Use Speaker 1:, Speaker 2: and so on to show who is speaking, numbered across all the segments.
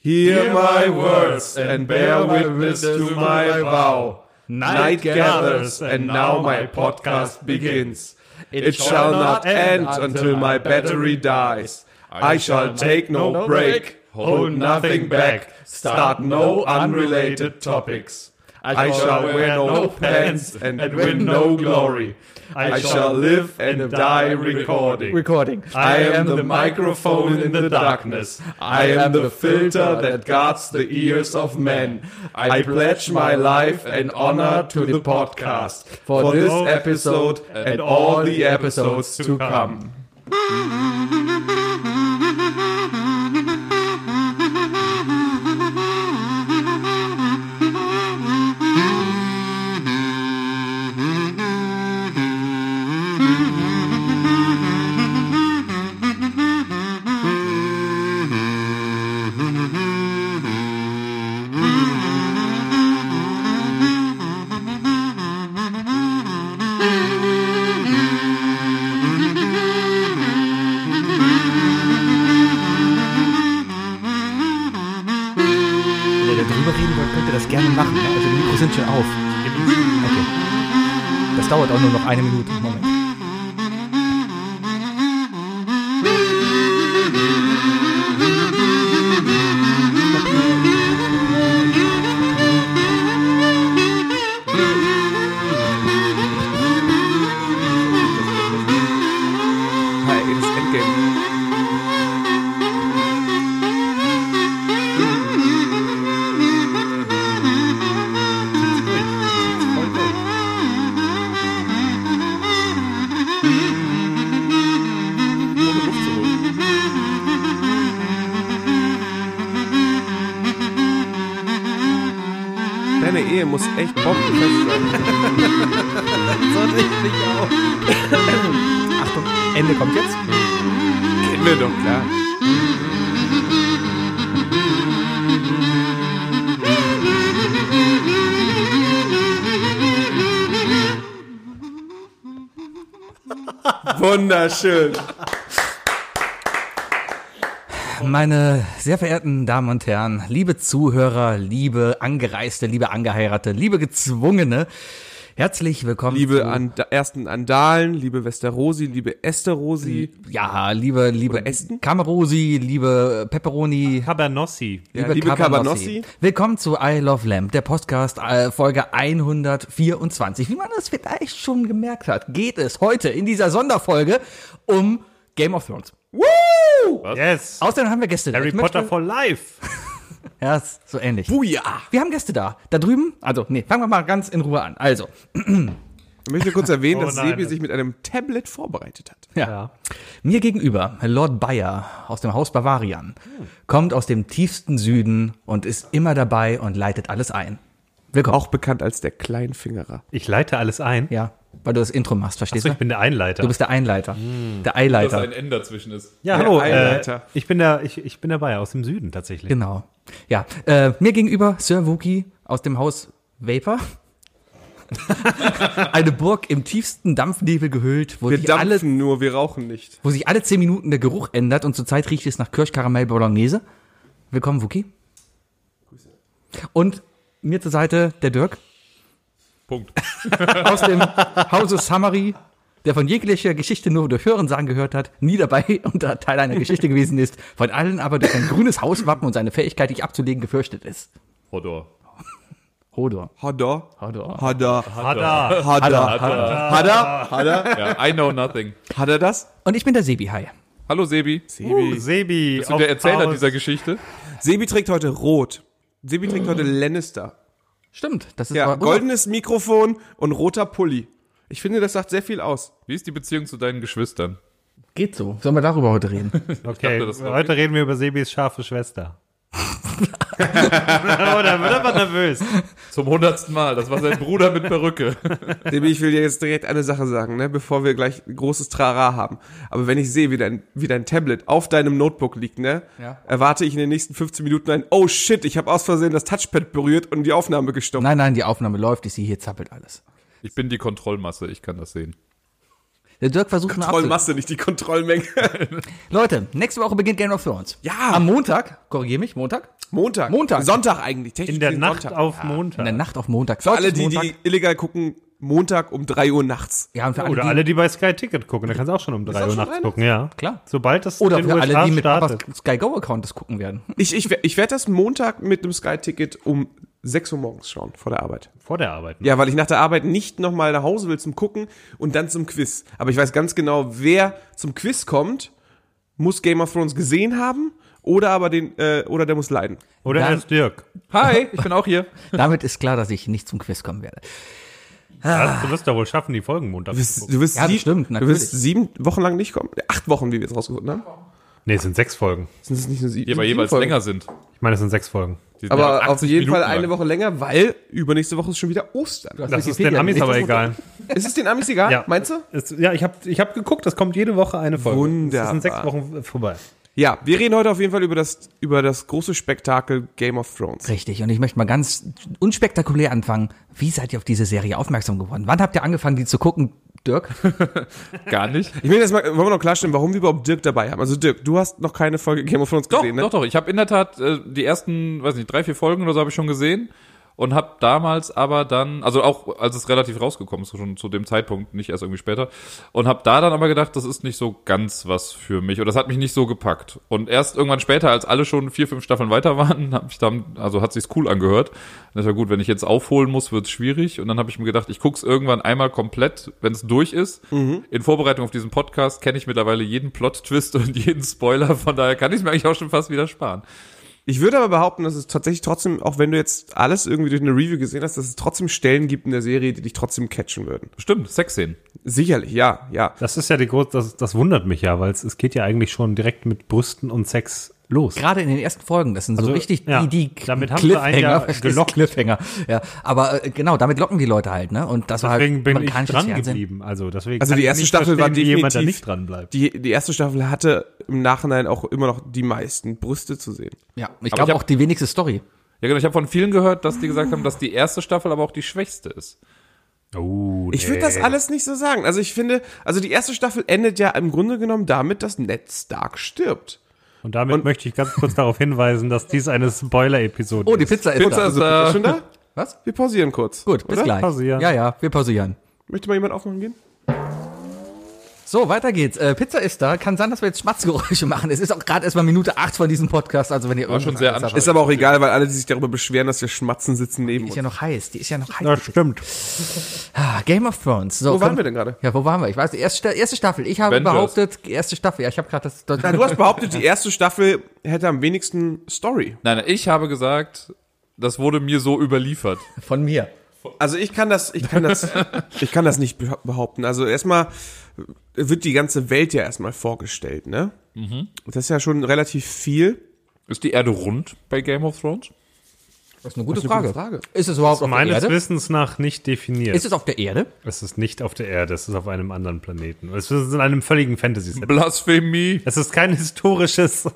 Speaker 1: Hear my words and bear witness to my vow. Night gathers and now my podcast begins. It shall not end until my battery dies. I shall take no break, hold nothing back, start no unrelated topics. I shall wear no pants and win no glory. I shall live and die recording.
Speaker 2: Recording.
Speaker 1: I am the microphone in the darkness. I am the filter that guards the ears of men. I pledge my life and honor to the podcast for this episode and all the episodes to come.
Speaker 3: Wenn ihr da drüber reden wollt, könnt ihr das gerne machen. ne? Also die Mikros sind schon auf. Okay. Das dauert auch nur noch eine Minute. Moment.
Speaker 1: Hi, das Endgame. Deine Ehe muss echt bombenfest sein.
Speaker 3: Achtung, Ende kommt jetzt.
Speaker 1: Kennen wir doch, klar. Wunderschön.
Speaker 3: Meine sehr verehrten Damen und Herren, liebe Zuhörer, liebe Angereiste, liebe Angeheiratete, liebe Gezwungene, herzlich willkommen.
Speaker 1: Liebe
Speaker 3: zu-
Speaker 1: Anda ersten Andalen, liebe Westerosi, liebe Esterosi.
Speaker 3: Ja, liebe, liebe
Speaker 1: Oder Ästen?
Speaker 3: Kamerosi, liebe Pepperoni,
Speaker 2: Habernossi.
Speaker 1: Ja, liebe Cabanossi.
Speaker 3: Willkommen zu I Love Lamp, der Podcast äh, Folge 124. Wie man das vielleicht schon gemerkt hat, geht es heute in dieser Sonderfolge um Game of Thrones.
Speaker 2: Mhm.
Speaker 1: Woo!
Speaker 2: Yes.
Speaker 3: Außerdem haben wir Gäste da.
Speaker 2: Harry
Speaker 3: Ich möchte-
Speaker 2: Potter for Life.
Speaker 3: Ja, ist so ähnlich.
Speaker 1: Buja!
Speaker 3: Wir haben Gäste da. Da drüben, also, nee, fangen wir mal ganz in Ruhe an. Also,
Speaker 1: Ich möchte kurz erwähnen,
Speaker 2: Oh
Speaker 1: dass
Speaker 2: nein.
Speaker 1: Sebi sich mit einem Tablet vorbereitet hat.
Speaker 3: ja. Mir gegenüber, Lord Bayer aus dem Haus Bavarian, kommt aus dem tiefsten Süden und ist immer dabei und leitet alles ein. Willkommen.
Speaker 1: Auch bekannt als der Kleinfingerer.
Speaker 2: Ich leite alles ein.
Speaker 3: Ja, weil du das Intro machst, verstehst
Speaker 2: So,
Speaker 3: du?
Speaker 2: ich bin der Einleiter.
Speaker 3: Du bist der Einleiter. Der
Speaker 4: dass
Speaker 3: Eileiter.
Speaker 4: ein N dazwischen ist.
Speaker 2: ja,
Speaker 1: der
Speaker 2: hallo. Äh,
Speaker 1: Einleiter.
Speaker 2: ich bin da, ich, ich bin dabei aus dem Süden tatsächlich.
Speaker 3: Genau. Ja. Äh, mir gegenüber Sir Wookie aus dem Haus Vapor. Eine Burg im tiefsten Dampfnebel gehüllt, wo,
Speaker 1: Wir
Speaker 3: die
Speaker 1: dampfen
Speaker 3: alle,
Speaker 1: nur, wir rauchen nicht.
Speaker 3: wo sich alle zehn Minuten der Geruch ändert und zurzeit riecht es nach Kirschkaramell Bolognese. Willkommen, Wookie. Und mir zur Seite der Dirk
Speaker 4: Punkt.
Speaker 3: aus dem Hause Summary, der von jeglicher Geschichte nur durch Hörensagen gehört hat, nie dabei und da Teil einer Geschichte gewesen ist, von allen aber durch sein grünes Hauswappen und seine Fähigkeit, dich abzulegen, gefürchtet ist.
Speaker 4: Hodor.
Speaker 3: Hodor.
Speaker 1: Hadda.
Speaker 3: Hodor.
Speaker 1: Hadda.
Speaker 2: Ah, Hada.
Speaker 1: Hadda. Hadda. Hadda.
Speaker 4: Ja, I know nothing.
Speaker 1: Hat er das?
Speaker 3: Und ich bin der Sebi, hi.
Speaker 4: Hallo Sebi.
Speaker 2: Uh, Sebi.
Speaker 4: Bist du der Erzähler
Speaker 2: Haus-
Speaker 4: dieser Geschichte?
Speaker 1: Sebi trägt heute rot. Sebi trägt heute Lannister.
Speaker 3: Stimmt, das ist
Speaker 1: Ja,
Speaker 3: aber-
Speaker 1: goldenes Mikrofon und roter Pulli. Ich finde, das sagt sehr viel aus.
Speaker 4: Wie ist die Beziehung zu deinen Geschwistern?
Speaker 3: Geht so. Sollen wir darüber heute reden?
Speaker 2: Okay,
Speaker 4: dachte, das war-
Speaker 2: heute reden wir über Sebis scharfe Schwester. oh, da wird er aber nervös.
Speaker 4: Zum hundertsten Mal. Das war sein Bruder mit Perücke.
Speaker 1: Sebi, ich will dir jetzt direkt eine Sache sagen, ne, bevor wir gleich ein großes Trara haben. Aber wenn ich sehe, wie dein, wie dein Tablet auf deinem Notebook liegt, ne,
Speaker 3: Ja.
Speaker 1: erwarte ich in den nächsten 15 Minuten ein, oh shit, ich habe aus Versehen das Touchpad berührt und die Aufnahme gestoppt.
Speaker 3: nein, nein, die Aufnahme läuft, ich sehe hier zappelt alles.
Speaker 4: Ich bin die Kontrollmasse. Ich kann das sehen.
Speaker 3: Der Dirk versucht nur abzu.
Speaker 1: Kontrollmasse, nicht die Kontrollmenge.
Speaker 3: Leute, nächste Woche beginnt Game of Thrones.
Speaker 1: Ja.
Speaker 3: Am Montag, korrigier mich, Montag?
Speaker 1: Montag.
Speaker 3: Montag.
Speaker 1: Sonntag eigentlich. Technisch
Speaker 2: In der
Speaker 1: gesehen
Speaker 2: Nacht
Speaker 1: Sonntag.
Speaker 2: auf Montag.
Speaker 3: In der Nacht auf Montag.
Speaker 1: Für alle,
Speaker 3: Sollte es
Speaker 1: die,
Speaker 3: Montag,
Speaker 1: die illegal gucken, Montag um 3 Uhr nachts.
Speaker 3: ja, und für alle,
Speaker 2: Oder
Speaker 3: die,
Speaker 2: alle, die bei Sky Ticket gucken, da kannst du auch schon um 3
Speaker 1: auch
Speaker 2: Uhr
Speaker 1: schon
Speaker 2: nachts
Speaker 1: Weihnachten?
Speaker 2: gucken, ja.
Speaker 3: Klar.
Speaker 2: Sobald das
Speaker 3: oder
Speaker 2: in
Speaker 3: für
Speaker 2: den
Speaker 3: alle,
Speaker 2: USA
Speaker 3: die mit Papas
Speaker 2: startet.
Speaker 3: Sky Go Account das gucken werden.
Speaker 1: Ich, ich, wer- ich werde das Montag mit einem Sky-Ticket um 6 Uhr morgens schauen, vor der Arbeit.
Speaker 2: Vor der Arbeit.
Speaker 1: Ja, weil ich nach der Arbeit nicht nochmal nach Hause will zum Gucken und dann zum Quiz. Aber ich weiß ganz genau, wer zum Quiz kommt, muss Game of Thrones gesehen haben oder aber den, äh, oder der muss leiden.
Speaker 2: Oder
Speaker 3: Dann-
Speaker 2: erst Dirk.
Speaker 1: Hi, ich bin auch hier.
Speaker 3: Damit ist klar, dass ich nicht zum Quiz kommen werde.
Speaker 2: Ja, du wirst ja wohl schaffen, die Folgen Montag
Speaker 1: Du
Speaker 2: zu
Speaker 1: wirst,
Speaker 2: gucken.
Speaker 1: du wirst,
Speaker 3: Ja, das
Speaker 1: sieb-
Speaker 3: stimmt,
Speaker 1: du
Speaker 3: natürlich.
Speaker 1: wirst sieben Wochen lang nicht kommen. Acht Wochen, wie wir jetzt rausgefunden haben.
Speaker 2: Nee, es sind sechs Folgen.
Speaker 1: Sind es nicht nur sieben?
Speaker 4: Die aber
Speaker 1: sieben
Speaker 4: jeweils
Speaker 1: Folgen?
Speaker 4: länger sind.
Speaker 2: Ich meine, es sind sechs Folgen.
Speaker 4: Die sind ja
Speaker 1: Aber auf
Speaker 4: 80
Speaker 1: jeden Fall
Speaker 4: Minuten
Speaker 1: eine
Speaker 4: lang.
Speaker 1: Woche länger, weil übernächste Woche ist schon wieder Ostern.
Speaker 2: Das ist den Amis
Speaker 3: nicht
Speaker 2: aber
Speaker 3: das
Speaker 2: egal.
Speaker 1: Ist es den Amis egal?
Speaker 2: Ja.
Speaker 1: Meinst du?
Speaker 2: Es, ja, ich habe ich hab geguckt, es kommt jede Woche eine Folge.
Speaker 1: Wunderbar.
Speaker 2: Es sind sechs Wochen vorbei.
Speaker 1: Ja, wir reden heute auf jeden Fall über das, über das große Spektakel Game of Thrones.
Speaker 3: Richtig, und ich möchte mal ganz unspektakulär anfangen. Wie seid ihr auf diese Serie aufmerksam geworden? Wann habt ihr angefangen, die zu gucken, Dirk?
Speaker 4: Gar nicht.
Speaker 1: Ich will jetzt mal, wollen wir noch klarstellen, warum wir überhaupt Dirk dabei haben. Also Dirk, du hast noch keine Folge Game of Thrones
Speaker 4: Doch,
Speaker 1: gesehen, ne?
Speaker 4: doch, doch. Ich habe in der Tat äh, die ersten, weiß nicht, drei, vier Folgen oder so habe ich schon gesehen und habe damals aber dann, also auch als es relativ rausgekommen ist, schon zu dem Zeitpunkt, nicht erst irgendwie später, und habe da dann aber gedacht, das ist nicht so ganz was für mich oder das hat mich nicht so gepackt. Und erst irgendwann später, als alle schon vier, fünf Staffeln weiter waren, habe ich dann, also hat sich's cool angehört. Das war gut, wenn ich jetzt aufholen muss, wird's schwierig. Und dann habe ich mir gedacht, ich guck's irgendwann einmal komplett, wenn's durch ist.
Speaker 1: Mhm.
Speaker 4: In Vorbereitung auf diesen Podcast kenne ich mittlerweile jeden Plot-Twist und jeden Spoiler, von daher kann ich mir eigentlich auch schon fast wieder sparen.
Speaker 1: Ich würde aber behaupten, dass es tatsächlich trotzdem, auch wenn du jetzt alles irgendwie durch eine Review gesehen hast, dass es trotzdem Stellen gibt in der Serie, die dich trotzdem catchen würden.
Speaker 4: Stimmt, Sexszenen.
Speaker 1: Sicherlich, ja, ja. Also
Speaker 2: Das ist ja die große, das, das wundert mich ja, weil es, es geht ja eigentlich schon direkt mit Brüsten und Sex los.
Speaker 3: Gerade in den ersten Folgen, das sind so
Speaker 2: Also,
Speaker 3: richtig
Speaker 2: ja,
Speaker 3: die, die
Speaker 2: damit haben sie einen ja
Speaker 3: verstehst du?
Speaker 2: gelockt.
Speaker 3: Cliffhanger. Ja, aber äh, genau, damit locken die Leute halt, ne? Und das war
Speaker 2: Deswegen
Speaker 3: halt
Speaker 2: bin ich
Speaker 3: amerikanisches
Speaker 2: dran
Speaker 3: Fernsehen.
Speaker 2: geblieben. Also, deswegen
Speaker 1: Also
Speaker 2: kann
Speaker 1: die
Speaker 2: ich
Speaker 1: erste
Speaker 2: nicht
Speaker 1: Staffel war
Speaker 2: verstehen, wie Jemand, der
Speaker 1: definitiv-
Speaker 2: nicht dran bleibt.
Speaker 1: Die, die erste Staffel hatte im Nachhinein auch immer noch die meisten Brüste zu sehen.
Speaker 3: Ja, ich
Speaker 4: Aber ich
Speaker 3: glaube
Speaker 4: hab-
Speaker 3: auch die wenigste Story.
Speaker 4: Ja genau, ich habe von vielen gehört, dass die gesagt haben, dass die erste Staffel aber auch die schwächste ist.
Speaker 2: Oh,
Speaker 1: Ich würde das alles nicht so sagen. Also ich finde, also die erste Staffel endet ja im Grunde genommen damit, dass Ned Stark stirbt.
Speaker 2: Und damit möchte ich ganz kurz darauf hinweisen, dass dies eine Spoiler-Episode
Speaker 3: Oh, die
Speaker 2: ist.
Speaker 3: Pizza ist
Speaker 1: Pizza
Speaker 3: da.
Speaker 1: ist da. schon da?
Speaker 3: Was?
Speaker 1: Wir pausieren kurz.
Speaker 3: Gut, bis
Speaker 1: oder?
Speaker 3: gleich.
Speaker 2: Pausieren.
Speaker 3: Ja, ja, wir pausieren.
Speaker 1: Möchte mal jemand aufmachen gehen?
Speaker 3: So, weiter geht's. Äh, Pizza ist da. Kann sein, dass wir jetzt Schmatzgeräusche machen. Es ist auch gerade erstmal Minute 8 von diesem Podcast, also wenn ihr
Speaker 4: War schon sehr anstrengend.
Speaker 1: Ist aber auch egal, weil alle, die sich darüber beschweren, dass wir schmatzen, sitzen neben
Speaker 3: Die
Speaker 1: uns.
Speaker 3: ist ja noch heiß, die ist ja noch heiß.
Speaker 2: Das stimmt.
Speaker 3: Ah, Game of Thrones. So,
Speaker 1: Wo waren
Speaker 3: komm-
Speaker 1: wir denn gerade?
Speaker 3: Ja, wo waren wir? Ich weiß, die erste, Sta- erste Staffel. Ich habe
Speaker 4: Avengers.
Speaker 3: behauptet, die erste Staffel. Ja, ich habe gerade das.
Speaker 1: Na, du hast behauptet, die erste Staffel hätte am wenigsten Story.
Speaker 4: Nein, nein, ich habe gesagt, das wurde mir so überliefert.
Speaker 3: von mir.
Speaker 1: Also ich kann das, ich kann das, ich kann das nicht beha- behaupten. Also erstmal wird die ganze Welt ja erstmal vorgestellt, ne? Das ist ja schon relativ viel.
Speaker 4: Ist die Erde rund bei Game of Thrones?
Speaker 3: Das ist eine gute,
Speaker 1: Das ist eine
Speaker 3: Frage.
Speaker 1: gute Frage.
Speaker 3: Ist es überhaupt auf der
Speaker 2: Meines
Speaker 3: Erde?
Speaker 2: Wissens nach nicht definiert.
Speaker 3: Ist es auf der Erde?
Speaker 2: es ist nicht auf der Erde, es ist auf einem anderen Planeten. Es ist in einem völligen Fantasy-Set.
Speaker 4: Blasphemie.
Speaker 2: Es ist kein historisches,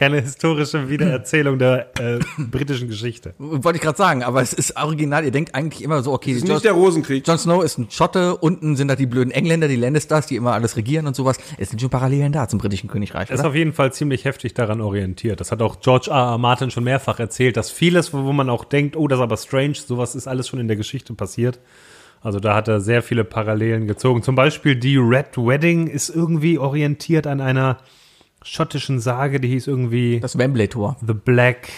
Speaker 2: keine historische Wiedererzählung der äh, britischen Geschichte.
Speaker 3: Wollte ich gerade sagen, aber es ist original. Ihr denkt eigentlich immer so, okay,
Speaker 1: Das ist nicht der Rosenkrieg.
Speaker 3: Jon Snow ist ein Schotte, unten sind da die blöden Engländer, die Lannisters, die immer alles regieren und sowas. Es sind schon Parallelen da zum britischen Königreich,
Speaker 2: Das ist
Speaker 3: oder?
Speaker 2: auf jeden Fall ziemlich heftig daran orientiert. Das hat auch George R. R. Martin schon mehrfach erzählt, dass vieles, wo wo man auch denkt, oh, das ist aber strange, sowas ist alles schon in der Geschichte passiert. Also da hat er sehr viele Parallelen gezogen. Zum Beispiel die Red Wedding ist irgendwie orientiert an einer schottischen Sage, die hieß irgendwie
Speaker 3: Das Wembley-Tor.
Speaker 2: The Black.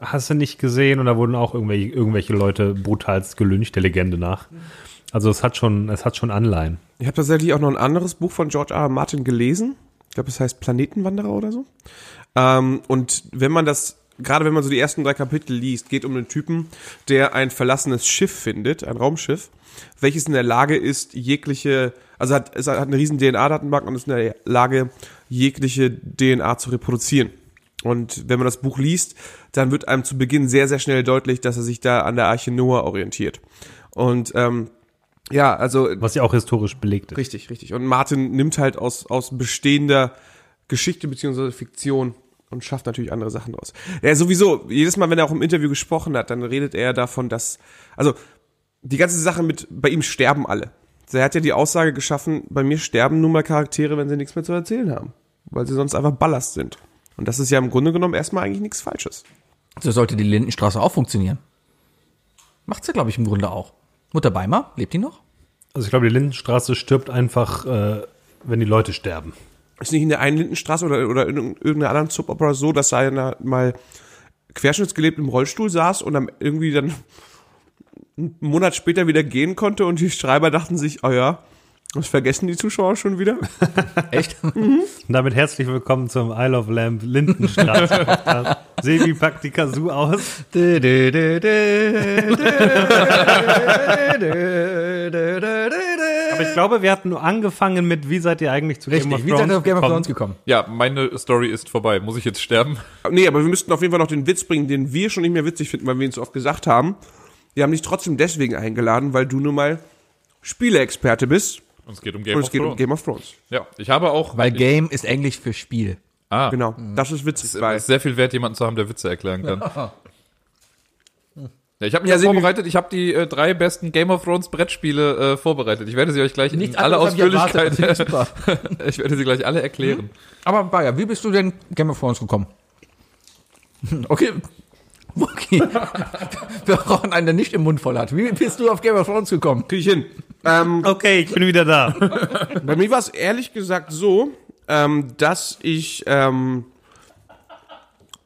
Speaker 2: Hast du nicht gesehen? Und da wurden auch irgendwelche, irgendwelche Leute brutalst gelyncht, der Legende nach. Also es hat schon, es hat schon Anleihen.
Speaker 1: Ich habe tatsächlich auch noch ein anderes Buch von George R. R. Martin gelesen. Ich glaube, es heißt Planetenwanderer oder so. Ähm, und wenn man das, gerade wenn man so die ersten drei Kapitel liest, geht um einen Typen, der ein verlassenes Schiff findet, ein Raumschiff, welches in der Lage ist, jegliche, also hat, es hat eine riesen DNA-Datenbank und ist in der Lage, jegliche DNA zu reproduzieren. Und wenn man das Buch liest, dann wird einem zu Beginn sehr, sehr schnell deutlich, dass er sich da an der Arche Noah orientiert. Und ähm, ja, also
Speaker 2: Was ja auch historisch belegt ist.
Speaker 1: Richtig, richtig. Und Martin nimmt halt aus, aus bestehender Geschichte beziehungsweise Fiktion und schafft natürlich andere Sachen draus. Er sowieso, jedes Mal, wenn er auch im Interview gesprochen hat, dann redet er davon, dass, also die ganze Sache mit, bei ihm sterben alle. Er hat ja die Aussage geschaffen, bei mir sterben nun mal Charaktere, wenn sie nichts mehr zu erzählen haben. Weil sie sonst einfach Ballast sind. Und das ist ja im Grunde genommen erstmal eigentlich nichts Falsches.
Speaker 3: So sollte die Lindenstraße auch funktionieren. Macht sie, glaube ich, im Grunde auch. Mutter Beimer, lebt die noch?
Speaker 2: Also ich glaube, die Lindenstraße stirbt einfach, äh, wenn die Leute sterben.
Speaker 1: Ist nicht in der einen Lindenstraße oder, oder in irgendeiner anderen Suboper so, dass da einer mal querschnittsgelebt im Rollstuhl saß und dann irgendwie dann einen Monat später wieder gehen konnte und die Schreiber dachten sich, oh ja, das vergessen die Zuschauer schon wieder.
Speaker 3: Echt?
Speaker 2: Und damit herzlich willkommen zum Isle of Lamp Lindenstraße. Podcast. Sebi packt die Kazoo aus.
Speaker 3: Dö, dö, dö, dö, dö, dö, dö, dö, dö.
Speaker 2: Aber ich glaube, wir hatten nur angefangen mit, wie seid ihr eigentlich zu Game of
Speaker 3: Richtig, wie seid ihr auf Game of
Speaker 2: gekommen?
Speaker 3: Thrones gekommen?
Speaker 4: Ja, meine Story ist vorbei. Muss ich jetzt sterben?
Speaker 1: Nee, aber wir müssten auf jeden Fall noch den Witz bringen, den wir schon nicht mehr witzig finden, weil wir ihn so oft gesagt haben. Wir haben dich trotzdem deswegen eingeladen, weil du nun mal Spieleexperte bist.
Speaker 4: Und es geht um Game
Speaker 1: Und
Speaker 4: of
Speaker 1: es geht
Speaker 4: Thrones.
Speaker 1: um Game of Thrones.
Speaker 4: ja, ich habe auch.
Speaker 3: Weil Game ist Englisch für Spiel.
Speaker 4: ah,
Speaker 1: Genau, das ist witzig.
Speaker 4: Es
Speaker 1: weil
Speaker 4: ist äh, sehr viel wert, jemanden zu haben, der Witze erklären kann. Ja, ich habe mich
Speaker 1: Ja,
Speaker 4: jetzt
Speaker 1: Sebi-
Speaker 4: vorbereitet. Ich habe die äh, drei besten Game of Thrones Brettspiele äh, vorbereitet. Ich werde sie euch gleich in aller
Speaker 3: anderes hab ich
Speaker 4: Ausführlichkeit.
Speaker 3: erwartet, das finde ich
Speaker 4: ich werde sie gleich alle erklären.
Speaker 3: Aber Bayer, wie bist du denn Game of Thrones gekommen? Okay. Okay. Wir brauchen einen, der nicht im Mund voll hat. Wie bist du auf Game of Thrones gekommen?
Speaker 1: krieg ich hin. Ähm,
Speaker 2: Okay, ich bin wieder da.
Speaker 1: Bei mir war es ehrlich gesagt so, ähm, dass ich, ähm,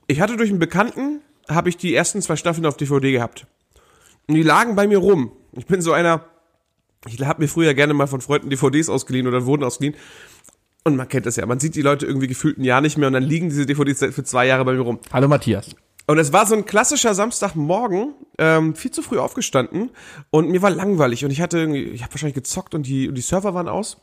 Speaker 1: ich hatte durch einen Bekannten, habe ich die ersten zwei Staffeln auf DVD gehabt. Und die lagen bei mir rum. Ich bin so einer, ich habe mir früher gerne mal von Freunden DVDs ausgeliehen oder wurden ausgeliehen. Und man kennt das ja, man sieht die Leute irgendwie gefühlt ein Jahr nicht mehr und dann liegen diese DVDs für zwei Jahre bei mir rum.
Speaker 3: Hallo Matthias.
Speaker 1: Und es war so ein klassischer Samstagmorgen, ähm, viel zu früh aufgestanden und mir war langweilig und ich hatte, irgendwie- ich habe wahrscheinlich gezockt und die, und die Server waren aus.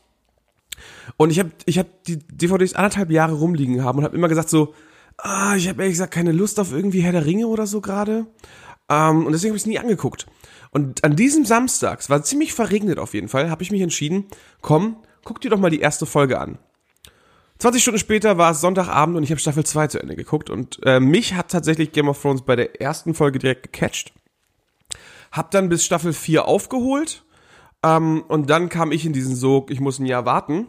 Speaker 1: Und ich habe ich hab die DVDs anderthalb Jahre rumliegen haben und habe immer gesagt so, ah, ich habe ehrlich gesagt keine Lust auf irgendwie Herr der Ringe oder so gerade. Ähm, und deswegen habe ich es nie angeguckt. Und an diesem Samstag, es war ziemlich verregnet auf jeden Fall, habe ich mich entschieden, komm, guck dir doch mal die erste Folge an. 20 Stunden später war es Sonntagabend und ich habe Staffel 2 zu Ende geguckt und äh, mich hat tatsächlich Game of Thrones bei der ersten Folge direkt gecatcht. Hab dann bis Staffel 4 aufgeholt ähm, und dann kam ich in diesen Sog, ich muss ein Jahr warten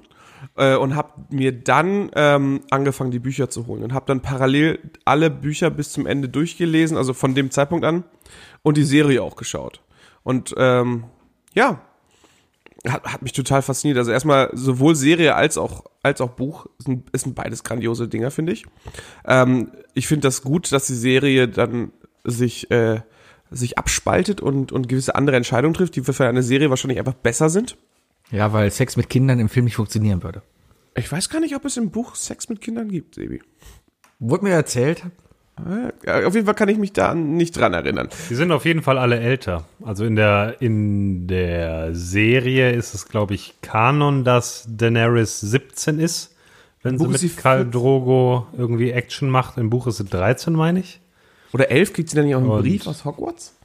Speaker 1: äh, und hab mir dann ähm, angefangen, die Bücher zu holen und hab dann parallel alle Bücher bis zum Ende durchgelesen, also von dem Zeitpunkt an und die Serie auch geschaut. Und ähm, ja, hat, hat mich total fasziniert. Also erstmal sowohl Serie als auch, als auch Buch sind, ist ein beides grandiose Dinger, finde ich. Ähm, ich finde das gut, dass die Serie dann sich, äh, sich abspaltet und, und gewisse andere Entscheidungen trifft, die für eine Serie wahrscheinlich einfach besser sind.
Speaker 3: Ja, weil Sex mit Kindern im Film nicht funktionieren würde.
Speaker 1: Ich weiß gar nicht, ob es im Buch Sex mit Kindern gibt, Sebi.
Speaker 3: Wurde mir erzählt,
Speaker 1: Ja, auf jeden Fall kann ich mich da nicht dran erinnern.
Speaker 2: Die sind auf jeden Fall alle älter. Also in der, in der Serie ist es, glaube ich, Kanon, dass Daenerys 17 ist. Wenn sie
Speaker 1: Buch
Speaker 2: mit
Speaker 1: ist sie
Speaker 2: Khal
Speaker 1: 14.
Speaker 2: Drogo irgendwie Action macht. Im Buch ist sie 13, meine ich.
Speaker 1: Oder elf kriegt sie dann nicht auch einen
Speaker 2: Und-
Speaker 1: Brief aus Hogwarts?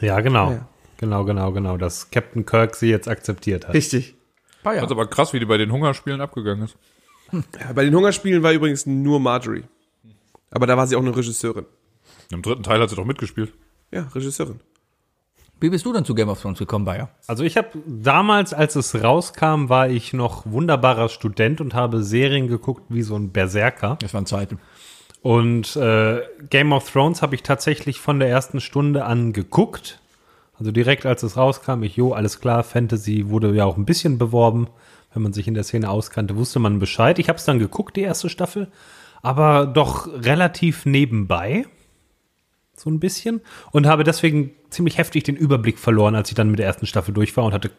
Speaker 2: Ja, genau.
Speaker 1: Ja.
Speaker 2: Genau, genau, genau. Dass Captain Kirk sie jetzt akzeptiert hat.
Speaker 1: Richtig.
Speaker 3: Bayer.
Speaker 4: Das ist aber krass, wie die bei den Hungerspielen abgegangen ist.
Speaker 1: Ja, bei den Hungerspielen war übrigens nur Marjorie. Aber da war sie auch eine Regisseurin.
Speaker 4: Im dritten Teil hat sie doch mitgespielt.
Speaker 1: Ja, Regisseurin.
Speaker 3: wie bist du denn zu Game of Thrones gekommen, Bayer?
Speaker 2: Also ich habe damals, als es rauskam, war ich noch wunderbarer Student und habe Serien geguckt wie so ein Berserker.
Speaker 3: Das waren Zeiten.
Speaker 2: Und äh, Game of Thrones habe ich tatsächlich von der ersten Stunde an geguckt. Also direkt als es rauskam, ich, jo, alles klar, Fantasy wurde ja auch ein bisschen beworben. Wenn man sich in der Szene auskannte, wusste man Bescheid. Ich habe es dann geguckt, die erste Staffel, aber doch relativ nebenbei. So ein bisschen. Und habe deswegen ziemlich heftig den Überblick verloren, als ich dann mit der ersten Staffel durch war und hatte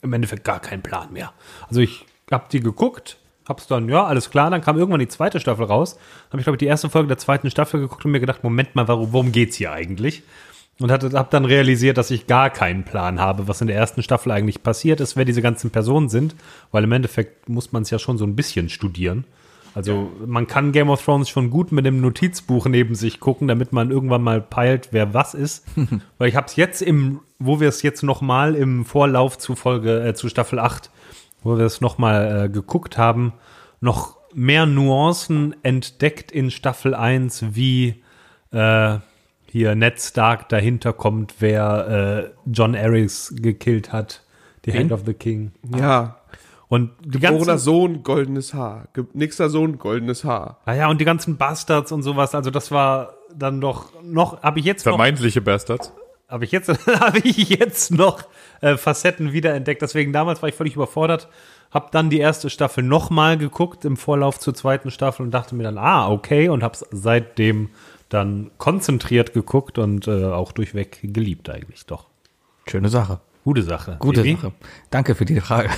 Speaker 2: im Endeffekt gar keinen Plan mehr. Also ich habe die geguckt, hab's dann, ja, alles klar, dann kam irgendwann die zweite Staffel raus. Habe ich, glaube ich, die erste Folge der zweiten Staffel geguckt und mir gedacht, Moment mal, warum, worum geht's hier eigentlich? Und hatte, hab dann realisiert, dass ich gar keinen Plan habe, was in der ersten Staffel eigentlich passiert ist, wer diese ganzen Personen sind, weil im Endeffekt muss man es ja schon so ein bisschen studieren. Also man kann Game of Thrones schon gut mit dem Notizbuch neben sich gucken, damit man irgendwann mal peilt, wer was ist. Weil ich habe es jetzt im, wo wir es jetzt noch mal im Vorlauf zu Folge äh, zu Staffel 8, wo wir es noch mal äh, geguckt haben, noch mehr Nuancen entdeckt in Staffel 1, wie äh, hier Ned Stark dahinter kommt, wer äh, John Ares gekillt hat, Die Hand of the King.
Speaker 1: Ja.
Speaker 2: Und die
Speaker 1: Geborener
Speaker 2: ganzen,
Speaker 1: Sohn, goldenes Haar. Ge- Nächster Sohn, goldenes Haar.
Speaker 2: naja, Ah und die ganzen Bastards und sowas, also das war dann doch noch, habe ich jetzt noch
Speaker 4: Vermeintliche Bastards.
Speaker 2: habe ich jetzt, habe ich jetzt noch äh, Facetten wiederentdeckt. Deswegen damals war ich völlig überfordert, habe dann die erste Staffel nochmal geguckt im Vorlauf zur zweiten Staffel und dachte mir dann, ah, okay, und habe es seitdem dann konzentriert geguckt und äh, auch durchweg geliebt eigentlich doch.
Speaker 3: Schöne Sache.
Speaker 2: Gute Sache.
Speaker 3: Gute
Speaker 2: Baby.
Speaker 3: Sache. Danke für die Frage.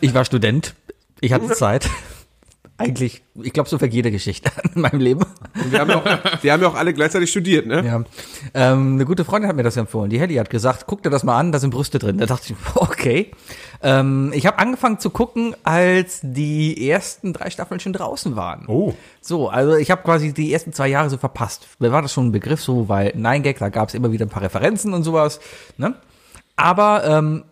Speaker 3: ich war Student. Ich hatte Zeit. Eigentlich, ich glaube, so vergeht jede Geschichte in meinem Leben.
Speaker 1: Und wir haben ja auch, wir haben ja auch alle gleichzeitig studiert, ne?
Speaker 3: Ja. Ähm, eine gute Freundin hat mir das empfohlen. Die Helly hat gesagt, guck dir das mal an, da sind Brüste drin. Da dachte ich, okay. Ähm, ich habe angefangen zu gucken, als die ersten drei Staffeln schon draußen waren.
Speaker 2: Oh.
Speaker 3: So, also ich habe quasi die ersten zwei Jahre so verpasst. Da war das schon ein Begriff so, weil Nein Gag, da gab es immer wieder ein paar Referenzen und sowas. Ne? Aber ähm,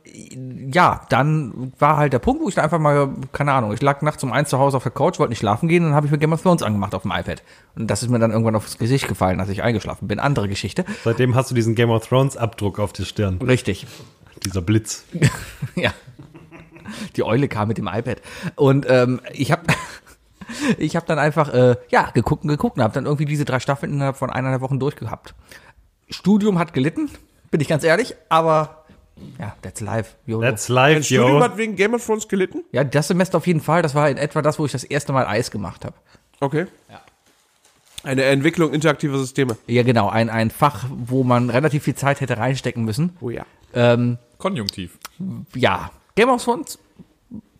Speaker 3: ja, dann war halt der Punkt, wo ich da einfach mal, keine Ahnung, ich lag nachts um eins zu Hause auf der Couch, wollte nicht schlafen gehen und dann habe ich mir Game of Thrones angemacht auf dem iPad. Und das ist mir dann irgendwann aufs Gesicht gefallen, als ich eingeschlafen bin. Andere Geschichte.
Speaker 2: Seitdem hast du diesen Game of Thrones Abdruck auf die Stirn.
Speaker 3: Richtig.
Speaker 2: Dieser Blitz.
Speaker 3: Ja. Die Eule kam mit dem iPad. Und ähm, ich habe ich hab dann einfach äh, ja, geguckt und geguckt und habe dann irgendwie diese drei Staffeln innerhalb von eineinhalb Wochen durchgehabt. Studium hat gelitten, bin ich ganz ehrlich, aber ja, that's life. YOLO.
Speaker 2: That's life,
Speaker 1: Ein Studium
Speaker 2: yo.
Speaker 1: hat wegen Game of Thrones gelitten?
Speaker 3: ja, das Semester auf jeden Fall, das war in etwa das, wo ich das erste Mal Eis gemacht habe.
Speaker 1: Okay. Eine Entwicklung interaktiver Systeme.
Speaker 3: Ja, genau, ein, ein Fach, wo man relativ viel Zeit hätte reinstecken müssen.
Speaker 1: Oh ja.
Speaker 3: Ähm,
Speaker 4: Konjunktiv.
Speaker 3: ja, Game of Thrones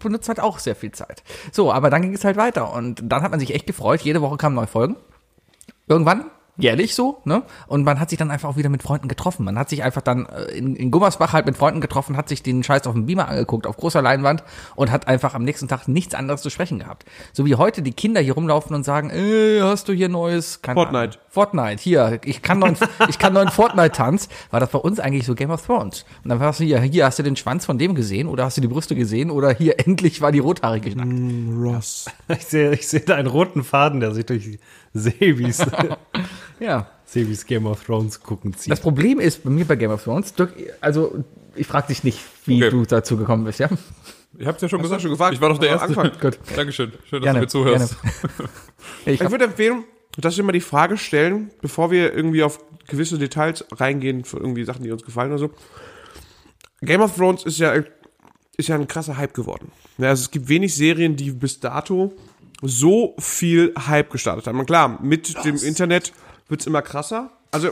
Speaker 3: benutzt halt auch sehr viel Zeit. So, aber dann ging es halt weiter und dann hat man sich echt gefreut. Jede Woche kamen neue Folgen. Irgendwann, jährlich so, ne? Und man hat sich dann einfach auch wieder mit Freunden getroffen. Man hat sich einfach dann äh, in, in Gummersbach halt mit Freunden getroffen, hat sich den Scheiß auf dem Beamer angeguckt, auf großer Leinwand und hat einfach am nächsten Tag nichts anderes zu sprechen gehabt. So wie heute die Kinder hier rumlaufen und sagen, äh, hast du hier neues? Keine
Speaker 1: Fortnite.
Speaker 3: Ahnung. Fortnite, hier, ich kann neuen, ich kann neuen Fortnite-Tanz, war das bei uns eigentlich so Game of Thrones. Und dann warst du hier, hier hast du den Schwanz von dem gesehen oder hast du die Brüste gesehen oder hier endlich war die rothaarige geschnackt.
Speaker 1: Ross.
Speaker 2: Ich sehe ich sehe da einen roten Faden, der sich durch Sebis,
Speaker 3: Ja.
Speaker 2: Sebis Game of Thrones gucken zieht.
Speaker 3: Das Problem ist bei mir bei Game of Thrones, Dirk, also ich frage dich nicht, wie
Speaker 4: Okay.
Speaker 3: du dazu gekommen bist, ja?
Speaker 4: Ich hab's ja schon
Speaker 1: Hast du
Speaker 4: gesagt.
Speaker 1: schon gefragt?
Speaker 4: Ich war doch der
Speaker 1: Also
Speaker 4: Erste.
Speaker 1: Anfang.
Speaker 3: Gut.
Speaker 4: Dankeschön. Schön, dass du mir zuhörst.
Speaker 3: Ich
Speaker 1: Ich
Speaker 3: hab,
Speaker 1: würde empfehlen, dass wir mal die Frage stellen, bevor wir irgendwie auf gewisse Details reingehen für irgendwie Sachen, die uns gefallen oder so. Game of Thrones ist ja, ist ja ein krasser Hype geworden. Ja, also es gibt wenig Serien, die bis dato so viel Hype gestartet haben. Und klar, mit dem Internet wird's immer krasser. Also,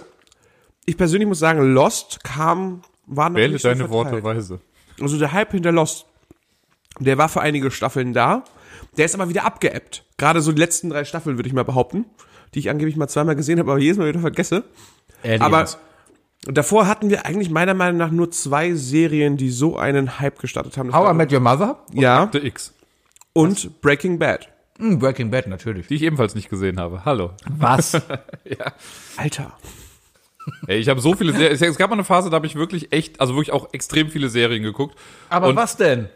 Speaker 1: ich persönlich muss sagen, Lost kam, war noch
Speaker 4: Wähle
Speaker 1: nicht so
Speaker 4: deine
Speaker 1: verteilt.
Speaker 4: Worte weise.
Speaker 1: Also der Hype hinter Lost, der war für einige Staffeln da. Der ist aber wieder abgeebbt. Gerade so die letzten drei Staffeln, würde ich mal behaupten. Die ich angeblich mal zweimal gesehen habe, aber jedes Mal wieder vergesse. Aber davor hatten wir eigentlich meiner Meinung nach nur zwei Serien, die so einen Hype gestartet haben. Das
Speaker 3: How I
Speaker 1: war-
Speaker 3: Met Your Mother?
Speaker 1: ja,
Speaker 4: Der X,
Speaker 1: und Breaking Bad.
Speaker 3: Hm, Breaking Bad, natürlich.
Speaker 4: die ich ebenfalls nicht gesehen habe. Hallo.
Speaker 3: Was?
Speaker 1: Alter.
Speaker 4: Ey, ich habe so viele Serien. Es gab mal eine Phase, da habe ich wirklich echt, also wirklich auch extrem viele Serien geguckt.
Speaker 3: Aber
Speaker 4: Und-
Speaker 3: was denn?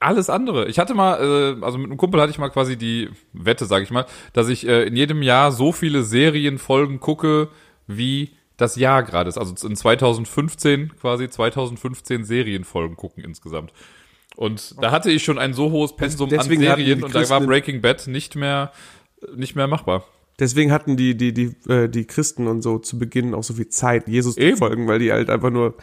Speaker 4: Alles andere. Ich hatte mal, äh, also mit einem Kumpel hatte ich mal quasi die Wette, sage ich mal, dass ich äh, in jedem Jahr so viele Serienfolgen gucke, wie das Jahr gerade ist. Also in 2015 quasi 2015 Serienfolgen gucken insgesamt. Und da hatte ich schon ein so hohes Pensum an
Speaker 1: Deswegen hatten die
Speaker 4: Serien und da war
Speaker 1: Christen-
Speaker 4: Breaking Bad nicht mehr nicht mehr machbar.
Speaker 1: Deswegen hatten die, die, die, äh, die Christen und so zu Beginn auch so viel Zeit, Jesus zu folgen, weil die halt einfach nur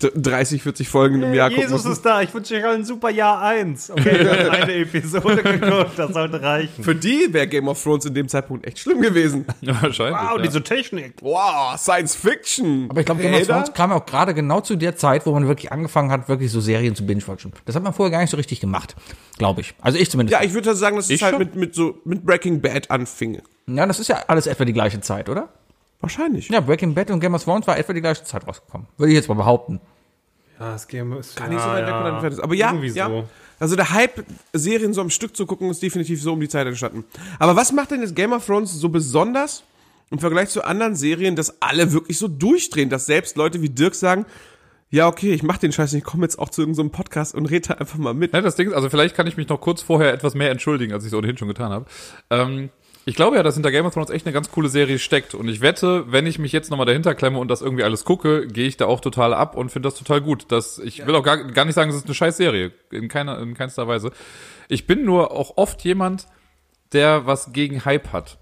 Speaker 1: d- 30, 40 Folgen im Jahr gucken
Speaker 2: Jesus
Speaker 1: mussten.
Speaker 2: ist da, ich wünsche euch allen ein super Jahr 1. Okay, wir haben eine Episode geguckt, das sollte reichen.
Speaker 1: Für die wäre Game of Thrones in dem Zeitpunkt echt schlimm gewesen.
Speaker 4: Wahrscheinlich.
Speaker 2: Wow,
Speaker 4: ja.
Speaker 2: diese Technik.
Speaker 1: Wow, Science Fiction.
Speaker 3: Aber ich glaube, Game of Thrones kam ja auch gerade genau zu der Zeit, wo man wirklich angefangen hat, wirklich so Serien zu binge-watchen. Das hat man vorher gar nicht so richtig gemacht, glaube ich. Also ich zumindest.
Speaker 1: Ja, ich würde sagen, dass es
Speaker 4: Ich
Speaker 1: halt
Speaker 4: schon.
Speaker 1: mit, mit so mit Breaking Bad anfing.
Speaker 3: ja, das ist ja alles etwa die gleiche Zeit, oder?
Speaker 1: Wahrscheinlich.
Speaker 3: Ja, Breaking Bad und Game of Thrones war etwa die gleiche Zeit rausgekommen. Würde ich jetzt mal behaupten.
Speaker 2: Ja, das Game ist
Speaker 1: Gar nicht so weit weg von entfernt ist. Aber ja,
Speaker 2: Irgendwie
Speaker 1: ja.
Speaker 2: so.
Speaker 1: Also der Hype, Serien so am Stück zu gucken, ist definitiv so um die Zeit entstanden. Aber was macht denn jetzt Game of Thrones so besonders im Vergleich zu anderen Serien, dass alle wirklich so durchdrehen, dass selbst Leute wie Dirk sagen, ja, okay, ich mach den Scheiß nicht, ich komme jetzt auch zu irgendeinem Podcast und rede da einfach mal mit.
Speaker 4: Ja, das Ding ist, also vielleicht kann ich mich noch kurz vorher etwas mehr entschuldigen, als ich es ohnehin schon getan habe. Ähm, Ich glaube ja, dass hinter Game of Thrones echt eine ganz coole Serie steckt. Und ich wette, wenn ich mich jetzt nochmal dahinter klemme und das irgendwie alles gucke, gehe ich da auch total ab und finde das total gut. Das, ich will auch gar, gar nicht sagen, es ist eine scheiß Serie. In keiner, in keinster Weise. Ich bin nur auch oft jemand, der was gegen Hype hat.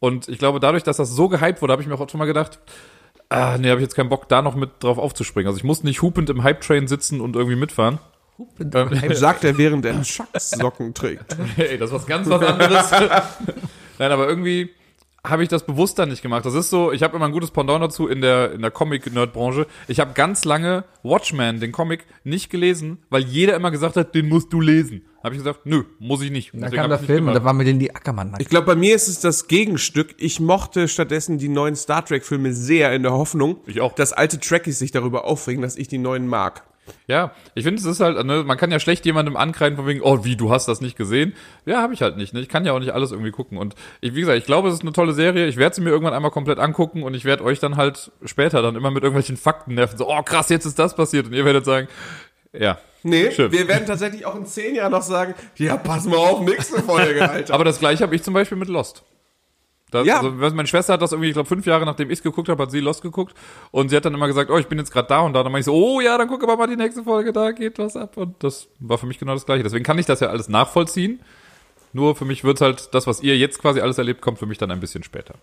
Speaker 4: Und ich glaube, dadurch, dass das so gehypt wurde, habe ich mir auch schon mal gedacht, ah, nee, habe ich jetzt keinen Bock, da noch mit drauf aufzuspringen. Also ich muss nicht hupend im Hype-Train sitzen und irgendwie mitfahren. Ähm,
Speaker 1: Sagt er, während er Schackssocken trägt.
Speaker 4: Hey, das ist was ganz was anderes. Nein, aber irgendwie habe ich das bewusst dann nicht gemacht. Das ist so, ich habe immer ein gutes Pendant dazu in der, in der Comic-Nerd-Branche. Ich habe ganz lange Watchmen, den Comic, nicht gelesen, weil jeder immer gesagt hat, den musst du lesen. Habe ich gesagt, nö, muss ich nicht.
Speaker 3: Dann
Speaker 4: Deswegen
Speaker 3: kam
Speaker 4: hab
Speaker 3: der
Speaker 4: ich
Speaker 3: Film und
Speaker 4: nicht
Speaker 3: da
Speaker 4: gemacht.
Speaker 3: war mir den die Ackermann.
Speaker 1: Ich glaube, bei mir ist es das Gegenstück. Ich mochte stattdessen die neuen Star Trek-Filme sehr in der Hoffnung,
Speaker 4: Ich auch.
Speaker 1: dass alte Trekkies sich darüber aufregen, dass ich die neuen mag.
Speaker 4: ja, ich finde, es ist halt, ne, man kann ja schlecht jemandem ankreiden von wegen, oh, wie, du hast das nicht gesehen. Ja, habe ich halt nicht. Ne? Ich kann ja auch nicht alles irgendwie gucken. Und ich, wie gesagt, ich glaube, es ist eine tolle Serie. Ich werde sie mir irgendwann einmal komplett angucken und ich werde euch dann halt später dann immer mit irgendwelchen Fakten nerven. So, oh, krass, jetzt ist das passiert. Und ihr werdet sagen, ja.
Speaker 1: Nee,
Speaker 4: Stimmt.
Speaker 1: wir werden tatsächlich auch in zehn Jahren noch sagen, ja, pass mal auf, nächste Folge, Alter.
Speaker 4: Aber das gleiche habe ich zum Beispiel mit Lost. Das,
Speaker 1: Ja.
Speaker 4: also, meine Schwester hat das irgendwie, ich glaube, fünf Jahre nachdem ich es geguckt habe, hat sie Lost geguckt und sie hat dann immer gesagt, oh, ich bin jetzt gerade da und da. Und dann meine ich so, oh ja, dann guck aber mal die nächste Folge, da geht was ab. Und das war für mich genau das gleiche. Deswegen kann ich das ja alles nachvollziehen. Nur für mich wird halt das, was ihr jetzt quasi alles erlebt, kommt für mich dann ein bisschen später.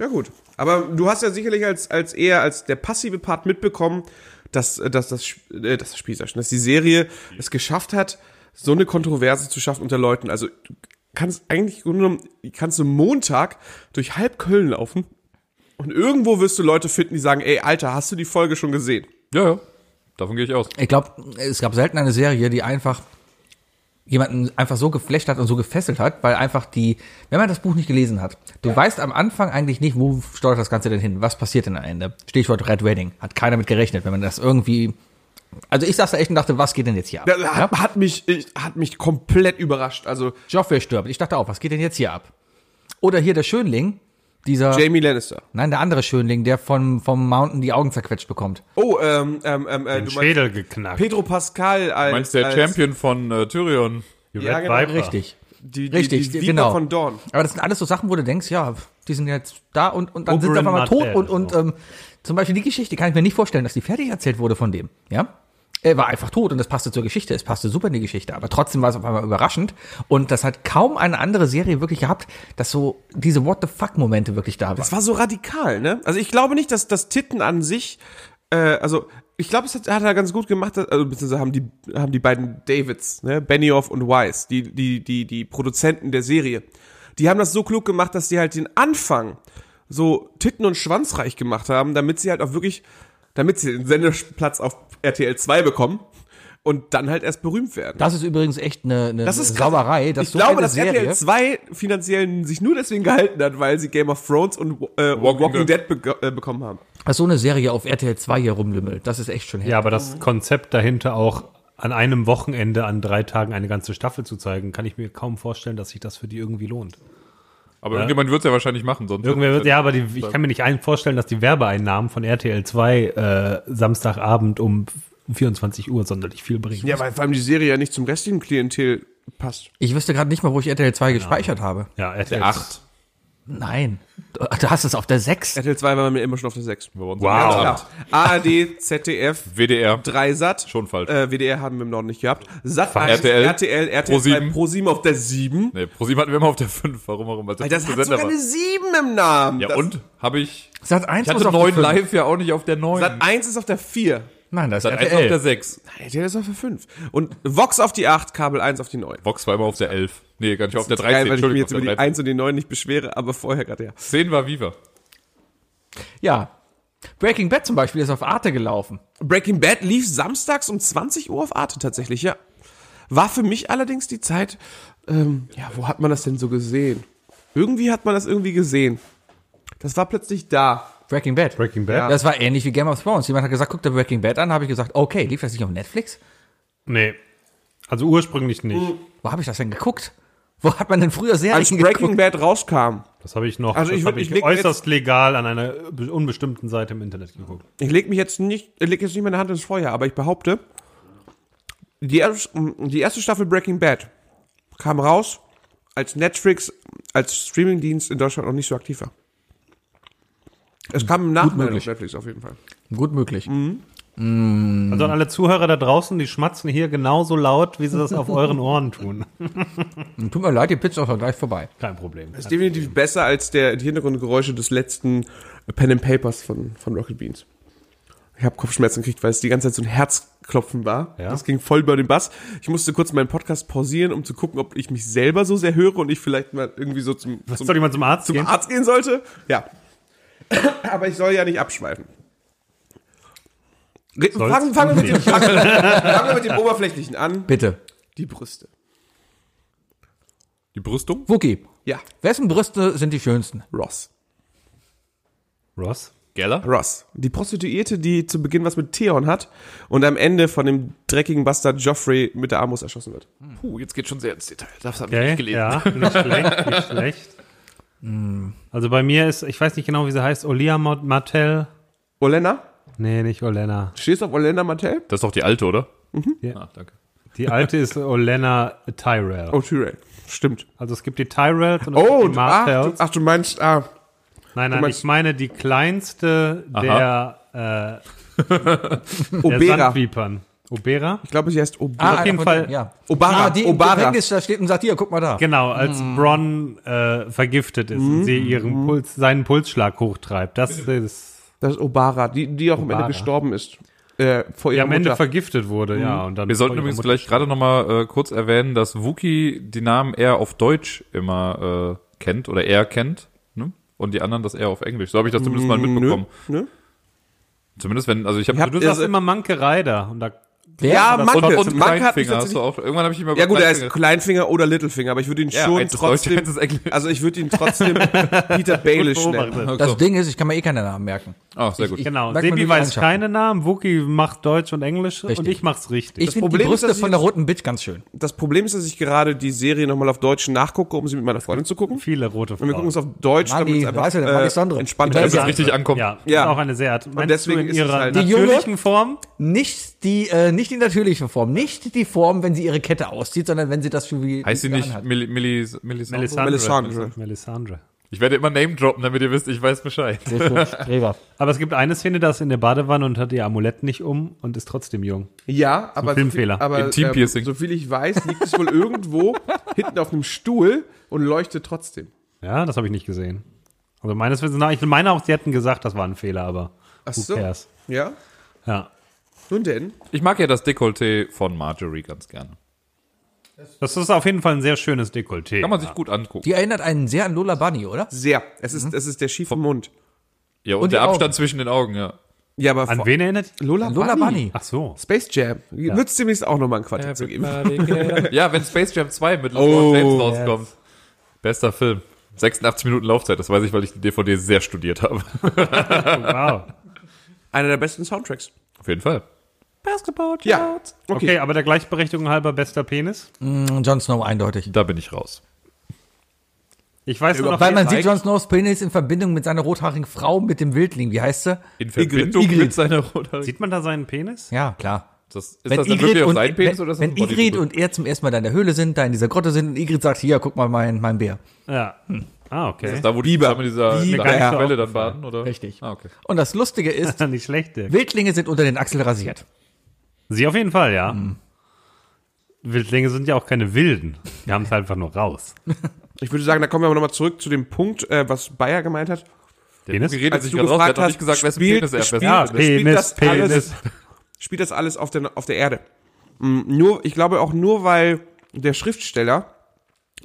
Speaker 1: Ja gut. Aber du hast ja sicherlich als, als eher als der passive Part mitbekommen, dass, äh, dass das, Sp- äh, dass das Spiel, sag ich schon, dass die Serie es geschafft hat, so eine Kontroverse zu schaffen unter Leuten. Also du kannst eigentlich im Grunde genommen, kannst du Montag durch halb Köln laufen und irgendwo wirst du Leute finden, die sagen, ey, Alter, hast du die Folge schon gesehen?
Speaker 4: Ja, ja. Davon gehe ich aus.
Speaker 1: Äh,
Speaker 3: Ich glaube, es gab selten eine Serie, die einfach jemanden einfach so geflecht hat und so gefesselt hat, weil einfach die, wenn man das Buch nicht gelesen hat, du weißt am Anfang eigentlich nicht, wo steuert das Ganze denn hin, was passiert denn am Ende. Stichwort Red Wedding, hat keiner mit gerechnet, wenn man das irgendwie, also ich saß da echt und dachte, was geht denn jetzt hier ab?
Speaker 1: Das hat, hat mich, ich- hat mich komplett überrascht. Also
Speaker 3: Joffrey stirbt, ich dachte auch, was geht denn jetzt hier ab? Oder hier der Schönling, dieser,
Speaker 1: Jamie Lannister.
Speaker 3: nein, der andere Schönling, der vom, vom Mountain die Augen zerquetscht bekommt.
Speaker 1: Oh, ähm, ähm, ähm, äh, du meinst
Speaker 2: Schädel geknackt.
Speaker 1: Pedro Pascal als,
Speaker 4: Meinst du der
Speaker 1: als
Speaker 4: Champion von äh, Tyrion?
Speaker 2: Die
Speaker 1: Ja,
Speaker 2: Red
Speaker 1: genau,
Speaker 2: Viper.
Speaker 3: Richtig.
Speaker 1: die, die,
Speaker 3: Richtig,
Speaker 1: die Viper
Speaker 3: genau.
Speaker 1: von Dawn.
Speaker 3: Aber das sind alles so Sachen, wo du denkst, ja, die sind jetzt da und, und dann sind sie
Speaker 2: Oberyn
Speaker 3: einfach mal tot
Speaker 2: Martell,
Speaker 3: und, und
Speaker 2: so.
Speaker 3: ähm, zum Beispiel die Geschichte kann ich mir nicht vorstellen, dass die fertig erzählt wurde von dem, ja? Er war einfach tot und das passte zur Geschichte. Es passte super in die Geschichte, aber trotzdem war es auf einmal überraschend und das hat kaum eine andere Serie wirklich gehabt, dass so diese What the fuck Momente wirklich da waren.
Speaker 1: Es war so radikal, ne? Also ich glaube nicht, dass das Titten an sich, äh, also ich glaube, es hat, hat er ganz gut gemacht, dass- also beziehungsweise haben die, haben die beiden Davids, ne, Benioff und Weiss, die, die, die, die Produzenten der Serie, die haben das so klug gemacht, dass die halt den Anfang so titten- und schwanzreich gemacht haben, damit sie halt auch wirklich, damit sie den Sendeplatz auf RTL 2 bekommen und dann halt erst berühmt werden.
Speaker 3: Das ist übrigens echt eine, eine
Speaker 1: Das ist krass.
Speaker 3: Sauerei, dass
Speaker 1: ich
Speaker 3: so
Speaker 1: glaube,
Speaker 3: eine
Speaker 1: dass
Speaker 3: Serie
Speaker 1: RTL 2 finanziell sich nur deswegen gehalten hat, weil sie Game of Thrones und äh, Walking,
Speaker 4: Walking
Speaker 1: Dead, bege- äh, bekommen haben.
Speaker 3: dass so eine Serie auf RTL 2 hier rumlümmelt. Das ist echt schon heftig.
Speaker 2: Ja, aber das Konzept dahinter auch an einem Wochenende, an drei Tagen eine ganze Staffel zu zeigen, kann ich mir kaum vorstellen, dass sich das für die irgendwie lohnt.
Speaker 4: Aber irgendjemand wird es ja wahrscheinlich machen, sonst.
Speaker 2: Irgendwer wird, ja, aber die, ich kann mir nicht ein vorstellen, dass die Werbeeinnahmen von RTL 2 äh, Samstagabend um 24 Uhr sonderlich viel bringen.
Speaker 1: Ja, weil vor allem die Serie ja nicht zum restlichen Klientel passt.
Speaker 3: Ich wüsste gerade nicht mal, wo ich RTL 2 gespeichert habe.
Speaker 2: ja RTL
Speaker 4: Acht.
Speaker 3: Nein. Du, du hast es auf der 6.
Speaker 1: RTL 2 war mir immer schon auf der 6.
Speaker 4: Wow.
Speaker 1: Klar. ARD, ZDF,
Speaker 4: WDR.
Speaker 1: 3 Sat.
Speaker 4: Schon falsch.
Speaker 1: Äh, WDR haben wir im Norden nicht gehabt. Sat 1,
Speaker 4: RTL,
Speaker 1: RTL, RTL Pro 2,
Speaker 4: Pro7.
Speaker 1: Pro 7 auf der 7.
Speaker 4: Nee, ProSieben hatten wir immer auf der 5, warum auch immer. als der
Speaker 1: Weil das
Speaker 4: fünfte
Speaker 1: hat sogar eine 7 im Namen.
Speaker 4: Ja,
Speaker 1: das,
Speaker 4: und habe ich.
Speaker 3: Sat 1
Speaker 4: Ich hatte
Speaker 3: auf der
Speaker 4: 9
Speaker 3: fünf.
Speaker 4: live ja auch nicht auf der 9.
Speaker 1: Sat 1 ist auf der 4.
Speaker 3: Nein, das ist
Speaker 4: Sat 1
Speaker 3: RTL.
Speaker 4: auf der 6.
Speaker 1: RTL ist auf der 5. Und Vox auf die 8, Kabel 1 auf die 9.
Speaker 4: Vox war immer auf der 11. Nee, gar nicht, auf der 13.
Speaker 1: Geil, weil ich mich
Speaker 4: Entschuldigung,
Speaker 1: jetzt
Speaker 4: auf
Speaker 1: über
Speaker 4: der
Speaker 1: die
Speaker 4: 13.
Speaker 1: 1 und die 9 nicht beschwere, aber vorher gerade ja.
Speaker 4: 10 war Viva.
Speaker 3: ja. Breaking Bad zum Beispiel ist auf Arte gelaufen.
Speaker 1: Breaking Bad lief samstags um 20 Uhr auf Arte tatsächlich, ja. War für mich allerdings die Zeit, ähm, ja, wo hat man das denn so gesehen? Irgendwie hat man das irgendwie gesehen. Das war plötzlich da.
Speaker 3: Breaking Bad.
Speaker 2: Breaking Bad?
Speaker 3: Das war ähnlich wie Game of Thrones. Jemand hat gesagt, guck dir Breaking Bad an. Habe ich gesagt, okay, lief das nicht auf Netflix?
Speaker 2: Nee. Also ursprünglich nicht.
Speaker 1: Hm.
Speaker 3: Wo habe ich das denn geguckt? Wo hat man denn früher Serien
Speaker 1: Als Breaking
Speaker 3: geguckt?
Speaker 1: Bad rauskam.
Speaker 2: Das habe ich noch
Speaker 1: Also
Speaker 2: das
Speaker 1: ich würd-
Speaker 2: hab
Speaker 1: ich leg
Speaker 2: äußerst legal an einer be- unbestimmten Seite im Internet geguckt.
Speaker 1: Ich lege mich jetzt nicht, ich leg jetzt nicht meine Hand ins Feuer, aber ich behaupte, die, erst- die erste Staffel Breaking Bad kam raus, als Netflix, als Streamingdienst in Deutschland noch nicht so aktiv war. Es kam im Nachhinein auf
Speaker 3: möglich.
Speaker 1: Netflix auf jeden Fall.
Speaker 3: Gut möglich.
Speaker 1: Mhm. Hm.
Speaker 2: Also an alle Zuhörer da draußen, die schmatzen hier genauso laut, wie sie das auf euren Ohren tun.
Speaker 3: Tut mir leid, die Pizza ist auch gleich vorbei.
Speaker 2: Kein Problem.
Speaker 1: Ist definitiv besser als der die Hintergrundgeräusche des letzten äh, Pen and Papers von, von Rocket Beans. Ich habe Kopfschmerzen gekriegt, weil es die ganze Zeit so ein Herzklopfen war.
Speaker 2: Ja.
Speaker 1: Das ging voll über den Bass. Ich musste kurz meinen Podcast pausieren, um zu gucken, ob ich mich selber so sehr höre und ich vielleicht mal irgendwie so zum,
Speaker 2: Was,
Speaker 1: zum
Speaker 2: soll jemand zum Arzt
Speaker 1: zum
Speaker 2: gehen?
Speaker 1: Arzt gehen sollte. Ja. Aber ich soll ja nicht abschweifen. Re-
Speaker 2: Soll's?
Speaker 1: Fangen, fangen, wir mit dem, fangen, fangen wir mit dem Oberflächlichen an.
Speaker 3: Bitte.
Speaker 1: Die Brüste.
Speaker 4: Die Brüstung?
Speaker 3: Wookie,
Speaker 1: Ja,
Speaker 3: wessen Brüste sind die schönsten?
Speaker 1: Ross.
Speaker 2: Ross?
Speaker 4: Geller?
Speaker 1: Ross. Die Prostituierte, die zu Beginn was mit Theon hat und am Ende von dem dreckigen Bastard Joffrey mit der Armbrust erschossen wird.
Speaker 4: Hm. Puh, jetzt geht schon sehr ins Detail. Das habe
Speaker 2: Okay, ja, nicht schlecht, nicht schlecht.
Speaker 1: Hm.
Speaker 2: Also bei mir ist, ich weiß nicht genau, wie sie heißt, Olia Mot- Martell.
Speaker 1: Olenna?
Speaker 2: Nee, nicht Olena.
Speaker 1: Stehst du auf Olenna Martell?
Speaker 4: Das ist doch die alte, oder?
Speaker 1: Mhm.
Speaker 2: Ja.
Speaker 4: Ah, danke.
Speaker 2: Die alte ist Olena Tyrell.
Speaker 1: Oh, Tyrell. Stimmt.
Speaker 2: Also es gibt die Tyrells und es gibt
Speaker 1: Oh,
Speaker 2: die
Speaker 1: du- ach, du,
Speaker 2: Martells.
Speaker 1: ach, du meinst, ah,
Speaker 2: nein, nein,
Speaker 1: meinst-
Speaker 2: ich meine die kleinste der, äh, der
Speaker 1: Obera.
Speaker 2: Sandvipern. Obera?
Speaker 1: Ich glaube, sie heißt
Speaker 3: Ah,
Speaker 1: Obera.
Speaker 2: jeden
Speaker 3: von
Speaker 2: Fall-
Speaker 3: denen, Ja.
Speaker 1: Obara,
Speaker 3: Ah, die im
Speaker 1: Obara.
Speaker 3: Gefängnis da steht und sagt, hier, guck mal da.
Speaker 2: Genau, als Bronn äh, vergiftet ist und
Speaker 1: Mm.
Speaker 2: sie ihren Puls, seinen Pulsschlag hochtreibt. Das ist,
Speaker 1: Das ist Obara, die, die auch am Ende
Speaker 2: Obara.
Speaker 1: gestorben ist. Äh, vor
Speaker 2: die
Speaker 1: ihrer
Speaker 2: am Ende
Speaker 1: Mutter. Mm.
Speaker 2: vergiftet wurde, ja. Und dann
Speaker 4: Wir sollten
Speaker 2: vor ihrer
Speaker 4: übrigens
Speaker 2: Mutter-
Speaker 4: gleich gerade nochmal äh, kurz erwähnen, dass Wookie die Namen eher auf Deutsch immer äh, kennt oder er kennt. Ne? Und die anderen das eher auf Englisch. So habe ich das zumindest mal mitbekommen.
Speaker 1: Nö.
Speaker 4: Zumindest wenn, also ich habe
Speaker 1: Ich hab-
Speaker 2: Du sagst immer Manke Reider. Und da,
Speaker 3: Wer?
Speaker 1: Ja,
Speaker 3: Das-
Speaker 1: Manke.
Speaker 4: und,
Speaker 1: Manke hat
Speaker 4: und
Speaker 1: mich
Speaker 4: Kleinfinger hast
Speaker 2: also
Speaker 1: tatsächlich-
Speaker 4: du auch. Irgendwann habe ich immer
Speaker 1: Ja gut, er ist
Speaker 4: Kleinfinger-
Speaker 1: Kleinfinger oder Littlefinger, aber ich würde ihn
Speaker 4: Ja,
Speaker 1: schon
Speaker 4: eins ist Deutsch,
Speaker 1: trotzdem,
Speaker 4: eins ist Englisch.
Speaker 1: also ich würde ihn trotzdem Peter Baelish
Speaker 2: Gut
Speaker 1: nennen.
Speaker 2: beobachtet.
Speaker 3: Das Ding ist, ich kann mir eh keine Namen merken.
Speaker 4: Ah, sehr gut.
Speaker 2: Genau,
Speaker 3: Merkt man
Speaker 2: Sebi
Speaker 3: durch
Speaker 2: weiß
Speaker 3: Eigenschaften.
Speaker 2: keine Namen, Wookie macht Deutsch und Englisch und
Speaker 3: Richtig.
Speaker 2: ich mach's richtig.
Speaker 3: Ich finde die
Speaker 1: Problem ist,
Speaker 3: Brüste
Speaker 1: dass ich
Speaker 3: von der roten Bitch ganz schön.
Speaker 1: Das Problem ist, dass ich gerade die Serie nochmal auf Deutsch nachgucke, um sie mit meiner Freundin zu gucken.
Speaker 2: Viele rote
Speaker 1: Und wir gucken
Speaker 2: Frauen.
Speaker 1: uns auf Deutsch,
Speaker 3: Magi,
Speaker 1: damit's
Speaker 3: weißt du, der Magi ist andere.
Speaker 1: äh, entspannter
Speaker 3: Die
Speaker 4: Wenn
Speaker 1: ist.
Speaker 4: es richtig ankommt.
Speaker 2: Ja,
Speaker 1: Ja.
Speaker 2: ist auch eine sehr. Meinst
Speaker 1: deswegen
Speaker 2: du in
Speaker 1: ist es
Speaker 2: ihrer
Speaker 1: halt- Die
Speaker 3: Junge-
Speaker 2: natürlichen Form?
Speaker 3: Nicht die, äh, nicht die natürliche Form, nicht die Form, wenn sie ihre Kette auszieht, sondern wenn sie das für wie
Speaker 4: Heißt sie nicht
Speaker 3: anhat.
Speaker 4: Milli- Milli- Melisandre?
Speaker 1: Melisandre.
Speaker 2: Melisandre.
Speaker 4: Ich werde immer Name droppen, damit ihr wisst, ich weiß Bescheid.
Speaker 3: Sehr schön, Streber.
Speaker 2: Aber es gibt eine Szene, da ist sie in der Badewanne und hat ihr Amulett nicht um und ist trotzdem jung.
Speaker 1: Ja, aber,
Speaker 2: Filmfehler.
Speaker 1: aber
Speaker 4: Intimpiercing.
Speaker 1: ähm, so viel ich weiß, liegt es wohl irgendwo hinten auf einem Stuhl und leuchtet trotzdem.
Speaker 2: Ja, das habe ich nicht gesehen. Also meines Wissens nach, ich meine auch, sie hätten gesagt, das war ein Fehler, aber
Speaker 1: Ach
Speaker 2: who
Speaker 1: so.
Speaker 2: cares?
Speaker 1: Ja?
Speaker 2: Ja.
Speaker 1: Nun denn,
Speaker 4: Ich mag ja das Dekolleté von Marjorie ganz gerne.
Speaker 2: Das ist auf jeden Fall ein sehr schönes Dekolleté.
Speaker 4: Kann man sich gut angucken.
Speaker 3: Die erinnert einen sehr an Lola Bunny, oder?
Speaker 1: sehr. Es
Speaker 2: Mhm.
Speaker 1: ist, es ist der schiefe Mund.
Speaker 4: Ja, und,
Speaker 3: Und die
Speaker 4: der Abstand
Speaker 3: Augen.
Speaker 4: zwischen den Augen, ja.
Speaker 1: Ja, aber
Speaker 2: An
Speaker 1: vor-
Speaker 2: wen erinnert die?
Speaker 1: Lola,
Speaker 3: Lola Bunny.
Speaker 2: Ach so.
Speaker 1: Space Jam. Wird es demnächst auch nochmal ein Quartett zu geben.
Speaker 4: ja, wenn Space Jam 2 mit
Speaker 1: Oh,
Speaker 4: LeBron James rauskommt. Bester Film. 86 Minuten Laufzeit, das weiß ich, weil ich die DVD sehr studiert habe.
Speaker 2: Wow.
Speaker 1: Einer der besten Soundtracks.
Speaker 4: Auf jeden Fall.
Speaker 2: Basketball.
Speaker 1: Ja.
Speaker 2: Okay. aber der Gleichberechtigung halber bester Penis.
Speaker 3: Und Jon Snow eindeutig.
Speaker 4: Da bin ich raus.
Speaker 2: Ich weiß nur noch,
Speaker 3: Weil
Speaker 2: wie
Speaker 3: man
Speaker 2: es
Speaker 3: sieht
Speaker 2: heißt.
Speaker 3: Jon Snows Penis in Verbindung mit seiner rothaarigen Frau mit dem Wildling. Wie heißt sie?
Speaker 4: In Verbindung
Speaker 3: Igrid.
Speaker 4: mit seiner Roter.
Speaker 2: sieht man da seinen Penis?
Speaker 3: Ja, klar.
Speaker 4: Das, ist das denn wirklich auf seinen Penis oder ist das
Speaker 3: wenn
Speaker 4: ein Bodybuilding?
Speaker 3: Igrid und er zum ersten Mal da in der Höhle sind, da in dieser Grotte sind und Igrid sagt, hier, guck mal mein, mein Bär.
Speaker 2: Ja. Ah, okay.
Speaker 4: Also Da, wo die zusammen in dieser
Speaker 1: Biber.
Speaker 4: kleinen
Speaker 2: Ja.
Speaker 4: Quelle dann baden, oder?
Speaker 3: Richtig.
Speaker 4: Ah, okay.
Speaker 3: Und das Lustige ist,
Speaker 2: Nicht schlechte.
Speaker 3: Wildlinge sind unter den Achseln rasiert.
Speaker 2: Sie auf jeden Fall, ja.
Speaker 3: Hm.
Speaker 2: Wildlinge sind ja auch keine Wilden. Die haben es einfach nur raus.
Speaker 1: Ich würde sagen, da kommen wir aber nochmal zurück zu dem Punkt, äh, was Bayer gemeint hat.
Speaker 2: Penis?
Speaker 4: Igrid hat sich
Speaker 1: du
Speaker 4: gerade raus, der
Speaker 1: gefragt
Speaker 4: hat noch nicht
Speaker 1: hast,
Speaker 4: gesagt, wessen
Speaker 1: spielt-
Speaker 4: Penis er
Speaker 1: spielt-
Speaker 2: Ja,
Speaker 4: besser findet.
Speaker 1: spielt
Speaker 2: Penis,
Speaker 1: das alles-
Speaker 2: Penis.
Speaker 1: Spielt das alles auf der, auf der Erde. Mm, Nur, ich glaube auch nur, weil der Schriftsteller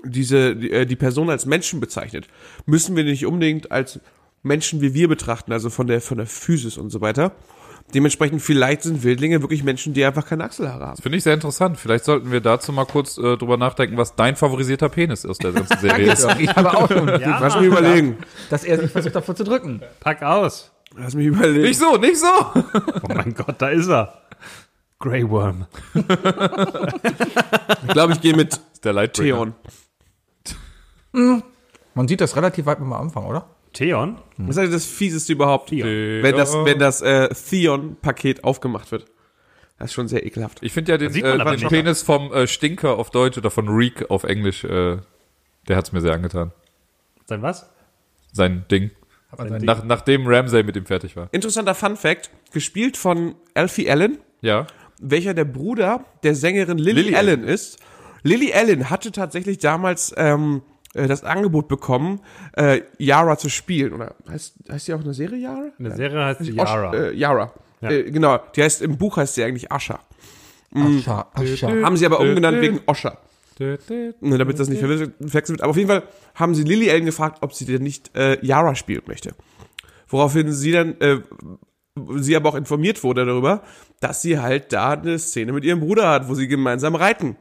Speaker 1: diese, die, äh, die Person als Menschen bezeichnet, müssen wir nicht unbedingt als Menschen wie wir betrachten, also von der, von der Physis und so weiter. Dementsprechend, vielleicht sind Wildlinge wirklich Menschen, die einfach keine Achselhaare haben.
Speaker 4: Finde ich sehr interessant. Vielleicht sollten wir dazu mal kurz äh, drüber nachdenken, was dein favorisierter Penis aus der ganzen Serie ist.
Speaker 3: Ich habe auch schon,
Speaker 2: Ja,
Speaker 1: Lass mich überlegen.
Speaker 3: dass er sich versucht davor zu drücken.
Speaker 2: pack aus.
Speaker 1: Lass mich überlegen.
Speaker 4: Nicht so, nicht so!
Speaker 2: Oh mein Gott, da ist er. Grey Worm.
Speaker 1: Ich glaube, ich gehe mit
Speaker 4: Der Lightbringer.
Speaker 1: Theon.
Speaker 3: Man sieht das relativ weit am Anfang, oder?
Speaker 2: Theon?
Speaker 1: Das ist eigentlich das Fieseste überhaupt.
Speaker 4: Theon.
Speaker 1: Wenn das, wenn das äh, Theon-Paket aufgemacht wird. Das ist schon sehr ekelhaft.
Speaker 4: Ich finde ja den,
Speaker 2: sieht man
Speaker 4: äh,
Speaker 2: aber
Speaker 4: den
Speaker 2: nicht.
Speaker 4: Penis vom äh, Stinker auf Deutsch oder von Reek auf Englisch äh, Der hat's mir sehr angetan.
Speaker 2: Sein was?
Speaker 4: Sein Ding. Nach, nachdem Ramsey mit ihm fertig war.
Speaker 1: Interessanter Fun Fact, gespielt von Alfie Allen,
Speaker 4: Ja.
Speaker 1: welcher der Bruder der Sängerin Lily,
Speaker 4: Lily
Speaker 1: Allen ist. Lily Allen hatte tatsächlich damals ähm, äh, das Angebot bekommen, äh, Yara zu spielen. Oder heißt, heißt die auch eine Serie Yara?
Speaker 2: In der Serie heißt sie
Speaker 1: Osh-
Speaker 2: Yara.
Speaker 1: Äh, Yara. Äh, genau, die heißt im Buch heißt sie eigentlich Ascha.
Speaker 3: Ascha, Ascha.
Speaker 1: Haben sie aber umgenannt
Speaker 4: äh.
Speaker 1: wegen Osha. Ne, damit das nicht verwechselt verwechselt wird. Aber auf jeden Fall haben sie Lily Allen gefragt, ob sie denn nicht äh, Yara spielen möchte. Woraufhin sie dann, äh, sie aber auch informiert wurde darüber, dass sie halt da eine Szene mit ihrem Bruder hat, wo sie gemeinsam reiten. Und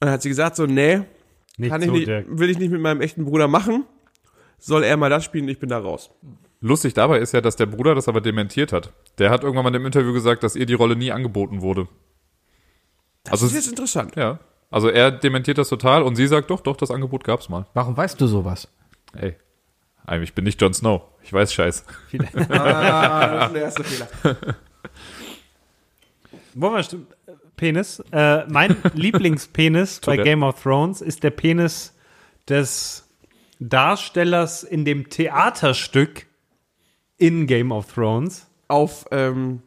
Speaker 1: dann hat sie gesagt so, nee,
Speaker 2: Nicht
Speaker 1: kann
Speaker 2: so,
Speaker 1: ich nicht,
Speaker 2: Dirk.
Speaker 1: will ich nicht mit meinem echten Bruder machen. Soll er mal das spielen, ich bin da raus.
Speaker 4: Lustig dabei ist ja, dass der Bruder das aber dementiert hat. Der hat irgendwann mal in einem Interview gesagt, dass ihr die Rolle nie angeboten wurde.
Speaker 1: Das
Speaker 4: Also
Speaker 1: ist
Speaker 4: es-
Speaker 1: jetzt interessant.
Speaker 4: Ja. Also er dementiert das total und sie sagt, doch, doch, das Angebot gab's mal.
Speaker 3: Warum weißt du sowas?
Speaker 4: Ey. Ey, Ich bin nicht Jon Snow. Ich weiß Scheiß.
Speaker 1: Ah, Das ist der erste Fehler.
Speaker 2: Wollen wir st- äh, Penis? Äh, mein Lieblingspenis bei
Speaker 4: Tourette.
Speaker 2: Game of Thrones ist der Penis des Darstellers in dem Theaterstück in Game of Thrones.
Speaker 1: Auf, ähm,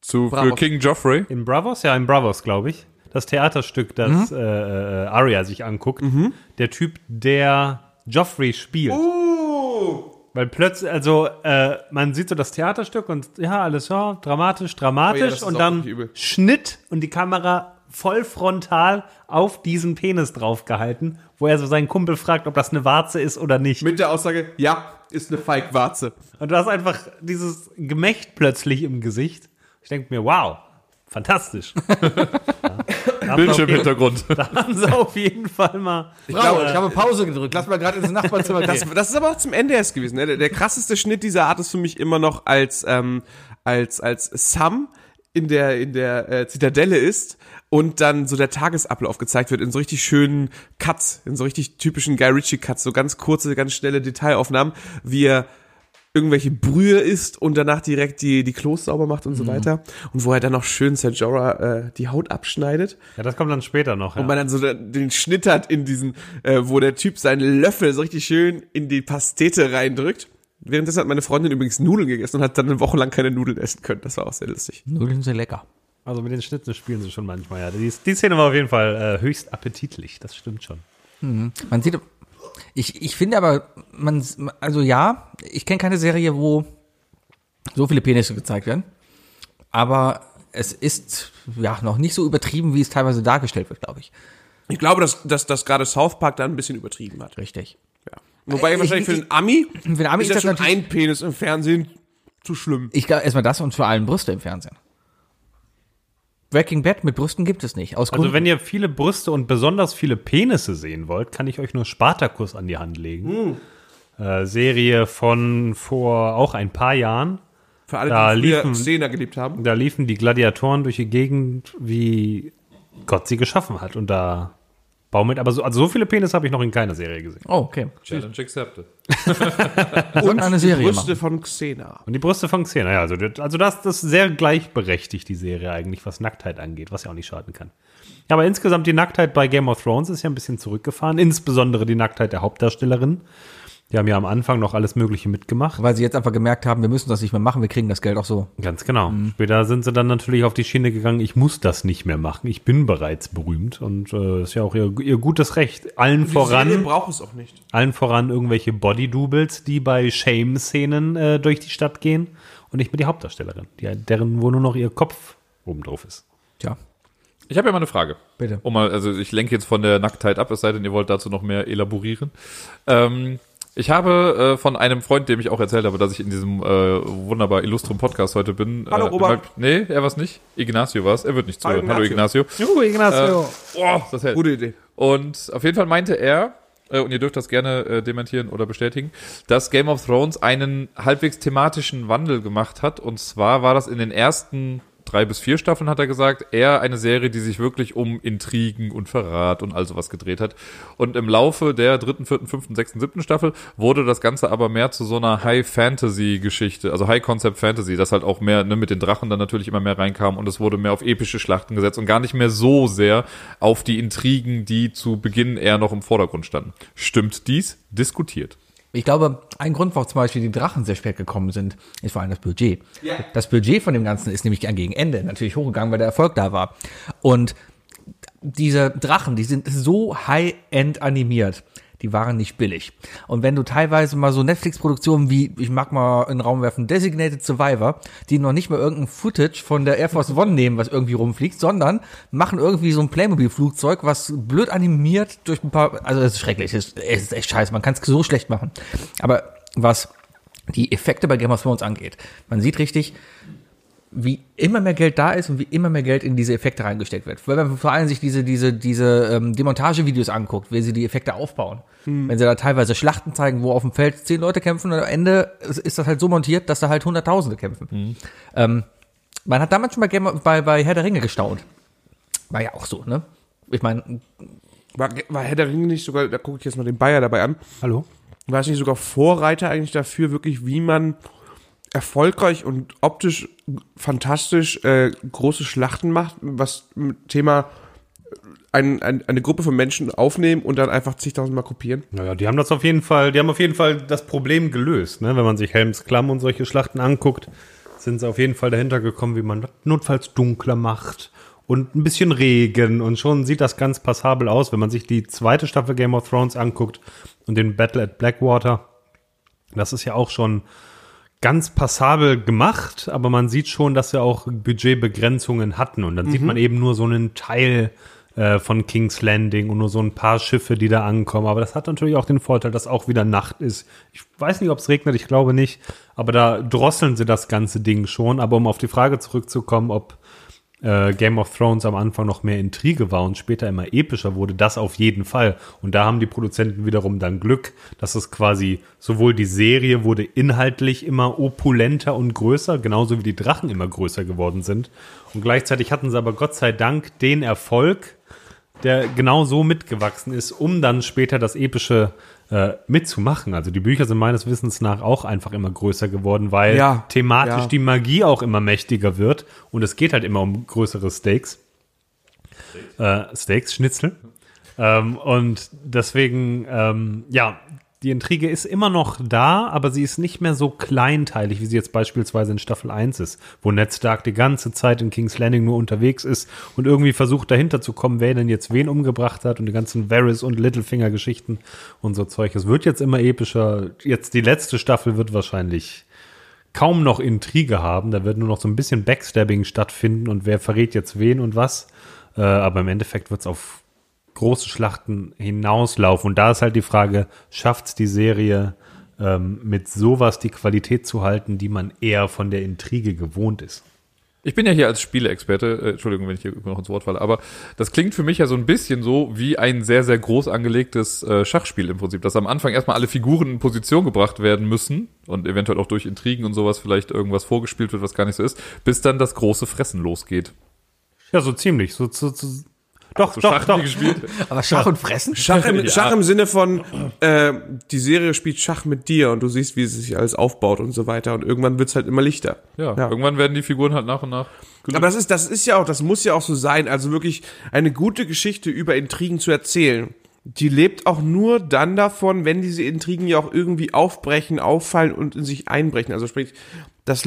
Speaker 4: Zu für
Speaker 1: Bravo.
Speaker 4: King Joffrey.
Speaker 2: In Bravos? Ja, in Bravos, glaube ich. Das Theaterstück, das äh, äh, Arya sich anguckt. Der Typ, der Joffrey spielt.
Speaker 1: Uh!
Speaker 2: Weil plötzlich, also äh, man sieht so das Theaterstück und ja, alles ja, dramatisch,
Speaker 1: Oh ja,
Speaker 2: dramatisch
Speaker 1: das ist
Speaker 2: und
Speaker 1: auch
Speaker 2: dann
Speaker 1: wirklich übel.
Speaker 2: Schnitt und die Kamera voll frontal auf diesen Penis draufgehalten, wo er so seinen Kumpel fragt, ob das eine Warze ist oder nicht.
Speaker 1: mit der Aussage, ja, ist eine Feigwarze.
Speaker 2: und du hast einfach dieses Gemächt plötzlich im Gesicht. Ich denke mir, wow, fantastisch. ja,
Speaker 4: Bildschirm
Speaker 2: da
Speaker 4: im Hintergrund.
Speaker 2: haben sie auf jeden Fall mal.
Speaker 3: Ich glaube, ich habe Pause gedrückt. Lass mal gerade ins Nachbarzimmer gehen.
Speaker 1: Das, das ist aber auch zum NDS gewesen. Ne? Der, der krasseste Schnitt dieser Art ist für mich immer noch als ähm, als als Sam in der in der äh, Zitadelle ist und dann so der Tagesablauf gezeigt wird in so richtig schönen Cuts, in so richtig typischen Guy Ritchie Cuts, so ganz kurze, ganz schnelle Detailaufnahmen, wie er irgendwelche Brühe isst und danach direkt die die Klos sauber macht und so weiter und wo er dann noch schön Sajora äh, die Haut abschneidet
Speaker 2: Ja, das kommt dann später noch.
Speaker 1: und
Speaker 2: Ja.
Speaker 1: man dann so da- den Schnitt hat in diesen, äh, wo der Typ seinen Löffel so richtig schön in die Pastete reindrückt. Währenddessen hat meine Freundin übrigens Nudeln gegessen und hat dann eine Woche lang keine Nudeln essen können. Das war auch sehr lustig.
Speaker 3: Nudeln sind lecker.
Speaker 2: Also mit den Schnitten spielen sie schon manchmal, ja. Die, die Szene war auf jeden Fall äh, höchst appetitlich, das stimmt schon.
Speaker 3: Man sieht, ich, ich finde aber, man, also ja, ich kenne keine Serie, wo so viele Penisse gezeigt werden. Aber es ist ja noch nicht so übertrieben, wie es teilweise dargestellt wird, glaube ich.
Speaker 1: Ich glaube, dass, dass, dass gerade South Park da ein bisschen übertrieben hat.
Speaker 3: Richtig.
Speaker 1: Ja. Wobei
Speaker 3: Äh,
Speaker 1: wahrscheinlich
Speaker 3: ich-
Speaker 1: für den Ami,
Speaker 3: Für den Ami
Speaker 1: ist
Speaker 3: ist
Speaker 1: ja
Speaker 3: das
Speaker 1: schon
Speaker 3: natürlich-
Speaker 1: ein Penis im Fernsehen zu schlimm.
Speaker 3: Ich glaube erstmal das und vor allem Brüste im Fernsehen. Breaking Bad mit Brüsten gibt es nicht. Aus
Speaker 2: Also
Speaker 3: Gründen.
Speaker 2: wenn ihr viele Brüste und besonders viele Penisse sehen wollt, kann ich euch nur Spartacus an die Hand legen. Äh, Serie von vor auch ein paar Jahren.
Speaker 1: Für alle,
Speaker 2: Da
Speaker 1: die früher
Speaker 2: liefen-
Speaker 1: Szene geliebt haben.
Speaker 2: Da liefen die Gladiatoren durch die Gegend, wie Gott sie geschaffen hat. Und da baumelt aber so, also so viele Penisse habe ich noch in keiner Serie gesehen.
Speaker 3: oh, okay.
Speaker 4: Challenge accepted.
Speaker 3: Und eine Serie machen.
Speaker 1: Brüste von Xena.
Speaker 2: Und die Brüste von Xena, ja, also, das- also das, das ist sehr gleichberechtigt, die Serie eigentlich, was Nacktheit angeht, was ja auch nicht schaden kann. Ja, aber insgesamt die Nacktheit bei Game of Thrones ist ja ein bisschen zurückgefahren, insbesondere die Nacktheit der Hauptdarstellerin. Die haben ja am Anfang noch alles Mögliche mitgemacht.
Speaker 3: Weil sie jetzt einfach gemerkt haben, wir müssen das nicht mehr machen, wir kriegen das Geld auch so.
Speaker 2: Ganz genau. Später sind sie dann natürlich auf die Schiene gegangen, ich muss das nicht mehr machen, ich bin bereits berühmt und äh, ist ja auch ihr, ihr gutes Recht. Allen voran.
Speaker 1: Die Serie braucht es auch nicht.
Speaker 2: Allen voran irgendwelche Body-Doubles, die bei Shame-Szenen äh, durch die Stadt gehen. Und ich bin die Hauptdarstellerin, die, deren, wo nur noch ihr Kopf oben drauf ist.
Speaker 3: Tja,
Speaker 4: Ich habe ja mal eine Frage.
Speaker 3: Bitte.
Speaker 4: Um mal, also ich lenke jetzt von der Nacktheit ab, es sei denn, ihr wollt dazu noch mehr elaborieren. Ähm, ich habe äh, von einem Freund, dem ich auch erzählt habe, dass ich in diesem äh, wunderbar illustren Podcast heute bin.
Speaker 1: Hallo,
Speaker 4: äh,
Speaker 1: Robert.
Speaker 4: Nee, er war's nicht. Ignacio war's. Er wird nicht
Speaker 1: Hallo,
Speaker 4: zuhören. Hallo Ignacio.
Speaker 2: Juhu, Ignacio.
Speaker 4: Oh, das hält.
Speaker 1: Gute Idee.
Speaker 4: Und auf jeden Fall meinte er, äh, und ihr dürft das gerne äh, dementieren oder bestätigen, dass Game of Thrones einen halbwegs thematischen Wandel gemacht hat. Und zwar war das in den ersten drei bis vier Staffeln hat er gesagt, eher eine Serie, die sich wirklich um Intrigen und Verrat und all sowas gedreht hat. Und im Laufe der dritten, vierten, fünften, sechsten, siebten Staffel wurde das Ganze aber mehr zu so einer High-Fantasy-Geschichte, also High-Concept-Fantasy, das halt auch mehr ne, mit den Drachen dann natürlich immer mehr reinkam und es wurde mehr auf epische Schlachten gesetzt und gar nicht mehr so sehr auf die Intrigen, die zu Beginn eher noch im Vordergrund standen. Stimmt dies? Diskutiert.
Speaker 3: Ich glaube, ein Grund, warum zum Beispiel die Drachen sehr spät gekommen sind, ist vor allem das Budget. Das Budget von dem Ganzen ist nämlich gegen Ende natürlich hochgegangen, weil der Erfolg da war. Und diese Drachen, die sind so high-end animiert. Die waren nicht billig. Und wenn du teilweise mal so Netflix-Produktionen wie, ich mag mal in den Raum werfen, Designated Survivor, die noch nicht mal irgendein Footage von der Air Force One nehmen, was irgendwie rumfliegt, sondern machen irgendwie so ein Playmobil-Flugzeug, was blöd animiert durch ein paar, also es ist schrecklich, es ist, es ist echt scheiße, man kann es so schlecht machen. Aber was die Effekte bei Game of Thrones angeht, man sieht richtig, wie immer mehr Geld da ist und wie immer mehr Geld in diese Effekte reingesteckt wird. Weil wenn man vor allem sich diese, diese, diese ähm, Demontagevideos anguckt, wie sie die Effekte aufbauen. Wenn sie da teilweise Schlachten zeigen, wo auf dem Feld zehn Leute kämpfen und am Ende ist- ist das halt so montiert, dass da halt Hunderttausende kämpfen. Ähm, man hat damals schon bei, Game, of- bei, bei Herr der Ringe gestaunt. War ja auch so, ne? Ich meine,
Speaker 1: War, war Herr der Ringe nicht sogar, da gucke ich jetzt mal den Bayer dabei an,
Speaker 2: Hallo?
Speaker 1: war es nicht sogar Vorreiter eigentlich dafür, wirklich, wie man erfolgreich und optisch fantastisch äh, große Schlachten macht, was mit Thema äh, ein, ein, eine Gruppe von Menschen aufnehmen und dann einfach zigtausendmal kopieren?
Speaker 2: Naja, die haben das auf jeden Fall, die haben auf jeden Fall das Problem gelöst, ne? Wenn man sich Helms Klamm und solche Schlachten anguckt, sind sie auf jeden Fall dahinter gekommen, wie man das notfalls dunkler macht und ein bisschen Regen und schon sieht das ganz passabel aus, wenn man sich die zweite Staffel Game of Thrones anguckt und den Battle at Blackwater. Das ist ja auch schon ganz passabel gemacht, aber man sieht schon, dass sie auch Budgetbegrenzungen hatten und dann sieht man eben nur so einen Teil äh, von King's Landing und nur so ein paar Schiffe, die da ankommen. Aber das hat natürlich auch den Vorteil, dass auch wieder Nacht ist. Ich weiß nicht, ob es regnet, ich glaube nicht, aber da drosseln sie das ganze Ding schon. Aber um auf die Frage zurückzukommen, ob äh, Game of Thrones am Anfang noch mehr Intrige war und später immer epischer wurde, das auf jeden Fall. Und da haben die Produzenten wiederum dann Glück, dass es quasi sowohl die Serie wurde inhaltlich immer opulenter und größer, genauso wie die Drachen immer größer geworden sind. Und gleichzeitig hatten sie aber Gott sei Dank den Erfolg, der genau so mitgewachsen ist, um dann später das Epische äh, mitzumachen. Also die Bücher sind meines Wissens nach auch einfach immer größer geworden, weil
Speaker 1: Ja,
Speaker 2: thematisch
Speaker 1: ja.
Speaker 2: die Magie auch immer mächtiger wird und es geht halt immer um größere Stakes. Äh, Steaks, Schnitzel. Ähm, und deswegen, ähm, ja, die Intrige ist immer noch da, aber sie ist nicht mehr so kleinteilig, wie sie jetzt beispielsweise in Staffel 1 ist, wo Ned Stark die ganze Zeit in King's Landing nur unterwegs ist und irgendwie versucht dahinter zu kommen, wer denn jetzt wen umgebracht hat und die ganzen Varys und Littlefinger-Geschichten und so Zeug. Es wird jetzt immer epischer. Jetzt die letzte Staffel wird wahrscheinlich kaum noch Intrige haben. Da wird nur noch so ein bisschen Backstabbing stattfinden und wer verrät jetzt wen und was. Äh, aber im Endeffekt wird es auf große Schlachten hinauslaufen. Und da ist halt die Frage, schafft es die Serie ähm, mit sowas die Qualität zu halten, die man eher von der Intrige gewohnt ist?
Speaker 4: Ich bin ja hier als Spieleexperte, äh, Entschuldigung, wenn ich hier noch ins Wort falle, aber das klingt für mich ja so ein bisschen so wie ein sehr, sehr groß angelegtes äh, Schachspiel im Prinzip, dass am Anfang erstmal alle Figuren in Position gebracht werden müssen und eventuell auch durch Intrigen und sowas vielleicht irgendwas vorgespielt wird, was gar nicht so ist, bis dann das große Fressen losgeht.
Speaker 2: Ja, so ziemlich. So, so, so, doch,
Speaker 4: So
Speaker 2: doch,
Speaker 4: Schach,
Speaker 2: doch.
Speaker 4: die gespielt.
Speaker 3: aber Schach und Fressen?
Speaker 1: Schach im,
Speaker 4: Ja.
Speaker 1: Schach im Sinne von, äh, die Serie spielt Schach mit dir und du siehst, wie es sich alles aufbaut und so weiter und irgendwann wird's halt immer lichter.
Speaker 4: Ja, irgendwann werden die Figuren halt nach und nach gelöst.
Speaker 1: Aber das ist, das ist ja auch, das muss ja auch so sein. Also wirklich eine gute Geschichte über Intrigen zu erzählen. Die lebt auch nur dann davon, wenn diese Intrigen ja auch irgendwie aufbrechen, auffallen und in sich einbrechen. Also sprich, das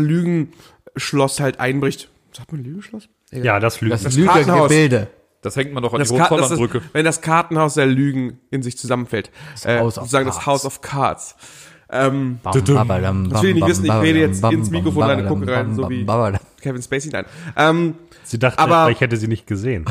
Speaker 1: Lügenschloss halt einbricht. Sagt man Lügenschloss?
Speaker 2: Ja, das lügt.
Speaker 1: das Kartenhaus.
Speaker 3: Lügengebilde.
Speaker 4: Das hängt man doch an
Speaker 1: Das
Speaker 4: die
Speaker 1: Ka das ist,
Speaker 4: Hochzollernbrücke.
Speaker 1: wenn das Kartenhaus der Lügen in sich zusammenfällt. Äh,
Speaker 3: House of
Speaker 1: sozusagen das
Speaker 3: Cards.
Speaker 1: House of Cards. Ähm,
Speaker 3: Das will
Speaker 1: will ich nicht wissen, ich rede jetzt ins Mikrofon rein und gucke rein, so wie- Kevin Spacey, nein. Ähm,
Speaker 2: Sie dachte,
Speaker 1: aber-
Speaker 2: ich hätte sie nicht gesehen.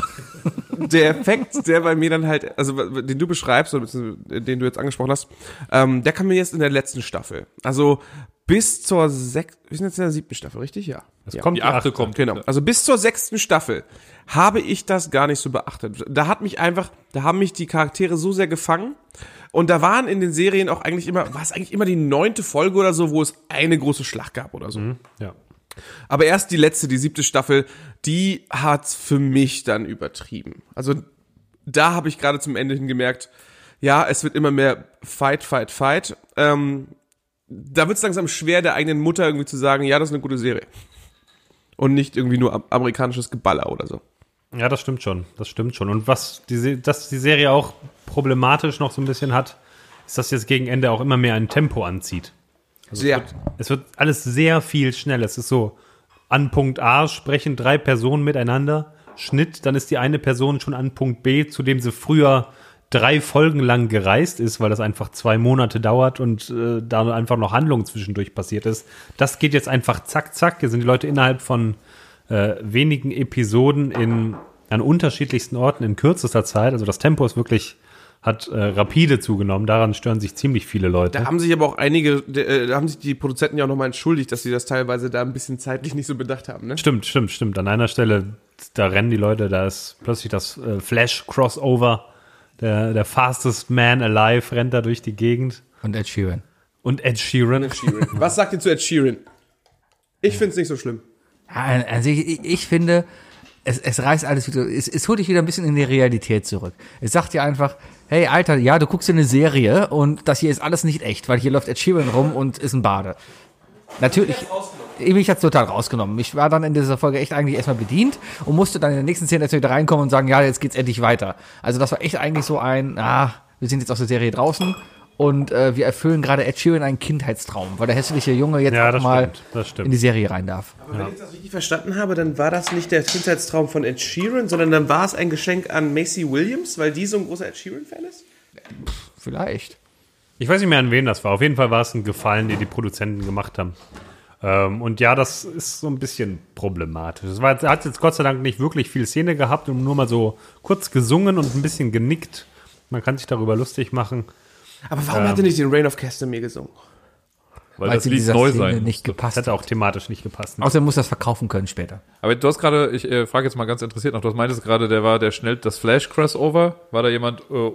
Speaker 1: der Effekt, der bei mir dann halt, also den du beschreibst, oder beziehungsweise den du jetzt angesprochen hast, ähm, der kam mir jetzt in der letzten Staffel. Also bis zur sechs, wir sind jetzt in der siebten Staffel, richtig? Ja.
Speaker 2: Es
Speaker 1: ja.
Speaker 2: kommt
Speaker 4: Die achte kommt.
Speaker 1: Genau. Also bis zur sechsten Staffel habe ich das gar nicht so beachtet. Da hat mich einfach, da haben mich die Charaktere so sehr gefangen. Und da waren in den Serien auch eigentlich immer, war es eigentlich immer die neunte Folge oder so, wo es eine große Schlacht gab oder so.
Speaker 2: Ja.
Speaker 1: Aber erst die letzte, die siebte Staffel, die hat's für mich dann übertrieben. Also da habe ich gerade zum Ende hin gemerkt, ja, es wird immer mehr Fight, Fight, Fight. Ähm, da wird's langsam schwer, der eigenen Mutter irgendwie zu sagen, ja, das ist eine gute Serie. Und nicht irgendwie nur am- amerikanisches Geballer oder so.
Speaker 2: Ja, das stimmt schon. Das stimmt schon. Und was die, Se- dass die Serie auch problematisch noch so ein bisschen hat, ist, dass sie jetzt gegen Ende auch immer mehr ein Tempo anzieht. Also
Speaker 1: Sehr.
Speaker 2: Es wird alles sehr viel schneller. Es ist so, an Punkt A sprechen drei Personen miteinander, Schnitt, dann ist die eine Person schon an Punkt B, zu dem sie früher drei Folgen lang gereist ist, weil das einfach zwei Monate dauert und äh, da einfach noch Handlung zwischendurch passiert ist. Das geht jetzt einfach zack, zack. Hier sind die Leute innerhalb von äh, wenigen Episoden in, an unterschiedlichsten Orten in kürzester Zeit. Also das Tempo ist wirklich, hat äh, rapide zugenommen. Daran stören sich ziemlich viele Leute.
Speaker 1: Da haben sich aber auch einige, äh, da haben sich die Produzenten ja auch nochmal entschuldigt, dass sie das teilweise da ein bisschen zeitlich nicht so bedacht haben, ne?
Speaker 2: Stimmt, stimmt, stimmt. An einer Stelle, da rennen die Leute, da ist plötzlich das äh, Flash-Crossover. Der, der fastest man alive rennt da durch die Gegend.
Speaker 3: Und Ed Sheeran.
Speaker 2: Und Ed Sheeran.
Speaker 1: Was sagt ihr zu Ed Sheeran? Ich find's nicht so schlimm.
Speaker 3: Ja, also ich, ich- ich finde, es, es reißt alles wieder, es, es holt dich wieder ein bisschen in die Realität zurück. Es sagt dir einfach, hey Alter, ja, du guckst dir eine Serie und das hier ist alles nicht echt, weil hier läuft Ed Sheeran rum und ist ein Bade. Natürlich, mich hat's total rausgenommen. Ich war dann in dieser Folge echt eigentlich erstmal bedient und musste dann in der nächsten Szene erst wieder reinkommen und sagen, ja, jetzt geht's endlich weiter. Also das war echt eigentlich so ein, ah, wir sind jetzt aus der Serie draußen und äh, wir erfüllen gerade Ed Sheeran einen Kindheitstraum, weil der hässliche Junge jetzt
Speaker 2: Ja,
Speaker 3: auch
Speaker 2: das
Speaker 3: mal
Speaker 2: stimmt, das stimmt.
Speaker 3: in die Serie rein darf.
Speaker 1: Aber wenn ich das richtig verstanden habe, dann war das nicht der Kindheitstraum von Ed Sheeran, sondern dann war es ein Geschenk an Macy Williams, weil die so ein großer Ed Sheeran-Fan ist?
Speaker 3: Vielleicht.
Speaker 2: Ich weiß nicht mehr, an wen das war. Auf jeden Fall war es ein Gefallen, den die Produzenten gemacht haben. Ähm, und ja, das ist so ein bisschen problematisch. Es war jetzt- hat jetzt Gott sei Dank nicht wirklich viel Szene gehabt und nur mal so kurz gesungen und ein bisschen genickt. Man kann sich darüber lustig machen.
Speaker 1: Aber warum hat er nicht den Rain of Castamere gesungen?
Speaker 4: Weil,
Speaker 3: weil
Speaker 4: das
Speaker 3: sie
Speaker 4: Lied
Speaker 3: dieser
Speaker 4: neu
Speaker 3: Szene
Speaker 4: sein.
Speaker 3: nicht
Speaker 2: Das
Speaker 3: gepasst
Speaker 2: hätte
Speaker 3: hat.
Speaker 2: auch thematisch nicht gepasst.
Speaker 3: Außerdem muss das verkaufen können später.
Speaker 4: Aber du hast gerade, ich äh, frage jetzt mal ganz interessiert noch, du meintest gerade, der war der schnell das Flash Crossover. War da jemand äh,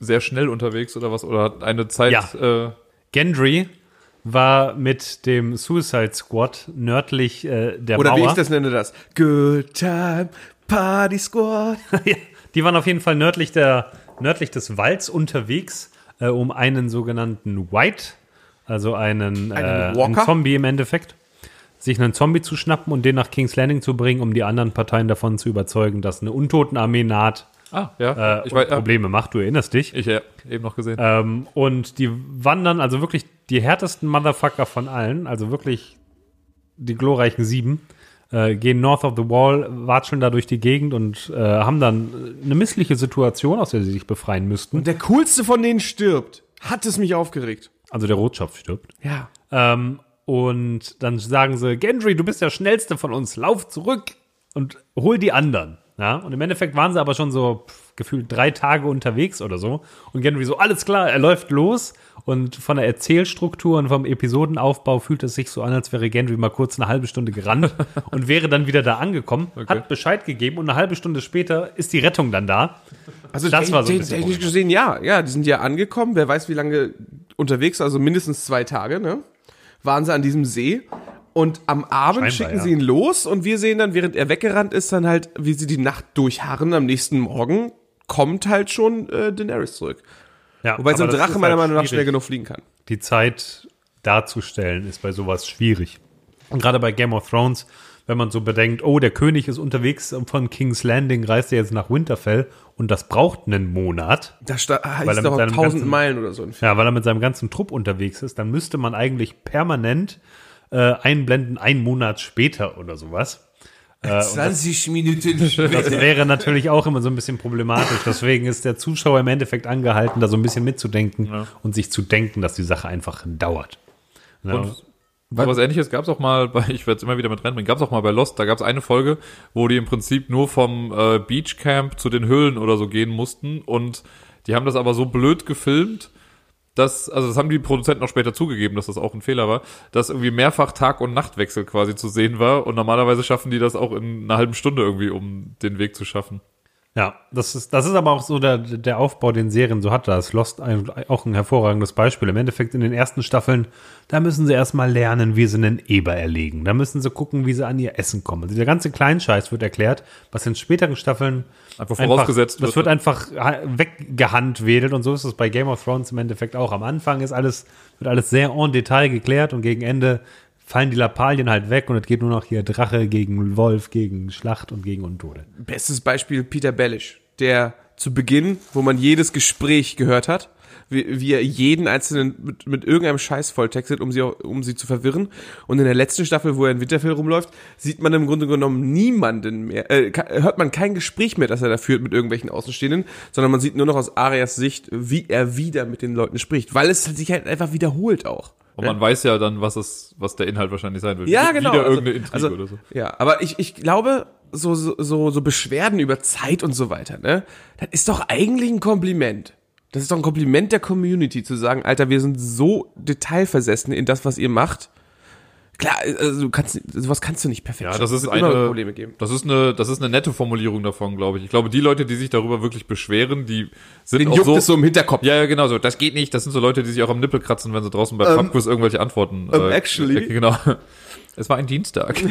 Speaker 4: sehr schnell unterwegs oder was? Oder hat eine Zeit
Speaker 2: Ja.
Speaker 4: äh,
Speaker 2: Gendry war mit dem Suicide Squad nördlich äh, der
Speaker 1: Oder
Speaker 2: Mauer.
Speaker 1: wie ich das nenne, das Good Time Party Squad.
Speaker 2: Ja, Die waren auf jeden Fall nördlich, der, nördlich des Walds unterwegs, äh, um einen sogenannten White, also
Speaker 1: Einen
Speaker 2: einen, äh, einen
Speaker 1: Walker?
Speaker 2: Zombie im Endeffekt, sich einen Zombie zu schnappen und den nach King's Landing zu bringen, um die anderen Parteien davon zu überzeugen, dass eine Untotenarmee naht
Speaker 4: Ah, ja.
Speaker 2: äh,
Speaker 4: ich
Speaker 2: und
Speaker 4: weiß, ah,
Speaker 2: Probleme macht. Du erinnerst dich.
Speaker 4: ich äh, eben noch gesehen.
Speaker 2: Ähm, und die wandern, also wirklich die härtesten Motherfucker von allen, also wirklich die glorreichen sieben, äh, gehen north of the wall, watscheln da durch die Gegend und äh, haben dann eine missliche Situation, aus der sie sich befreien müssten.
Speaker 1: Der coolste von denen stirbt. Hat es mich aufgeregt.
Speaker 2: Also der Rotschopf stirbt.
Speaker 1: Ja.
Speaker 2: Ähm, und dann sagen sie, Gendry, du bist der Schnellste von uns, lauf zurück und hol die anderen. Ja, und im Endeffekt waren sie aber schon so pff, gefühlt drei Tage unterwegs oder so. Und Gendry so, alles klar, er läuft los. Und von der Erzählstruktur und vom Episodenaufbau fühlt es sich so an, als wäre Gendry mal kurz eine halbe Stunde gerannt und wäre dann wieder da angekommen, hat Bescheid gegeben und eine halbe Stunde später ist die Rettung dann da.
Speaker 1: Also
Speaker 2: Das
Speaker 1: te-
Speaker 2: war so ein
Speaker 1: te-
Speaker 2: bisschen
Speaker 1: technisch gesehen, ja, ja, die sind ja angekommen. Wer weiß, wie lange unterwegs, also mindestens zwei Tage, ne? Waren sie an diesem See. Und am Abend
Speaker 2: Scheinbar,
Speaker 1: schicken
Speaker 2: ja.
Speaker 1: sie ihn los und wir sehen dann, während er weggerannt ist, dann halt, wie sie die Nacht durchharren. Am nächsten Morgen kommt halt schon äh, Daenerys zurück.
Speaker 2: Ja,
Speaker 1: Wobei so ein
Speaker 2: aber das
Speaker 1: Drache
Speaker 2: ist
Speaker 1: meiner
Speaker 2: halt
Speaker 1: Meinung nach schnell
Speaker 2: schwierig.
Speaker 1: genug fliegen kann.
Speaker 2: die Zeit darzustellen ist bei sowas schwierig. Und gerade bei Game of Thrones, wenn man so bedenkt, oh, der König ist unterwegs von King's Landing, reist er jetzt nach Winterfell und das braucht einen Monat.
Speaker 1: Da sta- heißt
Speaker 2: Weil er
Speaker 1: es
Speaker 2: mit
Speaker 1: doch
Speaker 2: seinem
Speaker 1: 1000
Speaker 2: ganzen-
Speaker 1: Meilen oder so.
Speaker 2: Ja, weil er mit seinem ganzen Trupp unterwegs ist, dann müsste man eigentlich permanent äh, einblenden, einen Monat später oder sowas. äh,
Speaker 1: 20 Minuten
Speaker 2: Das wäre natürlich auch immer so ein bisschen problematisch. Deswegen ist der Zuschauer im Endeffekt angehalten, da so ein bisschen mitzudenken und sich zu denken, dass die Sache einfach dauert. Ja.
Speaker 4: Und so was ähnliches gab es auch mal bei, ich werde es immer wieder mit reinbringen, gab es auch mal bei Lost, da gab es eine Folge, wo die im Prinzip nur vom äh, Beachcamp zu den Höhlen oder so gehen mussten und die haben das aber so blöd gefilmt, dass, also das haben die Produzenten auch später zugegeben, dass das auch ein Fehler war, dass irgendwie mehrfach Tag- und Nachtwechsel quasi zu sehen war und normalerweise schaffen die das auch in einer halben Stunde irgendwie, um den Weg zu schaffen.
Speaker 2: Ja, das ist, das ist aber auch so der, der Aufbau, den Serien so hat. Da ist Lost ein, auch ein hervorragendes Beispiel. Im Endeffekt in den ersten Staffeln, da müssen sie erstmal lernen, wie sie einen Eber erlegen. Da müssen sie gucken, wie sie an ihr Essen kommen. Also der ganze Kleinscheiß wird erklärt, was in späteren Staffeln
Speaker 4: Einfach vorausgesetzt
Speaker 2: wird. Das
Speaker 4: wird,
Speaker 2: wird einfach ha- weggehandwedelt und so ist es bei Game of Thrones im Endeffekt auch. Am Anfang ist alles, wird alles sehr en Detail geklärt und gegen Ende fallen die Lappalien halt weg und es geht nur noch hier Drache gegen Wolf, gegen Schlacht und gegen Undule.
Speaker 1: Bestes Beispiel Peter Bellisch, der zu Beginn, wo man jedes Gespräch gehört hat, wie, wie er jeden einzelnen mit, mit irgendeinem Scheiß volltextet, um sie, auch, um sie zu verwirren. Und in der letzten Staffel, wo er in Winterfell rumläuft, sieht man im Grunde genommen niemanden mehr, äh, ka- hört man kein Gespräch mehr, das er da führt mit irgendwelchen Außenstehenden, sondern man sieht nur noch aus Arias Sicht, wie er wieder mit den Leuten spricht, weil es sich halt einfach wiederholt auch.
Speaker 4: Und man weiß ja dann, was es, was der Inhalt wahrscheinlich sein wird.
Speaker 1: Ja,
Speaker 4: Wieder
Speaker 1: genau.
Speaker 4: Wieder
Speaker 1: also-
Speaker 4: irgendeine Intrige
Speaker 1: also,
Speaker 4: oder so.
Speaker 1: Ja, aber ich, ich glaube, so, so, so so Beschwerden über Zeit und so weiter, ne? Das ist doch eigentlich ein Kompliment. Das ist doch ein Kompliment der Community zu sagen, Alter, wir sind so detailversessen in das, was ihr macht. Klar, also du kannst, sowas kannst du nicht perfekt.
Speaker 4: Ja,
Speaker 1: schaffen.
Speaker 4: das ist
Speaker 1: Es wird
Speaker 4: eine,
Speaker 1: immer Probleme geben.
Speaker 4: das ist eine, das ist eine nette Formulierung davon, glaube ich. Ich glaube, die Leute, die sich darüber wirklich beschweren, die sind
Speaker 1: Den
Speaker 4: auch
Speaker 1: juckt
Speaker 4: so,
Speaker 1: es so im Hinterkopf.
Speaker 4: Ja, ja, genau so. Das geht nicht. Das sind so Leute, die sich auch am Nippel kratzen, wenn sie draußen bei um, Pubquiz irgendwelche Antworten.
Speaker 1: ähm, actually.
Speaker 4: äh, Genau. Es war ein Dienstag.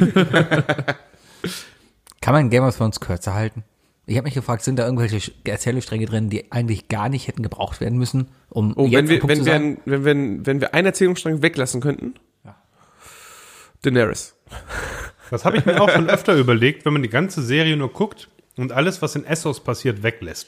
Speaker 3: Kann man Game of Thrones kürzer halten? Ich habe mich gefragt, sind da irgendwelche Sch- Erzählstränge drin, die eigentlich gar nicht hätten gebraucht werden müssen, um
Speaker 1: Oh, wenn
Speaker 3: am
Speaker 1: wir,
Speaker 3: Punkt
Speaker 1: wenn,
Speaker 3: zu
Speaker 1: wir
Speaker 3: sein?
Speaker 1: ein, wenn, wenn, wenn wir einen Erzählungsstrang weglassen könnten. Daenerys.
Speaker 2: Das habe ich mir auch schon öfter überlegt, wenn man die ganze Serie nur guckt und alles, was in Essos passiert, weglässt.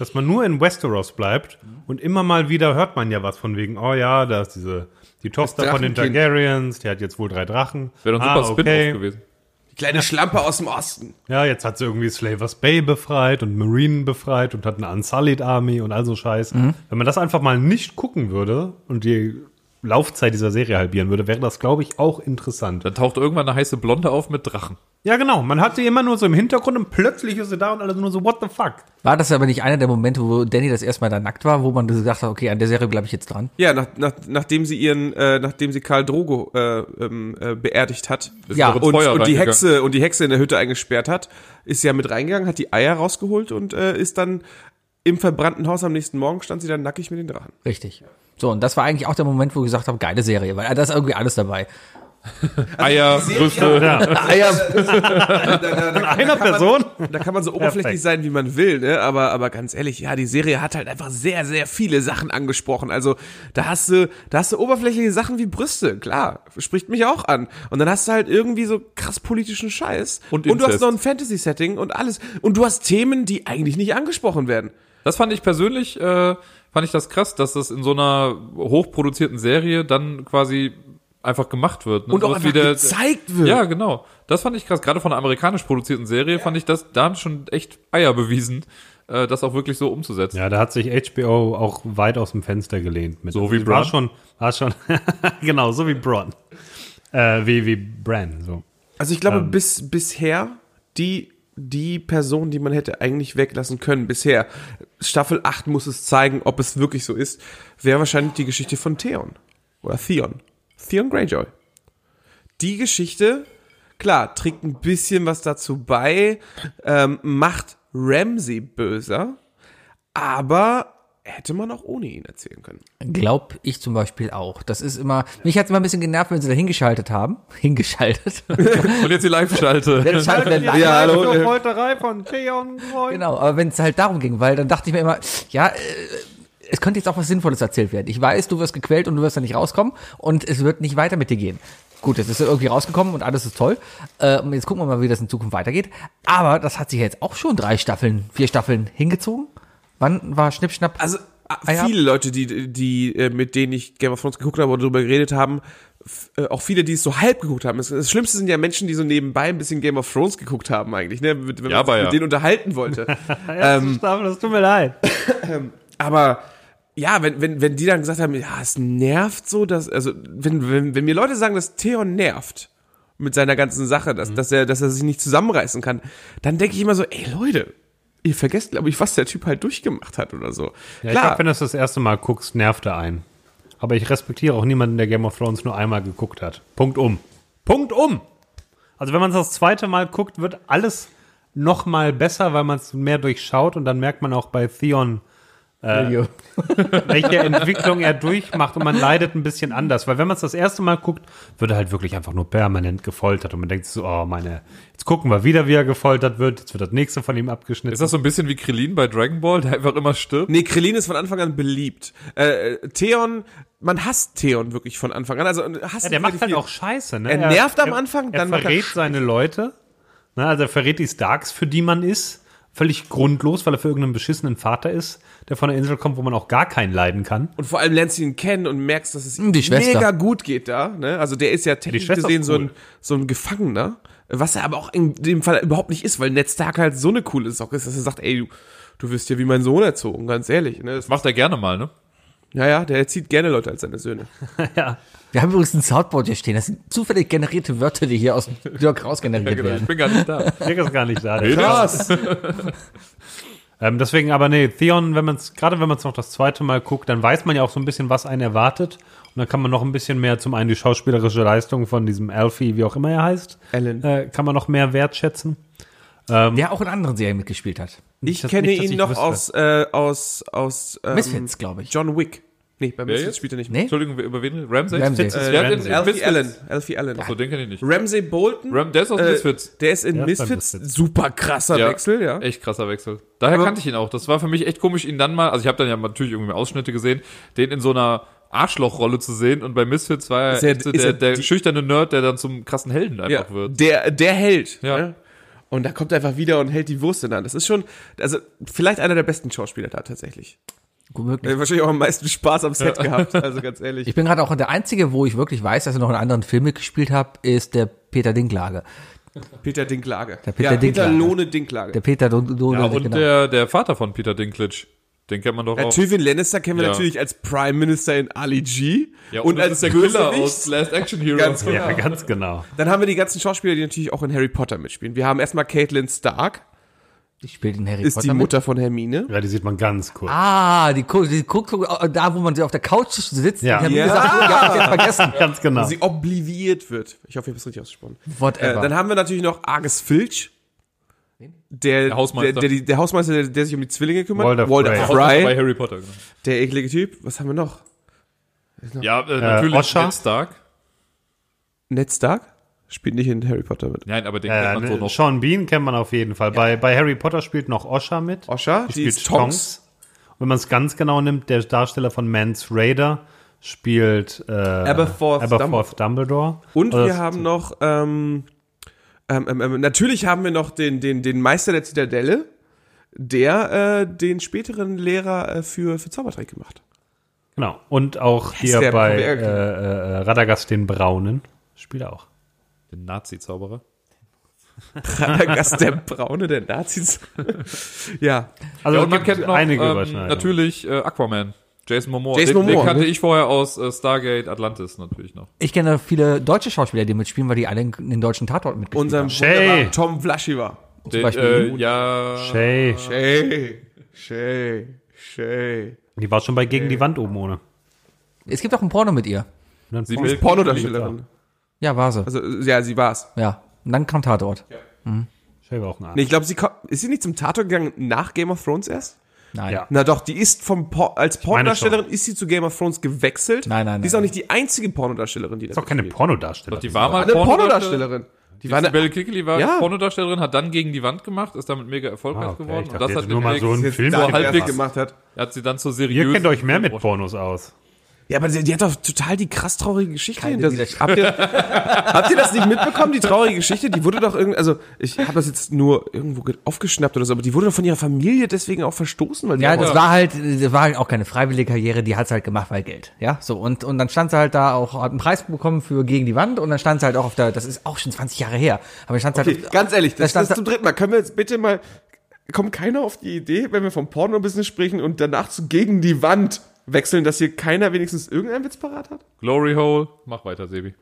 Speaker 2: Dass man nur in Westeros bleibt und immer mal wieder hört man ja was von wegen, oh ja, da ist diese, die Tochter von den
Speaker 1: Drachenkind.
Speaker 2: Targaryens, die hat jetzt wohl drei Drachen.
Speaker 4: Wäre doch ein
Speaker 2: Ah,
Speaker 4: super
Speaker 2: okay.
Speaker 4: Spin-off gewesen.
Speaker 1: Die kleine Schlampe aus dem Osten.
Speaker 2: Ja, jetzt hat sie irgendwie Slavers Bay befreit und Marinen befreit und hat eine Unsullied Army und all so Scheiß.
Speaker 4: Mhm.
Speaker 2: Wenn man das einfach mal nicht gucken würde und die Laufzeit dieser Serie halbieren würde, wäre das, glaube ich, auch interessant.
Speaker 4: Dann taucht irgendwann eine heiße Blonde auf mit Drachen.
Speaker 2: Ja, genau. Man hat sie immer nur so im Hintergrund und plötzlich ist sie da und alle nur so, what the fuck?
Speaker 3: War das aber nicht einer der Momente, wo Danny das erste Mal da nackt war, wo man gesagt hat, okay, an der Serie bleibe ich jetzt dran?
Speaker 1: Ja, nach, nach, nachdem sie ihren, äh, nachdem sie Karl Drogo äh, ähm, äh, beerdigt hat.
Speaker 4: Ist
Speaker 3: Ja,
Speaker 4: doch ins
Speaker 1: und,
Speaker 4: Feuer
Speaker 1: und die
Speaker 4: reingegangen.
Speaker 1: Hexe und die Hexe in der Hütte eingesperrt hat, ist ja mit reingegangen, hat die Eier rausgeholt und äh, ist dann im verbrannten Haus am nächsten Morgen stand sie dann nackig mit den Drachen.
Speaker 3: Richtig. So, und das war eigentlich auch der Moment, wo ich gesagt habe, geile Serie, weil da ist irgendwie alles dabei.
Speaker 1: Also
Speaker 4: Eier, Brüste.
Speaker 2: Einer Person?
Speaker 1: Da kann man so oberflächlich sein, wie man will, ne? aber aber ganz ehrlich, ja, die Serie hat halt einfach sehr sehr viele Sachen angesprochen. Also da hast du da hast du oberflächliche Sachen wie Brüste, klar, spricht mich auch an. Und dann hast du halt irgendwie so krass politischen Scheiß
Speaker 4: Und
Speaker 1: und du hast
Speaker 4: Inzest.
Speaker 1: noch ein Fantasy Setting und alles und du hast Themen, die eigentlich nicht angesprochen werden.
Speaker 4: Das fand ich persönlich, äh, fand ich das krass, dass das in so einer hochproduzierten Serie dann quasi einfach gemacht wird. Ne?
Speaker 1: Und auch
Speaker 4: Sowas
Speaker 1: einfach gezeigt wird.
Speaker 4: Ja, genau. Das fand ich krass. Gerade von einer amerikanisch produzierten Serie fand ich das, da haben schon echt Eier bewiesen, äh, das auch wirklich so umzusetzen.
Speaker 2: Ja, da hat sich HBO auch weit aus dem Fenster gelehnt. Mit. Also
Speaker 4: So wie
Speaker 2: War
Speaker 4: Bran?
Speaker 2: schon, war schon genau, so wie Bron. Äh, wie, wie Bran, so.
Speaker 1: Also ich glaube, bis bisher die die Person, die man hätte eigentlich weglassen können bisher. Staffel 8 muss es zeigen, ob es wirklich so ist. Wäre wahrscheinlich die Geschichte von Theon oder Theon. Theon Greyjoy. Die Geschichte, klar, trägt ein bisschen was dazu bei, ähm, macht Ramsey böser, aber hätte man auch ohne ihn erzählen können.
Speaker 3: Glaub ich zum Beispiel auch. Das ist immer, mich hat's immer ein bisschen genervt, wenn sie da hingeschaltet haben. Hingeschaltet.
Speaker 4: Und jetzt die Live-Schalte.
Speaker 3: Dann schaltet der
Speaker 1: Ja, hallo, äh.
Speaker 2: Folterei von Theon
Speaker 3: Genau, aber wenn es halt darum ging, weil dann dachte ich mir immer, ja, äh, es könnte jetzt auch was Sinnvolles erzählt werden. Ich weiß, du wirst gequält und du wirst da nicht rauskommen und es wird nicht weiter mit dir gehen. Gut, es ist irgendwie rausgekommen und alles ist toll. Äh, jetzt gucken wir mal, wie das in Zukunft weitergeht. Aber das hat sich ja jetzt auch schon drei Staffeln, vier Staffeln hingezogen. Wann war Schnippschnapp?
Speaker 1: Also a-
Speaker 3: Ah, ja.
Speaker 1: viele Leute, die, die, äh, mit denen ich Game of Thrones geguckt habe oder darüber geredet haben, f- äh, auch viele, die es so halb geguckt haben. Das- Das Schlimmste sind ja Menschen, die so nebenbei ein bisschen Game of Thrones geguckt haben eigentlich, ne? Mit- Wenn
Speaker 4: Ja,
Speaker 1: man
Speaker 4: aber
Speaker 1: sich
Speaker 4: ja.
Speaker 1: mit denen unterhalten wollte. Ähm,
Speaker 2: Das tut mir leid.
Speaker 1: aber ja, wenn, wenn, wenn die dann gesagt haben, ja, es nervt so, dass, also wenn, wenn, wenn mir Leute sagen, dass Theon nervt mit seiner ganzen Sache, dass, dass, er, dass er sich nicht zusammenreißen kann, dann denke ich immer so, ey Leute, ihr vergesst, glaube ich, was der Typ halt durchgemacht hat oder so.
Speaker 2: Ja, ich glaube, wenn du es das erste Mal guckst, nervt er einen. Aber ich respektiere auch niemanden, der Game of Thrones nur einmal geguckt hat. Punkt um. Punkt um! Also wenn man es das zweite Mal guckt, wird alles, noch mal besser, weil man es mehr durchschaut und dann merkt man auch bei Theon,
Speaker 3: Elio.
Speaker 2: welche Entwicklung er durchmacht und man leidet ein bisschen anders. Weil wenn man es das erste Mal guckt, wird er halt wirklich einfach nur permanent gefoltert und man denkt so, oh meine, jetzt gucken wir wieder, wie er gefoltert wird, jetzt wird das nächste von ihm abgeschnitten.
Speaker 4: Ist das so ein bisschen wie Krillin bei Dragon Ball, der einfach immer stirbt?
Speaker 1: Nee, Krillin ist von Anfang an beliebt. Äh, äh, Theon, man hasst Theon wirklich von Anfang an. Also äh, hasst
Speaker 2: ja, der
Speaker 1: ihn
Speaker 2: macht
Speaker 1: wirklich
Speaker 2: halt auch Scheiße, ne?
Speaker 1: Er nervt am Anfang,
Speaker 2: er,
Speaker 1: dann macht er-
Speaker 2: verrät seine Leute. Ne? Also er verrät die Starks, für die man ist. Völlig grundlos, weil er für irgendeinen beschissenen Vater ist, der von einer Insel kommt, wo man auch gar keinen leiden kann.
Speaker 1: Und vor allem lernst du ihn kennen und merkst, dass es ihm
Speaker 3: Hm, die Schwester.
Speaker 1: mega gut geht da. Ne? Also der ist ja technisch
Speaker 2: Schwester ist
Speaker 1: gesehen so,
Speaker 2: cool.
Speaker 1: ein, so ein Gefangener, was er aber auch in dem Fall überhaupt nicht ist, weil Ned Stark halt so eine coole Socke ist, dass er sagt, ey, du, du wirst ja wie mein Sohn erzogen, ganz ehrlich. Ne? Das,
Speaker 4: Macht er gerne mal, ne?
Speaker 1: ja, ja, der erzieht gerne Leute als seine Söhne.
Speaker 3: Wir haben übrigens ein Soundboard hier stehen. Das sind zufällig generierte Wörter, die hier aus dem Dirk rausgeneriert
Speaker 4: Ich
Speaker 1: genau.
Speaker 3: werden.
Speaker 4: bin gar nicht da.
Speaker 2: Dirk ist gar nicht da. Der
Speaker 1: Krass!
Speaker 2: Ähm, deswegen, aber nee, Theon, wenn man es, gerade wenn man es noch das zweite Mal guckt, dann weiß man ja auch so ein bisschen, was einen erwartet. Und dann kann man noch ein bisschen mehr zum einen die schauspielerische Leistung von diesem Alfie, wie auch immer er heißt,
Speaker 1: Alan.
Speaker 2: Äh, kann man noch mehr wertschätzen.
Speaker 3: Der auch in anderen Serien mitgespielt hat.
Speaker 1: Ich
Speaker 2: dass-
Speaker 1: kenne
Speaker 2: nicht, dass
Speaker 1: ihn
Speaker 2: ich
Speaker 1: noch
Speaker 2: wüsste.
Speaker 1: aus, äh, aus, aus ähm,
Speaker 3: Misfits, glaube ich.
Speaker 1: John Wick. Nee, bei Misfits
Speaker 4: jetzt?
Speaker 1: spielt er nicht
Speaker 3: Nee?
Speaker 4: Entschuldigung, wer- über wen? Ramsay?
Speaker 3: Ramsay.
Speaker 4: Fitz-
Speaker 2: Äh,
Speaker 4: Wer hat
Speaker 2: Ramsay.
Speaker 4: in
Speaker 1: Alfie
Speaker 4: Misfits-
Speaker 1: Allen. Alfie Allen.
Speaker 4: So, den kenne ich nicht.
Speaker 1: Ramsey Bolton.
Speaker 4: Ram- der ist aus
Speaker 1: äh,
Speaker 4: Misfits.
Speaker 1: Der ist in
Speaker 2: Der ist bei
Speaker 1: Misfits.
Speaker 2: Misfits.
Speaker 1: Super krasser Wechsel, ja.
Speaker 4: Echt krasser Wechsel. Daher kannte ich ihn auch. Das war für mich echt komisch, ihn dann mal, also ich habe dann ja natürlich irgendwie Ausschnitte gesehen, den in so einer Arschlochrolle zu sehen und bei Misfits war er,
Speaker 1: Ist er-
Speaker 4: echt so
Speaker 1: ist
Speaker 4: der,
Speaker 1: er
Speaker 4: der
Speaker 1: die-
Speaker 4: schüchterne Nerd, der dann zum krassen Helden einfach
Speaker 1: ja,
Speaker 4: wird.
Speaker 1: Der, der hält.
Speaker 4: Ja.
Speaker 1: Ne? Und da kommt er einfach wieder und hält die Wurst in der Hand. Das ist schon, also vielleicht einer der besten Schauspieler da tatsächlich.
Speaker 3: Gut möglich.
Speaker 1: Der hat wahrscheinlich auch am meisten Spaß am Set gehabt, also ganz ehrlich.
Speaker 3: Ich bin gerade auch der Einzige, wo ich wirklich weiß, dass er noch in anderen Filmen mitgespielt hat, ist der Peter Dinklage.
Speaker 1: Peter Dinklage. Der
Speaker 3: Peter
Speaker 1: ja, Peter
Speaker 3: Dinklage.
Speaker 1: Lohne Dinklage.
Speaker 3: Der Peter Don Don
Speaker 4: Ja, und äh,
Speaker 3: genau.
Speaker 4: der, der Vater von Peter Dinklage, den kennt man doch
Speaker 1: Ja,
Speaker 4: auch.
Speaker 1: Tywin Lannister kennen wir
Speaker 4: Ja.
Speaker 1: natürlich als Prime Minister in Ali G.
Speaker 4: Ja,
Speaker 1: und,
Speaker 4: das
Speaker 1: als
Speaker 4: ist der Killer
Speaker 1: Bösewicht.
Speaker 4: aus Last Action Hero.
Speaker 1: Ganz genau.
Speaker 2: Ja, ganz genau.
Speaker 1: Dann haben wir die ganzen Schauspieler, die natürlich auch in Harry Potter mitspielen. Wir haben erstmal Caitlin Stark,
Speaker 3: Ich spiele den Harry
Speaker 1: ist
Speaker 3: Potter
Speaker 1: die
Speaker 3: mit.
Speaker 1: Mutter von Hermine.
Speaker 2: Ja, die sieht man ganz kurz.
Speaker 3: Ah, die guckt, die guckt da, wo man sie auf der Couch sitzt.
Speaker 2: Ja.
Speaker 3: Und Hermine
Speaker 1: Ja.
Speaker 3: sagt, oh, ja, ich hab vergessen.
Speaker 2: Ganz genau.
Speaker 1: Sie obliviert wird. Ich hoffe, ich habe es richtig ausgesprochen. Äh,
Speaker 3: Whatever.
Speaker 1: dann haben wir natürlich noch Argus Filch. Der, der
Speaker 4: Hausmeister.
Speaker 1: Der, der, die- der Hausmeister, der, der sich um die Zwillinge kümmert.
Speaker 2: Walder Frey.
Speaker 4: Auch bei
Speaker 1: Frey.
Speaker 4: Harry Potter, genau.
Speaker 1: Der eklige Typ. Was haben wir noch?
Speaker 4: Ja, äh, natürlich
Speaker 2: Osha?
Speaker 4: Ned Stark.
Speaker 1: Ned Stark? Spielt nicht in Harry Potter mit.
Speaker 4: Nein, aber den
Speaker 2: Äh,
Speaker 4: kennt man so noch.
Speaker 2: Sean Bean kennt man auf jeden Fall. Bei, bei Harry Potter spielt noch Osha mit.
Speaker 1: Osha,
Speaker 2: die
Speaker 1: die
Speaker 2: spielt
Speaker 1: ist Tonks.
Speaker 2: Tonks. Und wenn man es ganz genau nimmt, der Darsteller von Mans Raider spielt äh,
Speaker 1: Aberforth
Speaker 2: Aberforth Dumbledore.
Speaker 1: Und
Speaker 2: Also
Speaker 1: wir
Speaker 2: das-
Speaker 1: haben noch, ähm, ähm, ähm, ähm, natürlich haben wir noch den, den, den Meister der Zitadelle, der äh, den späteren Lehrer äh, für, für Zaubertrick gemacht.
Speaker 2: Genau. Und auch hier
Speaker 1: der
Speaker 2: bei äh,
Speaker 1: Berg.
Speaker 2: äh, Radagast den Braunen spielt er auch.
Speaker 4: Den Nazi-Zauberer.
Speaker 1: Radagast der Braune der Nazis. ja.
Speaker 2: Also
Speaker 4: Ja,
Speaker 2: es gibt einige
Speaker 4: ähm,
Speaker 2: Überschneidungen.
Speaker 4: natürlich äh, Aquaman. Jason Momoa.
Speaker 1: Jason
Speaker 4: den, den
Speaker 1: Momoa,
Speaker 4: kannte
Speaker 1: ne?
Speaker 4: ich vorher aus äh, Stargate Atlantis natürlich noch.
Speaker 3: Ich kenne viele deutsche Schauspieler, die mitspielen, weil die alle in den deutschen Tatort mitgespielt
Speaker 1: Unserem
Speaker 2: Shay.
Speaker 1: wunderbaren Tom Flashy war.
Speaker 3: haben.
Speaker 4: Den, äh, ja,
Speaker 2: Shay,
Speaker 1: Shay, Shay, Shay.
Speaker 2: die war schon bei Gegen die Wand oben ohne.
Speaker 3: Es gibt auch ein Porno mit ihr.
Speaker 2: Und dann-
Speaker 4: Sie
Speaker 2: oh,
Speaker 4: will-
Speaker 1: Pornodarstellerin.
Speaker 3: Ja, war sie.
Speaker 1: Also, ja, sie war's.
Speaker 3: Ja. Und dann kam Tatort.
Speaker 2: Shay war auch ein Arsch.
Speaker 1: Nee, ich glaube, sie ko- ist sie nicht zum Tatort gegangen nach Game of Thrones erst?
Speaker 3: Nein.
Speaker 2: Ja.
Speaker 1: Na doch, die ist vom Por als
Speaker 2: meine
Speaker 1: Pornodarstellerin ist sie zu Game of Thrones gewechselt.
Speaker 3: Nein, nein,
Speaker 1: Die ist
Speaker 3: nein.
Speaker 1: auch nicht die einzige Pornodarstellerin, die das
Speaker 2: Ist doch keine
Speaker 1: spielt.
Speaker 2: Pornodarstellerin.
Speaker 4: die war mal
Speaker 1: Eine Pornodarstellerin. Die war eine,
Speaker 4: Belle Kickley war
Speaker 1: Ja.
Speaker 4: Pornodarstellerin, hat dann gegen die Wand gemacht, ist damit mega erfolgreich
Speaker 2: Ah, okay.
Speaker 4: geworden.
Speaker 2: Ich
Speaker 4: Und
Speaker 2: dachte,
Speaker 4: das
Speaker 2: jetzt
Speaker 4: hat
Speaker 2: nur mal
Speaker 4: den
Speaker 2: so ein
Speaker 4: Mix-
Speaker 2: Film-
Speaker 1: die
Speaker 4: so halbwegs
Speaker 1: halbwegs gemacht hat.
Speaker 4: hat sie dann so seriös.
Speaker 2: Ihr kennt euch mehr mit Pornos aus.
Speaker 1: Ja, aber sie, die hat doch total die krass traurige Geschichte
Speaker 3: Keine
Speaker 1: hinter sich. Habt ihr, habt ihr das nicht mitbekommen, die traurige Geschichte? Die wurde doch irgendwie, also ich habe das jetzt nur irgendwo ge- aufgeschnappt oder so, aber die wurde doch von ihrer Familie deswegen auch verstoßen, weil die
Speaker 3: Ja,
Speaker 1: auch-
Speaker 3: das war halt, das war halt auch keine freiwillige Karriere, die hat's halt gemacht, weil Geld. Ja, so und und dann stand sie halt da auch, hat einen Preis bekommen für gegen die Wand und dann stand sie halt auch auf der, das ist auch schon 20 Jahre her, aber dann stand sie
Speaker 1: Okay,
Speaker 3: halt,
Speaker 1: ganz ehrlich, das,
Speaker 3: Da
Speaker 1: das
Speaker 3: stand-
Speaker 1: ist zum dritten Mal. Können wir jetzt bitte mal. Kommt keiner auf die Idee, wenn wir vom Porno-Business sprechen und danach zu gegen die Wand wechseln, dass hier keiner wenigstens irgendeinen Witz parat hat?
Speaker 4: Glory Hole. Mach weiter, Sebi.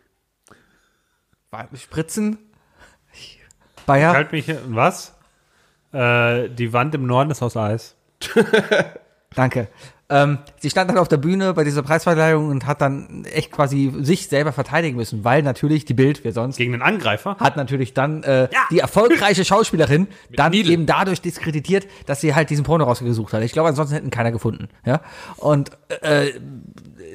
Speaker 3: Spritzen, Bayer,
Speaker 2: Halt mich, was? Äh, die Wand im Norden ist aus Eis.
Speaker 3: danke. Ähm, sie stand dann auf der Bühne bei dieser Preisverleihung und hat dann echt quasi sich selber verteidigen müssen, weil natürlich die Bild, wer sonst,
Speaker 2: Gegen den Angreifer?
Speaker 3: hat natürlich dann äh, die erfolgreiche Schauspielerin dann
Speaker 4: Nidel.
Speaker 3: eben dadurch diskreditiert, dass sie halt diesen Porno rausgesucht hat. Ich glaube, ansonsten hätten keiner gefunden. Ja? Und äh,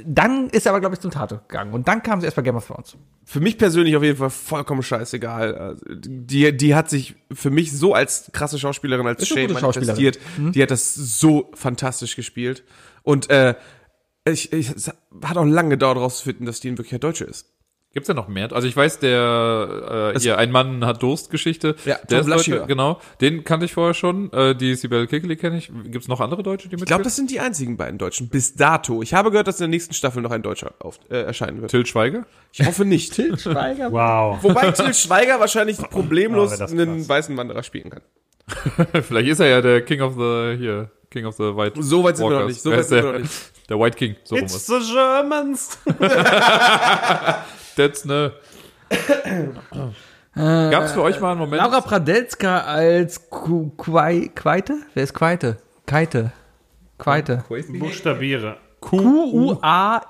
Speaker 3: dann ist er aber, glaube ich, zum Tatort gegangen. Und dann kam sie erst bei Game of Thrones.
Speaker 1: für mich persönlich auf jeden Fall vollkommen scheißegal. Also, Die, die hat sich für mich so als krasse Schauspielerin, als
Speaker 3: Ist eine
Speaker 1: Shane
Speaker 3: gute Schauspielerin. Mhm.
Speaker 1: manifestiert. Die hat das so fantastisch gespielt. Und äh, ich, ich, es hat auch lange gedauert, rauszufinden, dass die in Wirklichkeit Deutsche ist.
Speaker 4: Gibt's da noch mehr? Also ich weiß, der äh, hier ein Mann hat Durst Geschichte.
Speaker 1: Ja, Tom
Speaker 4: der ist
Speaker 1: Laschiver.
Speaker 4: Deutsche, genau. Den kannte ich vorher schon. Äh, die Sibel Kikeli kenne ich. Gibt's noch andere Deutsche, die
Speaker 1: Ich glaube, das sind die einzigen beiden Deutschen bis dato. Ich habe gehört, dass in der nächsten Staffel noch ein Deutscher auf, äh, erscheinen wird.
Speaker 4: Till Schweiger?
Speaker 1: Ich hoffe nicht.
Speaker 2: Wow.
Speaker 1: Wobei Till Schweiger wahrscheinlich
Speaker 2: Oh,
Speaker 1: problemlos
Speaker 2: wär das
Speaker 1: einen
Speaker 2: krass.
Speaker 1: weißen Wanderer spielen kann.
Speaker 4: Vielleicht ist er ja der King of the hier, King of the White.
Speaker 1: So weit sind wir noch
Speaker 4: Walkers.
Speaker 1: nicht, so
Speaker 4: Wer
Speaker 1: weit
Speaker 4: ist
Speaker 1: sind wir
Speaker 4: der,
Speaker 1: noch
Speaker 4: Der White King, so rum ist.
Speaker 2: the Germans.
Speaker 4: That's ne. Gab's für euch mal einen Moment?
Speaker 3: Laura Pradelska als Ku- Quai, Quaite? Wer ist Quaite? Quaite. Quaite.
Speaker 2: Buchstabiere.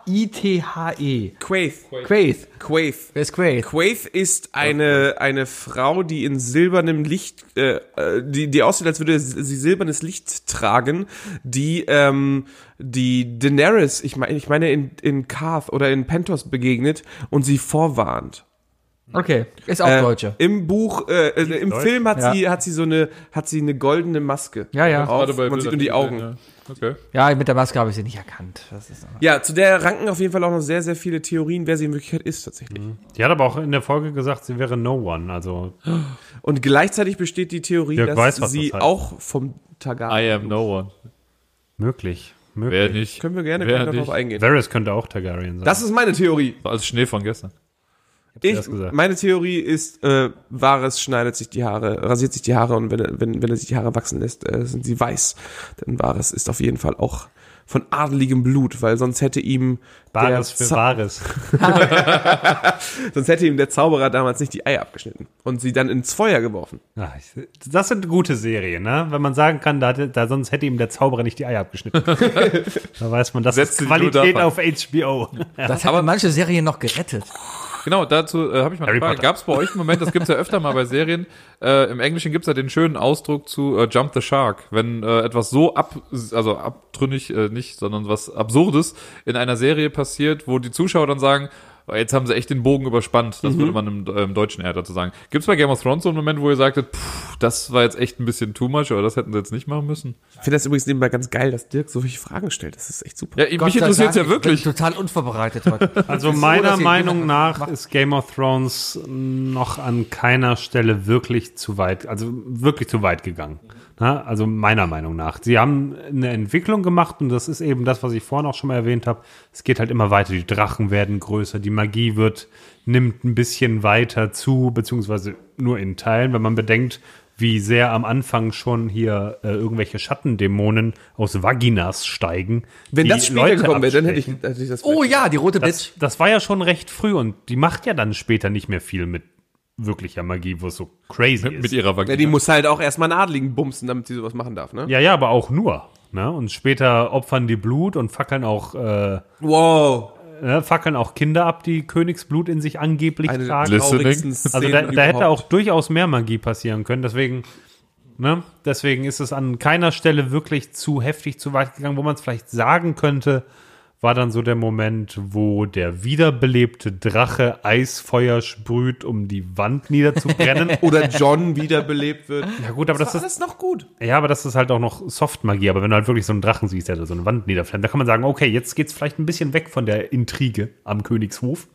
Speaker 3: Q-U-A-I-T-H-E.
Speaker 1: Quaith.
Speaker 3: Quaith.
Speaker 1: Quaith.
Speaker 3: Wer ist Quaith?
Speaker 1: Quaith ist eine, eine Frau, die in silbernem Licht, äh, äh, die, die aussieht, als würde sie silbernes Licht tragen, die, ähm, die Daenerys, ich meine, ich meine in, in Karth oder in Pentos begegnet und sie vorwarnt.
Speaker 3: Okay. Ist auch
Speaker 1: Äh,
Speaker 3: Deutsche.
Speaker 1: Im Buch, äh, äh, im
Speaker 2: Deutsch?
Speaker 1: Film hat
Speaker 3: Ja.
Speaker 1: sie, hat sie so eine, hat sie eine goldene Maske.
Speaker 3: Ja, ja.
Speaker 1: Auf,
Speaker 4: Gerade bei
Speaker 1: man sieht nur
Speaker 4: Bildern.
Speaker 1: die Augen.
Speaker 4: Ja, Okay.
Speaker 3: Ja, mit der Maske habe ich sie nicht erkannt. Das ist
Speaker 1: Ja, zu der ranken auf jeden Fall auch noch sehr, sehr viele Theorien, wer sie in Wirklichkeit ist tatsächlich.
Speaker 4: Mhm.
Speaker 2: Die hat aber auch in der Folge gesagt, sie wäre No One. Also,
Speaker 1: Und gleichzeitig besteht die Theorie,
Speaker 2: Dirk
Speaker 1: dass
Speaker 2: weiß, was
Speaker 1: sie
Speaker 2: das
Speaker 4: halt.
Speaker 2: heißt.
Speaker 1: auch vom Targaryen.
Speaker 4: I am no one.
Speaker 2: möglich.
Speaker 4: Wer
Speaker 2: möglich.
Speaker 4: nicht?
Speaker 1: Können wir gerne
Speaker 4: Wer
Speaker 1: gleich noch
Speaker 4: nicht?
Speaker 1: drauf eingehen.
Speaker 2: Varys könnte auch Targaryen sein.
Speaker 1: Das ist meine Theorie.
Speaker 4: Als Schnee von gestern.
Speaker 1: Ich,
Speaker 2: erst gesagt.
Speaker 1: meine Theorie ist, äh, Wahres schneidet sich die Haare, rasiert sich die Haare und wenn er, wenn, wenn er sich die Haare wachsen lässt, äh, sind sie weiß. Denn Wahres ist auf jeden Fall auch von adeligem Blut, weil sonst hätte ihm
Speaker 2: Bares für
Speaker 1: der Za-
Speaker 2: Bares.
Speaker 1: sonst hätte ihm der Zauberer damals nicht die Eier abgeschnitten und sie dann ins Feuer geworfen.
Speaker 2: Ach, Ah, ich- Das sind gute Serien, ne? Wenn man sagen kann, da, hätte- da sonst hätte ihm der Zauberer nicht die Eier abgeschnitten. da weiß man, das ist
Speaker 4: Setzte die Blut
Speaker 2: Qualität
Speaker 4: ab.
Speaker 2: auf HBO.
Speaker 3: Das haben manche Serien noch gerettet.
Speaker 4: Genau, dazu äh, habe ich mal
Speaker 2: Harry
Speaker 4: eine Frage.
Speaker 2: Potter.
Speaker 4: Gab es bei euch einen Moment, das gibt's ja öfter mal bei Serien, äh, im Englischen gibt's ja den schönen Ausdruck zu äh, Jump the Shark, wenn äh, etwas so ab, also abtrünnig äh, nicht, sondern was Absurdes in einer Serie passiert, wo die Zuschauer dann sagen, "Oh, jetzt haben sie echt den Bogen überspannt. Das
Speaker 1: Mhm.
Speaker 4: würde man im, äh, im Deutschen eher dazu sagen. Gibt's bei Game of Thrones so einen Moment, wo ihr sagtet, pff, das war jetzt echt ein bisschen too much oder das hätten sie jetzt nicht machen müssen?
Speaker 1: Ich finde das übrigens nebenbei ganz geil, dass Dirk so viele Fragen stellt. Das ist echt super.
Speaker 4: Ja, mich interessiert's ja wirklich.
Speaker 3: total unvorbereitet heute.
Speaker 2: Also
Speaker 3: Ich bin froh,
Speaker 2: meiner
Speaker 3: dass ihr
Speaker 2: Meinung
Speaker 3: jemanden
Speaker 2: nach
Speaker 3: macht.
Speaker 2: ist Game of Thrones noch an keiner Stelle wirklich zu weit, also wirklich zu weit gegangen. Na, also meiner Meinung nach. Sie haben eine Entwicklung gemacht und das ist eben das, was ich vorhin auch schon mal erwähnt habe. Es geht halt immer weiter. Die Drachen werden größer, die Magie wird, nimmt ein bisschen weiter zu, beziehungsweise nur in Teilen, wenn man bedenkt, wie sehr am Anfang schon hier äh, irgendwelche Schattendämonen aus Vaginas steigen.
Speaker 1: Wenn
Speaker 2: die
Speaker 1: das später
Speaker 2: Leute
Speaker 1: gekommen wäre, dann hätte ich,
Speaker 2: abstechen.
Speaker 1: hätte ich das
Speaker 3: Oh ja, die rote
Speaker 2: Das,
Speaker 3: Bitch.
Speaker 2: das war ja schon recht früh und die macht ja dann später nicht mehr viel mit wirklicher Magie, wo es so crazy
Speaker 4: Mit
Speaker 2: ist.
Speaker 4: ihrer
Speaker 1: Ja, die
Speaker 4: Vagina.
Speaker 1: muss halt auch erstmal einen Adligen bumsen, damit sie sowas machen darf, ne?
Speaker 2: Ja, ja, aber auch nur. Ne? Und später opfern die Blut und fackeln auch, äh,
Speaker 1: Wow.
Speaker 2: ne, fackeln auch Kinder ab, die Königsblut in sich angeblich
Speaker 1: Eine der
Speaker 2: tragen.
Speaker 4: Listen.
Speaker 1: traurigsten
Speaker 2: Also
Speaker 1: Szenen
Speaker 2: da, da hätte
Speaker 1: überhaupt.
Speaker 2: auch durchaus mehr Magie passieren können. Deswegen, ne? deswegen ist es an keiner Stelle wirklich zu heftig, zu weit gegangen, wo man es vielleicht sagen könnte, war dann so der Moment, wo der wiederbelebte Drache Eisfeuer sprüht, um die Wand niederzubrennen.
Speaker 1: Oder John wiederbelebt wird.
Speaker 2: ja gut, aber das ist,
Speaker 1: alles noch gut.
Speaker 2: ja, aber das ist halt auch noch Softmagie. Aber wenn du halt wirklich so einen Drachen siehst, der da so eine Wand niederflammt, da kann man sagen, okay, jetzt geht's vielleicht ein bisschen weg von der Intrige am Königshof.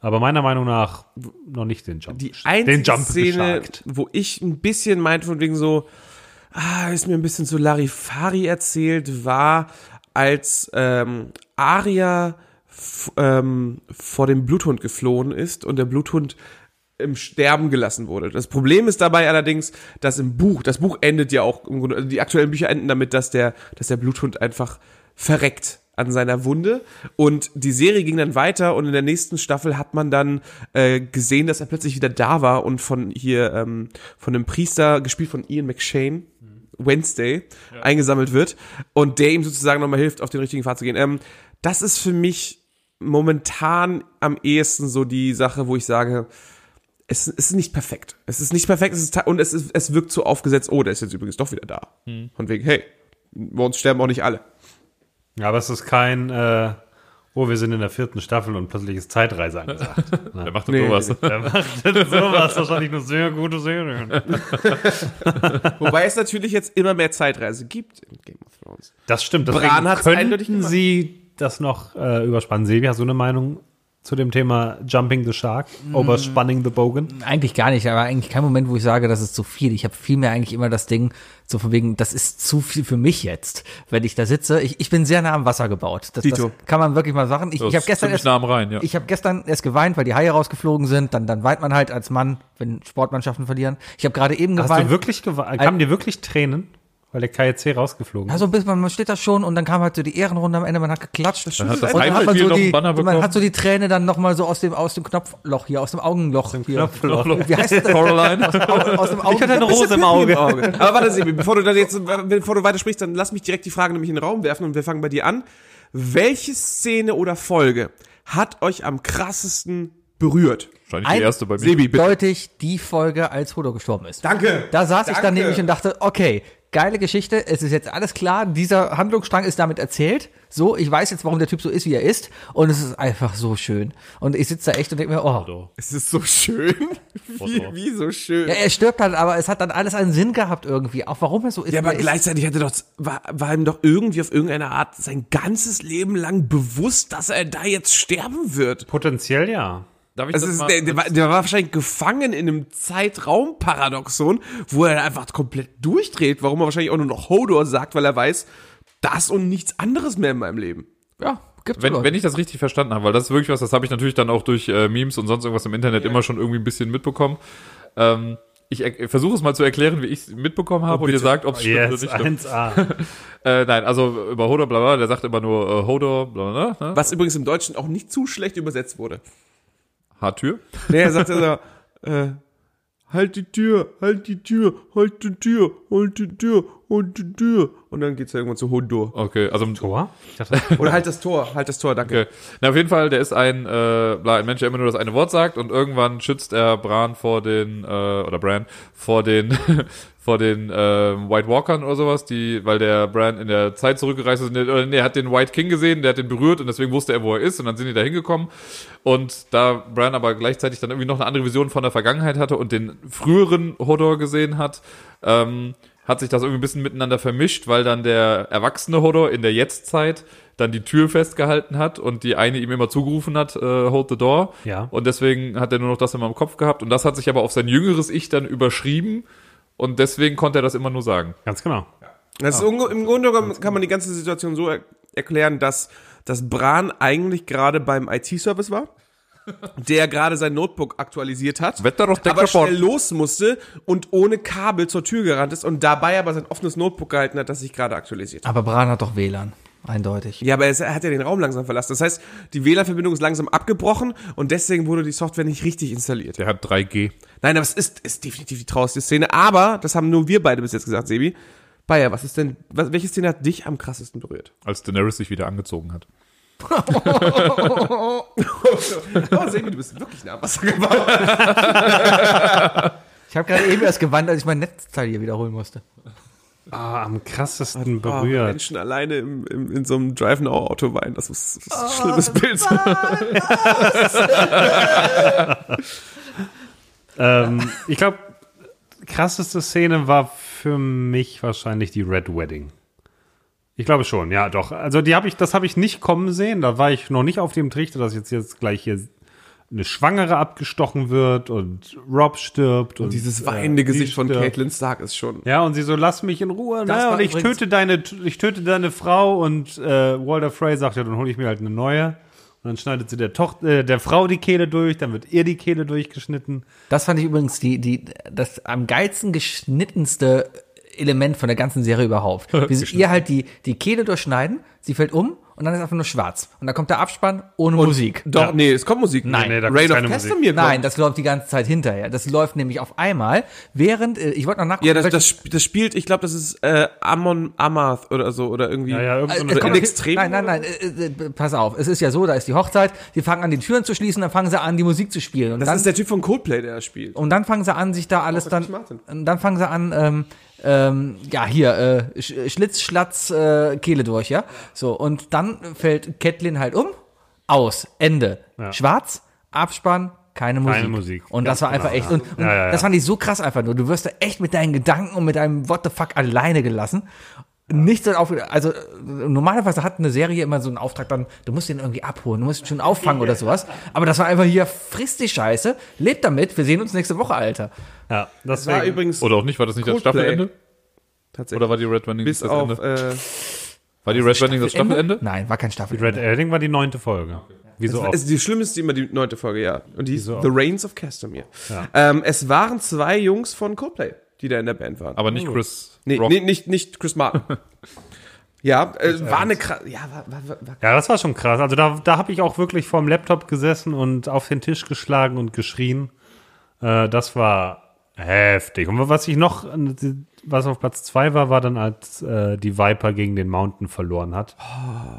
Speaker 2: Aber meiner Meinung nach noch nicht den Jump.
Speaker 1: Die
Speaker 2: den
Speaker 1: einzige
Speaker 2: Jump
Speaker 1: Szene,
Speaker 2: gesharkt.
Speaker 1: wo ich ein bisschen meint von wegen so, ah, ist mir ein bisschen zu Larifari erzählt, war, als ähm, Aria f- ähm, vor dem Bluthund geflohen ist und der Bluthund im Sterben gelassen wurde. Das Problem ist dabei allerdings, dass im Buch, das Buch endet ja auch, im Grunde, also die aktuellen Bücher enden damit, dass der, dass der Bluthund einfach verreckt an seiner Wunde und die Serie ging dann weiter und in der nächsten Staffel hat man dann äh, gesehen, dass er plötzlich wieder da war und von hier ähm, von einem Priester gespielt von Ian McShane Wednesday eingesammelt wird und der ihm sozusagen nochmal hilft, auf den richtigen Pfad zu gehen. Ähm, das ist für mich momentan am ehesten so die Sache, wo ich sage, es, es ist nicht perfekt. Es ist nicht perfekt es ist, ta- und es, ist, es wirkt so aufgesetzt, oh, der ist jetzt übrigens doch wieder da.
Speaker 2: Hm.
Speaker 1: Von wegen, hey, bei uns sterben auch nicht alle.
Speaker 2: Ja, aber es ist kein, äh, oh, wir sind in der vierten Staffel und plötzlich ist Zeitreise angesagt.
Speaker 4: Der macht doch
Speaker 1: Nee,
Speaker 4: sowas.
Speaker 1: nee,
Speaker 2: Der macht denn sowas wahrscheinlich eine sehr gute Serie.
Speaker 1: Wobei es natürlich jetzt immer mehr Zeitreise gibt in Game of Thrones.
Speaker 2: Das stimmt. Deswegen
Speaker 1: Bran hat's eindeutig
Speaker 2: könnten
Speaker 1: gemacht.
Speaker 2: sie das noch äh, überspannen. Silvia, hast du eine Meinung zu dem Thema Jumping the Shark, Overspanning the Bogen?
Speaker 3: Eigentlich gar nicht, aber eigentlich kein Moment, wo ich sage, das ist zu viel. Ich habe vielmehr eigentlich immer das Ding, so von wegen, das ist zu viel für mich jetzt, wenn ich da sitze. Ich, ich bin sehr nah am Wasser gebaut. Das, das
Speaker 1: Dito.
Speaker 3: kann man wirklich mal sagen. Ich,
Speaker 4: Das
Speaker 3: ich habe
Speaker 4: ist
Speaker 3: gestern
Speaker 4: ziemlich
Speaker 3: erst,
Speaker 4: nah am Rhein, ja.
Speaker 3: ich habe gestern erst geweint, weil die Haie rausgeflogen sind. Dann, dann weint man halt als Mann, wenn Sportmannschaften verlieren. Ich habe gerade eben
Speaker 2: Hast
Speaker 3: geweint.
Speaker 2: du wirklich gewa- Kamen dir wirklich Tränen? Weil der KIC rausgeflogen ist.
Speaker 3: Also bis man, man steht da schon und dann kam halt so die Ehrenrunde am Ende, man hat geklatscht.
Speaker 1: stimmt.
Speaker 4: Hat das
Speaker 1: Und
Speaker 3: Und dann hat man,
Speaker 4: Heimspiel
Speaker 3: so
Speaker 4: noch
Speaker 3: die,
Speaker 4: einen Banner
Speaker 3: man
Speaker 4: bekommen?
Speaker 3: hat so die Träne dann nochmal so aus dem, aus dem Knopfloch hier, aus dem Augenloch hier.
Speaker 2: Knopfloch.
Speaker 3: Wie heißt das?
Speaker 4: Coraline.
Speaker 3: Aus, dem Au- aus dem Augen
Speaker 2: hatte eine Rose im Auge.
Speaker 1: Aber warte, Sebi, bevor du, dann jetzt, bevor du weiter sprichst, dann lass mich direkt die Frage nämlich in den Raum werfen und wir fangen bei dir an. Welche Szene oder Folge hat euch am krassesten berührt?
Speaker 4: Wahrscheinlich die erste bei mir.
Speaker 3: eindeutig die Folge, als Hodo gestorben ist.
Speaker 1: Danke.
Speaker 3: Da saß ich dann
Speaker 1: Danke.
Speaker 3: nämlich und dachte, okay, geile Geschichte, es ist jetzt alles klar, dieser Handlungsstrang ist damit erzählt. So, ich weiß jetzt, warum der Typ so ist, wie er ist. Und es ist einfach so schön. Und ich sitze da echt und denke mir, oh.
Speaker 1: Es ist so schön. Wie, wie so schön.
Speaker 3: Ja, er stirbt halt, aber es hat dann alles einen Sinn gehabt irgendwie. Auch warum er so ist.
Speaker 1: Ja, aber
Speaker 3: wie er ist.
Speaker 1: gleichzeitig hatte doch, war, war ihm doch irgendwie auf irgendeine Art sein ganzes Leben lang bewusst, dass er da jetzt sterben wird.
Speaker 2: Potenziell ja.
Speaker 4: Darf ich
Speaker 1: Das
Speaker 4: das,
Speaker 1: ist,
Speaker 4: mal?
Speaker 1: der, der, war, der war wahrscheinlich gefangen in einem Zeitraumparadoxon, wo er einfach komplett durchdreht, warum er wahrscheinlich auch nur noch Hodor sagt, weil er weiß, das und nichts anderes mehr in meinem Leben.
Speaker 3: Ja, gibt's
Speaker 4: wenn,
Speaker 3: Leute.
Speaker 4: wenn ich das richtig verstanden habe, weil das ist wirklich was, das habe ich natürlich dann auch durch äh, Memes und sonst irgendwas im Internet immer schon irgendwie ein bisschen mitbekommen. Ähm, ich er- versuche es mal zu erklären, wie ich es mitbekommen habe und ihr sagt, ob es stimmt
Speaker 2: Yes,
Speaker 4: oder nicht stimmt.
Speaker 2: 1A.
Speaker 4: Äh, nein, also über Hodor, bla bla, der sagt immer nur äh, Hodor, bla bla, bla, ne?
Speaker 1: Was übrigens im Deutschen auch nicht zu schlecht übersetzt wurde.
Speaker 4: Haartür.
Speaker 1: Nee, er sagt also, äh, halt die Tür, halt die Tür, halt die Tür, halt die Tür, halt die Tür. Und dann geht's ja irgendwann zu Hodor.
Speaker 4: Okay, also
Speaker 2: Boah, ich dachte,
Speaker 1: Oder halt das Tor, halt das Tor, danke.
Speaker 4: Okay. Na, auf jeden Fall, der ist ein, äh, bla, ein Mensch, der immer nur das eine Wort sagt und irgendwann schützt er Bran vor den, äh, oder Bran, vor den, vor den äh, White Walkern oder sowas, die, weil der Bran in der Zeit zurückgereist ist, und der- oder nee, er hat den White King gesehen, der hat den berührt und deswegen wusste er, wo er ist und dann sind die da hingekommen und da Bran aber gleichzeitig dann irgendwie noch eine andere Vision von der Vergangenheit hatte und den früheren Hodor gesehen hat, ähm, hat sich das irgendwie ein bisschen miteinander vermischt, weil dann der erwachsene Hodor in der Jetztzeit dann die Tür festgehalten hat und die eine ihm immer zugerufen hat, äh, hold the door.
Speaker 2: Ja.
Speaker 4: Und deswegen hat er nur noch das immer im Kopf gehabt und das hat sich aber auf sein jüngeres Ich dann überschrieben und deswegen konnte er das immer nur sagen.
Speaker 2: ganz genau.
Speaker 1: Das ist unge- Im Grunde genommen kann man die ganze Situation so er erklären, dass, dass Bran eigentlich gerade beim IT-Service war, der gerade sein Notebook aktualisiert hat,
Speaker 4: Wetter doch der
Speaker 1: aber
Speaker 4: Report.
Speaker 1: schnell los musste und ohne Kabel zur Tür gerannt ist und dabei aber sein offenes Notebook gehalten hat, das sich gerade aktualisiert hat.
Speaker 3: aber Bran hat doch WLAN. Eindeutig.
Speaker 1: Ja, aber es- er hat ja den Raum langsam verlassen. Das heißt, die WLAN-Verbindung ist langsam abgebrochen und deswegen wurde die Software nicht richtig installiert.
Speaker 4: Der hat 3G.
Speaker 1: Nein, aber es ist, ist definitiv die traurigste Szene. Aber, das haben nur wir beide bis jetzt gesagt, Sebi. Bayer, was ist denn, was, welche Szene hat dich am krassesten berührt?
Speaker 4: Als Daenerys sich wieder angezogen hat.
Speaker 1: Oh, Sebi, du bist wirklich nah am Wasser gebaut.
Speaker 3: Ich habe gerade eben erst gewandt, als ich mein Netzteil hier wiederholen musste.
Speaker 2: Ah, am krassesten
Speaker 1: Oh,
Speaker 2: berührt.
Speaker 1: Menschen alleine im, im, in so einem Drive-Now-Auto weinen, das ist, Oh, das ist ein schlimmes Bild.
Speaker 2: Ähm, ich glaube, krasseste Szene war für mich wahrscheinlich die Red Wedding. Ich glaube schon, ja, doch. Also die habe ich, das habe ich nicht kommen sehen. Da war ich noch nicht auf dem Trichter, dass jetzt jetzt gleich hier eine Schwangere abgestochen wird und Rob stirbt und,
Speaker 1: Dieses weinende
Speaker 2: äh, die
Speaker 1: Gesicht von
Speaker 2: stirbt.
Speaker 1: Caitlin Stark ist schon.
Speaker 2: Ja, und sie so, lass mich in Ruhe, ne?
Speaker 3: war
Speaker 2: Und ich
Speaker 3: übrigens-
Speaker 2: töte deine, ich töte deine Frau und äh, Walter Frey sagt, ja, dann hole ich mir halt eine neue. Und dann schneidet sie der Tochter, äh, der Frau die Kehle durch, dann wird ihr die Kehle durchgeschnitten.
Speaker 3: Das fand ich übrigens die, die, das am geilsten geschnittenste Element von der ganzen Serie überhaupt. Wie sie ihr halt die, die Kehle durchschneiden, sie fällt um und dann ist einfach nur schwarz. Und dann kommt der Abspann ohne Musik.
Speaker 1: Doch, nee, es kommt Musik.
Speaker 3: Nein.
Speaker 2: Nee, da
Speaker 1: Rain
Speaker 2: gibt's
Speaker 1: of
Speaker 2: keine Musik.
Speaker 1: Castamere. kommt.
Speaker 3: Nein, das läuft die ganze Zeit hinterher. Das läuft nämlich auf einmal, während, äh, ich wollte noch nachgucken,
Speaker 1: Ja, das,
Speaker 3: welche-
Speaker 1: das, sp- das spielt, ich glaube, das ist äh, Amon Amath oder so oder irgendwie.
Speaker 2: Ja, ja, irgend so
Speaker 3: Äh,
Speaker 2: eine-
Speaker 3: es
Speaker 1: Oder
Speaker 3: kommt-
Speaker 1: in Extrem-
Speaker 3: Nein, nein, nein, äh, äh, pass auf. Es ist ja so, da ist die Hochzeit, die fangen an, die Türen zu schließen, dann fangen sie an, die Musik zu spielen. Und,
Speaker 1: Das
Speaker 3: dann,
Speaker 1: ist der Typ von Coldplay, der das spielt.
Speaker 3: und dann fangen sie an, sich da alles
Speaker 1: Auch
Speaker 3: dann,
Speaker 1: Chris Martin.
Speaker 3: und dann fangen sie an, ähm, ähm, ja, hier, äh, Sch- Schlitz, Schlatz, äh, Kehle durch, ja. So, und dann fällt Catelyn halt um, aus, Ende. Schwarz, Abspann, keine Musik.
Speaker 2: Keine Musik.
Speaker 3: Und das war einfach echt, und, und
Speaker 2: genau, Ja, ja, ja.
Speaker 3: das fand ich so krass einfach nur. Du wirst da echt mit deinen Gedanken und mit deinem What the fuck alleine gelassen. Nichts hat auf, also äh, normalerweise hat eine Serie immer so einen Auftrag, dann du musst den irgendwie abholen, du musst ihn schon auffangen oder sowas. Aber das war einfach hier frisst die Scheiße, lebt damit, wir sehen uns nächste Woche, Alter.
Speaker 2: Ja, das
Speaker 1: war übrigens
Speaker 4: Oder auch nicht, war das nicht das
Speaker 1: Coldplay.
Speaker 4: Staffelende?
Speaker 1: tatsächlich.
Speaker 4: Oder war die Red Wedding
Speaker 1: bis
Speaker 4: das
Speaker 1: auf
Speaker 4: Ende?
Speaker 1: äh,
Speaker 4: War die Red Wedding das Staffelende?
Speaker 3: Nein, war kein Staffel.
Speaker 2: Red Elding war die neunte Folge. Wie so
Speaker 1: es,
Speaker 2: oft.
Speaker 1: die schlimmste immer die neunte Folge, ja. Und die hieß
Speaker 2: Wieso?
Speaker 1: The Reigns of Castamere.
Speaker 2: Ja.
Speaker 1: Ähm, es waren zwei Jungs von Coldplay, die da in der Band waren.
Speaker 4: Aber nicht Chris
Speaker 1: nee,
Speaker 4: Rock.
Speaker 1: nee, nicht, nicht Chris Martin. ja, äh, war eine krass. Ja, war, war, war, war
Speaker 2: Ja, das war schon krass. Also da, da habe ich auch wirklich vorm Laptop gesessen und auf den Tisch geschlagen und geschrien. Äh, das war heftig. Und was ich noch, äh, was auf Platz zwei war, war dann, als äh, die Viper gegen den Mountain verloren hat.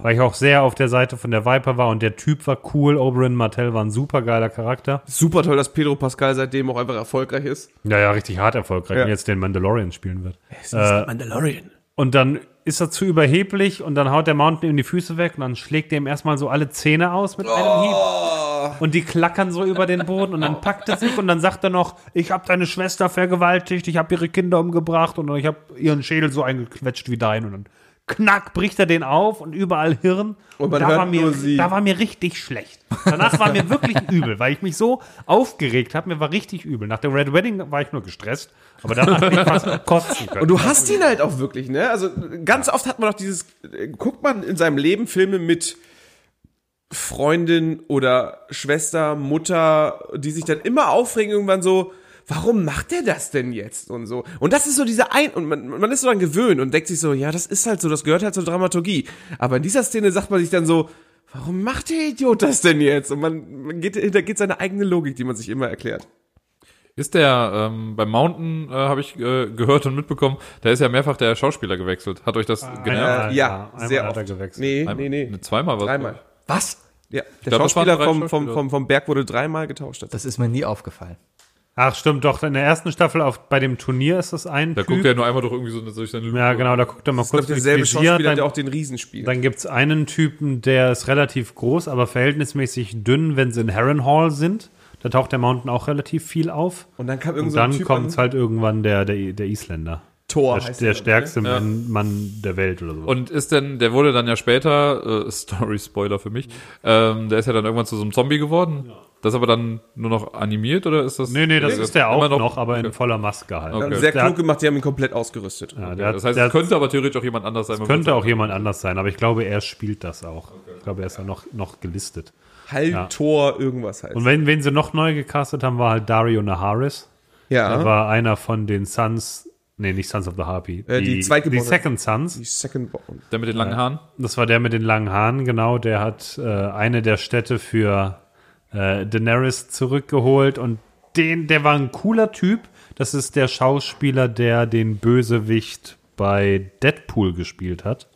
Speaker 2: Weil ich auch sehr auf der Seite von der Viper war und der Typ war cool. Oberyn Martell war ein super geiler Charakter.
Speaker 1: super toll, dass Pedro Pascal seitdem auch einfach erfolgreich ist.
Speaker 2: Ja, ja, richtig hart erfolgreich.
Speaker 1: Ja.
Speaker 2: Und jetzt den Mandalorian spielen wird. Äh,
Speaker 1: Mandalorian.
Speaker 2: Und dann ist er zu überheblich und dann haut der Mountain ihm die Füße weg und dann schlägt er ihm erstmal so alle Zähne aus mit einem Hieb.
Speaker 1: Oh.
Speaker 2: Und die klackern so über den Boden und dann packt er sich und dann sagt er noch, ich habe deine Schwester vergewaltigt, ich habe ihre Kinder umgebracht und ich habe ihren Schädel so eingequetscht wie dein. Und dann knack, bricht er den auf und überall Hirn. Und,
Speaker 1: man
Speaker 2: da,
Speaker 1: hört
Speaker 2: war mir,
Speaker 1: nur sie.
Speaker 2: da war mir richtig schlecht. Danach war mir wirklich übel, weil ich mich so aufgeregt habe, mir war richtig übel. Nach der Red Wedding war ich nur gestresst, aber danach hätte ich fast kotzen können.
Speaker 1: Und du hast ihn halt auch wirklich, ne? Also ganz oft hat man doch dieses, äh, guckt man in seinem Leben Filme mit Freundin oder Schwester, Mutter, die sich dann immer aufregen, irgendwann so, warum macht der das denn jetzt und so? Und das ist so diese ein, und man, man ist so dann gewöhnt und denkt sich so, ja, das ist halt so, das gehört halt zur Dramaturgie. Aber in dieser Szene sagt man sich dann so, warum macht der Idiot das denn jetzt? Und man, man geht, hintergeht seine eigene Logik, die man sich immer erklärt.
Speaker 4: Ist der ähm, beim Mountain, äh, habe ich äh, gehört und mitbekommen, da ist ja mehrfach der Schauspieler gewechselt. Hat euch das
Speaker 2: Ah,
Speaker 4: genervt?
Speaker 2: Einmal,
Speaker 1: ja,
Speaker 2: einmal
Speaker 1: sehr
Speaker 2: hat er
Speaker 1: oft.
Speaker 2: gewechselt.
Speaker 1: Nee,
Speaker 4: Einmal-
Speaker 1: nee, nee.
Speaker 4: ne, Zweimal war
Speaker 1: Dreimal.
Speaker 3: Was?
Speaker 1: Ja, der
Speaker 4: glaub, das waren
Speaker 1: Schauspieler
Speaker 4: drei
Speaker 1: vom, vom,
Speaker 4: Schauspieler.
Speaker 1: vom, vom Berg wurde dreimal getauscht.
Speaker 3: Das ist mir nie aufgefallen.
Speaker 2: Ach stimmt, doch. In der ersten Staffel auf, bei dem Turnier ist das ein
Speaker 4: Da
Speaker 2: Typ.
Speaker 4: guckt er nur einmal durch irgendwie so eine, durch seine Lupe.
Speaker 2: ja, genau, da guckt er mal
Speaker 1: Das
Speaker 2: kurz
Speaker 1: ist derselbe
Speaker 2: durchs Visier,
Speaker 1: Schauspieler, der
Speaker 2: Dann,
Speaker 1: auch den Riesen spielt.
Speaker 2: dann gibt's einen Typen, der ist relativ groß, aber verhältnismäßig dünn, wenn sie in Harrenhall sind. Da taucht der Mountain auch relativ viel auf.
Speaker 1: und dann kam irgend
Speaker 2: Und
Speaker 1: so ein
Speaker 2: dann
Speaker 1: Typ
Speaker 2: kommt's
Speaker 1: an,
Speaker 2: halt irgendwann der, der, der Isländer.
Speaker 1: Thor
Speaker 2: der
Speaker 1: heißt
Speaker 2: der
Speaker 1: er, ne?
Speaker 2: stärkste Mann, Mann der Welt oder so.
Speaker 4: Und ist denn, der wurde dann ja später, äh, Story-Spoiler für mich, ähm, der ist ja dann irgendwann zu so einem Zombie geworden. Das ist aber dann nur noch animiert oder ist das?
Speaker 2: nee, nee, das ist der auch
Speaker 4: immer
Speaker 2: noch, aber in voller Maske halt.
Speaker 1: ne?
Speaker 4: Okay.
Speaker 1: Sehr
Speaker 2: Der
Speaker 1: klug
Speaker 2: hat-
Speaker 1: gemacht, die haben ihn komplett ausgerüstet.
Speaker 2: Ja, der, hat-
Speaker 4: Das heißt,
Speaker 2: der
Speaker 4: es könnte aber theoretisch auch jemand anders sein. wenn man
Speaker 2: könnte
Speaker 4: sagt,
Speaker 2: auch jemand anders sein, aber ich glaube, er spielt das auch. Ich glaube, er ist ja noch, noch gelistet.
Speaker 1: Halb Thor irgendwas heißt.
Speaker 2: Und wenn, wen sie noch neu gecastet haben, war halt Dario Naharis.
Speaker 1: ja,
Speaker 2: Er war einer von den Sons, nee, nicht Sons of the Harpy.
Speaker 1: Äh, die
Speaker 2: die
Speaker 1: Zweitgeborene.
Speaker 2: Second Sons.
Speaker 1: die Second Born.
Speaker 4: Der mit den langen Haaren.
Speaker 2: Das war der mit den langen Haaren, genau. Der hat äh, eine der Städte für äh, Daenerys zurückgeholt und den, der war ein cooler Typ. Das ist der Schauspieler, der den Bösewicht bei Deadpool gespielt hat.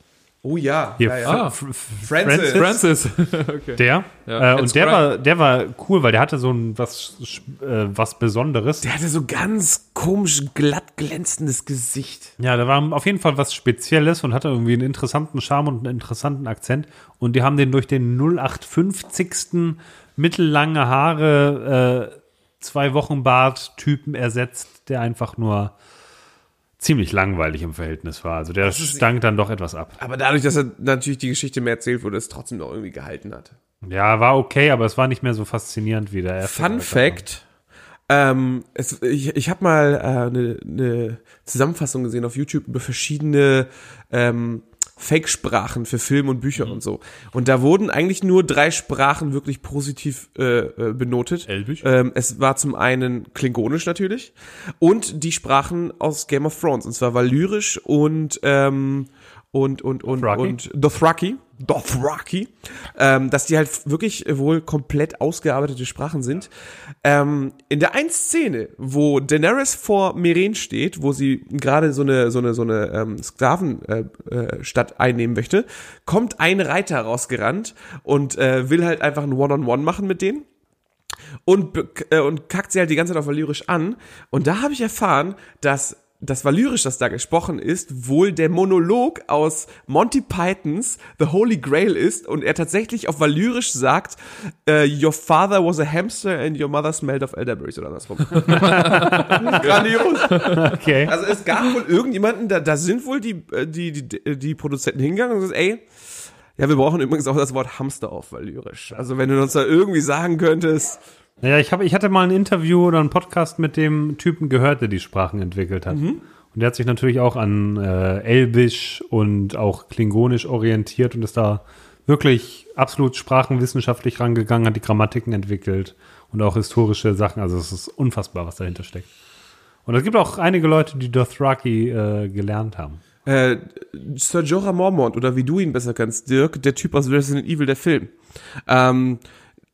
Speaker 1: Oh ja,
Speaker 2: Hier,
Speaker 1: ja, ja.
Speaker 2: Fra-
Speaker 4: Ah.
Speaker 2: Fr- Fr-
Speaker 1: Francis.
Speaker 4: Francis. okay.
Speaker 2: Der.
Speaker 4: Ja,
Speaker 2: äh,
Speaker 4: Ed
Speaker 2: und der
Speaker 4: Skrein.
Speaker 2: war, der war cool, weil der hatte so ein was, sch- äh, was Besonderes.
Speaker 1: Der hatte so ganz komisch glatt glänzendes Gesicht.
Speaker 2: Ja, da war auf jeden Fall was Spezielles und hatte irgendwie einen interessanten Charme und einen interessanten Akzent. Und die haben den durch den 0850. mittellange Haare, äh, zwei Wochen Bart-Typen ersetzt, der einfach nur ziemlich langweilig im Verhältnis war. Also der stank dann doch etwas ab.
Speaker 1: Aber dadurch, dass er natürlich die Geschichte mehr erzählt wurde, es trotzdem noch irgendwie gehalten hat.
Speaker 2: Ja, war okay, aber es war nicht mehr so faszinierend wie der erste.
Speaker 1: Fun Fact. Ähm, es, ich ich habe mal eine äh, ne- ne Zusammenfassung gesehen auf YouTube über verschiedene ähm, Fake-Sprachen für Film und Bücher und so. Und da wurden eigentlich nur drei Sprachen wirklich positiv äh, äh, benotet.
Speaker 4: Elbisch?
Speaker 1: Ähm, es war zum einen Klingonisch natürlich und die Sprachen aus Game of Thrones. Und zwar Valyrisch und ähm, und und und
Speaker 2: Dothraki?
Speaker 1: und Dothraki, Dothraki, ähm, dass die halt wirklich wohl komplett ausgearbeitete Sprachen sind. Ähm, in der einen Szene, wo Daenerys vor Meren steht, wo sie gerade so eine so eine so eine ähm, Sklavenstadt äh, Stadt einnehmen möchte, kommt ein Reiter rausgerannt und äh, will halt einfach ein One-on-One machen mit denen und, be- äh, und kackt sie halt die ganze Zeit auf Valyrisch an. Und da habe ich erfahren, dass das Valyrisch, das da gesprochen ist, wohl der Monolog aus Monty Pythons The Holy Grail ist und er tatsächlich auf Valyrisch sagt, äh, Your father was a hamster and your mother smelled of elderberries oder andersrum. Grandios.
Speaker 2: Okay.
Speaker 1: Also es gab wohl irgendjemanden, da, da sind wohl die, äh, die, die, die Produzenten hingegangen und gesagt, ey, ja, wir brauchen übrigens auch das Wort Hamster auf Valyrisch. Also wenn du uns da irgendwie sagen könntest,
Speaker 2: Naja, ich, hab, ich hatte mal ein Interview oder einen Podcast mit dem Typen gehört, der die Sprachen entwickelt hat. Und der hat sich natürlich auch an äh, Elbisch und auch Klingonisch orientiert und ist da wirklich absolut sprachenwissenschaftlich rangegangen, hat die Grammatiken entwickelt und auch historische Sachen. Also es ist unfassbar, was dahinter steckt. Und es gibt auch einige Leute, die Dothraki äh, gelernt haben.
Speaker 1: Äh, Sir Jorah Mormont oder wie du ihn besser kannst, Dirk, der Typ aus Resident Evil, der Film. Ähm,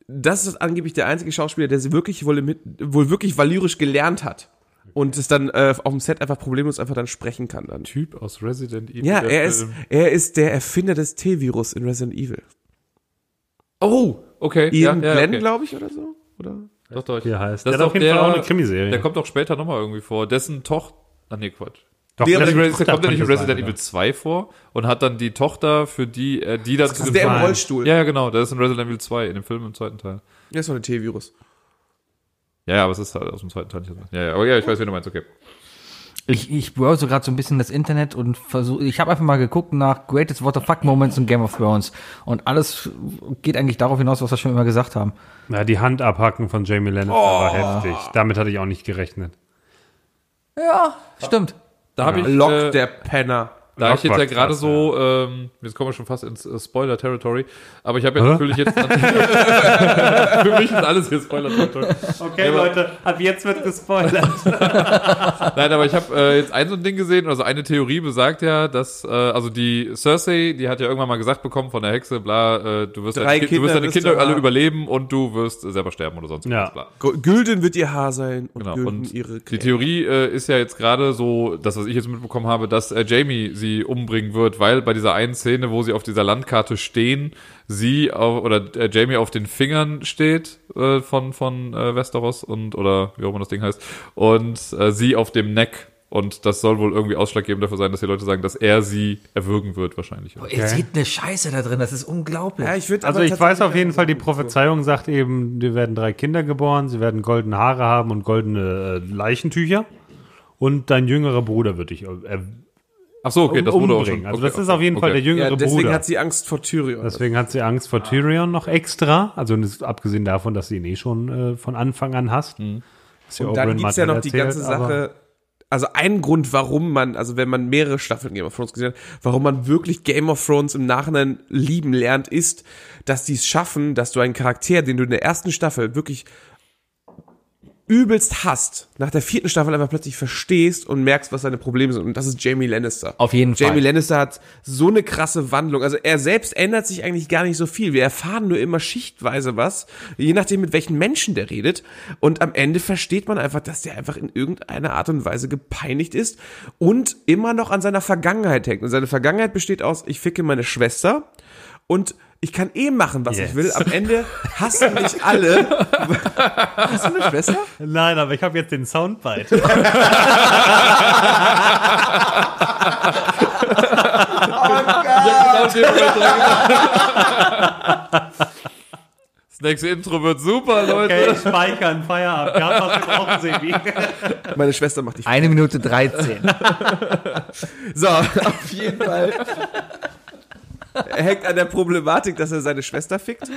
Speaker 1: das ist angeblich der einzige Schauspieler, der sie wirklich wohl, mit, wohl wirklich valyrisch gelernt hat. Und es dann äh, auf dem Set einfach problemlos einfach dann sprechen kann dann.
Speaker 4: Typ aus Resident Evil.
Speaker 1: Ja,
Speaker 4: der
Speaker 1: er ist,
Speaker 4: Film.
Speaker 1: er ist der Erfinder des T-Virus in Resident Evil.
Speaker 4: Oh, okay.
Speaker 1: Ian Glenn,
Speaker 4: okay.
Speaker 1: glaube ich, oder so? Oder?
Speaker 4: Doch, doch.
Speaker 2: Wie er heißt.
Speaker 4: Das
Speaker 2: Der
Speaker 4: ist
Speaker 2: hat
Speaker 4: auf jeden der, Fall auch eine Krimiserie.
Speaker 2: Der
Speaker 4: kommt auch später nochmal irgendwie vor. Dessen Tochter. Ah, nee, Quatsch.
Speaker 2: Doch,
Speaker 1: der-
Speaker 4: Der,
Speaker 1: der-
Speaker 4: der, kommt ja nicht
Speaker 2: könnte
Speaker 4: in
Speaker 2: sein,
Speaker 4: Resident
Speaker 2: ja.
Speaker 4: Evil 2 vor und hat dann die Tochter, für die, äh, die dann zu
Speaker 1: Das
Speaker 4: dem
Speaker 1: ist der im
Speaker 2: Fall.
Speaker 1: Rollstuhl.
Speaker 4: Ja, ja, genau. Der ist in Resident Evil 2, in dem Film im zweiten Teil.
Speaker 1: Der ist doch ein T-Virus.
Speaker 4: Ja, ja, aber es ist halt aus dem zweiten Teil. nicht- Ja, ja, aber ja, ich weiß, wie du meinst, okay.
Speaker 3: Ich, ich browse gerade so ein bisschen das Internet und versuche, ich habe einfach mal geguckt nach Greatest What the Fuck Moments in Game of Thrones. Und alles geht eigentlich darauf hinaus, was wir schon immer gesagt haben.
Speaker 2: Na, die Hand abhacken von Jamie Lannister war heftig. Damit hatte ich auch nicht gerechnet.
Speaker 3: Ja, stimmt.
Speaker 4: Da habe ich,
Speaker 1: Lock
Speaker 4: äh,
Speaker 1: der Penner.
Speaker 4: da ich jetzt ja
Speaker 2: Lockbox,
Speaker 4: gerade
Speaker 2: ja.
Speaker 4: so, ähm, jetzt kommen wir schon fast ins äh, Spoiler-Territory, aber ich habe ja
Speaker 2: Hä?
Speaker 4: natürlich jetzt, für mich ist alles hier Spoiler-Territory.
Speaker 2: Okay, Leute, ab jetzt wird gespoilert.
Speaker 4: Nein, aber ich habe äh, jetzt ein so ein Ding gesehen, also eine Theorie besagt ja, dass, äh, also die Cersei, die hat ja irgendwann mal gesagt bekommen von der Hexe, bla, äh, du wirst,
Speaker 1: Drei
Speaker 4: deine, Ki- du
Speaker 1: Kinder
Speaker 4: wirst deine
Speaker 1: wirst
Speaker 4: Kinder
Speaker 1: du
Speaker 4: alle
Speaker 1: haben.
Speaker 4: überleben und du wirst selber sterben oder sonst
Speaker 2: Ja.
Speaker 4: was, bla.
Speaker 1: Gülden wird ihr Haar sein und
Speaker 4: Genau.
Speaker 1: Gülden
Speaker 4: Und
Speaker 1: ihre
Speaker 4: die
Speaker 1: Krähen.
Speaker 4: Theorie äh, ist ja jetzt gerade so, das, was ich jetzt mitbekommen habe, dass äh, Jamie sie umbringen wird, weil bei dieser einen Szene, wo sie auf dieser Landkarte stehen, sie auf, oder äh, Jamie auf den Fingern steht äh, von, von äh, Westeros und oder wie auch immer das Ding heißt, und äh, sie auf dem Neck. Und das soll wohl irgendwie ausschlaggebend dafür sein, dass die Leute sagen, dass er sie erwürgen wird, wahrscheinlich.
Speaker 3: Ihr seht eine Scheiße da drin, das ist unglaublich.
Speaker 1: Ja, ich würd
Speaker 2: Also
Speaker 1: aber
Speaker 2: ich weiß auf
Speaker 1: tatsächlich-
Speaker 2: jeden Fall, die Prophezeiung sagt eben, die werden drei Kinder geboren, sie werden goldene Haare haben und goldene äh, Leichentücher. Und dein jüngerer Bruder wird dich äh, er-
Speaker 4: Ach so, okay, das wurde auch
Speaker 2: umbringen.
Speaker 4: schon.
Speaker 2: Also
Speaker 4: okay,
Speaker 2: das ist auf jeden
Speaker 4: okay.
Speaker 2: Fall der jüngere
Speaker 1: Ja, deswegen Ah.
Speaker 2: Bruder.
Speaker 1: hat sie Angst vor Tyrion.
Speaker 2: Deswegen hat sie Angst vor Tyrion noch extra. Also das ist abgesehen davon, dass sie ihn eh schon äh, von Anfang an hasst. Ist
Speaker 1: Mhm. Und
Speaker 2: Oberyn
Speaker 1: dann gibt's ja
Speaker 2: Martell
Speaker 1: noch die
Speaker 2: erzählt,
Speaker 1: ganze
Speaker 2: aber-
Speaker 1: Sache. Also ein Grund, warum man, also wenn man mehrere Staffeln Game of Thrones gesehen hat, warum man wirklich Game of Thrones im Nachhinein lieben lernt, ist, dass die es schaffen, dass du einen Charakter, den du in der ersten Staffel wirklich übelst hasst, nach der vierten Staffel einfach plötzlich verstehst und merkst, was seine Probleme sind. Und das ist Jamie Lannister.
Speaker 3: Auf jeden Fall.
Speaker 1: Jamie Lannister hat so eine krasse Wandlung. Also er selbst ändert sich eigentlich gar nicht so viel. Wir erfahren nur immer schichtweise was, je nachdem mit welchen Menschen der redet. Und am Ende versteht man einfach, dass der einfach in irgendeiner Art und Weise gepeinigt ist und immer noch an seiner Vergangenheit hängt. Und seine Vergangenheit besteht aus, ich ficke meine Schwester und ich kann eh machen, was ich
Speaker 2: Yes.
Speaker 1: will. Am Ende hassen mich alle. Hast du eine Schwester?
Speaker 2: Nein, aber ich habe jetzt den Soundbite.
Speaker 4: Genau den Moment dran gedacht. Das nächste Intro wird super, Leute.
Speaker 2: Okay, speichern, Feierabend. Wir haben was gebraucht, Sebi.
Speaker 1: Meine Schwester macht dich.
Speaker 3: Eine Minute 13.
Speaker 1: So, auf jeden Fall. Er hängt an der Problematik, dass er seine Schwester fickt.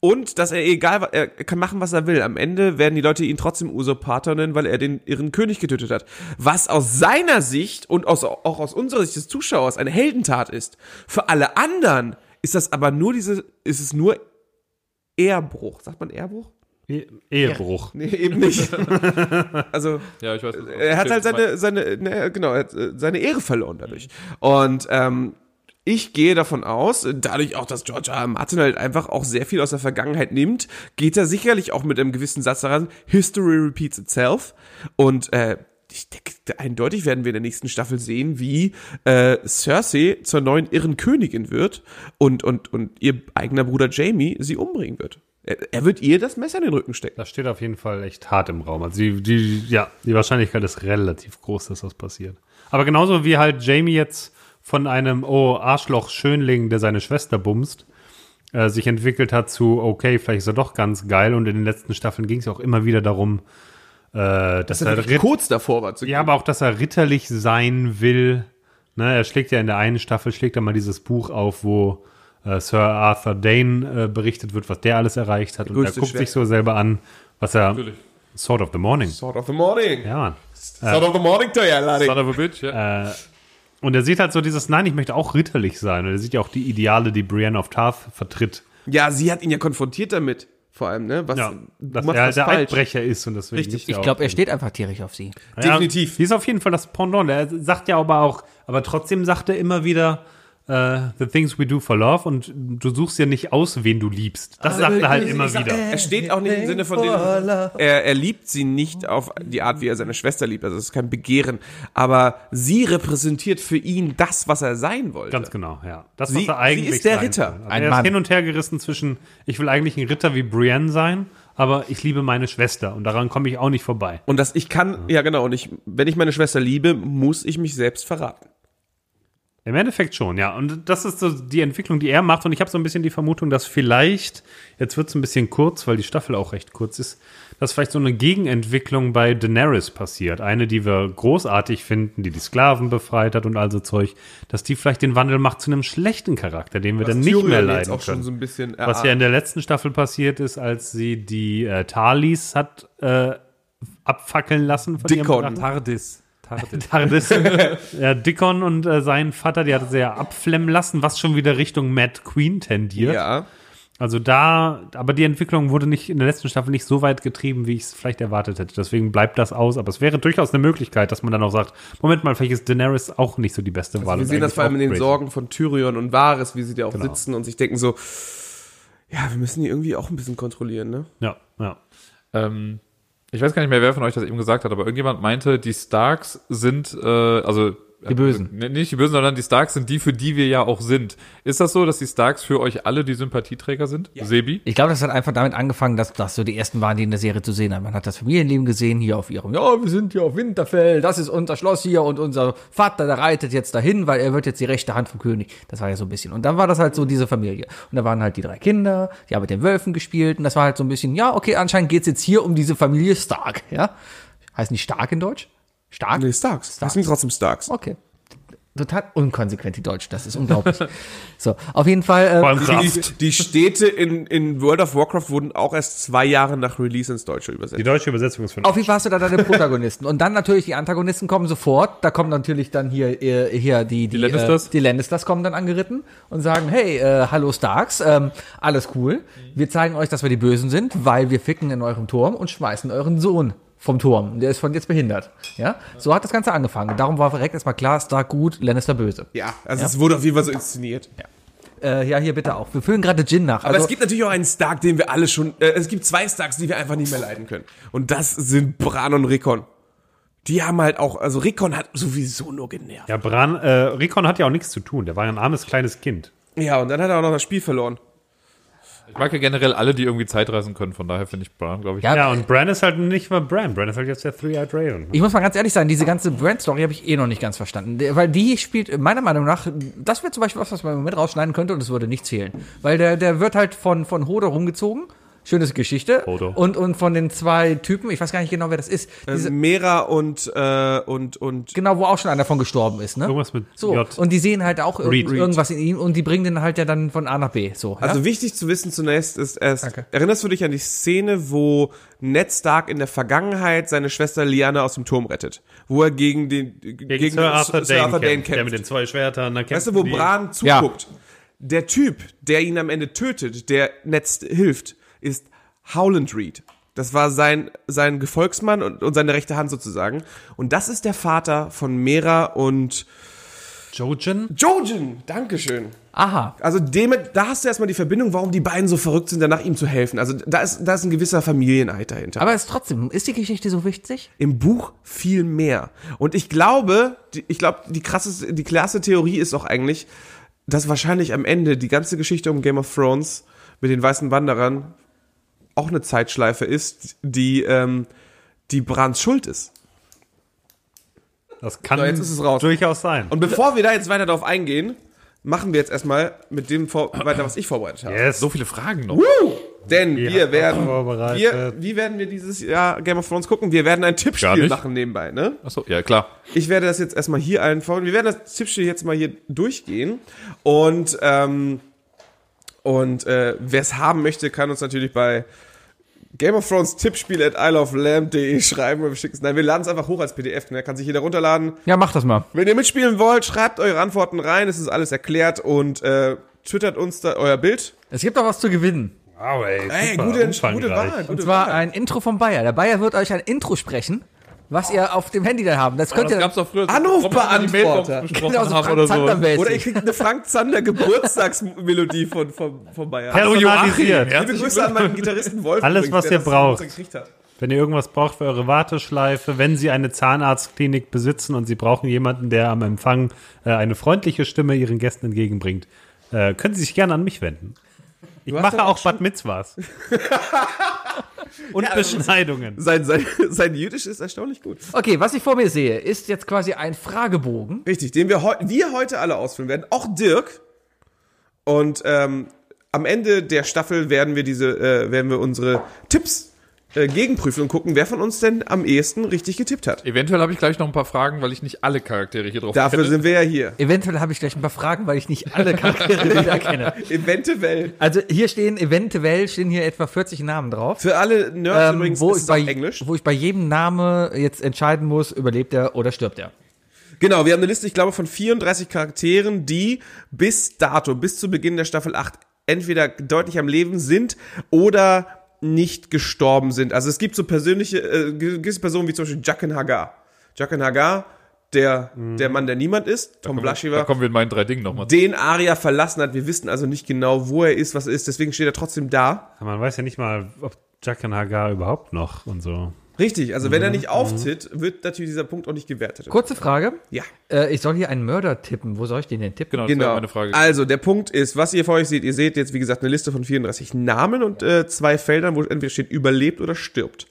Speaker 1: Und dass er egal, wa- er kann machen, was er will. Am Ende werden die Leute ihn trotzdem Usurpator nennen, weil er den, ihren König getötet hat. Was aus seiner Sicht und aus, auch aus unserer Sicht des Zuschauers eine Heldentat ist. Für alle anderen ist das aber nur diese, ist es nur Ehrbruch. Sagt man Ehrbruch?
Speaker 2: E Ehebruch.
Speaker 1: Nee, eben nicht. also,
Speaker 4: Ja, ich weiß. was-
Speaker 1: er hat halt
Speaker 4: was du
Speaker 1: seine, seine, ne, genau, er hat äh, seine Ehre verloren dadurch. Und ähm, ich gehe davon aus, dadurch auch, dass George R. R. Martin halt einfach auch sehr viel aus der Vergangenheit nimmt, geht er sicherlich auch mit einem gewissen Satz daran, History repeats itself. Und äh, ich denke, eindeutig werden wir in der nächsten Staffel sehen, wie äh, Cersei zur neuen irren Königin wird und, und, und ihr eigener Bruder Jamie sie umbringen wird. Er, er wird ihr das Messer in den Rücken stecken.
Speaker 2: Das steht auf jeden Fall echt hart im Raum. Also die, die, ja, die Wahrscheinlichkeit ist relativ groß, dass das passiert. Aber genauso wie halt Jamie jetzt von einem oh Arschloch Schönling, der seine Schwester bumst, äh, sich entwickelt hat zu okay, vielleicht ist er doch ganz geil. Und in den letzten Staffeln ging es auch immer wieder darum, äh, dass er
Speaker 1: Wirklich
Speaker 2: ritt,
Speaker 1: kurz davor war zu
Speaker 2: ja, aber auch, dass er ritterlich sein will. Ne, er schlägt ja in der einen Staffel, schlägt er mal dieses Buch auf, wo äh, Sir Arthur Dane äh, berichtet wird, was der alles erreicht hat. Und er
Speaker 1: größte
Speaker 2: guckt
Speaker 1: Schwert.
Speaker 2: sich so selber an, was er.
Speaker 4: Natürlich.
Speaker 2: Sword of the Morning.
Speaker 1: Sword of the Morning.
Speaker 2: Ja, Mann.
Speaker 1: Sword of the Morning, to you,
Speaker 4: meinst.
Speaker 1: Laddie.
Speaker 4: Son of a bitch, ja.
Speaker 3: Äh.
Speaker 2: Und er sieht halt so dieses, nein, ich möchte auch ritterlich sein. Und er sieht ja auch die Ideale, die Brienne of Tarth vertritt.
Speaker 1: Ja, sie hat ihn ja konfrontiert damit, vor allem, ne? Was,
Speaker 2: Ja,
Speaker 1: du
Speaker 2: dass
Speaker 1: machst
Speaker 2: er
Speaker 1: was
Speaker 2: halt der
Speaker 1: falsch.
Speaker 2: Altbrecher ist und deswegen.
Speaker 1: Richtig.
Speaker 2: gibt's ja
Speaker 3: Ich
Speaker 2: auch-
Speaker 3: glaube, er steht einfach tierisch auf sie.
Speaker 2: Ja,
Speaker 1: Definitiv.
Speaker 2: Die ist auf jeden Fall das Pendant. Er sagt ja aber auch, aber trotzdem sagt er immer wieder, äh, the things we do for love und du suchst ja nicht aus, wen du liebst.
Speaker 1: Ah,
Speaker 2: Das sagt er
Speaker 1: äh,
Speaker 2: halt immer wieder.
Speaker 3: äh,
Speaker 1: Er steht auch nicht im Sinne von dem, er, er liebt sie nicht auf die Art, wie er seine Schwester liebt, also es ist kein Begehren, aber sie repräsentiert für ihn das, was er sein wollte.
Speaker 2: Ganz genau, ja. Das
Speaker 1: Sie-
Speaker 2: was er eigentlich
Speaker 1: sie ist der
Speaker 2: sein
Speaker 1: Ritter,
Speaker 2: soll. Also
Speaker 3: ein
Speaker 2: er
Speaker 3: Mann.
Speaker 2: ist hin und her gerissen zwischen, ich will eigentlich ein Ritter wie Brienne sein, aber ich liebe meine Schwester und daran komme ich auch nicht vorbei.
Speaker 1: Und das, ich kann, ja genau, und ich, wenn ich meine Schwester liebe, muss ich mich selbst verraten.
Speaker 2: Im Endeffekt schon, ja. Und das ist so die Entwicklung, die er macht. Und ich habe so ein bisschen die Vermutung, dass vielleicht, jetzt wird es ein bisschen kurz, weil die Staffel auch recht kurz ist, dass vielleicht so eine Gegenentwicklung bei Daenerys passiert. Eine, die wir großartig finden, die die Sklaven befreit hat und all so Zeug, dass die vielleicht den Wandel macht zu einem schlechten Charakter, den wir dann nicht mehr
Speaker 1: Tyrion
Speaker 2: leiden
Speaker 1: jetzt auch
Speaker 2: können.
Speaker 1: schon so ein bisschen
Speaker 2: Was ja in der letzten Staffel passiert ist, als sie die äh, Talis hat äh, abfackeln lassen von
Speaker 1: Dickon.
Speaker 2: ihrem Drachen.
Speaker 5: Tardis. Tardis.
Speaker 2: Tardis. ja, Dickon und äh, sein Vater, die hatte sie ja abflemmen lassen, was schon wieder Richtung Mad Queen tendiert.
Speaker 1: ja,
Speaker 2: Also da, aber die Entwicklung wurde nicht in der letzten Staffel nicht so weit getrieben, wie ich es vielleicht erwartet hätte. Deswegen bleibt das aus. Aber es wäre durchaus eine Möglichkeit, dass man dann auch sagt, Moment mal, vielleicht ist Daenerys auch nicht so die beste
Speaker 1: Also
Speaker 2: Wahl.
Speaker 1: wir
Speaker 2: und
Speaker 1: sehen das
Speaker 2: eigentlich
Speaker 1: vor allem in
Speaker 2: auch
Speaker 1: den
Speaker 2: Brave.
Speaker 1: Sorgen von Tyrion und Varys, wie sie da auch
Speaker 2: Genau.
Speaker 1: sitzen und sich denken so, ja, wir müssen die irgendwie auch ein bisschen kontrollieren, ne?
Speaker 2: Ja, ja.
Speaker 4: Ähm, ich weiß gar nicht mehr, wer von euch das eben gesagt hat, aber irgendjemand meinte, die Starks sind, äh, also die
Speaker 3: Bösen.
Speaker 4: Nicht die Bösen, sondern die Starks sind die, für die wir ja auch sind. Ist das so, dass die Starks für euch alle die Sympathieträger sind? Sebi?
Speaker 3: Ich glaube, das hat einfach damit angefangen, dass das so die ersten waren, die in der Serie zu sehen haben. Man hat das Familienleben gesehen, hier auf ihrem, ja, wir sind hier auf Winterfell, das ist unser Schloss hier und unser Vater, der reitet jetzt dahin, weil er wird jetzt die rechte Hand vom König. Das war ja so ein bisschen. Und dann war das halt so diese Familie. Und da waren halt die drei Kinder, die haben mit den Wölfen gespielt und das war halt so ein bisschen, ja, okay, anscheinend geht's jetzt hier um diese Familie Stark, ja. Heißt nicht Stark in Deutsch? Stark?
Speaker 1: Nee, Starks. Das sind trotzdem Starks.
Speaker 3: Okay. Total unkonsequent, die Deutschen, das ist unglaublich. so, auf jeden Fall. äh,
Speaker 2: Vor allem
Speaker 1: Die,
Speaker 2: Kraft.
Speaker 1: die Städte in, in World of Warcraft wurden auch erst zwei Jahre nach Release ins Deutsche
Speaker 2: Die
Speaker 1: übersetzt.
Speaker 2: deutsche Übersetzung ist von
Speaker 3: Auf jeden Fall hast du da deine Protagonisten. Und dann natürlich die Antagonisten kommen sofort. Da kommen natürlich dann hier, äh, hier die, die,
Speaker 4: Lannisters?
Speaker 3: Äh, die Lannisters kommen dann angeritten und sagen, hey, äh, hallo Starks, ähm, alles cool. Wir zeigen euch, dass wir die Bösen sind, weil wir ficken in eurem Turm und schmeißen euren Sohn vom Turm. Der ist von jetzt behindert. Ja, so hat das Ganze angefangen. Und darum war direkt erstmal klar, Stark gut, Lannister böse.
Speaker 1: Ja, also es wurde auf jeden Fall so inszeniert. Also
Speaker 3: Äh, ja, hier bitte auch. Wir füllen gerade Gin nach. Also,
Speaker 1: Aber es gibt natürlich auch einen Stark, den wir alle schon, äh, es gibt zwei Starks, die wir einfach nicht mehr leiden können. Und das sind Bran und Rickon. Die haben halt auch, also Rickon hat sowieso nur genervt.
Speaker 2: Ja, Bran, äh, Recon hat ja auch nichts zu tun. Der war ja ein armes kleines Kind.
Speaker 1: Ja, und dann hat er auch noch das Spiel verloren.
Speaker 4: Ich mag ja generell alle, die irgendwie Zeitreisen können, von daher finde ich Bran, glaube ich.
Speaker 3: Ja,
Speaker 2: Ja, und Bran ist halt nicht mal Bran. Bran ist halt jetzt der Three-Eyed Raven.
Speaker 3: Ich muss mal ganz ehrlich sein, diese ganze Brand-Story habe ich eh noch nicht ganz verstanden. Der- Weil die spielt, meiner Meinung nach, das wäre zum Beispiel was, was man mit rausschneiden könnte und es würde nicht zählen. Weil der, der wird halt von, von Hodor rumgezogen. Schönes Geschichte.
Speaker 2: Hodor.
Speaker 3: Und, und von den zwei Typen, ich weiß gar nicht genau, wer das ist. Diese,
Speaker 1: Mera und, äh, und, und,
Speaker 3: genau, wo auch schon einer von gestorben ist, ne?
Speaker 2: Irgendwas mit
Speaker 3: so,
Speaker 2: J.
Speaker 3: und die sehen halt auch
Speaker 2: Reed.
Speaker 3: irgend, irgendwas in ihm und die bringen den halt ja dann von A nach B. So, ja?
Speaker 1: Also wichtig zu wissen zunächst ist erst,
Speaker 3: Danke.
Speaker 1: erinnerst du dich an die Szene, wo Ned Stark in der Vergangenheit seine Schwester Lyanna aus dem Turm rettet? Wo er gegen den gegen,
Speaker 2: Der mit den zwei Schwertern. Dann
Speaker 1: Weißt du, wo
Speaker 2: kämpfen die-
Speaker 1: Bran zuguckt? Der Typ, der ihn am Ende tötet, der Ned st- hilft, ist Howland Reed. Das war sein, sein Gefolgsmann und, und seine rechte Hand sozusagen. Und das ist der Vater von Mera und
Speaker 2: Jojen?
Speaker 1: Jojen. Dankeschön.
Speaker 3: Aha.
Speaker 1: Also dem, da hast du erstmal die Verbindung, warum die beiden so verrückt sind, danach ihm zu helfen. Also da ist, da ist ein gewisser Familieneid dahinter.
Speaker 3: Aber ist trotzdem, ist die Geschichte so wichtig?
Speaker 1: Im Buch viel mehr. Und ich glaube, die, ich glaube, die krasseste, die klarste Theorie ist auch eigentlich, dass wahrscheinlich am Ende die ganze Geschichte um Game of Thrones mit den weißen Wanderern auch eine Zeitschleife ist, die, ähm, die Brands Schuld ist.
Speaker 2: Das kann
Speaker 1: So, jetzt ist es raus.
Speaker 2: durchaus sein.
Speaker 1: Und bevor wir da jetzt weiter drauf eingehen, machen wir jetzt erstmal mit dem vor weiter, was ich vorbereitet habe.
Speaker 2: yes.
Speaker 4: So viele Fragen noch.
Speaker 1: Woo! Denn
Speaker 2: Wir haben
Speaker 1: wir werden,
Speaker 2: vorbereitet.
Speaker 1: wir, wie werden wir dieses Jahr Game of Thrones gucken? Wir werden ein
Speaker 4: Gar
Speaker 1: Tippspiel
Speaker 4: nicht.
Speaker 1: machen nebenbei, ne?
Speaker 4: Achso, ja klar.
Speaker 1: Ich werde das jetzt erstmal hier allen folgen. Wir werden das Tippspiel jetzt mal hier durchgehen. Und, ähm, und äh, wer es haben möchte, kann uns natürlich bei Game of Thrones Tippspiel at isleoflamb.de schreiben oder schicken. Nein, wir laden es einfach hoch als PDF. Ne? Kann sich jeder runterladen.
Speaker 3: Ja, mach das mal.
Speaker 1: Wenn ihr mitspielen wollt, schreibt eure Antworten rein. Es ist alles erklärt und äh, twittert uns da euer Bild.
Speaker 3: Es gibt doch was zu gewinnen.
Speaker 2: Wow, ey,
Speaker 1: Ey,
Speaker 2: super,
Speaker 1: gute, gute
Speaker 2: umfangreich.
Speaker 1: Wahl.
Speaker 3: Und
Speaker 1: Gute
Speaker 3: zwar
Speaker 1: Wahl.
Speaker 3: ein Intro vom Bayer. Der Bayer wird euch ein Intro sprechen, was ihr auf dem Handy dann haben. Das könnt
Speaker 4: Das
Speaker 3: ihr
Speaker 4: gab's doch früher.
Speaker 1: Anrufbeantworter.
Speaker 4: Die Mailbox besprochen
Speaker 3: genau so
Speaker 4: haben oder so.
Speaker 3: Zander-mäßig.
Speaker 1: Oder ihr kriegt eine Frank Zander Geburtstagsmelodie von, von, von Bayern.
Speaker 2: Personalisiert.
Speaker 1: Liebe Grüße an meinen Gitarristen Wolf.
Speaker 2: Alles, was
Speaker 1: der
Speaker 2: ihr
Speaker 1: das
Speaker 2: braucht.
Speaker 1: gekriegt hat.
Speaker 2: Wenn ihr irgendwas braucht für eure Warteschleife, wenn Sie eine Zahnarztklinik besitzen und Sie brauchen jemanden, der am Empfang äh, eine freundliche Stimme Ihren Gästen entgegenbringt, äh, können Sie sich gerne an mich wenden. Ich
Speaker 1: hast doch
Speaker 2: mache
Speaker 1: auch
Speaker 2: auch Bad Mitzvahs. und Beschneidungen.
Speaker 1: Sein, sein, sein Jüdisch ist erstaunlich gut.
Speaker 3: Okay, was ich vor mir sehe, ist jetzt quasi ein Fragebogen.
Speaker 1: Richtig, den wir, heu wir heute alle ausfüllen werden. Auch Dirk. Und ähm, am Ende der Staffel werden wir diese, äh, werden wir unsere Tipps äh, gegenprüfen und gucken, wer von uns denn am ehesten richtig getippt hat.
Speaker 4: Eventuell habe ich gleich noch ein paar Fragen, weil ich nicht alle Charaktere hier drauf
Speaker 1: Dafür
Speaker 4: kenne.
Speaker 1: sind wir ja hier.
Speaker 3: Eventuell habe ich gleich ein paar Fragen, weil ich nicht alle Charaktere wieder kenne.
Speaker 1: Eventuell.
Speaker 3: Also hier stehen eventuell stehen hier etwa 40 Namen drauf. Ähm,
Speaker 1: Für alle Nerds übrigens
Speaker 3: wo,
Speaker 1: ist
Speaker 3: ich
Speaker 1: es auf
Speaker 3: bei,
Speaker 1: Englisch.
Speaker 3: wo ich bei jedem Name jetzt entscheiden muss, überlebt er oder stirbt er.
Speaker 1: Genau, wir haben eine Liste, ich glaube, von 34 Charakteren, die bis dato, bis zu Beginn der Staffel 8 entweder deutlich am Leben sind oder nicht gestorben sind. Also es gibt so persönliche, äh, gewisse Personen wie zum Beispiel Jacken Hagar. Jacken Hagar, der, der Mann, der niemand ist, Tom
Speaker 4: Mhm. Da
Speaker 1: Blaschiva,
Speaker 4: kommen wir in meinen drei Dingen nochmal zu.
Speaker 1: den Aria verlassen hat. Wir wissen also nicht genau, wo er ist, was er ist, deswegen steht er trotzdem da.
Speaker 2: Man weiß ja nicht mal, ob Jack und Hagar überhaupt noch und so.
Speaker 1: Richtig, also
Speaker 4: Mhm.
Speaker 1: wenn er nicht auftritt, wird natürlich dieser Punkt auch nicht gewertet.
Speaker 3: Kurze Frage.
Speaker 1: Ja.
Speaker 3: Äh, ich soll hier einen Mörder tippen. Wo soll ich den denn tippen?
Speaker 4: Genau, das wäre
Speaker 1: Genau.
Speaker 4: meine Frage.
Speaker 1: Also, der Punkt ist, was ihr vor euch seht, ihr seht jetzt, wie gesagt, eine Liste von 34 Namen und äh, zwei Feldern, wo entweder steht überlebt oder stirbt.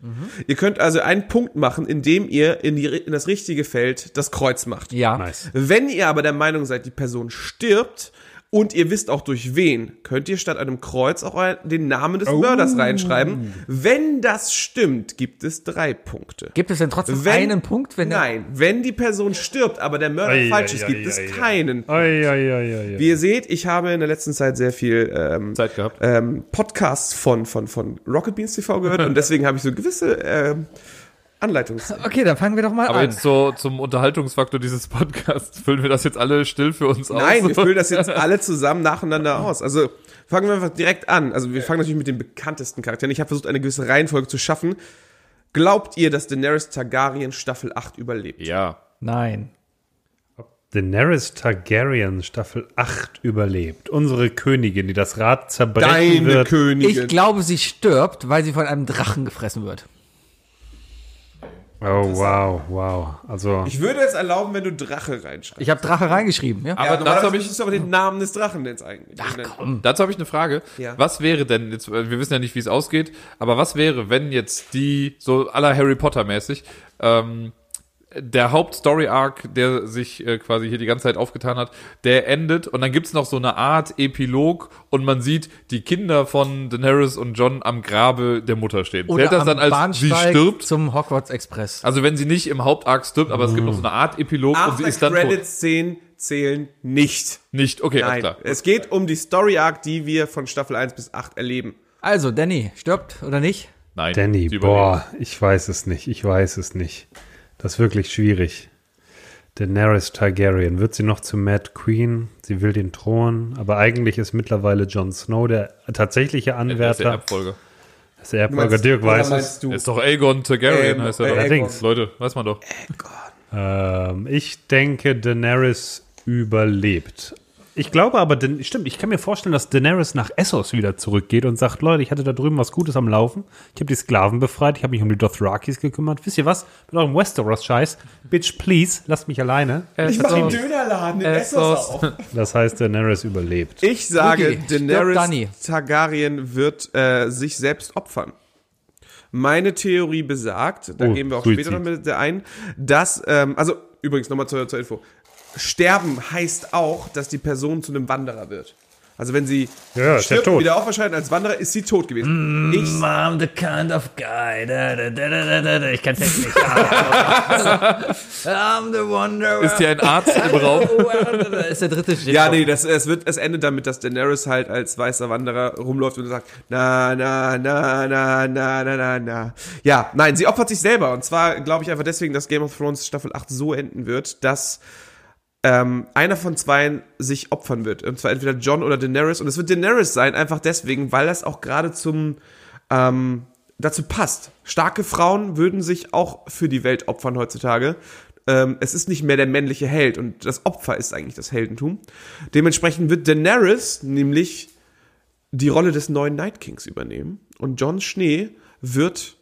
Speaker 1: Ihr könnt also einen Punkt machen, indem ihr in, die, in das richtige Feld das Kreuz macht.
Speaker 3: Ja.
Speaker 2: Nice.
Speaker 1: Wenn ihr aber der Meinung seid, die Person stirbt und ihr wisst auch durch wen, könnt ihr statt einem Kreuz auch eu- den Namen des Mörders reinschreiben. Wenn das stimmt, gibt es drei Punkte.
Speaker 3: Gibt es denn trotzdem
Speaker 1: Wenn-
Speaker 3: einen Punkt, wenn er
Speaker 1: Nein, wenn die Person stirbt, aber der Mörder
Speaker 2: Ei,
Speaker 1: falsch
Speaker 2: ei,
Speaker 1: ist,
Speaker 2: ei,
Speaker 1: gibt es
Speaker 2: ei, ei.
Speaker 1: keinen
Speaker 2: Oi, oi, oi, oi, oi.
Speaker 1: wie ihr seht, ich habe in der letzten Zeit sehr viel ähm,
Speaker 4: Zeit gehabt.
Speaker 1: ähm, Podcasts von, von, von Rocket Beans TV gehört und deswegen habe ich so gewisse ähm, Anleitungs...
Speaker 4: Oh.
Speaker 3: Okay, dann fangen wir doch mal
Speaker 4: Aber
Speaker 3: an.
Speaker 4: jetzt so zum Unterhaltungsfaktor dieses Podcasts füllen wir das jetzt alle still für uns aus.
Speaker 1: Nein, wir füllen das jetzt alle zusammen nacheinander aus. Also fangen wir einfach direkt an. Also wir fangen natürlich mit den bekanntesten Charakteren. Ich habe versucht, eine gewisse Reihenfolge zu schaffen. Glaubt ihr, dass Daenerys Targaryen Staffel 8 überlebt?
Speaker 4: Ja.
Speaker 3: Nein.
Speaker 2: Daenerys Targaryen Staffel 8 überlebt. Unsere Königin, die das Rad zerbrechen wird.
Speaker 1: Königin.
Speaker 3: Ich glaube, sie stirbt, weil sie von einem Drachen gefressen wird.
Speaker 2: oh, wow, wow. Also,
Speaker 1: ich würde es erlauben, wenn du Drache reinschreibst.
Speaker 3: Ich habe Drache reingeschrieben, ja?
Speaker 4: Aber dazu habe
Speaker 1: normalerweise
Speaker 4: ich,
Speaker 1: müsstest du aber den Namen des Drachen jetzt eigentlich. Ach
Speaker 4: ne.
Speaker 1: komm.
Speaker 4: dazu habe ich eine Frage.
Speaker 1: Ja.
Speaker 4: Was wäre denn, jetzt, äh, wir wissen ja nicht, wie es ausgeht, aber was wäre, wenn jetzt die, so aller Harry Potter mäßig, ähm, der Hauptstory-Arc, der sich äh, quasi hier die ganze Zeit aufgetan hat, der endet und dann gibt's noch so eine Art Epilog und man sieht die Kinder von Daenerys und John am Grabe der Mutter stehen. Zählt
Speaker 3: am
Speaker 4: das dann als, sie
Speaker 3: Bahnsteig
Speaker 4: stirbt?
Speaker 3: zum Hogwarts Express.
Speaker 4: Also wenn sie nicht im Hauptarc stirbt, aber es gibt noch so eine Art Epilog und sie ist dann tot.
Speaker 1: After-Credit-Szenen zählen nicht.
Speaker 4: nicht. Okay,
Speaker 1: Nein,
Speaker 4: alles klar.
Speaker 1: es geht um die Story-Arc, die wir von Staffel 1 bis 8 erleben.
Speaker 3: Also, Danny, stirbt oder nicht?
Speaker 4: Nein.
Speaker 2: Danny,
Speaker 4: sie überlebt.
Speaker 2: boah, ich weiß es nicht, ich weiß es nicht. Das ist wirklich schwierig. Daenerys Targaryen, wird sie noch zu Mad Queen? Sie will den Thron, aber eigentlich ist mittlerweile Jon Snow der tatsächliche
Speaker 4: Das ist der
Speaker 2: Anwärter.
Speaker 4: Erbfolge.
Speaker 2: Das ist der Erbfolger Dirk
Speaker 1: oder
Speaker 2: weiß es.
Speaker 1: meinst du?
Speaker 4: Ist doch Aegon Targaryen,
Speaker 1: Ähm,
Speaker 4: heißt er
Speaker 1: äh,
Speaker 4: doch.
Speaker 2: Allerdings.
Speaker 4: Leute, weiß man doch.
Speaker 2: Ähm, ich denke, Daenerys überlebt. Ich glaube aber, Dan- stimmt, ich kann mir vorstellen, dass Daenerys nach Essos wieder zurückgeht und sagt, Leute, ich hatte da drüben was Gutes am Laufen. Ich habe die Sklaven befreit, ich habe mich um die Dothrakis gekümmert. Wisst ihr was? Mit eurem Westeros-Scheiß. Bitch, please, lasst mich alleine.
Speaker 4: Äh,
Speaker 1: Ich mach
Speaker 4: also
Speaker 1: den Dönerladen in Essos auf.
Speaker 2: Das heißt, Daenerys überlebt.
Speaker 1: Ich sage,
Speaker 3: Rudi, stirb Dani.
Speaker 1: Daenerys Targaryen wird äh, sich selbst opfern. Meine Theorie besagt, da
Speaker 2: Oh,
Speaker 1: gehen wir auch
Speaker 2: Suizid.
Speaker 1: später noch mit ein, dass, ähm, also übrigens nochmal zur, zur Info, sterben heißt auch, dass die Person zu einem Wanderer wird. Also wenn sie
Speaker 2: Ja, ist ja
Speaker 1: stirbt,
Speaker 2: tot.
Speaker 1: wieder auferscheint als Wanderer, ist sie tot gewesen. Ich,
Speaker 5: I'm the kind of guy. Da, da, da, da, da, da. Ich kann's jetzt nicht. I'm the wonder. Oh,
Speaker 4: Ist hier ein Arzt im Raum?
Speaker 5: Das ist der dritte Shit.
Speaker 1: ja, nee, das, es, wird, es endet damit, dass Daenerys halt als weißer Wanderer rumläuft und sagt, na, na, na, na, na, na, na, na. Ja, nein, sie opfert sich selber. Und zwar glaube ich einfach deswegen, dass Game of Thrones Staffel 8 so enden wird, dass ähm, einer von zweien sich opfern wird. Und zwar entweder John oder Daenerys. Und es wird Daenerys sein, einfach deswegen, weil das auch gerade zum ähm, dazu passt. Starke Frauen würden sich auch für die Welt opfern heutzutage. Ähm, es ist nicht mehr der männliche Held und das Opfer ist eigentlich das Heldentum. Dementsprechend wird Daenerys nämlich die Rolle des neuen Night Kings übernehmen und Jon Schnee wird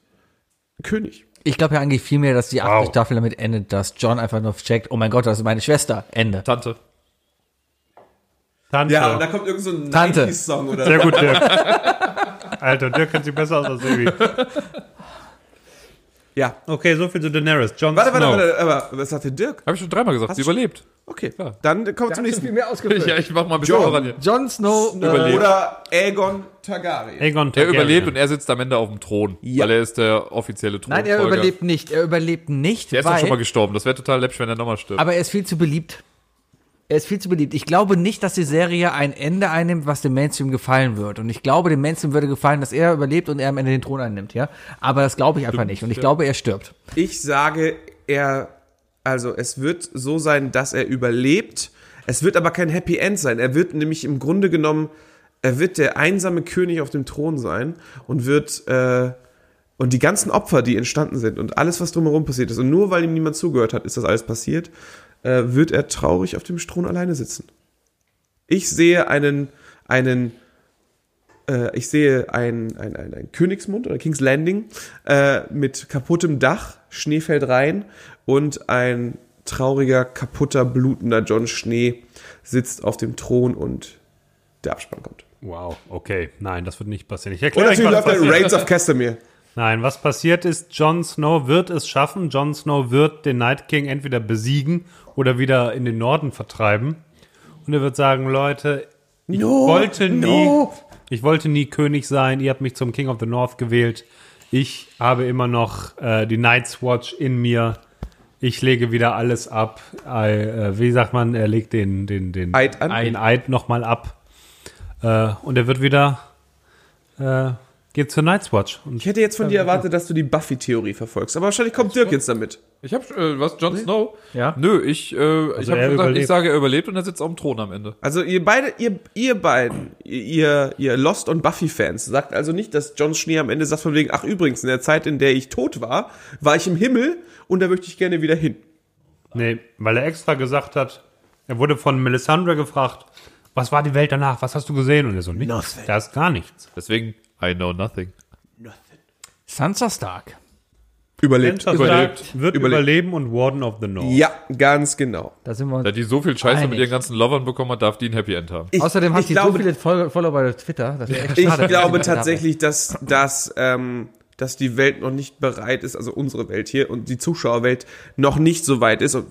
Speaker 1: König.
Speaker 3: Ich glaube ja eigentlich vielmehr, dass die achte
Speaker 2: Wow.
Speaker 3: Staffel damit endet, dass John einfach nur checkt, oh mein Gott, das ist meine Schwester. Ende.
Speaker 4: Tante.
Speaker 2: Tante.
Speaker 1: Ja, und da kommt irgend so ein
Speaker 3: Tante.
Speaker 1: 90s-Song oder
Speaker 2: Sehr gut, Dirk. Alter, Dirk kennt sie besser aus als Baby.
Speaker 1: Ja.
Speaker 2: Okay, so viel zu Daenerys. Jon
Speaker 1: Warte, warte,
Speaker 2: Snow.
Speaker 1: warte, aber was sagt denn Dirk?
Speaker 4: Habe ich schon dreimal gesagt, sie überlebt.
Speaker 1: Okay, dann kommen wir zum nächsten.
Speaker 3: mehr ausgefüllt.
Speaker 4: Ja, ich mach mal ein bisschen
Speaker 1: John.
Speaker 4: voran hier.
Speaker 3: Jon Snow
Speaker 4: Überlebt.
Speaker 1: Oder Aegon Targaryen.
Speaker 2: Aegon
Speaker 4: Er
Speaker 2: Targaryen.
Speaker 4: überlebt und er sitzt am Ende auf dem Thron,
Speaker 1: Ja.
Speaker 4: weil er ist der offizielle Thron.
Speaker 3: Nein, er überlebt nicht. Er überlebt nicht,
Speaker 4: Der ist doch
Speaker 3: weil,
Speaker 4: schon mal gestorben. Das wäre total läppisch, wenn er nochmal stirbt.
Speaker 3: aber er ist viel zu beliebt. Er ist viel zu beliebt. Ich glaube nicht, dass die Serie ein Ende einnimmt, was dem Mainstream gefallen wird. Und ich glaube, dem Mainstream würde gefallen, dass er überlebt und er am Ende den Thron einnimmt, ja. Aber das glaube ich einfach nicht. Und ich glaube, er stirbt.
Speaker 1: Ich sage, er, also es wird so sein, dass er überlebt. Es wird aber kein Happy End sein. Er wird nämlich im Grunde genommen, er wird der einsame König auf dem Thron sein und wird, äh, und die ganzen Opfer, die entstanden sind und alles, was drumherum passiert ist, und nur weil ihm niemand zugehört hat, ist das alles passiert, äh, wird er traurig auf dem Thron alleine sitzen. Ich sehe einen, einen, äh, ich sehe ein, ein, ein, ein Königsmund oder King's Landing äh, mit kaputtem Dach, Schnee fällt rein und ein trauriger, kaputter, blutender John Schnee sitzt auf dem Thron und der Abspann kommt.
Speaker 2: Wow, okay. Nein, das wird nicht passieren. Ich
Speaker 1: Und
Speaker 2: erkläre euch,
Speaker 1: natürlich läuft
Speaker 2: was
Speaker 1: der
Speaker 2: passiert.
Speaker 1: Reigns of Castamere.
Speaker 2: Nein, was passiert ist, Jon Snow wird es schaffen. Jon Snow wird den Night King entweder besiegen oder wieder in den Norden vertreiben. Und er wird sagen, Leute, ich
Speaker 1: Oh,
Speaker 2: wollte nie, ich wollte nie König sein. Ihr habt mich zum King of the North gewählt. Ich habe immer noch äh, die Night's Watch in mir. Ich lege wieder alles ab. I, äh, wie sagt man? Er legt den den den
Speaker 1: Eid an.
Speaker 2: den Eid nochmal ab. Äh, und er wird wieder äh, geht zur Night's Watch und
Speaker 1: Ich hätte jetzt von dir erwartet, dass du die Buffy-Theorie verfolgst, aber wahrscheinlich kommt Dirk jetzt damit.
Speaker 4: Ich hab, äh, was, Jon Snow?
Speaker 3: Ja.
Speaker 4: Nö, ich, äh, ich, hab
Speaker 2: Also er
Speaker 4: gesagt, ich
Speaker 2: überlebt.
Speaker 4: sage, er überlebt und er sitzt auf dem Thron am Ende.
Speaker 1: Also ihr beide, ihr, ihr beiden, ihr, ihr Lost und Buffy-Fans, sagt also nicht, dass John Schnee am Ende sagt von wegen, ach übrigens, in der Zeit, in der ich tot war, war ich im Himmel und da möchte ich gerne wieder hin.
Speaker 2: Nee, weil er extra gesagt hat, er wurde von Melisandre gefragt, was war die Welt danach? Was hast du gesehen? Und er so, nichts. Da ist gar nichts.
Speaker 4: Deswegen, I know nothing.
Speaker 3: Sansa Stark.
Speaker 1: Überlebt.
Speaker 2: Überlebt.
Speaker 1: Überlebt.
Speaker 2: Wird überleben und Warden of the North.
Speaker 1: Ja, ganz genau.
Speaker 3: Da sind wir uns
Speaker 4: Da die so viel Scheiße mit
Speaker 3: Einig.
Speaker 4: ihren ganzen Lovern bekommen hat, darf die ein Happy End haben.
Speaker 1: Ich,
Speaker 3: Außerdem hat
Speaker 1: ich
Speaker 3: sie so
Speaker 1: glaube,
Speaker 3: viele Fol- Follower bei Twitter. Das ist echt
Speaker 1: Ich
Speaker 3: schade, dass
Speaker 1: glaube
Speaker 3: sie da
Speaker 1: tatsächlich, dass, dass, ähm, dass die Welt noch nicht bereit ist, also unsere Welt hier und die Zuschauerwelt noch nicht so weit ist, und,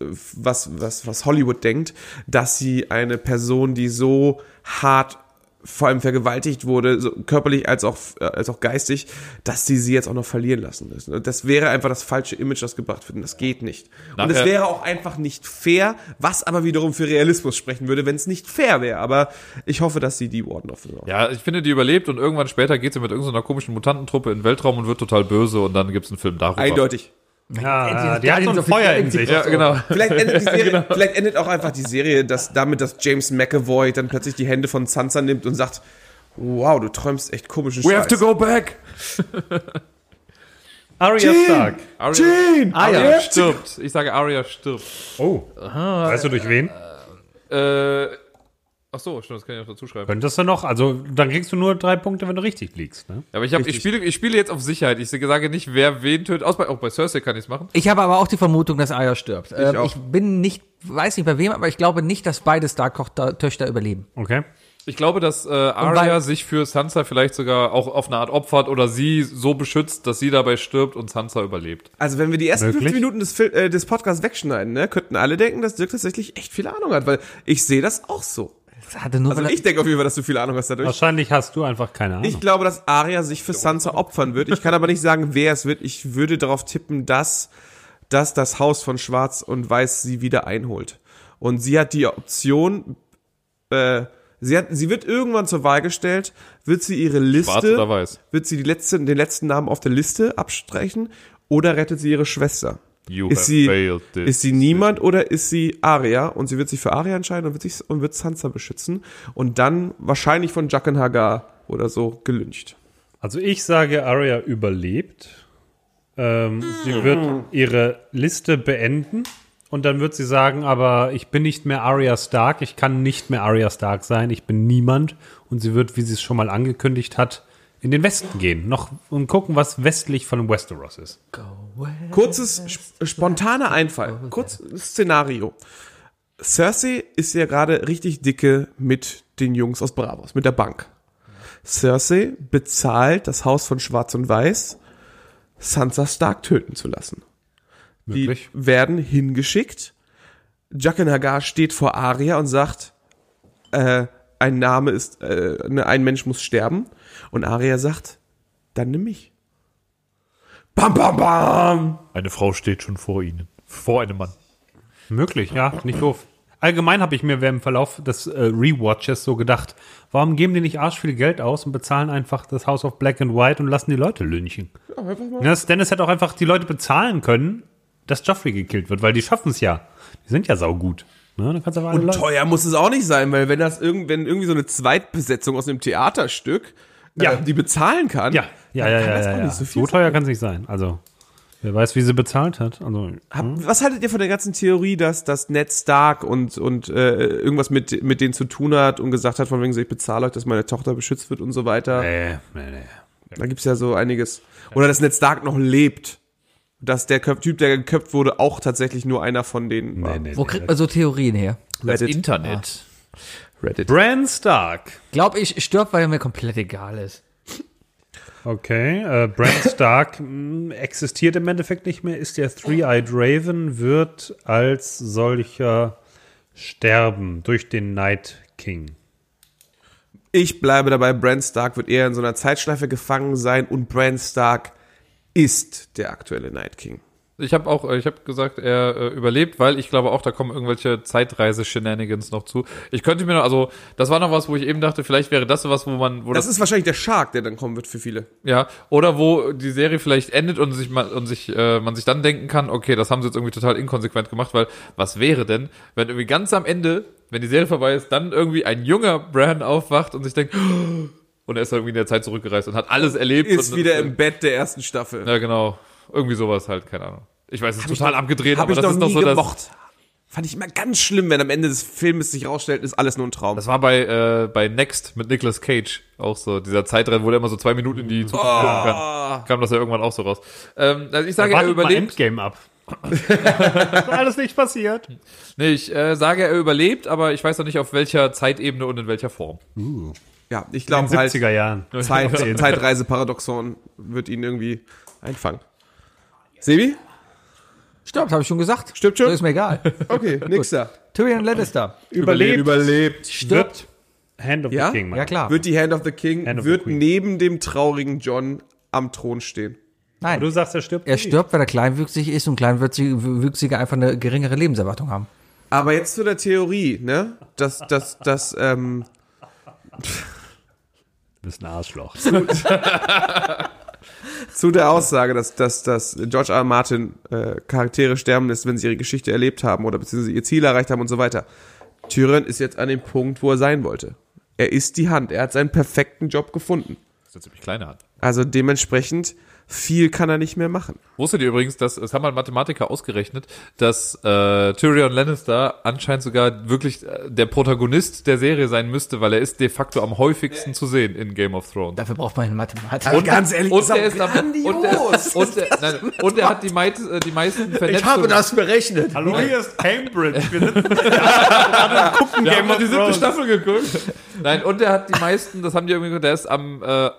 Speaker 1: äh, was, was, was Hollywood denkt, dass sie eine Person, die so hart vor allem vergewaltigt wurde, so körperlich als auch, äh, als auch geistig, dass sie sie jetzt auch noch verlieren lassen müssen. Und Das wäre einfach das falsche Image, das gebracht wird. Und das geht nicht. Und es
Speaker 4: Nachher-
Speaker 1: wäre auch einfach nicht fair, was aber wiederum für Realismus sprechen würde, wenn es nicht fair wäre. Aber ich hoffe, dass sie die Warden of the North
Speaker 4: Ja, ich finde, die überlebt und irgendwann später geht sie mit irgendeiner komischen Mutantentruppe in den Weltraum und wird total böse und dann gibt's einen Film darüber.
Speaker 1: Eindeutig.
Speaker 2: Ja, die hat so ein
Speaker 3: Guardians of the
Speaker 2: Feuer in
Speaker 3: Galaxy.
Speaker 2: sich.
Speaker 4: Ja, genau.
Speaker 1: Vielleicht endet, die Serie, vielleicht endet auch einfach die Serie dass damit, dass James McAvoy dann plötzlich die Hände von Sansa nimmt und sagt, Wow, du träumst echt komischen
Speaker 4: We have to go back.
Speaker 2: Arya Stark.
Speaker 4: Arya,
Speaker 1: Jean!
Speaker 4: Arya
Speaker 1: Arya
Speaker 4: stirbt. Ich sage Arya stirbt.
Speaker 2: Oh. weißt du durch wen?
Speaker 4: Äh, ach so, stimmt, das kann ich noch dazu schreiben.
Speaker 2: Könntest du noch? Also, dann kriegst du nur drei Punkte, wenn du richtig liegst. Ne?
Speaker 4: Aber ich, hab, ich, spiele, ich spiele jetzt auf Sicherheit. Ich sage nicht, wer wen tötet. Auch bei, auch bei Cersei kann ich es machen.
Speaker 3: Ich habe aber auch die Vermutung, dass Arya stirbt. Ähm, Ich,
Speaker 1: auch.
Speaker 3: bin nicht, weiß nicht bei wem, aber ich glaube nicht, dass beide Stark-Töchter überleben.
Speaker 2: Okay.
Speaker 4: Ich glaube, dass äh, Arya sich für Sansa vielleicht sogar auch auf eine Art opfert oder sie so beschützt, dass sie dabei stirbt und Sansa überlebt.
Speaker 1: Also wenn wir die ersten
Speaker 2: Wirklich?
Speaker 1: fünf Minuten des, Fil äh, des Podcasts wegschneiden, ne, könnten alle denken, dass Dirk tatsächlich echt viel Ahnung hat, weil ich sehe das auch so.
Speaker 3: Das hatte nur
Speaker 1: Also
Speaker 3: weil-
Speaker 1: ich denke auf jeden Fall, dass du viel Ahnung hast dadurch.
Speaker 2: Wahrscheinlich hast du einfach keine Ahnung.
Speaker 1: Ich glaube, dass Arya sich für Sansa opfern wird. Ich kann aber nicht sagen, wer es wird. Ich würde darauf tippen, dass, dass das Haus von Schwarz und Weiß sie wieder einholt. Und sie hat die Option, äh, sie, hat, sie wird irgendwann zur Wahl gestellt, wird sie ihre Liste,
Speaker 4: Schwarz oder weiß?
Speaker 1: wird sie die letzte, den letzten Namen auf der Liste abstreichen oder rettet sie ihre Schwester?
Speaker 4: You
Speaker 1: Ist sie,
Speaker 4: this
Speaker 1: ist sie niemand oder ist sie Arya? Und sie wird sich für Arya entscheiden und wird, sich, und wird Sansa beschützen und dann wahrscheinlich von Jaqen Hagar oder so gelyncht.
Speaker 2: Also ich sage, Arya überlebt. Ähm, Sie wird ihre Liste beenden und dann wird sie sagen, aber ich bin nicht mehr Arya Stark, ich kann nicht mehr Arya Stark sein, ich bin niemand. Und sie wird, wie sie es schon mal angekündigt hat, in den Westen gehen noch und gucken, was westlich von Westeros ist.
Speaker 1: Kurzes, sp- spontaner Einfall. Kurzes Szenario. Cersei ist ja gerade richtig dicke mit den Jungs aus Bravos, mit der Bank. Cersei bezahlt das Haus von Schwarz und Weiß, Sansa Stark töten zu lassen.
Speaker 4: Möglich.
Speaker 1: Die werden hingeschickt. Jaqen Hagar steht vor Arya und sagt, äh, ein Name ist, äh, ne, ein Mensch muss sterben. Und Arya sagt, dann nimm mich. Bam, bam, bam!
Speaker 6: Eine Frau steht schon vor ihnen. Vor einem Mann.
Speaker 2: Möglich, ja, nicht doof. Allgemein habe ich mir während dem Verlauf des äh, Rewatches so gedacht, warum geben die nicht arsch viel Geld aus und bezahlen einfach das House of Black and White und lassen die Leute lynchen? Ja, Stannis hätte auch einfach die Leute bezahlen können, dass Joffrey gekillt wird, weil die schaffen es ja. Die sind ja saugut. Ne? Dann kannst du aber alle Leute.
Speaker 1: Teuer muss es auch nicht sein, weil wenn das irgend, wenn irgendwie so eine Zweitbesetzung aus einem Theaterstück
Speaker 2: Ja.
Speaker 1: äh, die bezahlen kann,
Speaker 2: Ja, ja,
Speaker 1: dann
Speaker 2: ja,
Speaker 1: kann
Speaker 2: ja.
Speaker 1: das
Speaker 2: ja,
Speaker 1: auch
Speaker 2: ja.
Speaker 1: nicht so
Speaker 2: So,
Speaker 1: viel. sein.
Speaker 2: teuer kann es nicht sein. Also, wer weiß, wie sie bezahlt hat. Also,
Speaker 1: Hab, was haltet ihr von der ganzen Theorie, dass das Ned Stark und und äh, irgendwas mit mit denen zu tun hat und gesagt hat von wegen so ich bezahle euch, dass meine Tochter beschützt wird und so weiter?
Speaker 2: nee, nee, nee.
Speaker 1: Da gibt's ja so einiges. Oder dass Ned Stark noch lebt, dass der Köp Typ, der geköpft wurde, auch tatsächlich nur einer von denen war.
Speaker 2: nee,
Speaker 3: Wo
Speaker 2: nee.
Speaker 3: kriegt man so Theorien her?
Speaker 4: Das Internet.
Speaker 1: Ah. Reddit.
Speaker 2: Bran Stark.
Speaker 3: Glaub ich, stirbt, weil er mir komplett egal ist.
Speaker 2: Okay, äh, Bran Stark mh, existiert im Endeffekt nicht mehr, ist der Three-Eyed Raven, wird als solcher sterben durch den Night King.
Speaker 1: Ich bleibe dabei, Bran Stark wird eher in so einer Zeitschleife gefangen sein und Bran Stark ist der aktuelle Night King.
Speaker 4: Ich habe auch, äh, ich habe gesagt, er äh, überlebt, weil ich glaube auch, da kommen irgendwelche Zeitreise-Shenanigans noch zu. Ich könnte mir noch, also das war noch was, wo ich eben dachte, vielleicht wäre das so was, wo man, wo
Speaker 1: Das ist wahrscheinlich der Shark, der dann kommen wird für viele.
Speaker 4: Ja, oder wo die Serie vielleicht endet und sich mal und sich äh, man sich dann denken kann, okay, das haben sie jetzt irgendwie total inkonsequent gemacht, weil was wäre denn, wenn irgendwie ganz am Ende, wenn die Serie vorbei ist, dann irgendwie ein junger Bran aufwacht und sich denkt "Oh", und er ist irgendwie in der Zeit zurückgereist und hat alles erlebt
Speaker 1: Ist
Speaker 4: und,
Speaker 1: wieder
Speaker 4: äh,
Speaker 1: im Bett der ersten Staffel.
Speaker 4: Ja, genau. Irgendwie sowas halt, keine Ahnung. Ich weiß, es ist total abgedreht,
Speaker 1: Hab
Speaker 4: aber
Speaker 1: ich
Speaker 4: das
Speaker 1: noch
Speaker 4: ist doch
Speaker 1: nie
Speaker 4: so das
Speaker 1: gemocht. Fand ich immer ganz schlimm, wenn am Ende des Filmes sich rausstellt, ist alles nur ein Traum.
Speaker 4: das war bei, äh, bei Next mit Nicolas Cage auch so. Dieser Zeitrennen, wo er immer so zwei Minuten in die
Speaker 1: Oh.
Speaker 4: Zukunft gucken kann. Kam das ja irgendwann auch so raus. Ähm, also ich sage, er
Speaker 2: Wartet mal
Speaker 4: überlebt.
Speaker 2: Endgame ab. Das ist alles nicht passiert.
Speaker 4: Nee, ich äh, sage, er überlebt, aber ich weiß noch nicht, auf welcher Zeitebene und in welcher Form.
Speaker 1: ja, ich
Speaker 2: In
Speaker 1: glaube
Speaker 2: den
Speaker 1: halt,
Speaker 2: 70er Jahren.
Speaker 1: Zeit, Zeitreiseparadoxon wird ihn irgendwie einfangen. Sebi?
Speaker 3: Stirbt, habe ich schon gesagt.
Speaker 1: Stirbt schon?
Speaker 3: Ist mir egal.
Speaker 1: Okay, nächster.
Speaker 3: Tyrion Lannister.
Speaker 2: Überlebt.
Speaker 1: Überlebt.
Speaker 2: Stirbt. Hand of
Speaker 1: Ja?
Speaker 2: the King, Mann.
Speaker 3: Ja, klar.
Speaker 1: Wird die Hand of the King,
Speaker 2: Hand of the
Speaker 1: wird
Speaker 2: Queen.
Speaker 1: neben dem traurigen John am Thron stehen.
Speaker 3: Nein.
Speaker 2: Du sagst, er stirbt.
Speaker 3: Er
Speaker 2: nicht.
Speaker 3: stirbt, weil er kleinwüchsig ist und Kleinwüchsige einfach eine geringere Lebenserwartung haben.
Speaker 1: Aber jetzt zu der Theorie, ne? Dass, dass, dass, ähm,
Speaker 2: Du bist ein Arschloch.
Speaker 1: zu der Aussage, dass, dass, dass George R. R. Martin äh, Charaktere sterben lässt, wenn sie ihre Geschichte erlebt haben oder beziehungsweise ihr Ziel erreicht haben und so weiter. Tyrion ist jetzt an dem Punkt, wo er sein wollte. Er ist die Hand. Er hat seinen perfekten Job gefunden.
Speaker 4: Das ist eine ziemlich kleine Hand.
Speaker 1: Also dementsprechend viel kann er nicht mehr machen.
Speaker 4: Wusstet ihr übrigens, dass, das haben mal Mathematiker ausgerechnet, dass äh, Tyrion Lannister anscheinend sogar wirklich äh, der Protagonist der Serie sein müsste, weil er ist de facto am häufigsten zu sehen in Game of Thrones.
Speaker 3: Dafür braucht man einen Mathematiker.
Speaker 1: Und ganz ehrlich,
Speaker 4: Und er ist am, und er, und er, nein, und er hat die, mei äh, die meisten Vernetzungen.
Speaker 1: ich habe das berechnet.
Speaker 6: Hallo, hier ist Cambridge. Wir sitzen gucken
Speaker 4: Wir haben mal die siebte Staffel geguckt. Nein, und er hat die meisten, das haben die irgendwie gesagt, der ist am äh,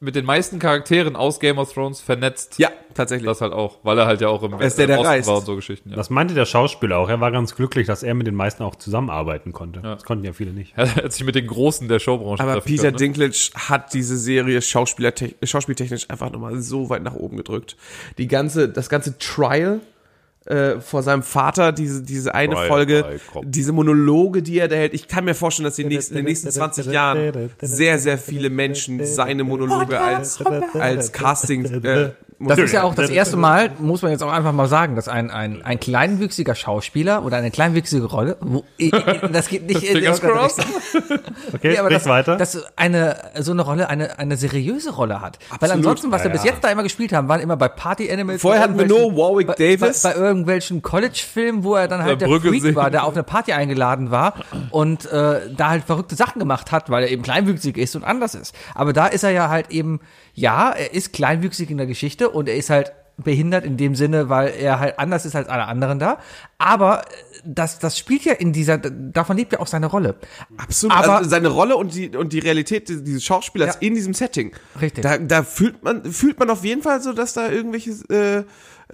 Speaker 4: mit den meisten Charakteren aus Game of Thrones vernetzt.
Speaker 1: Ja, tatsächlich.
Speaker 4: Das halt auch, weil er halt ja auch im,
Speaker 1: ist der,
Speaker 4: im
Speaker 1: der
Speaker 4: Osten
Speaker 1: reist.
Speaker 4: war und so Geschichten. Ja.
Speaker 2: Das meinte der Schauspieler auch. Er war ganz glücklich, dass er mit den meisten auch zusammenarbeiten konnte. Das konnten ja viele nicht.
Speaker 4: Er hat sich mit den Großen der Showbranche
Speaker 1: Aber
Speaker 4: treffen
Speaker 1: Peter
Speaker 4: können, ne?
Speaker 1: Dinklage hat diese Serie schauspielertech- schauspieltechnisch einfach nochmal so weit nach oben gedrückt. Die ganze, das ganze Trial äh, vor seinem Vater, diese, diese eine
Speaker 6: Trial
Speaker 1: Folge,
Speaker 6: by Cop.
Speaker 1: diese Monologe, die er da hält. Ich kann mir vorstellen, dass die nächsten, in den nächsten 20 Jahren sehr, sehr viele Menschen seine Monologe als, als Casting äh,
Speaker 3: Das ist ja auch das erste Mal, muss man jetzt auch einfach mal sagen, dass ein, ein, ein kleinwüchsiger Schauspieler oder eine kleinwüchsige Rolle, wo, eh, eh, das geht nicht
Speaker 4: Fingers crossed.
Speaker 2: Okay,
Speaker 3: Ja, aber
Speaker 2: sprich
Speaker 3: dass,
Speaker 2: weiter.
Speaker 3: dass eine, so eine Rolle eine, eine seriöse Rolle hat. Weil ansonsten, was wir
Speaker 2: Ja,
Speaker 3: bis
Speaker 2: ja.
Speaker 3: jetzt da immer gespielt haben, waren immer bei Party Animals.
Speaker 1: Vorher
Speaker 3: bei
Speaker 1: hatten wir
Speaker 3: irgendwelchen-
Speaker 1: nur Warwick
Speaker 3: bei,
Speaker 1: Davis.
Speaker 3: Bei, bei irgendwelchen College-Filmen, wo er dann halt der,
Speaker 4: Brügge
Speaker 3: Freak
Speaker 4: singen.
Speaker 3: war, der auf eine Party eingeladen war und äh, da halt verrückte Sachen gemacht hat, weil er eben kleinwüchsig ist und anders ist. Aber da ist er ja halt eben, ja, er ist kleinwüchsig in der Geschichte und er ist halt behindert in dem Sinne, weil er halt anders ist als alle anderen da. Aber äh, das, das spielt ja in dieser, davon lebt ja auch seine Rolle.
Speaker 1: Absolut.
Speaker 3: Aber-
Speaker 1: also seine Rolle und die, und die Realität di- dieses Schauspielers
Speaker 3: Ja.
Speaker 1: in diesem Setting.
Speaker 3: Richtig.
Speaker 1: Da, da fühlt man, fühlt man auf jeden Fall so, dass da irgendwelche äh,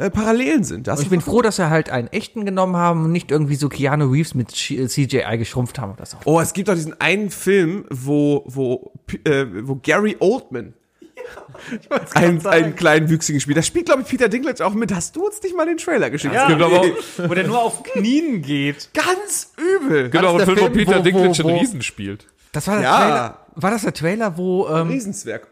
Speaker 1: äh, Parallelen sind. Das
Speaker 3: Ich bin froh, dass wir halt einen echten genommen haben und nicht irgendwie so Keanu Reeves mit Sch- äh, CGI geschrumpft haben oder so.
Speaker 1: oh, es gibt doch diesen einen Film, wo, wo, P- äh, wo Gary Oldman einen, einen kleinen Wüchsigen spielt. Da spielt, glaube ich, Peter Dinklage auch mit. Hast du uns nicht mal den Trailer geschickt?
Speaker 6: Ja.
Speaker 1: Es gibt aber
Speaker 2: Genau.
Speaker 1: auch-
Speaker 6: Wo der nur auf Knien geht.
Speaker 1: ganz übel.
Speaker 4: Genau, und
Speaker 3: der
Speaker 4: Film, wo
Speaker 3: Film,
Speaker 4: Peter
Speaker 3: wo-
Speaker 4: Dinklage
Speaker 3: wo-
Speaker 4: einen
Speaker 3: wo-
Speaker 4: Riesen spielt.
Speaker 3: Das war der
Speaker 1: Ja.
Speaker 3: Trailer. War das der Trailer, wo ähm,
Speaker 1: Riesenzwerg.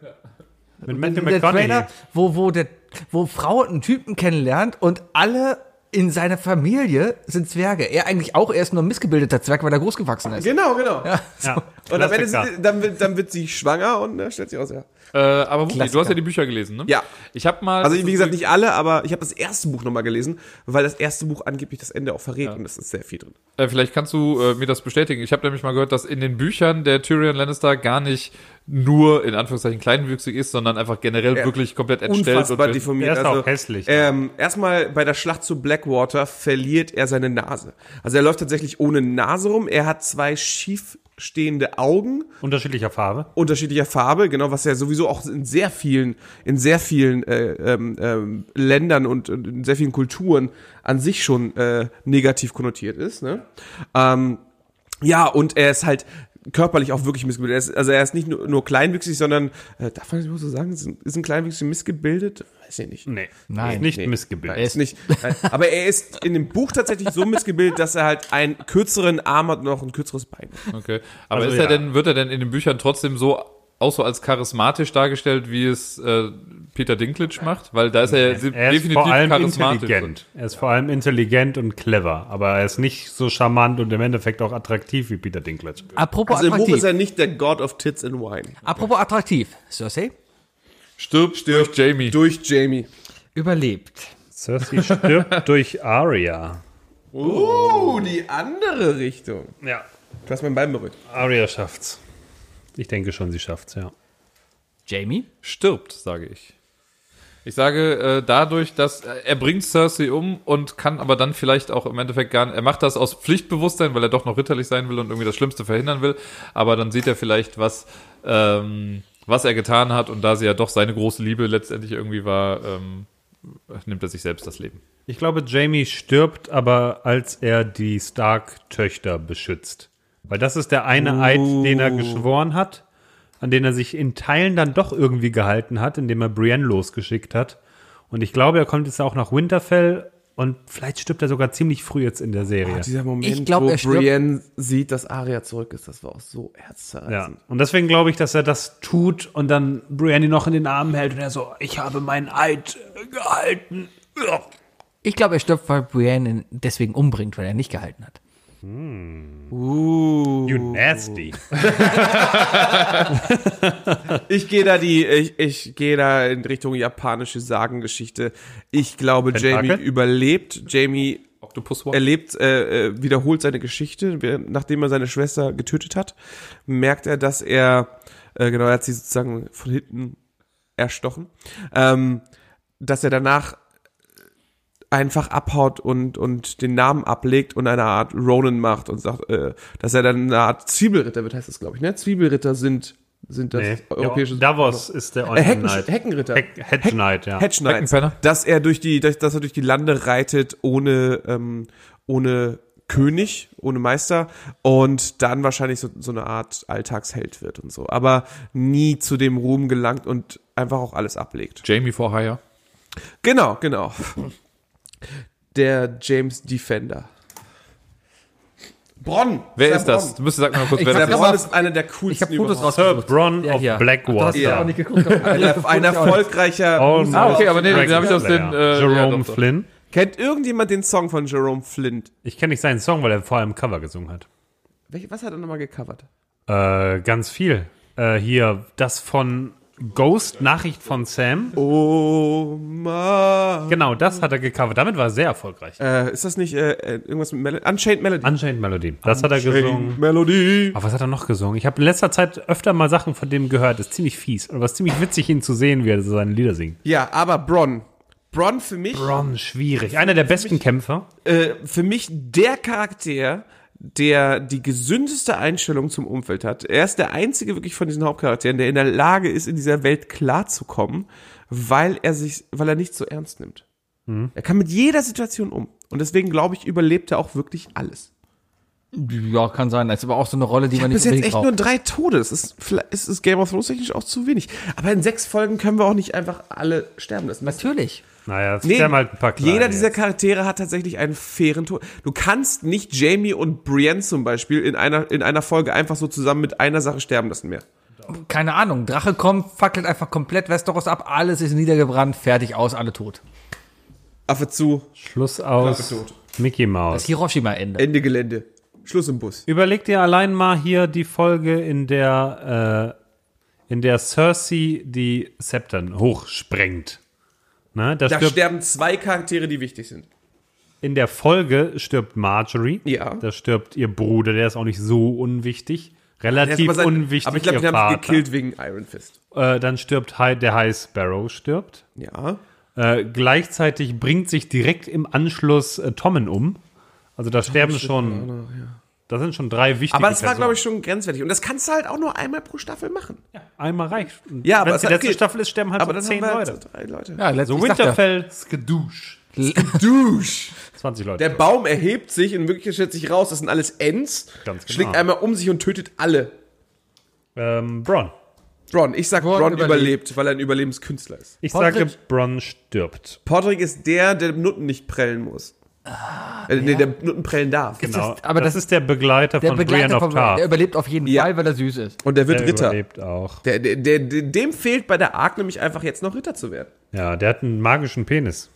Speaker 2: mit Matthew
Speaker 3: der
Speaker 2: McConaughey.
Speaker 3: Trailer, wo wo der wo Frau einen Typen kennenlernt und alle in seiner Familie sind Zwerge. Er eigentlich auch, er ist nur ein missgebildeter Zwerg, weil er großgewachsen ist.
Speaker 1: Genau, genau.
Speaker 2: Ja,
Speaker 1: Und am Ende
Speaker 2: Klassiker.
Speaker 1: sie, dann, wird- dann wird sie schwanger und äh, stellt sich raus, ja.
Speaker 4: Äh, aber Wookie, du
Speaker 3: Klassiker.
Speaker 4: hast ja die Bücher gelesen, ne?
Speaker 1: Ja.
Speaker 4: Ich habe mal.
Speaker 1: Also wie gesagt, nicht alle, aber ich habe das erste Buch nochmal gelesen, weil das erste Buch angeblich das Ende auch verrät und das ist sehr viel drin.
Speaker 4: Äh, vielleicht kannst du äh, mir das bestätigen. Ich habe nämlich mal gehört, dass in den Büchern der Tyrion Lannister gar nicht nur in Anführungszeichen kleinwüchsig ist, sondern einfach generell wirklich komplett entstellt
Speaker 1: Unfassbar
Speaker 4: und
Speaker 1: diffamiert.
Speaker 2: Er ist
Speaker 1: also,
Speaker 2: auch hässlich. ne?
Speaker 1: Ähm, erstmal bei der Schlacht zu Blackwater verliert er seine Nase. Also er läuft tatsächlich ohne Nase rum. Er hat zwei schief stehende Augen
Speaker 2: Unterschiedlicher Farbe.
Speaker 1: unterschiedlicher Farbe, genau, was ja sowieso auch in sehr vielen, in sehr vielen äh, ähm, ähm, Ländern und und in sehr vielen Kulturen an sich schon äh, negativ konnotiert ist. Ne? Ähm, ja, und er ist halt körperlich auch wirklich missgebildet. Er ist, also er ist nicht nur, nur kleinwüchsig, sondern äh, darf man das überhaupt so sagen, ist ein, ist ein kleinwüchsig missgebildet? Weiß ich nicht.
Speaker 2: Nee,
Speaker 3: Nein.
Speaker 2: nicht
Speaker 1: Nee. Er
Speaker 2: missgebildet.
Speaker 1: ist nicht. nein. Aber er ist in dem Buch tatsächlich so missgebildet, dass er halt einen kürzeren Arm hat und auch ein kürzeres Bein.
Speaker 4: Okay. Aber
Speaker 2: Also
Speaker 4: ist er
Speaker 2: ja.
Speaker 4: denn, wird er denn in den Büchern trotzdem so auch so als charismatisch dargestellt, wie es äh, Peter Dinklage macht? Weil da ist er, ja se-
Speaker 2: Er ist
Speaker 4: definitiv
Speaker 2: vor allem
Speaker 4: charismatisch.
Speaker 2: intelligent. Er ist vor allem intelligent und clever, aber er ist nicht so charmant und im Endeffekt auch attraktiv wie Peter Dinklage.
Speaker 3: Apropos
Speaker 1: Also im Buch ist
Speaker 3: attraktiv.
Speaker 1: er nicht der God of Tits and Wine.
Speaker 3: Apropos attraktiv. Cersei
Speaker 4: Stirb, stirb, Jamie.
Speaker 1: Durch Jamie.
Speaker 3: überlebt.
Speaker 2: Cersei stirbt durch Arya.
Speaker 1: Oh, die andere Richtung.
Speaker 2: Ja,
Speaker 1: Du hast mein Bein berührt.
Speaker 2: Arya schafft's. Ich denke schon, sie schafft's, ja.
Speaker 3: Jamie?
Speaker 4: Stirbt, sage ich. Ich sage äh, dadurch, dass äh, er bringt Cersei um und kann aber dann vielleicht auch im Endeffekt gar nicht, er macht das aus Pflichtbewusstsein, weil er doch noch ritterlich sein will und irgendwie das Schlimmste verhindern will, aber dann sieht er vielleicht, was, ähm, was er getan hat und da sie ja doch seine große Liebe letztendlich irgendwie war, ähm, nimmt er sich selbst das Leben.
Speaker 2: Ich glaube, Jamie stirbt aber, als er die Stark-Töchter beschützt. Weil das ist der eine Eid, den er geschworen hat, an den er sich in Teilen dann doch irgendwie gehalten hat, indem er Brienne losgeschickt hat. Und ich glaube, er kommt jetzt auch nach Winterfell und vielleicht stirbt er sogar ziemlich früh jetzt in der Serie.
Speaker 1: Dieser Moment,
Speaker 3: Ich glaub,
Speaker 1: wo
Speaker 3: er stirbt-
Speaker 1: Brienne sieht, dass Arya zurück ist, das war auch so
Speaker 2: ja.
Speaker 1: herzzerreißend.
Speaker 2: Und deswegen glaube ich, dass er das tut und dann Brienne ihn noch in den Armen hält und er so, ich habe meinen Eid gehalten.
Speaker 3: Ich glaube, er stirbt, weil Brienne ihn deswegen umbringt, weil er nicht gehalten hat.
Speaker 1: Uh.
Speaker 2: You nasty.
Speaker 1: Ich gehe da die, ich, ich gehe da in Richtung japanische Sagengeschichte. Ich glaube,
Speaker 2: Tentakel?
Speaker 1: Jamie überlebt. Jamie
Speaker 4: Octopus
Speaker 1: erlebt, äh, äh, wiederholt seine Geschichte. Wir- Nachdem er seine Schwester getötet hat, merkt er, dass er, äh, genau, er hat sie sozusagen von hinten erstochen, ähm, dass er danach einfach abhaut und, und den Namen ablegt und eine Art Ronin macht und sagt, äh, dass er dann eine Art Zwiebelritter wird, heißt das, glaube ich, ne? Zwiebelritter sind, sind das europäische
Speaker 2: Davos ist der
Speaker 1: äh,
Speaker 2: Online
Speaker 1: Hecken,
Speaker 2: Knight.
Speaker 1: Heckenritter.
Speaker 2: Heck- Hedge Knight, ja.
Speaker 1: Hedge Knights,
Speaker 4: Heckenpenner.
Speaker 1: dass er durch die, dass, dass er durch die Lande reitet ohne, ähm, ohne König, ohne Meister und dann wahrscheinlich so, so eine Art Alltagsheld wird und so, aber nie zu dem Ruhm gelangt und einfach auch alles ablegt.
Speaker 4: Jamie for Hire.
Speaker 1: Genau, genau. Der James Defender. Bronn.
Speaker 4: Wer
Speaker 1: Sam
Speaker 4: ist das?
Speaker 1: Bronn.
Speaker 4: Du müsstest sagen mal kurz, wer
Speaker 1: Der
Speaker 4: das ist.
Speaker 1: Bronn ist einer der coolsten.
Speaker 3: Ich habe Fotos
Speaker 1: überhaupt.
Speaker 2: Sir
Speaker 3: rausgesucht.
Speaker 2: Bron
Speaker 3: Der
Speaker 2: of
Speaker 3: hier. Ach, du hast
Speaker 2: Blackwater.
Speaker 3: ja auch nicht geguckt.
Speaker 1: Ein, ein
Speaker 4: Oh,
Speaker 1: erfolgreicher.
Speaker 2: Almost
Speaker 4: Ah, okay, aber nee, den hab ich aus
Speaker 2: Blackwater.
Speaker 4: den, äh, ja,
Speaker 2: Jerome
Speaker 4: doch, doch.
Speaker 2: Flynn.
Speaker 1: Kennt irgendjemand den Song von Jerome Flint?
Speaker 2: Ich kenne nicht seinen Song, weil er vor allem Cover gesungen hat.
Speaker 1: Welch- Was hat er nochmal gecovert?
Speaker 2: Äh, ganz viel. Äh, hier, das von Ghost, Nachricht von Sam.
Speaker 1: Oh Mann.
Speaker 2: Genau, das hat er gecovert. Damit war er sehr erfolgreich.
Speaker 1: Äh, ist das nicht äh, äh, irgendwas mit Melody? Unchained Melody.
Speaker 2: Unchained Melody. Das hat er gesungen.
Speaker 1: Melody.
Speaker 2: Aber was hat er noch gesungen? Ich habe in letzter Zeit öfter mal Sachen von dem gehört. Ist ziemlich fies. Aber es ist ziemlich witzig, ihn zu sehen, wie er so seine Lieder singt.
Speaker 1: Ja, aber Bronn. Bronn für mich,
Speaker 2: Ron, schwierig. Einer der besten Kämpfer.
Speaker 1: äh, für mich der Charakter, der die gesündeste Einstellung zum Umfeld hat. Er ist der einzige wirklich von diesen Hauptcharakteren, der in der Lage ist, in dieser Welt klarzukommen, weil er sich, weil er nicht so ernst nimmt. Er kann mit jeder Situation um. Und deswegen glaube ich, überlebt er auch wirklich alles.
Speaker 3: Ja, kann sein. Das ist aber auch so eine Rolle, die man nicht
Speaker 1: Bis jetzt
Speaker 3: unbedingt
Speaker 1: echt nur
Speaker 3: braucht.
Speaker 1: drei Tode. Es ist, vielleicht- es ist Game of Thrones technisch auch zu wenig. Aber in sechs Folgen können wir auch nicht einfach alle sterben lassen. Das
Speaker 3: Natürlich.
Speaker 2: Naja, es
Speaker 1: Nee,
Speaker 2: sterben halt ein paar kleine
Speaker 1: jeder dieser
Speaker 2: jetzt.
Speaker 1: Charaktere hat tatsächlich einen fairen Tod. Du kannst nicht Jamie und Brienne zum Beispiel in einer, in einer Folge einfach so zusammen mit einer Sache sterben lassen mehr.
Speaker 3: Keine Ahnung. Drache kommt, fackelt einfach komplett Westeros ab. Alles ist niedergebrannt. Fertig aus, alle tot.
Speaker 1: Affe zu,
Speaker 2: Schluss aus
Speaker 1: Klappe tot.
Speaker 2: Mickey Mouse.
Speaker 3: Das
Speaker 2: Äh,
Speaker 3: Hiroshima-Ende.
Speaker 1: Ende Gelände. Schluss im Bus.
Speaker 2: Überleg dir allein mal hier die Folge, in der, äh, in der Cersei die Septern hochsprengt. Ne? Da
Speaker 1: Da
Speaker 2: stirbt,
Speaker 1: sterben zwei Charaktere, die wichtig sind.
Speaker 2: in der Folge stirbt Marjorie.
Speaker 1: Ja.
Speaker 2: Da stirbt ihr Bruder, der ist auch nicht so unwichtig.
Speaker 1: Der ist
Speaker 2: Relativ
Speaker 1: aber sein-
Speaker 2: unwichtig.
Speaker 1: aber ich glaube,
Speaker 2: ihr
Speaker 1: die haben
Speaker 2: Vater.
Speaker 1: sich gekillt wegen Iron Fist.
Speaker 2: Äh, dann stirbt High, der High Sparrow stirbt.
Speaker 1: Ja.
Speaker 2: Äh, gleichzeitig bringt sich direkt im Anschluss äh, Tommen um. Also da sterben schon. Da sind schon drei wichtige
Speaker 1: Aber das war,
Speaker 2: Personen.
Speaker 1: glaube ich, schon grenzwertig. Und das kannst du halt auch nur einmal pro Staffel machen.
Speaker 2: einmal reicht.
Speaker 1: Ja, aber
Speaker 2: Wenn
Speaker 1: es
Speaker 2: die
Speaker 1: hat-
Speaker 2: letzte
Speaker 1: okay.
Speaker 2: Staffel ist, sterben halt
Speaker 1: aber
Speaker 2: so
Speaker 1: dann
Speaker 2: zehn
Speaker 1: haben wir
Speaker 2: Leute.
Speaker 1: Halt so drei Leute.
Speaker 3: Ja, letztes
Speaker 2: So Winterfell, Skadoosh.
Speaker 1: Dusch.
Speaker 2: 20 Leute.
Speaker 1: Der Baum erhebt sich und wirklich stellt sich raus, das sind alles Ents.
Speaker 2: Ganz genau.
Speaker 1: Schlägt einmal um sich und tötet alle.
Speaker 2: ähm, Bronn.
Speaker 1: Bron, ich sag
Speaker 3: Bronn
Speaker 1: Bron,
Speaker 3: überlebt.
Speaker 1: überlebt. weil er ein Überlebenskünstler ist.
Speaker 2: Ich
Speaker 3: Podrick.
Speaker 2: sage, Bronn stirbt.
Speaker 1: Podrick ist der, der Nutten nicht prellen muss. äh, nee, der Nutten prellen darf.
Speaker 2: Genau.
Speaker 3: aber
Speaker 2: das,
Speaker 3: das-
Speaker 2: ist der Begleiter
Speaker 3: Der
Speaker 2: von Brienne
Speaker 3: Begleiter
Speaker 2: of
Speaker 3: vom,
Speaker 2: Tar.
Speaker 3: der überlebt auf jeden
Speaker 1: Ja.
Speaker 3: Fall, weil er süß ist.
Speaker 1: Und der wird
Speaker 2: Der
Speaker 1: Ritter.
Speaker 2: überlebt auch.
Speaker 1: Der, der, der, der, dem fehlt bei der Ark nämlich einfach jetzt noch Ritter zu werden.
Speaker 2: Ja, der hat einen magischen Penis.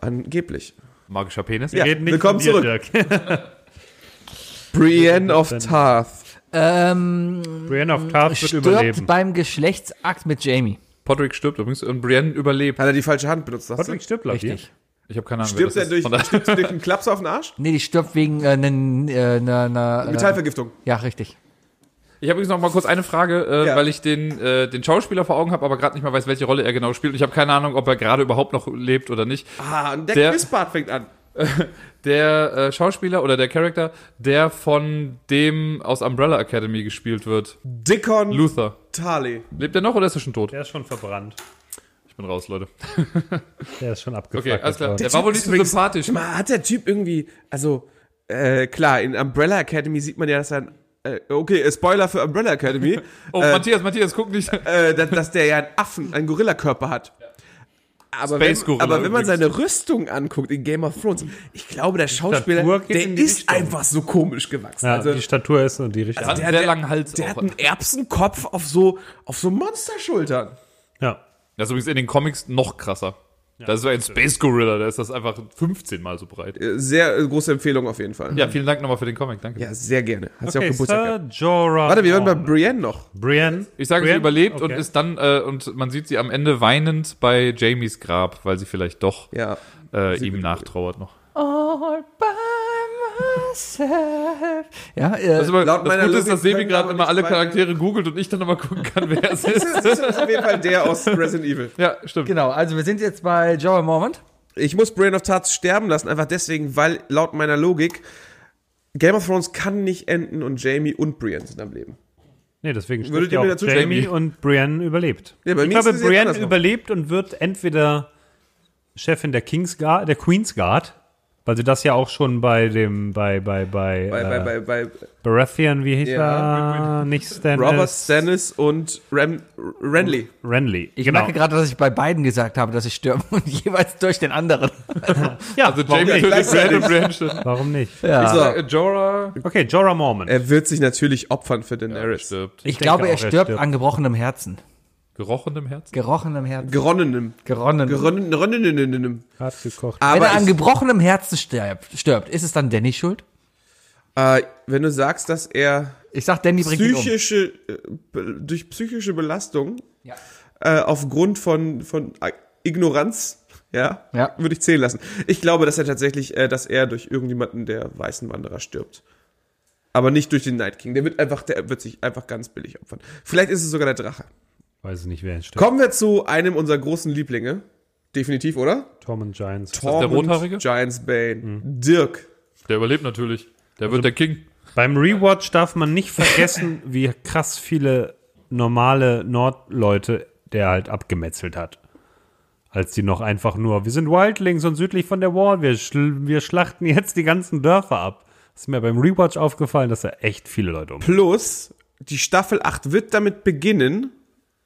Speaker 1: Angeblich.
Speaker 4: Magischer Penis.
Speaker 1: Ja,
Speaker 2: Reden nicht
Speaker 1: willkommen
Speaker 2: von dir,
Speaker 1: zurück.
Speaker 2: Dirk.
Speaker 1: Brienne of Tarth.
Speaker 3: Ähm,
Speaker 2: Brienne of Tarth wird
Speaker 3: stirbt
Speaker 2: überleben.
Speaker 3: beim Geschlechtsakt mit Jamie.
Speaker 4: Podrick stirbt übrigens und Brienne überlebt.
Speaker 1: Hat er die falsche Hand benutzt? Sagst du?
Speaker 2: Podrick stirbt, glaube ich.
Speaker 3: Richtig.
Speaker 4: Ich habe keine Ahnung,
Speaker 1: Stirbt
Speaker 4: wer
Speaker 1: er
Speaker 4: das
Speaker 1: durch,
Speaker 4: ist. Von daher-
Speaker 1: stirbt er durch einen Klaps auf den Arsch?
Speaker 3: Nee, die stirbt wegen einer. Äh, ner- ner- äh,
Speaker 1: Metallvergiftung.
Speaker 3: Ja, richtig.
Speaker 4: Ich habe übrigens noch mal kurz eine Frage, äh,
Speaker 1: Ja.
Speaker 4: weil ich den, äh, den Schauspieler vor Augen habe, aber gerade nicht mehr weiß, welche Rolle er genau spielt. Und ich habe keine Ahnung, ob er gerade überhaupt noch lebt oder nicht.
Speaker 1: Ah, und der,
Speaker 4: Der-
Speaker 1: der Quizbart fängt an.
Speaker 4: Der äh, Schauspieler oder der Charakter, der von dem aus Umbrella Academy gespielt wird.
Speaker 1: Dickon
Speaker 4: Luther.
Speaker 1: Tully.
Speaker 4: Lebt er noch oder ist er schon tot?
Speaker 2: Der ist schon verbrannt.
Speaker 4: Ich bin raus, Leute.
Speaker 2: Der ist schon abgefuckt.
Speaker 4: Okay, alles klar.
Speaker 2: worden.
Speaker 4: Der war wohl nicht so
Speaker 1: Übrigens-
Speaker 4: sympathisch.
Speaker 1: Sag mal, hat der Typ irgendwie, also, äh, klar, in Umbrella Academy sieht man ja, dass er, ein- äh, okay, äh, Spoiler für Umbrella Academy,
Speaker 4: Oh, Matthias, Matthias, guck nicht.
Speaker 1: äh, dass, dass Äh, der ja einen Affen, einen Gorillakörper hat. Aber wenn,
Speaker 4: Space Gorilla
Speaker 1: aber wenn man
Speaker 4: übrigens.
Speaker 1: seine Rüstung anguckt in Game of Thrones, ich glaube, der Schauspieler,
Speaker 2: Statur geht
Speaker 1: der
Speaker 2: in die
Speaker 1: ist
Speaker 2: Richtung.
Speaker 1: einfach so komisch gewachsen.
Speaker 2: Ja,
Speaker 1: also,
Speaker 2: die Statur ist und die Richtung.
Speaker 4: Hat einen sehr langen Hals.
Speaker 1: der
Speaker 4: auch.
Speaker 1: hat einen Erbsenkopf auf so, auf so Monsterschultern.
Speaker 2: ja.
Speaker 4: Das ist übrigens in den Comics noch krasser. Das ist ein Space Gorilla, der ist das einfach 15 mal so breit.
Speaker 1: Sehr äh, große Empfehlung auf jeden Fall.
Speaker 4: Ja, vielen Dank nochmal für den Comic, danke.
Speaker 1: Ja, sehr gerne. Hat sie auch
Speaker 2: Okay,
Speaker 1: Geburtstag gehabt.
Speaker 2: Sir Jorah.
Speaker 1: Warte, wir waren bei
Speaker 2: Mormont.
Speaker 1: Brienne noch.
Speaker 2: Brienne.
Speaker 4: Ich sage, sie
Speaker 2: Brienne?
Speaker 4: überlebt und
Speaker 2: Okay.
Speaker 4: ist dann, äh, und man sieht sie am Ende weinend bei Jamies Grab, weil sie vielleicht doch
Speaker 1: Ja.
Speaker 4: äh, ihm nachtrauert noch.
Speaker 3: Ja, äh,
Speaker 2: Also-
Speaker 4: Das, ist immer,
Speaker 1: Laut
Speaker 4: das
Speaker 1: meiner
Speaker 4: Gute ist,
Speaker 1: Logik
Speaker 4: dass Sebi
Speaker 1: können
Speaker 4: gerade
Speaker 1: aber
Speaker 4: immer alle
Speaker 1: nicht beide-
Speaker 4: Charaktere googelt und ich dann nochmal gucken kann, wer es
Speaker 1: Das
Speaker 4: ist.
Speaker 1: ist, das ist auf jeden Fall der aus Resident Evil.
Speaker 4: Ja, stimmt.
Speaker 3: genau, also wir sind jetzt bei Jorah Mormont.
Speaker 1: Ich muss Brain of Tarts sterben lassen, einfach deswegen, weil laut meiner Logik Game of Thrones kann nicht enden und Jamie und Brienne sind am Leben.
Speaker 2: Nee, deswegen steht
Speaker 1: Würdet
Speaker 2: ja
Speaker 1: ihr mir
Speaker 2: auch
Speaker 1: dazu-
Speaker 2: Jamie
Speaker 4: Jamie.
Speaker 2: und Brienne überlebt.
Speaker 1: Ja, bei
Speaker 2: ich
Speaker 1: mir
Speaker 2: glaube,
Speaker 1: ist es jetzt
Speaker 2: Brienne
Speaker 1: andersrum.
Speaker 2: überlebt und wird entweder Chefin der Kingsguard, der Queensguard, weil sie das ja auch schon bei dem, bei, bei, bei,
Speaker 1: Bei,
Speaker 2: äh,
Speaker 1: bei, bei, bei
Speaker 2: Baratheon, wie hieß
Speaker 1: Ja.
Speaker 2: er? Nicht Stannis.
Speaker 1: Robert Stannis und Ram, Renly.
Speaker 2: Renly. Genau.
Speaker 3: Ich merke gerade, dass ich bei beiden gesagt habe, dass ich stürme und jeweils durch den anderen.
Speaker 2: Ja,
Speaker 4: Also
Speaker 2: warum,
Speaker 4: Jamie tötet
Speaker 1: Gleichzeitig.
Speaker 4: Brand und Brand stimmt.
Speaker 2: warum nicht?
Speaker 3: Ja.
Speaker 1: So,
Speaker 4: Äh, Jorah
Speaker 2: Okay, Jorah Mormont.
Speaker 1: er wird sich natürlich opfern für Daenerys.
Speaker 4: stirbt.
Speaker 3: ich
Speaker 2: denke
Speaker 3: glaube,
Speaker 2: auch,
Speaker 3: er
Speaker 2: er
Speaker 3: stirbt
Speaker 2: stirbt.
Speaker 3: an gebrochenem Herzen.
Speaker 4: Gerochenem Herzen?
Speaker 3: Gerochenem Herzen.
Speaker 1: Geronnenem.
Speaker 3: Geronnen.
Speaker 1: Geronnen- Geronnenenenem.
Speaker 2: Hart gekocht.
Speaker 3: Wenn
Speaker 1: Aber
Speaker 3: er an
Speaker 1: ich,
Speaker 3: gebrochenem Herzen stirbt, stirbt, ist es dann Danny schuld?
Speaker 1: äh, wenn du sagst, dass er
Speaker 3: Ich sag, Danny bringt ihn um.
Speaker 1: psychische, äh, be- durch psychische Belastung
Speaker 3: Ja.
Speaker 1: äh, aufgrund von, von äh, Ignoranz, ja,
Speaker 3: Ja.
Speaker 1: würde ich zählen lassen. Ich glaube, dass er tatsächlich, äh, dass er durch irgendjemanden der weißen Wanderer stirbt. Aber nicht durch den Night King. Der wird einfach, der wird sich einfach ganz billig opfern. Vielleicht ist es sogar der Drache.
Speaker 2: Weiß ich nicht, wer ihn stirbt.
Speaker 1: Kommen wir zu einem unserer großen Lieblinge. Definitiv, oder?
Speaker 2: Tom und Giants.
Speaker 1: Tormund
Speaker 4: Rothaarige?
Speaker 1: Giants Bane. Dirk.
Speaker 4: Der überlebt natürlich. Der wird der King.
Speaker 2: Beim Rewatch darf man nicht vergessen, wie krass viele normale Nordleute der halt abgemetzelt hat. Als die noch einfach nur, wir sind Wildlings und südlich von der Wall, wir, schl wir schlachten jetzt die ganzen Dörfer ab. Ist mir beim Rewatch aufgefallen, dass da echt viele Leute um.
Speaker 1: Plus, die Staffel 8 wird damit beginnen,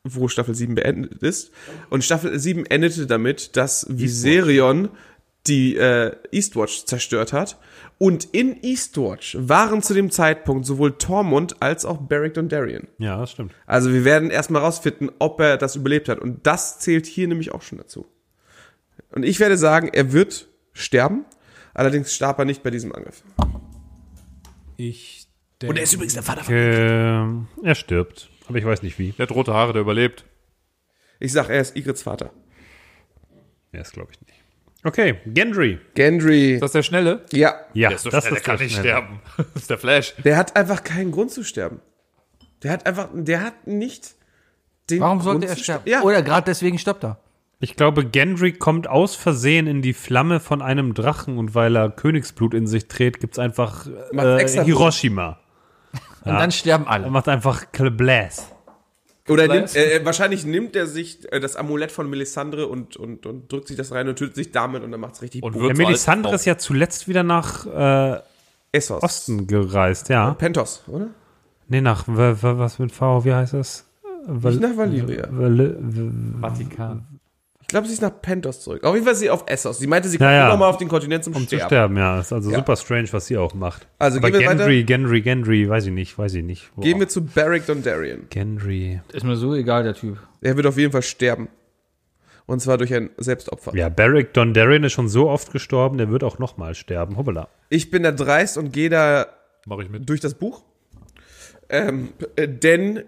Speaker 1: wo Staffel 7 beendet ist. Und Staffel 7 endete damit, dass Viserion die äh, Eastwatch zerstört hat. Und in Eastwatch waren zu dem Zeitpunkt sowohl Tormund als auch Beric Dondarrion.
Speaker 2: Ja, das stimmt.
Speaker 1: Also wir werden erstmal rausfinden, ob er das überlebt hat. Und das zählt hier nämlich auch schon dazu. Und ich werde sagen, er wird sterben. Allerdings starb er nicht bei diesem Angriff.
Speaker 2: Ich
Speaker 1: Und er ist übrigens der Vater von
Speaker 2: denke, Ähm, er stirbt. Aber ich weiß nicht wie.
Speaker 4: Der hat rote Haare, der überlebt.
Speaker 1: Ich sag, er ist Igrits Vater.
Speaker 2: Er ist, glaube ich, nicht. Okay, Gendry.
Speaker 1: Gendry.
Speaker 4: Ist das der Schnelle?
Speaker 1: ja.
Speaker 2: Ja,
Speaker 4: Der ist so schnell, der kann nicht
Speaker 2: schnell.
Speaker 4: sterben. Das ist der Flash.
Speaker 1: Der hat einfach keinen Grund zu sterben. Der hat einfach, der hat nicht den
Speaker 3: Warum sollte
Speaker 1: Grund
Speaker 3: er
Speaker 1: zu
Speaker 3: sterben?
Speaker 1: Ja,
Speaker 3: Oder gerade deswegen stirbt er.
Speaker 2: Ich glaube, Gendry kommt aus Versehen in die Flamme von einem Drachen und weil er Königsblut in sich trägt, gibt's einfach
Speaker 1: Macht extra
Speaker 2: äh, Hiroshima.
Speaker 3: Und dann sterben
Speaker 2: Er
Speaker 3: alle.
Speaker 2: macht einfach Klebläs.
Speaker 1: oder nimmt, äh, wahrscheinlich nimmt er sich äh, das Amulett von Melisandre und, und, und drückt sich das rein und tötet sich damit und dann macht's richtig
Speaker 4: Und
Speaker 1: Boom.
Speaker 2: Der
Speaker 4: wird
Speaker 2: Melisandre ist
Speaker 4: so alt.
Speaker 2: ja zuletzt wieder nach äh,
Speaker 1: Essos.
Speaker 2: Osten gereist, ja.
Speaker 1: Pentos, oder?
Speaker 2: Nee, nach w- w- was mit V, wie heißt das? Val
Speaker 1: Nicht nach Valyria.
Speaker 2: Val- w-
Speaker 4: Vatikan.
Speaker 1: Ich glaube, sie ist nach Pentos zurück. Auf jeden Fall ist sie auf Essos. Sie meinte, sie
Speaker 2: Ja,
Speaker 1: kommt
Speaker 2: ja.
Speaker 1: noch nochmal auf den Kontinent zum
Speaker 2: um zu
Speaker 1: Sterben.
Speaker 2: sterben, ja. Ist also
Speaker 1: Ja.
Speaker 2: super strange, was sie auch macht.
Speaker 1: Also
Speaker 2: Aber
Speaker 1: gehen wir weiter.
Speaker 2: Gendry, Gendry, Gendry, weiß ich nicht, weiß ich nicht. Boah.
Speaker 1: Gehen wir zu Barrick Dondarrion.
Speaker 2: Gendry.
Speaker 3: Ist mir so egal, der Typ.
Speaker 1: Er wird auf jeden Fall sterben. Und zwar durch ein Selbstopfer.
Speaker 2: Ja, Beric Dondarrion ist schon so oft gestorben, der wird auch nochmal sterben. Hoppala.
Speaker 1: Ich bin da dreist und gehe da
Speaker 4: Mach ich mit.
Speaker 1: durch das Buch. Ähm, äh, denn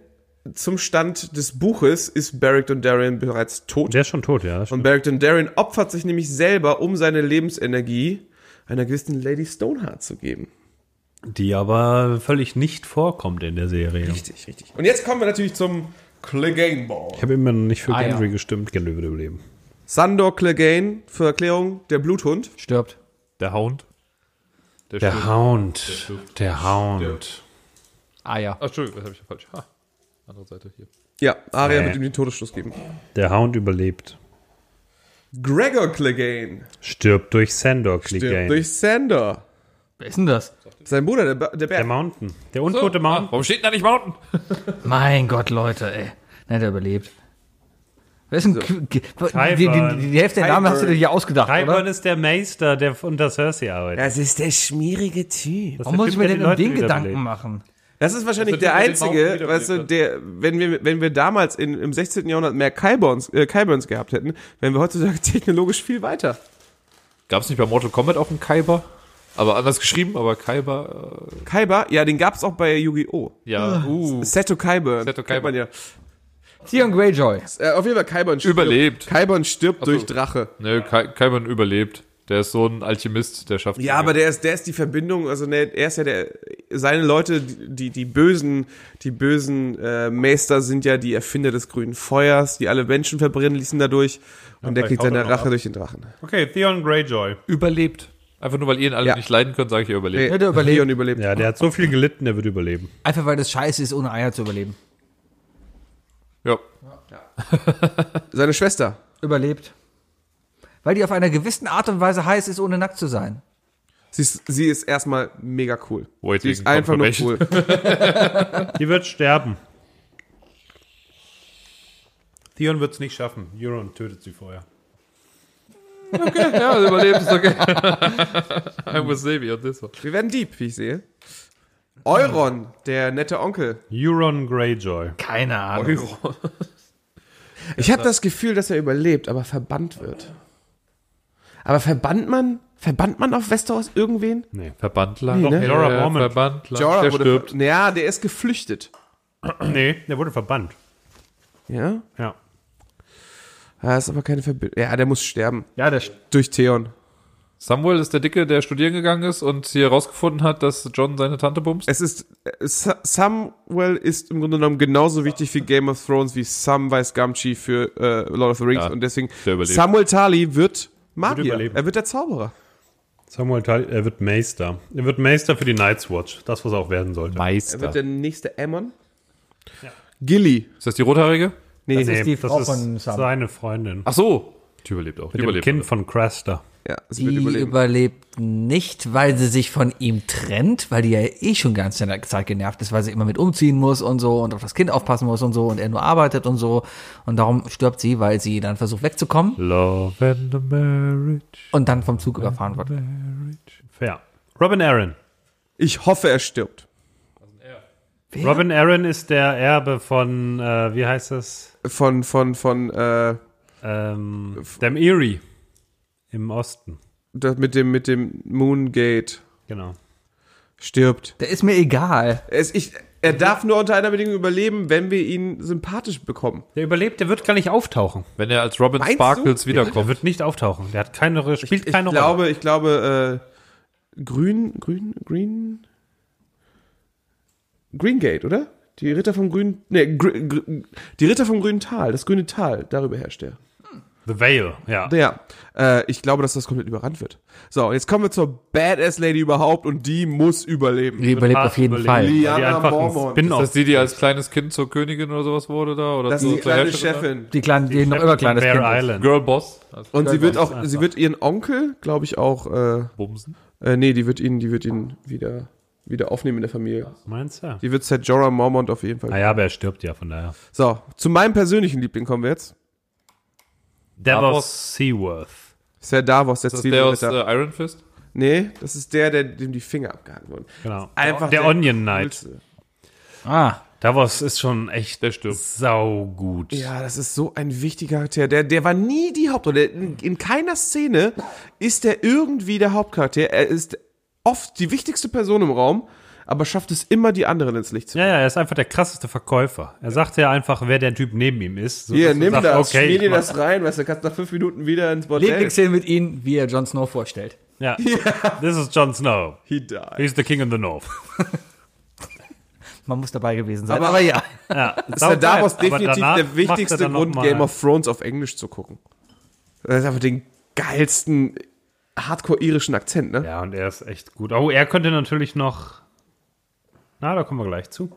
Speaker 1: zum Stand des Buches ist Barrick Dondarrion bereits tot.
Speaker 2: Der ist schon tot, ja. das
Speaker 1: Und Barrick Dondarrion opfert sich nämlich selber, um seine Lebensenergie einer gewissen Lady Stoneheart zu geben.
Speaker 2: Die aber völlig nicht vorkommt in der Serie. Ich
Speaker 1: Richtig, richtig. Und jetzt kommen wir natürlich zum Clegane Ball.
Speaker 2: habe immer noch nicht für
Speaker 3: Ah, ja.
Speaker 2: Gendry gestimmt. Gendry würde überleben.
Speaker 1: Sandor Clegane, für Erklärung, der Bluthund.
Speaker 3: Stirbt.
Speaker 4: Der Hound.
Speaker 2: Der Hound. Der Hound.
Speaker 3: Ah ja.
Speaker 4: Ach, Entschuldigung, das habe ich ja falsch. Ha. Andere Seite hier.
Speaker 1: Ja, Arya
Speaker 2: Nee.
Speaker 1: wird ihm den Todesstoß geben.
Speaker 2: Der Hound überlebt.
Speaker 1: Gregor Clegane
Speaker 2: Stirbt durch Sandor
Speaker 1: stirbt
Speaker 2: Clegane.
Speaker 1: durch Sandor.
Speaker 3: Wer ist denn das?
Speaker 1: Sein Bruder, der, Ba- der
Speaker 2: Der
Speaker 1: Bär.
Speaker 2: Mountain. Der untote Mountain.
Speaker 4: Ah, Warum steht denn da nicht Mountain?
Speaker 3: Mein Gott, Leute, ey. Nein, der überlebt. Wer ist denn. K- K- Die, die, die, die Hälfte der Namen hast du dir hier ausgedacht,
Speaker 2: Tyburn
Speaker 3: oder?
Speaker 2: ist der Meister, der unter Cersei arbeitet.
Speaker 1: Das ist der schmierige Typ.
Speaker 2: Das ist
Speaker 3: Warum
Speaker 2: der Typ,
Speaker 3: muss ich
Speaker 2: der
Speaker 3: mir denn
Speaker 2: die
Speaker 3: um
Speaker 2: Leute
Speaker 3: den
Speaker 2: wieder
Speaker 3: Gedanken
Speaker 2: belebt.
Speaker 3: machen?
Speaker 1: Das ist wahrscheinlich
Speaker 4: Das
Speaker 1: der
Speaker 4: wird über den Baum
Speaker 1: einzige,
Speaker 4: wiederbelebt ne?
Speaker 1: weißt du,
Speaker 4: hat.
Speaker 1: der, wenn wir, wenn wir damals in, im 16. Jahrhundert mehr Kyburns, äh, Kyburns gehabt hätten, wären wir heutzutage technologisch viel weiter.
Speaker 4: Gab es nicht bei Mortal Kombat auch einen Kaiber? Aber anders geschrieben, aber Kaiber.
Speaker 1: Kyber, ja, den gab's auch bei Yu-Gi-Oh!
Speaker 4: Äh,
Speaker 1: Ah,
Speaker 4: ja, uh,
Speaker 1: Seto Kyburn.
Speaker 4: Seto Kyburn.
Speaker 1: Kennt Man ja.
Speaker 3: Theon Greyjoy.
Speaker 1: äh, auf jeden Fall Kyburn stirbt.
Speaker 4: Überlebt.
Speaker 1: Kyburn stirbt
Speaker 4: so.
Speaker 1: durch Drache.
Speaker 4: ne, Kai- Kaiber überlebt. Der ist so ein Alchemist, der schafft.
Speaker 1: Ja, aber der ist, der ist die Verbindung, also ne, er ist ja der, seine Leute, die, die bösen, die bösen äh, Meister sind ja die Erfinder des grünen Feuers, die alle Menschen verbrennen ließen dadurch und der kriegt
Speaker 2: vielleicht haut er
Speaker 1: seine
Speaker 2: noch
Speaker 1: Rache
Speaker 2: ab.
Speaker 1: durch den Drachen.
Speaker 2: Okay, Theon Greyjoy.
Speaker 4: überlebt. Einfach nur, weil ihr ihn alle
Speaker 1: Ja.
Speaker 4: nicht leiden könnt, sage ich, er überlebt.
Speaker 1: Nee,
Speaker 3: der überlebt.
Speaker 1: Leon überlebt.
Speaker 2: Ja, der hat so viel gelitten, der wird überleben.
Speaker 3: Einfach weil das scheiße ist, ohne Eier zu überleben.
Speaker 4: Ja.
Speaker 1: Seine Schwester.
Speaker 3: Überlebt. Weil die auf einer gewissen Art und Weise heiß ist, ohne nackt zu sein.
Speaker 1: Sie ist, sie ist erstmal mega cool.
Speaker 4: Waiting
Speaker 1: Sie ist einfach nur
Speaker 4: confirmation.
Speaker 1: cool.
Speaker 2: Die wird sterben. Theon wird es nicht schaffen. Euron tötet sie vorher.
Speaker 4: Ja, also überlebt ist okay. I was Navy on this one.
Speaker 1: Wir werden deep, wie ich sehe. Euron, der nette Onkel.
Speaker 2: Euron Greyjoy.
Speaker 3: Keine Ahnung.
Speaker 1: Ich habe das Gefühl, dass er überlebt, aber verbannt wird. Aber verbannt man, verbannt man auf Westeros irgendwen?
Speaker 4: Verbandler. äh,
Speaker 1: Nee, ne?
Speaker 2: Jorah Mormont.
Speaker 4: Verbandler.
Speaker 1: Jorah
Speaker 4: der
Speaker 1: wurde
Speaker 4: stirbt.
Speaker 1: ver- Ja, der ist geflüchtet.
Speaker 2: Nee, der wurde verbannt.
Speaker 1: Ja?
Speaker 2: Ja.
Speaker 1: Ah, ist aber keine Verbindung. Ja, der muss sterben.
Speaker 3: Ja, der
Speaker 1: Durch Theon.
Speaker 4: Samuel ist der Dicke, der studieren gegangen ist und hier rausgefunden hat, dass John seine Tante bumst.
Speaker 1: Es ist. äh, Sa- Samwell ist im Grunde genommen genauso wichtig für Game of Thrones wie Samwise Gamgee für äh, Lord of the Rings.
Speaker 4: Ja,
Speaker 1: und deswegen.
Speaker 4: der überlebt.
Speaker 1: Samuel Tali wird Magier.
Speaker 2: überleben.
Speaker 1: er wird der Zauberer.
Speaker 2: Samuel Tal, er wird Meister. Er wird Meister für die Night's Watch. Das, was er auch werden sollte.
Speaker 1: Er
Speaker 4: Meister.
Speaker 1: wird der nächste Aemon. Gilly.
Speaker 4: Ist das die Rothaarige?
Speaker 1: Nee,
Speaker 2: Nee,
Speaker 3: ist die Frau
Speaker 2: ist
Speaker 3: von Sam.
Speaker 2: seine Freundin.
Speaker 4: Ach so. Die überlebt auch. Die
Speaker 2: Mit dem
Speaker 4: überlebt.
Speaker 2: Kind
Speaker 4: alle.
Speaker 2: von Craster.
Speaker 1: ja, sie wird
Speaker 3: Die
Speaker 1: überleben.
Speaker 3: überlebt nicht, weil sie sich von ihm trennt, weil die ja eh schon ganz in der Zeit genervt ist, weil sie immer mit umziehen muss und so und auf das Kind aufpassen muss und so und er nur arbeitet und so und darum stirbt sie, weil sie dann versucht wegzukommen
Speaker 2: Love and a marriage.
Speaker 3: und dann vom Zug überfahren wird.
Speaker 2: Fair. Robin Aaron.
Speaker 1: ich hoffe, er stirbt.
Speaker 2: Robin Aaron ist der Erbe von, äh, wie heißt das?
Speaker 1: Von, von, von, äh,
Speaker 2: Ähm, dem Erie. Im Osten.
Speaker 1: das mit dem, mit dem Moongate
Speaker 2: Genau.
Speaker 1: stirbt.
Speaker 3: Der ist mir egal.
Speaker 1: Es, ich, er darf nur unter einer Bedingung überleben, wenn wir ihn sympathisch bekommen.
Speaker 2: Der überlebt, der wird gar nicht auftauchen.
Speaker 4: Wenn er als Robin
Speaker 1: Meinst
Speaker 4: Sparkles
Speaker 2: Der
Speaker 4: wiederkommt.
Speaker 2: wird nicht auftauchen. Der hat keine, Rolle- spielt
Speaker 1: Ich
Speaker 2: keine Rolle.
Speaker 1: glaube, ich glaube, äh, Grün, Grün, Green, Greengate, oder? Die Ritter vom grünen, nee, Gr- Gr- die Ritter vom grünen Tal, das grüne Tal, darüber herrscht er.
Speaker 2: The Veil, ja.
Speaker 1: Ja, äh, ich glaube, dass das komplett überrannt wird. So, jetzt kommen wir zur Badass Lady überhaupt und die muss überleben.
Speaker 3: Die überlebt
Speaker 2: Hart
Speaker 3: auf jeden
Speaker 2: überleben, Ah,
Speaker 3: Fall.
Speaker 2: weil Die
Speaker 1: Liana
Speaker 2: einfach
Speaker 1: Mormont.
Speaker 2: ein
Speaker 4: Ist das
Speaker 2: Spin-off.
Speaker 4: die, die als kleines Kind zur Königin oder sowas wurde da?
Speaker 1: Genau.
Speaker 4: Oder
Speaker 1: Das
Speaker 4: zur-
Speaker 1: ist die
Speaker 4: zur
Speaker 1: kleine
Speaker 4: Herrscherin da?
Speaker 1: Chefin.
Speaker 3: Die kleine, die noch immer kleines
Speaker 2: Bear
Speaker 3: Kind ist.
Speaker 2: Island.
Speaker 4: Girl Boss. Also
Speaker 1: Und sie wird auch, sie wird ihren Onkel, glaube ich, auch, äh,
Speaker 4: Bumsen.
Speaker 1: äh, nee, die wird ihn, die wird ihn wieder, wieder aufnehmen in der Familie.
Speaker 2: Meinst du?
Speaker 1: Die wird Sir Jorah Mormont auf jeden Fall.
Speaker 2: Naja, aber er stirbt ja, von daher.
Speaker 1: So, zu meinem persönlichen Liebling kommen wir jetzt.
Speaker 2: Davos Seaworth.
Speaker 1: Sir Davos, der
Speaker 4: Ist das der aus äh,
Speaker 1: Zwiebelritter.
Speaker 4: Iron Fist?
Speaker 1: Nee, das ist der, der dem die Finger abgehangen wurden.
Speaker 2: Genau.
Speaker 1: Einfach
Speaker 2: der,
Speaker 1: der
Speaker 2: Onion Knight.
Speaker 1: Coolste.
Speaker 3: Ah,
Speaker 2: Davos ist schon echt
Speaker 4: Der stirbt.
Speaker 2: saugut.
Speaker 1: Ja, das ist so ein wichtiger Charakter. Der, der war nie die Hauptrolle. In, in keiner Szene ist er irgendwie der Hauptcharakter. Er ist oft die wichtigste Person im Raum, aber schafft es immer, die anderen ins Licht zu
Speaker 2: Ja, ja, er ist einfach der krasseste Verkäufer. Er sagt ja einfach, wer der Typ neben ihm ist. So,
Speaker 1: Hier,
Speaker 2: dass du
Speaker 1: nimm
Speaker 2: sagst,
Speaker 1: das, okay, schmier
Speaker 2: Also ich
Speaker 1: dir
Speaker 2: mach-
Speaker 1: das rein, weißt du, kannst nach fünf Minuten wieder ins Bordell.
Speaker 3: Lieblingsszene mit ihnen, wie er Jon Snow vorstellt.
Speaker 2: Ja. This is Jon Snow.
Speaker 1: He died.
Speaker 2: He's the king in the north.
Speaker 3: Man muss dabei gewesen sein.
Speaker 1: Aber-
Speaker 3: ja.
Speaker 2: Ja,
Speaker 1: Sir Davos
Speaker 2: saugeil. Aber
Speaker 1: definitiv
Speaker 2: danach
Speaker 1: der
Speaker 2: macht er
Speaker 1: wichtigste
Speaker 2: dann noch
Speaker 1: Grund,
Speaker 2: mal-
Speaker 1: Game of Thrones auf Englisch zu gucken. Das ist einfach den geilsten Hardcore-irischen Akzent, ne?
Speaker 2: Ja, und er ist echt gut. Oh, er könnte natürlich noch. Na, da kommen wir gleich zu.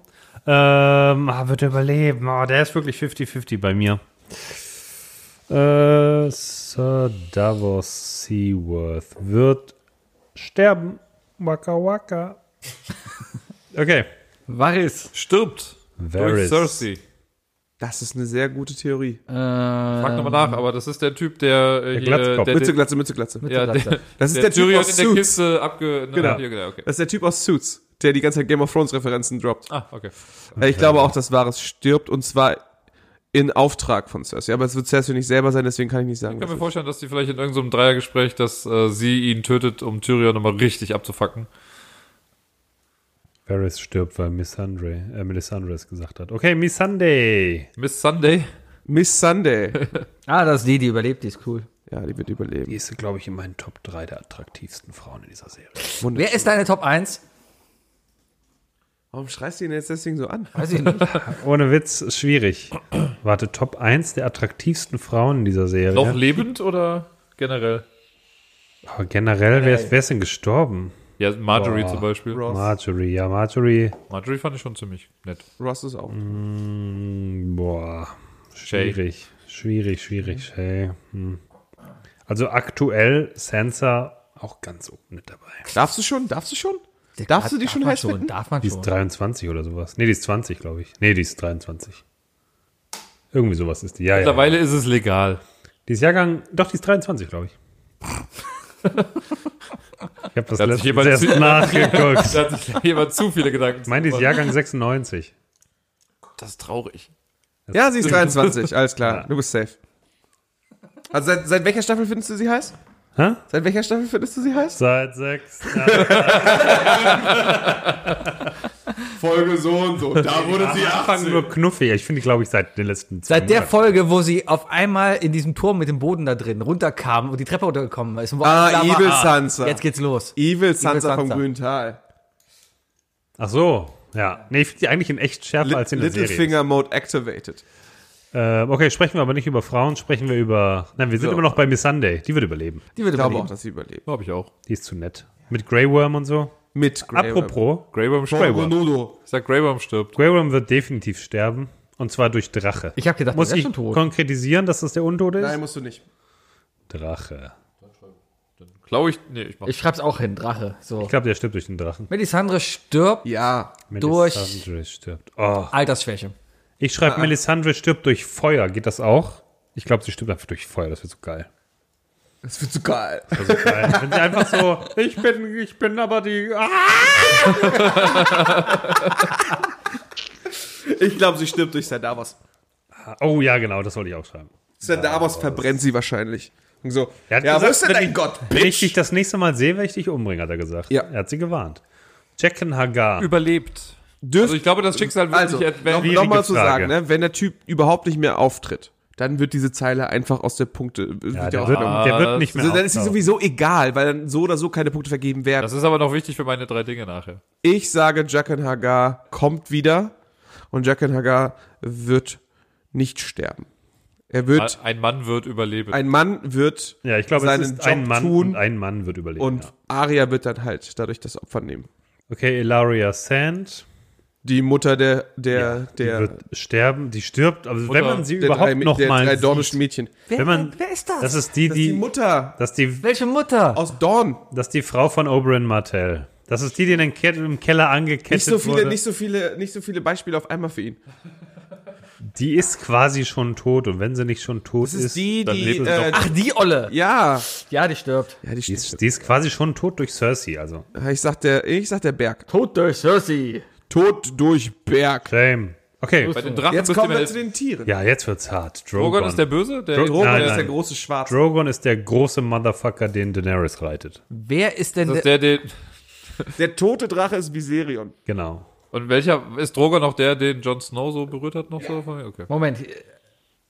Speaker 2: Ähm, ah, wird er überleben. Ah, der ist wirklich 50-50 bei mir. Äh, Sir Davos Seaworth wird sterben. Waka waka. Okay.
Speaker 3: Varys.
Speaker 4: Stirbt. Durch
Speaker 2: Varys.
Speaker 4: Cersei.
Speaker 1: Das ist eine sehr gute Theorie.
Speaker 2: Äh, Also
Speaker 4: Frag nochmal nach, aber das ist der Typ, der äh, hier,
Speaker 2: Glatzkopf.
Speaker 4: der,
Speaker 1: Mütze,
Speaker 4: der,
Speaker 1: Glatze, Mütze, Glatze.
Speaker 4: ja, der,
Speaker 1: Das ist der, Typ
Speaker 4: Tyrion in
Speaker 1: aus
Speaker 4: der
Speaker 1: Suits.
Speaker 4: Kiste abge... Genau. Okay.
Speaker 1: Das ist der Typ aus Suits. der die ganze Zeit Game of Thrones Referenzen droppt.
Speaker 4: Ah, okay.
Speaker 1: Äh, Ich glaube auch, dass Varys stirbt und zwar in Auftrag von Cersei. Aber es wird Cersei nicht selber sein, deswegen kann ich nicht sagen.
Speaker 4: Ich kann mir
Speaker 1: was
Speaker 4: vorstellen, dass die vielleicht in irgendeinem Dreiergespräch, dass äh, sie ihn tötet, um Tyrion nochmal richtig abzufacken.
Speaker 2: Varys stirbt, weil Missandre, äh, Melisandre es gesagt hat. Okay, Missandei.
Speaker 4: Miss Sunday?
Speaker 1: ist. Miss Sunday.
Speaker 3: Ah, das ist die, die überlebt, die ist cool.
Speaker 1: ja, die wird überleben.
Speaker 2: Die ist, glaube ich, in meinen Top 3 der attraktivsten Frauen in dieser Serie.
Speaker 3: Wer ist deine Top 1?
Speaker 1: Warum schreist du ihn jetzt deswegen so an?
Speaker 3: Weiß ich nicht.
Speaker 2: Ohne Witz, ist schwierig. Warte, Top 1 der attraktivsten Frauen in dieser Serie.
Speaker 4: Noch lebend oder generell?
Speaker 2: Aber generell, wer ist, wer ist denn gestorben?
Speaker 4: Ja, Marjorie
Speaker 2: Boah.
Speaker 4: zum Beispiel.
Speaker 1: Ross.
Speaker 2: Marjorie, ja, Marjorie.
Speaker 4: Marjorie fand ich schon ziemlich nett.
Speaker 1: Ross ist auch.
Speaker 2: Mhm. Boah,
Speaker 4: Shay.
Speaker 2: schwierig. Schwierig, schwierig, Shay. Hm. Also aktuell Sansa auch ganz oben mit dabei.
Speaker 1: Darfst du schon? Darfst du schon? Darfst du die schon
Speaker 3: man
Speaker 1: heiß finden?
Speaker 3: Darf man
Speaker 2: Die ist
Speaker 3: schon.
Speaker 2: 23 oder sowas. Nee, die ist 20, glaube ich. Nee, die ist 23. Irgendwie sowas ist die. Ja, ja.
Speaker 4: Mittlerweile ist es legal.
Speaker 2: Die ist Jahrgang, doch, die ist 23, glaube ich. ich habe das
Speaker 4: hat sich jemand
Speaker 2: letztens erst
Speaker 4: zu-
Speaker 2: nachgeguckt.
Speaker 4: Da hat sich jemand zu viele Gedanken
Speaker 2: Ich meine, die ist Jahrgang 96.
Speaker 4: Das ist traurig.
Speaker 1: Ja, sie ist 23, alles klar. Du bist safe. Also seit, seit welcher Staffel findest du sie heiß?
Speaker 2: Hä?
Speaker 1: Seit welcher Staffel findest du sie heiß?
Speaker 2: Seit 6.
Speaker 1: Folge so und so. Da wurde sie
Speaker 2: Anfang nur knuffig. Ich finde, die, glaube ich, seit den letzten zwei
Speaker 3: Seit der
Speaker 2: Monaten.
Speaker 3: Folge, wo sie auf einmal in diesem Turm mit dem Boden da drin runterkam und die Treppe runtergekommen ist. und wo
Speaker 1: Ah,
Speaker 3: alles klar war,
Speaker 1: Evil Sansa.
Speaker 3: Jetzt geht's los.
Speaker 1: Evil Sansa vom
Speaker 3: Sansa.
Speaker 1: grünen Tal.
Speaker 2: Ach so. Ja. Nee, ich finde die eigentlich in echt schärfer als in der Serie.
Speaker 1: Littlefinger Mode activated.
Speaker 2: Äh, okay, sprechen wir aber nicht über Frauen, sprechen wir über. Nein, wir sind
Speaker 1: So.
Speaker 2: immer noch bei Miss Sunday. Die wird überleben.
Speaker 3: Die wird
Speaker 1: Ich glaube auch,
Speaker 3: überleben.
Speaker 1: dass sie überlebt.
Speaker 4: Glaube ich auch.
Speaker 2: Die ist zu nett. Mit Grey Worm und so.
Speaker 1: Mit Grey
Speaker 2: Apropos,
Speaker 4: Grey Worm
Speaker 1: Worm.
Speaker 4: stirbt.
Speaker 2: Worm.
Speaker 1: Nudo.
Speaker 4: Ich sag, Grey Worm stirbt.
Speaker 2: Grey Worm wird definitiv sterben. Und zwar durch Drache.
Speaker 3: Ich habe gedacht,
Speaker 2: Muss
Speaker 3: die wär
Speaker 2: ich
Speaker 3: schon tot.
Speaker 2: konkretisieren, dass das der Untote ist?
Speaker 1: Nein, musst du nicht.
Speaker 2: Drache.
Speaker 4: Glaube ich. Nee, ich mach.
Speaker 3: Ich schreib's auch hin, Drache. So.
Speaker 2: Ich glaube, der stirbt durch den Drachen.
Speaker 3: Melisandre stirbt
Speaker 1: Ja.
Speaker 3: Durch-
Speaker 2: Melisandre stirbt. Oh.
Speaker 3: Altersschwäche.
Speaker 2: Ich schreibe,
Speaker 1: Ah,
Speaker 2: Melisandre stirbt durch Feuer. Geht das auch? Ich glaube, sie stirbt einfach durch Feuer. Das wird so geil.
Speaker 1: Das wird so geil.
Speaker 2: Das wird so geil. Wenn sie einfach so, ich bin, ich bin aber die. Ah!
Speaker 1: Ich glaube, sie stirbt durch Sadavos.
Speaker 2: Oh ja, genau, das wollte ich auch schreiben.
Speaker 1: Sadavos verbrennt sie wahrscheinlich. Und so.
Speaker 2: Er hat
Speaker 1: ja,
Speaker 2: gesagt,
Speaker 1: wo ist denn
Speaker 2: wenn
Speaker 1: dein
Speaker 2: ich-
Speaker 1: Gott,
Speaker 2: Wenn ich
Speaker 1: Bitch?
Speaker 2: dich das nächste Mal sehe, werde ich dich umbringen, hat er gesagt.
Speaker 1: Ja.
Speaker 2: Er hat sie gewarnt. Jacken Hagar.
Speaker 4: Überlebt. Also ich glaube, das Schicksal wird
Speaker 1: Also,
Speaker 4: sich
Speaker 1: noch-
Speaker 4: entwenden.
Speaker 2: Schwierige
Speaker 1: noch mal zu sagen,
Speaker 2: Frage.
Speaker 1: ne, wenn der Typ überhaupt nicht mehr auftritt, dann wird diese Zeile einfach aus der Punkte. äh,
Speaker 2: Ja,
Speaker 1: wird
Speaker 2: der,
Speaker 1: ja
Speaker 2: wird,
Speaker 1: aufgenommen.
Speaker 2: der wird nicht mehr
Speaker 1: also, dann ist sie
Speaker 2: auftauchen.
Speaker 1: sowieso egal, weil dann so oder so keine Punkte vergeben werden.
Speaker 4: Das ist aber noch wichtig für meine drei Dinge nachher.
Speaker 1: Ich sage, Jaqen Hagar kommt wieder und Jaqen Hagar wird nicht sterben. Er wird,
Speaker 4: Ein Mann wird überleben.
Speaker 1: ein Mann wird
Speaker 2: Also- Ja, ich glaube, es
Speaker 1: seinen
Speaker 2: ist
Speaker 1: Job
Speaker 2: ein Mann
Speaker 1: tun
Speaker 2: und ein Mann wird überleben.
Speaker 1: und
Speaker 2: ja.
Speaker 1: Arya wird dann halt dadurch das Opfer nehmen.
Speaker 2: Okay, Ilaria Sand.
Speaker 1: Die Mutter der, der, der,
Speaker 2: die wird sterben, die stirbt. Also wenn man sie
Speaker 1: der
Speaker 2: überhaupt
Speaker 1: drei,
Speaker 2: noch
Speaker 1: der drei
Speaker 2: mal
Speaker 1: dornischen Mädchen.
Speaker 2: wenn man, wer ist das? Das ist die,
Speaker 1: Das ist die
Speaker 2: die,
Speaker 1: Mutter
Speaker 2: das ist die,
Speaker 3: Welche Mutter?
Speaker 1: aus Dorn.
Speaker 2: das ist die Frau von Oberyn Martell. Das ist die, die in den Ke im Keller angekettet
Speaker 1: Nicht so viele,
Speaker 2: wurde.
Speaker 1: nicht so viele, nicht so viele Beispiele auf einmal für ihn.
Speaker 2: die ist quasi schon tot und wenn sie nicht schon tot
Speaker 1: Das ist die,
Speaker 2: dann
Speaker 1: die,
Speaker 2: lebt sie
Speaker 1: äh,
Speaker 2: doch.
Speaker 3: Ach, die Olle.
Speaker 1: ja.
Speaker 3: Ja, die stirbt.
Speaker 1: Ja, die
Speaker 2: Die
Speaker 1: steht.
Speaker 2: ist, die ist quasi schon tot durch Cersei, also.
Speaker 1: Ich sag der, ich sag der Berg.
Speaker 3: Tod durch Cersei.
Speaker 1: Tod durch Berg.
Speaker 2: Shame. Okay.
Speaker 4: Bei den Drachen
Speaker 1: Jetzt
Speaker 4: müsst ihr
Speaker 1: kommen
Speaker 4: mir
Speaker 1: wir zu
Speaker 4: helfen.
Speaker 1: den Tieren.
Speaker 2: Ja, jetzt wird's hart. Drogon,
Speaker 4: Drogon ist der Böse? Der
Speaker 2: Dro-
Speaker 1: Drogon
Speaker 2: Nein,
Speaker 1: ist
Speaker 2: nein.
Speaker 1: der große Schwarze.
Speaker 2: Drogon ist der große Motherfucker, den Daenerys reitet.
Speaker 3: Wer ist denn
Speaker 4: das
Speaker 3: der,
Speaker 4: ist der, den,
Speaker 1: Der tote Drache ist Viserion.
Speaker 2: Genau.
Speaker 4: und welcher ist Drogon auch der, den Jon Snow so berührt hat noch so? Von mir? Okay.
Speaker 3: Moment. äh,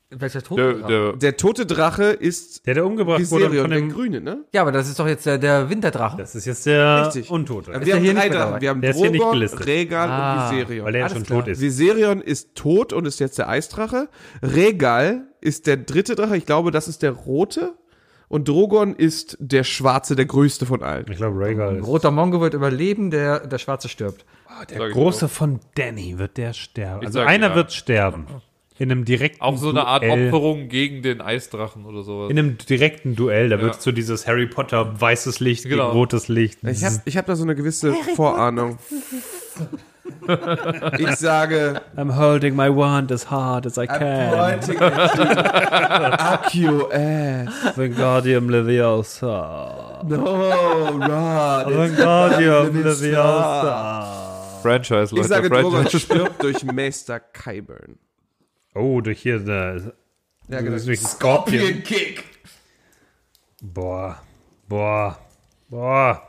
Speaker 3: Welcher Tod?
Speaker 4: Der, der,
Speaker 1: Der tote Drache ist
Speaker 2: Der, der umgebracht wurde
Speaker 1: Viserion,
Speaker 2: und von
Speaker 1: der
Speaker 2: dem.
Speaker 1: Grüne, ne?
Speaker 3: Ja, aber das ist doch jetzt der, der Winterdrache.
Speaker 2: Das ist jetzt der
Speaker 1: Richtig.
Speaker 2: Untote.
Speaker 1: Wir
Speaker 3: der
Speaker 1: haben
Speaker 3: hier
Speaker 1: drei
Speaker 3: nicht mit
Speaker 1: Drachen.
Speaker 3: dabei?
Speaker 1: Wir haben
Speaker 2: Der ist hier nicht
Speaker 1: Drogon,
Speaker 2: gelistet.
Speaker 1: Regal
Speaker 3: Ah,
Speaker 1: und Viserion.
Speaker 2: weil er ja
Speaker 3: Alles
Speaker 2: schon
Speaker 3: klar.
Speaker 2: tot ist.
Speaker 1: Viserion ist tot und ist jetzt der Eisdrache. Regal ist der dritte Drache. Ich glaube, das ist der rote. Und Drogon ist der schwarze, der größte von allen.
Speaker 2: Ich glaube, Rhaegal ist.
Speaker 3: Roter Mongo wird überleben, der, der Schwarze stirbt.
Speaker 2: Der große von Danny wird der sterben. Also
Speaker 4: genau. sag
Speaker 2: einer
Speaker 4: ja.
Speaker 2: wird sterben. In einem direkten
Speaker 4: auch so eine Art
Speaker 1: Äh.
Speaker 2: Duell.
Speaker 4: Opferung gegen den Eisdrachen oder sowas.
Speaker 2: In einem direkten Duell, da wird so dieses Harry Potter weißes Licht
Speaker 4: Genau.
Speaker 2: gegen rotes Licht.
Speaker 1: Ich habe ich hab da so eine gewisse Vorahnung. Ich sage
Speaker 2: I'm holding my wand as hard as I can.
Speaker 1: pointing at you. Up your ass.
Speaker 2: Wingardium Leviosa.
Speaker 1: No, Rod.
Speaker 2: Wingardium
Speaker 4: Franchise, Leute.
Speaker 1: Ich sage, Drogon
Speaker 4: Franchise.
Speaker 1: stirbt durch Maester Kyburn.
Speaker 2: Oh, durch hier eine.
Speaker 1: Ja,
Speaker 2: Das ist durch
Speaker 1: Scorpion Kick.
Speaker 2: Boah. Boah. Boah.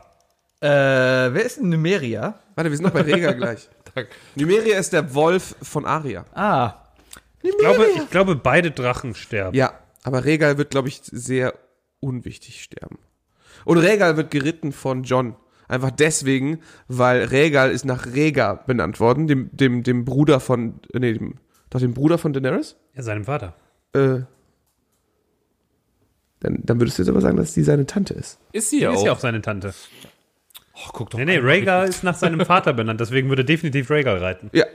Speaker 3: Äh, wer ist denn Numeria?
Speaker 1: Warte, wir sind noch bei Rega gleich. Numeria ist der Wolf von Aria.
Speaker 3: Ah,
Speaker 2: Ich glaube, ich glaube, beide Drachen sterben.
Speaker 1: Ja, aber Regal wird, glaube ich, sehr unwichtig sterben. Und Regal wird geritten von John. Einfach deswegen, weil Regal ist nach Rega benannt worden, dem, dem, dem Bruder von, äh, nee, dem, doch dem Bruder von Daenerys?
Speaker 2: Ja, seinem Vater.
Speaker 1: Äh, dann, dann würdest du jetzt aber sagen, dass sie seine Tante ist.
Speaker 4: Ist sie ja
Speaker 2: Ist ja
Speaker 4: auch.
Speaker 2: auch seine Tante. Oh, guck doch nee, nee, Rhaegar ist nach seinem Vater benannt, deswegen würde definitiv Rhaegar reiten.
Speaker 1: Ja.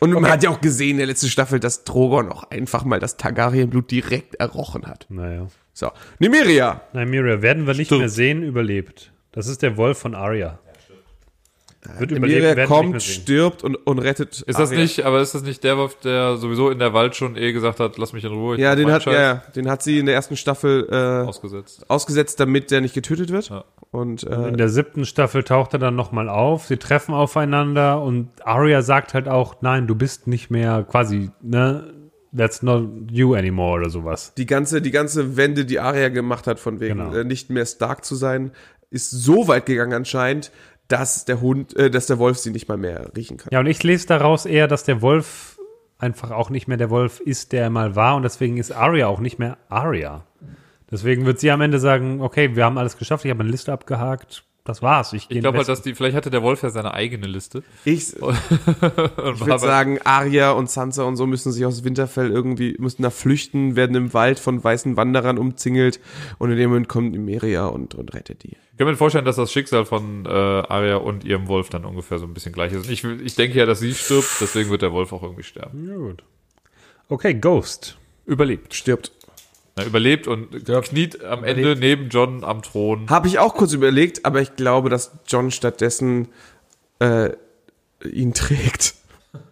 Speaker 1: Und man hat ja auch gesehen in der letzten Staffel, dass Drogon auch einfach mal das Targaryen-Blut direkt errochen hat.
Speaker 2: Naja.
Speaker 1: So, Nymeria.
Speaker 2: Nein, Miria, werden wir nicht mehr sehen, überlebt. Das ist der Wolf von Arya. Wird überlebt,
Speaker 1: Nymeria
Speaker 2: werden wir nicht mehr
Speaker 1: kommt,
Speaker 2: sehen.
Speaker 1: stirbt und, und rettet
Speaker 4: Ist das
Speaker 1: Arya.
Speaker 4: nicht, aber ist das nicht der Wolf, der sowieso in der Wald schon eh gesagt hat, lass mich in Ruhe? ich
Speaker 1: Ja,
Speaker 4: mach
Speaker 1: den
Speaker 4: meinen
Speaker 1: hat, ja,
Speaker 4: Scheiß?
Speaker 1: ja, den hat sie in der ersten Staffel äh,
Speaker 4: Ausgesetzt.
Speaker 1: ausgesetzt, damit der nicht getötet wird.
Speaker 4: Ja.
Speaker 1: Und
Speaker 2: In
Speaker 1: äh,
Speaker 2: der siebten Staffel taucht er dann nochmal auf, sie treffen aufeinander und Arya sagt halt auch, nein, du bist nicht mehr quasi, ne, that's not you anymore oder sowas.
Speaker 1: die ganze, die ganze Wende, die Arya gemacht hat, von wegen
Speaker 2: Genau.
Speaker 1: äh, nicht mehr stark zu sein, ist so weit gegangen anscheinend, dass der Hund, äh, dass der Wolf sie nicht mal mehr riechen kann.
Speaker 2: Ja, und ich lese daraus eher, dass der Wolf einfach auch nicht mehr der Wolf ist, der er mal war und deswegen ist Arya auch nicht mehr Arya. Deswegen wird sie am Ende sagen, okay, wir haben alles geschafft, ich habe eine Liste abgehakt, das war's. Ich,
Speaker 4: Ich glaube halt, dass die, vielleicht hatte der Wolf ja seine eigene Liste.
Speaker 1: Ich, ich
Speaker 4: Und war
Speaker 1: würde
Speaker 4: bei-
Speaker 1: sagen, Arya und Sansa und so müssen sich aus Winterfell irgendwie, müssen da flüchten, werden im Wald von weißen Wanderern umzingelt und in dem Moment kommt Nymeria und, und rettet die.
Speaker 4: Ich kann mir vorstellen, dass das Schicksal von äh, Arya und ihrem Wolf dann ungefähr so ein bisschen gleich ist. Und Ich, ich denke ja, dass sie stirbt, deswegen wird der Wolf auch irgendwie
Speaker 1: Hm.
Speaker 4: sterben.
Speaker 2: Ja, gut. Okay, Ghost.
Speaker 4: Überlebt.
Speaker 1: Stirbt.
Speaker 4: Na, überlebt und kniet am Ende neben John am Thron.
Speaker 1: Habe ich auch kurz überlegt, aber ich glaube, dass John stattdessen äh, ihn trägt.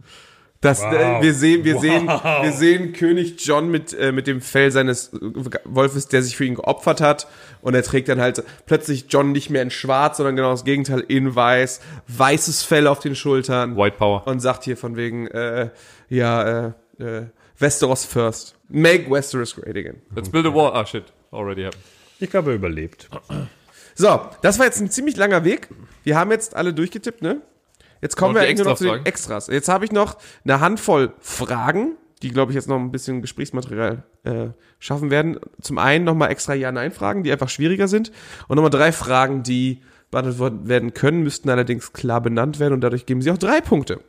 Speaker 1: Das, äh, wir sehen, wir sehen, wir sehen König John mit, äh, mit dem Fell seines äh, Wolfes, der sich für ihn geopfert hat. Und er trägt dann halt plötzlich John nicht mehr in schwarz, sondern genau das Gegenteil, in weiß, weißes Fell auf den Schultern.
Speaker 4: White Power.
Speaker 1: Und sagt hier von wegen, äh, ja, äh, äh, Westeros first. Make Westeros great again.
Speaker 4: Let's build a wall. Ah, shit. Already happened.
Speaker 2: Ich glaube, er überlebt.
Speaker 1: So, das war jetzt ein ziemlich langer Weg. Wir haben jetzt alle durchgetippt, ne? Jetzt kommen
Speaker 4: Und
Speaker 1: wir
Speaker 4: die
Speaker 1: eigentlich nur noch zu den
Speaker 4: Extra-Fragen.
Speaker 1: Extras. Jetzt habe ich noch eine Handvoll Fragen, die, glaube ich, jetzt noch ein bisschen Gesprächsmaterial äh, schaffen werden. Zum einen nochmal extra Ja-Nein-Fragen, die einfach schwieriger sind. Und nochmal drei Fragen, die beantwortet werden können, müssten allerdings klar benannt werden und dadurch geben sie auch drei Punkte.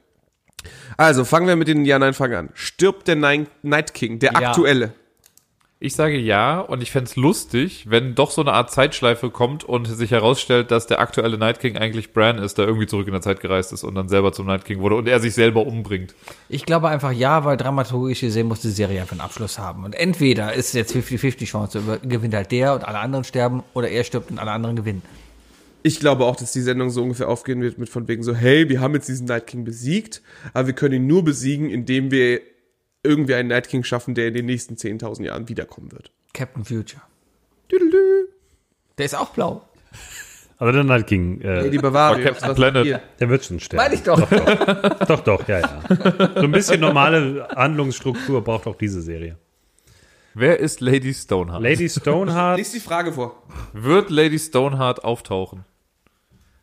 Speaker 1: Also, fangen wir mit den Ja-Nein-Fragen an. Stirbt der Nine- Night King, der
Speaker 3: Ja.
Speaker 1: aktuelle?
Speaker 4: Ich sage ja und ich fänd's lustig, wenn doch so eine Art Zeitschleife kommt und sich herausstellt, dass der aktuelle Night King eigentlich Bran ist, der irgendwie zurück in der Zeit gereist ist und dann selber zum Night King wurde und er sich selber umbringt.
Speaker 3: ich glaube einfach ja, weil dramaturgisch gesehen muss die Serie einfach einen Abschluss haben. Und entweder ist jetzt 50-50 Chance, über- gewinnt halt der und alle anderen sterben oder er stirbt und alle anderen gewinnen.
Speaker 1: Ich glaube auch, dass die Sendung so ungefähr aufgehen wird mit von wegen so, hey, wir haben jetzt diesen Night King besiegt, aber wir können ihn nur besiegen, indem wir irgendwie einen Night King schaffen, der in den nächsten 10.000 Jahren wiederkommen wird.
Speaker 3: Captain Future. Der ist auch blau.
Speaker 2: Aber dann halt ging. Äh,
Speaker 1: Lady Bavaria.
Speaker 4: Captain Planet.
Speaker 2: der wird schon sterben.
Speaker 3: Meine ich doch.
Speaker 2: Doch, doch, ja, ja. So ein bisschen normale Handlungsstruktur braucht auch diese Serie.
Speaker 4: Wer ist Lady Stoneheart?
Speaker 2: Lady Stoneheart.
Speaker 1: Lies die Frage vor.
Speaker 4: Wird Lady Stoneheart auftauchen?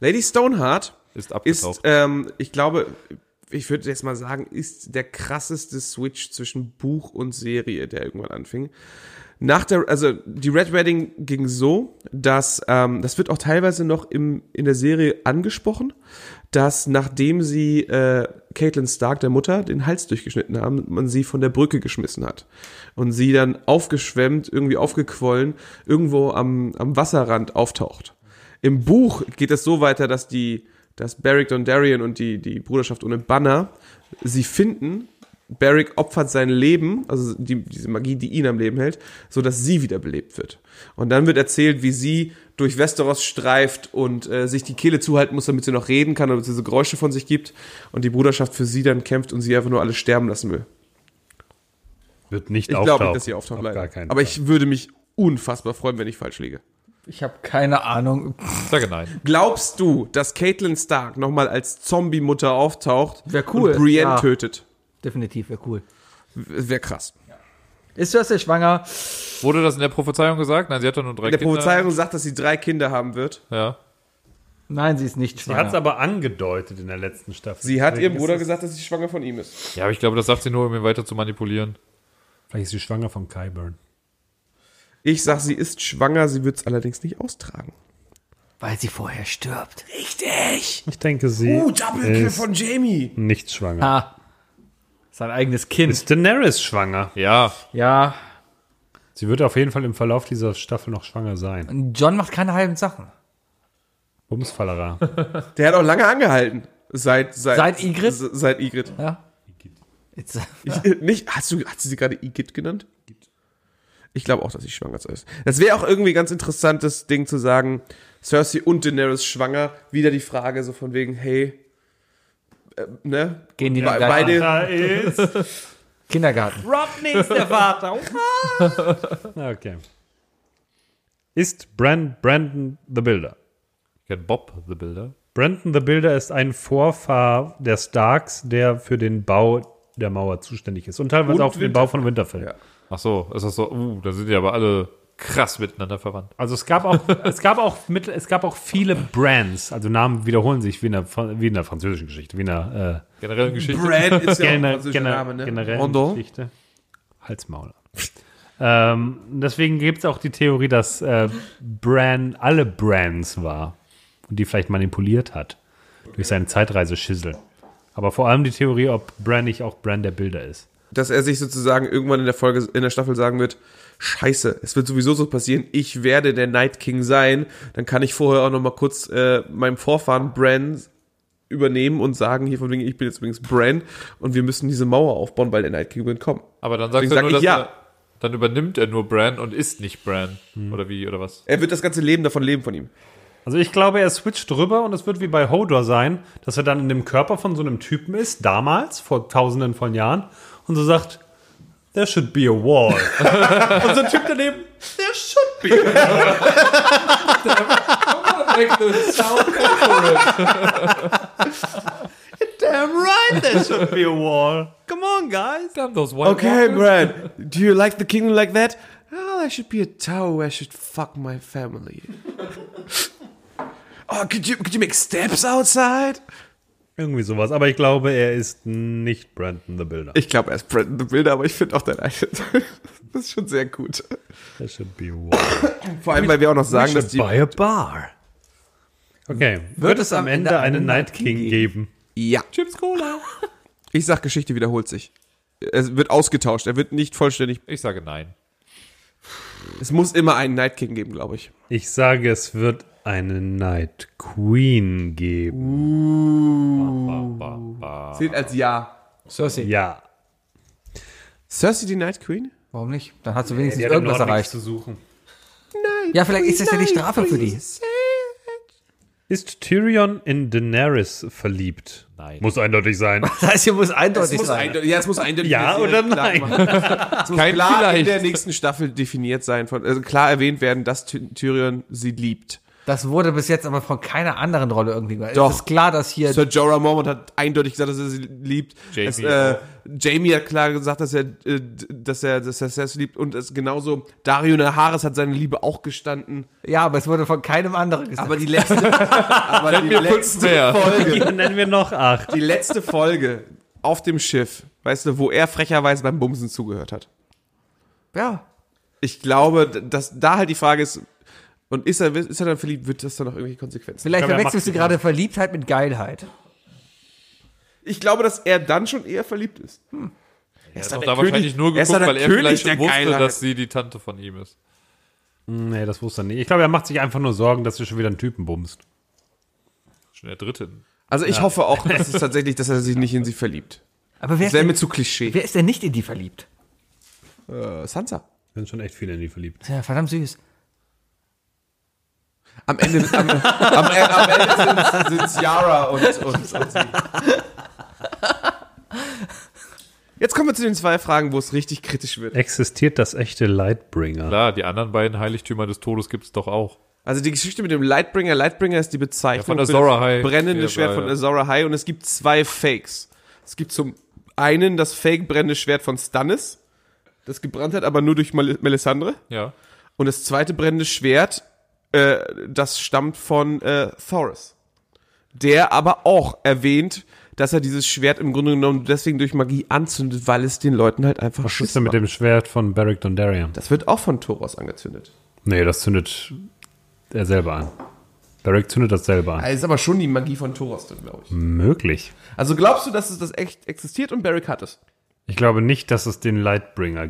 Speaker 1: Lady Stoneheart
Speaker 4: Ist
Speaker 1: ist,
Speaker 4: abgetaucht.
Speaker 1: ähm, ich glaube, ich würde jetzt mal sagen, ist der krasseste Switch zwischen Buch und Serie, der irgendwann anfing. Nach der, also die Red Wedding ging so, dass ähm, das wird auch teilweise noch im in der Serie angesprochen, dass nachdem sie äh, Caitlin Stark der Mutter den Hals durchgeschnitten haben, man sie von der Brücke geschmissen hat und sie dann aufgeschwemmt, irgendwie aufgequollen, irgendwo am am Wasserrand auftaucht. Im Buch geht es so weiter, dass die dass Barrick Dondarrion und die die Bruderschaft ohne Banner sie finden Barrick opfert sein Leben, also die, diese Magie, die ihn am Leben hält, so dass sie wiederbelebt wird. Und dann wird erzählt, wie sie durch Westeros streift und äh, sich die Kehle zuhalten muss, damit sie noch reden kann, damit sie so Geräusche von sich gibt und die Bruderschaft für sie dann kämpft und sie einfach nur alle sterben lassen will.
Speaker 2: Wird nicht
Speaker 1: Ich
Speaker 2: auftauchen.
Speaker 1: glaube nicht, dass sie auftaucht,
Speaker 2: Auf
Speaker 1: leider.
Speaker 2: gar keinen
Speaker 1: Aber
Speaker 2: Fall.
Speaker 1: ich würde mich unfassbar freuen, wenn ich falsch liege.
Speaker 3: Ich habe keine Ahnung.
Speaker 4: Ich sage nein.
Speaker 1: Glaubst du, dass Caitlin Stark nochmal als Zombie-Mutter auftaucht
Speaker 3: Wär cool,
Speaker 1: und Brienne
Speaker 3: ja.
Speaker 1: tötet?
Speaker 3: Definitiv, wäre cool.
Speaker 1: Wäre krass.
Speaker 3: Ist Cersei schwanger?
Speaker 4: Wurde das in der Prophezeiung gesagt? Nein, sie hat doch nur drei
Speaker 1: In der
Speaker 4: Kinder.
Speaker 1: Prophezeiung sagt, dass sie drei Kinder haben wird.
Speaker 4: Ja.
Speaker 3: Nein, sie ist nicht
Speaker 2: Sie hat
Speaker 3: schwanger.
Speaker 2: es aber angedeutet in der letzten Staffel.
Speaker 1: Sie hat
Speaker 2: Deswegen
Speaker 1: ihrem
Speaker 2: ist
Speaker 1: Bruder
Speaker 2: es-
Speaker 1: gesagt, dass sie schwanger von ihm ist.
Speaker 4: ja, aber ich glaube, das sagt sie nur, um ihn weiter zu manipulieren.
Speaker 2: Vielleicht ist sie schwanger von Kyburn.
Speaker 1: Ich sag, sie ist schwanger, sie wird es allerdings nicht austragen.
Speaker 3: Weil sie vorher stirbt.
Speaker 2: Ich denke, sie
Speaker 1: Oh,
Speaker 2: ist
Speaker 1: Jamie.
Speaker 2: nicht schwanger.
Speaker 3: Ah. Sein eigenes Kind.
Speaker 2: Ist Daenerys schwanger?
Speaker 4: Ja.
Speaker 3: ja.
Speaker 2: Sie wird auf jeden Fall im Verlauf dieser Staffel noch schwanger sein.
Speaker 3: John macht keine halben Sachen.
Speaker 2: Bumsfallerer.
Speaker 1: Der hat auch lange angehalten. Seit, seit,
Speaker 3: Seit Ygritte?
Speaker 1: se- Seit Igrit. äh,
Speaker 3: Jetzt- äh,
Speaker 1: Nicht, hast du, hast du sie gerade Igit genannt? Ich glaube auch, dass sie schwanger ist. Das wäre auch irgendwie ganz interessantes Ding zu sagen, Cersei und Daenerys schwanger. Wieder die Frage so von wegen, hey, äh, ne?
Speaker 3: Gehen die
Speaker 1: Be-
Speaker 3: dann gleich
Speaker 1: beide,
Speaker 2: Da ist
Speaker 3: Kindergarten.
Speaker 2: Rodney ist der Vater. okay. Ist Brand, Brandon the Builder.
Speaker 4: Kennt Bob the Builder?
Speaker 2: Brandon the Builder ist ein Vorfahr der Starks, der für den Bau der Mauer zuständig ist und teilweise
Speaker 1: Und
Speaker 2: auch für den Bau von Winterfell.
Speaker 1: Ja.
Speaker 4: Ach so, ist das so? Uh, da sind die aber alle krass miteinander verwandt.
Speaker 2: Also es gab auch es gab auch mittel, es gab auch viele Brands, also Namen wiederholen sich wie in der, Fran- wie in der französischen Geschichte, wie in der äh,
Speaker 4: Generell in Geschichte.
Speaker 1: Brand ist ja auch ein
Speaker 2: gener,
Speaker 1: französischer
Speaker 2: gener,
Speaker 1: Name, ne?
Speaker 2: generellen
Speaker 1: Rondo.
Speaker 2: Geschichte. Halsmaul. ähm, deswegen gibt es auch die Theorie, dass äh, Bran alle Brands war und die vielleicht manipuliert hat durch seinen Zeitreiseschissel. Aber vor allem die Theorie, ob Bran nicht auch Bran der Bilder ist.
Speaker 1: dass er sich sozusagen irgendwann in der Folge, in der Staffel sagen wird, Scheiße, es wird sowieso so passieren, ich werde der Night King sein, dann kann ich vorher auch nochmal kurz äh, meinem Vorfahren Bran übernehmen und sagen, hier von wegen, ich bin jetzt übrigens Bran und wir müssen diese Mauer aufbauen, weil der Night King wird kommen.
Speaker 4: Aber dann sagt
Speaker 1: Deswegen
Speaker 4: er
Speaker 1: sag
Speaker 4: nur,
Speaker 1: ich
Speaker 4: dass
Speaker 1: ja.
Speaker 4: er, dann übernimmt er nur Bran und ist nicht Bran. Oder wie, oder was?
Speaker 1: Er wird das ganze Leben davon leben von ihm.
Speaker 2: Also ich glaube, er switcht drüber und es wird wie bei Hodor sein, dass er dann in dem Körper von so einem Typen ist, damals, vor tausenden von Jahren, und so sagt, there should be a wall. und so ein Typ daneben, there should be. Damn right, there should be a wall. Come on, guys.
Speaker 1: Okay, Bran, do you like the kingdom like that? Well, I should be a tower where I should fuck my family. oh, could you, could you make steps outside?
Speaker 2: Irgendwie sowas, aber ich glaube, er ist nicht Brandon the Builder.
Speaker 1: Ich glaube, er ist Brandon the Builder, aber ich finde auch dein Eichel. Das ist schon sehr gut.
Speaker 2: There should be a wall.
Speaker 1: Vor allem, weil wir auch noch sagen, dass die.
Speaker 2: a bar. Okay, wird es am Ende einen Night King geben?
Speaker 1: Ja. Chips Cola. Ich sag, Geschichte wiederholt sich. Es wird ausgetauscht. Er wird nicht vollständig.
Speaker 4: Ich sage nein.
Speaker 1: Es muss immer einen Night King geben, glaube ich.
Speaker 2: Ich sage, es wird eine Night Queen geben.
Speaker 1: Zählt als Ja.
Speaker 3: Cersei.
Speaker 2: Ja.
Speaker 1: Cersei die Night Queen?
Speaker 3: Warum nicht? Dann hat sie wenigstens irgendwas erreicht.
Speaker 2: zu suchen.
Speaker 3: Ja, vielleicht ist das ja die Strafe für die.
Speaker 2: Ist Tyrion in Daenerys verliebt?
Speaker 4: Nein.
Speaker 2: Muss eindeutig sein.
Speaker 3: Das heißt, hier muss eindeutig sein.
Speaker 1: eindeutig, ja, es muss eindeutig
Speaker 2: Ja oder nein?
Speaker 1: Es muss
Speaker 4: Kein
Speaker 1: klar in
Speaker 4: vielleicht.
Speaker 1: der nächsten Staffel definiert sein. Von, also klar erwähnt werden, dass Ty Tyrion sie liebt.
Speaker 3: Das wurde bis jetzt aber von keiner anderen Rolle irgendwie gemacht.
Speaker 1: Doch.
Speaker 3: Es ist klar, dass hier
Speaker 1: Sir Jorah Mormont hat eindeutig gesagt, dass er sie liebt.
Speaker 4: Äh, Jamie.
Speaker 1: Es, äh, Jamie hat klar gesagt, dass er, äh, d- dass er, dass er Cersei liebt. Und es genauso, Dario Naharis hat seine Liebe auch gestanden.
Speaker 3: Ja, aber es wurde von keinem anderen gesagt.
Speaker 1: Aber die letzte, aber die
Speaker 4: Fünf
Speaker 1: letzte,
Speaker 4: mehr.
Speaker 2: Hier nennen wir noch acht.
Speaker 1: die letzte Folge auf dem Schiff, weißt du, wo er frecherweise beim Bumsen zugehört hat.
Speaker 3: ja.
Speaker 1: Ich glaube, d- dass da halt die Frage ist, und ist er, ist er dann verliebt, wird das dann noch irgendwelche Konsequenzen?
Speaker 3: Vielleicht
Speaker 2: Ich glaube, er
Speaker 3: verwechselst du
Speaker 2: macht die
Speaker 3: gerade Verliebtheit mit Geilheit.
Speaker 1: Ich glaube, dass er dann schon eher verliebt ist.
Speaker 4: Er hat doch
Speaker 1: der
Speaker 4: da
Speaker 1: König.
Speaker 4: wahrscheinlich nur
Speaker 1: Er ist
Speaker 4: geguckt,
Speaker 1: doch der
Speaker 4: weil er
Speaker 1: König
Speaker 4: vielleicht
Speaker 1: der
Speaker 4: schon wusste,
Speaker 1: Geilheit.
Speaker 4: dass sie die Tante von ihm ist.
Speaker 2: Nee, das wusste er nicht. Ich glaube, er macht sich einfach nur Sorgen, dass du schon wieder einen Typen bummst.
Speaker 4: Schon der dritte.
Speaker 1: Also ich hoffe auch, dass es tatsächlich, dass er sich nicht in sie verliebt.
Speaker 3: Aber
Speaker 1: Das
Speaker 3: wer ist,
Speaker 1: wäre
Speaker 3: denn,
Speaker 1: mir zu Klischee.
Speaker 3: wer ist denn nicht in die verliebt?
Speaker 1: Äh, Sansa.
Speaker 2: Sind schon echt viele in die verliebt.
Speaker 3: Ja, verdammt süß.
Speaker 1: Am Ende, am, am, am Ende sind es Yara und, und, und sie. Jetzt kommen wir zu den zwei Fragen, wo es richtig kritisch wird.
Speaker 2: Existiert das echte Lightbringer?
Speaker 4: Klar, die anderen beiden Heiligtümer des Todes gibt's doch auch.
Speaker 1: Also die Geschichte mit dem Lightbringer, Lightbringer ist die Bezeichnung
Speaker 4: Ja, von Azora
Speaker 1: für
Speaker 4: High.
Speaker 1: das brennende
Speaker 4: Ja,
Speaker 1: Schwert
Speaker 4: ja.
Speaker 1: von Azora High und es gibt zwei Fakes. Es gibt zum einen das Fake brennende Schwert von Stannis, das gebrannt hat, aber nur durch Mel Melisandre.
Speaker 4: Ja.
Speaker 1: Und das zweite brennende Schwert, äh, das stammt von äh, Thoris. Der aber auch erwähnt, dass er dieses Schwert im Grunde genommen deswegen durch Magie anzündet, weil es den Leuten halt einfach
Speaker 2: Was
Speaker 1: Schiss
Speaker 2: ist denn mit
Speaker 1: macht.
Speaker 2: dem Schwert von Beric Dondarrion?
Speaker 1: Das wird auch von Thoros angezündet.
Speaker 2: Nee, das zündet er selber an. Beric zündet das selber an.
Speaker 1: Das ist aber schon die Magie von Thoros drin, glaube
Speaker 2: Mhm.
Speaker 1: ich.
Speaker 2: Möglich.
Speaker 1: Also glaubst du, dass es das echt existiert und Barrick hat es?
Speaker 2: Ich glaube nicht, dass es den Lightbringer.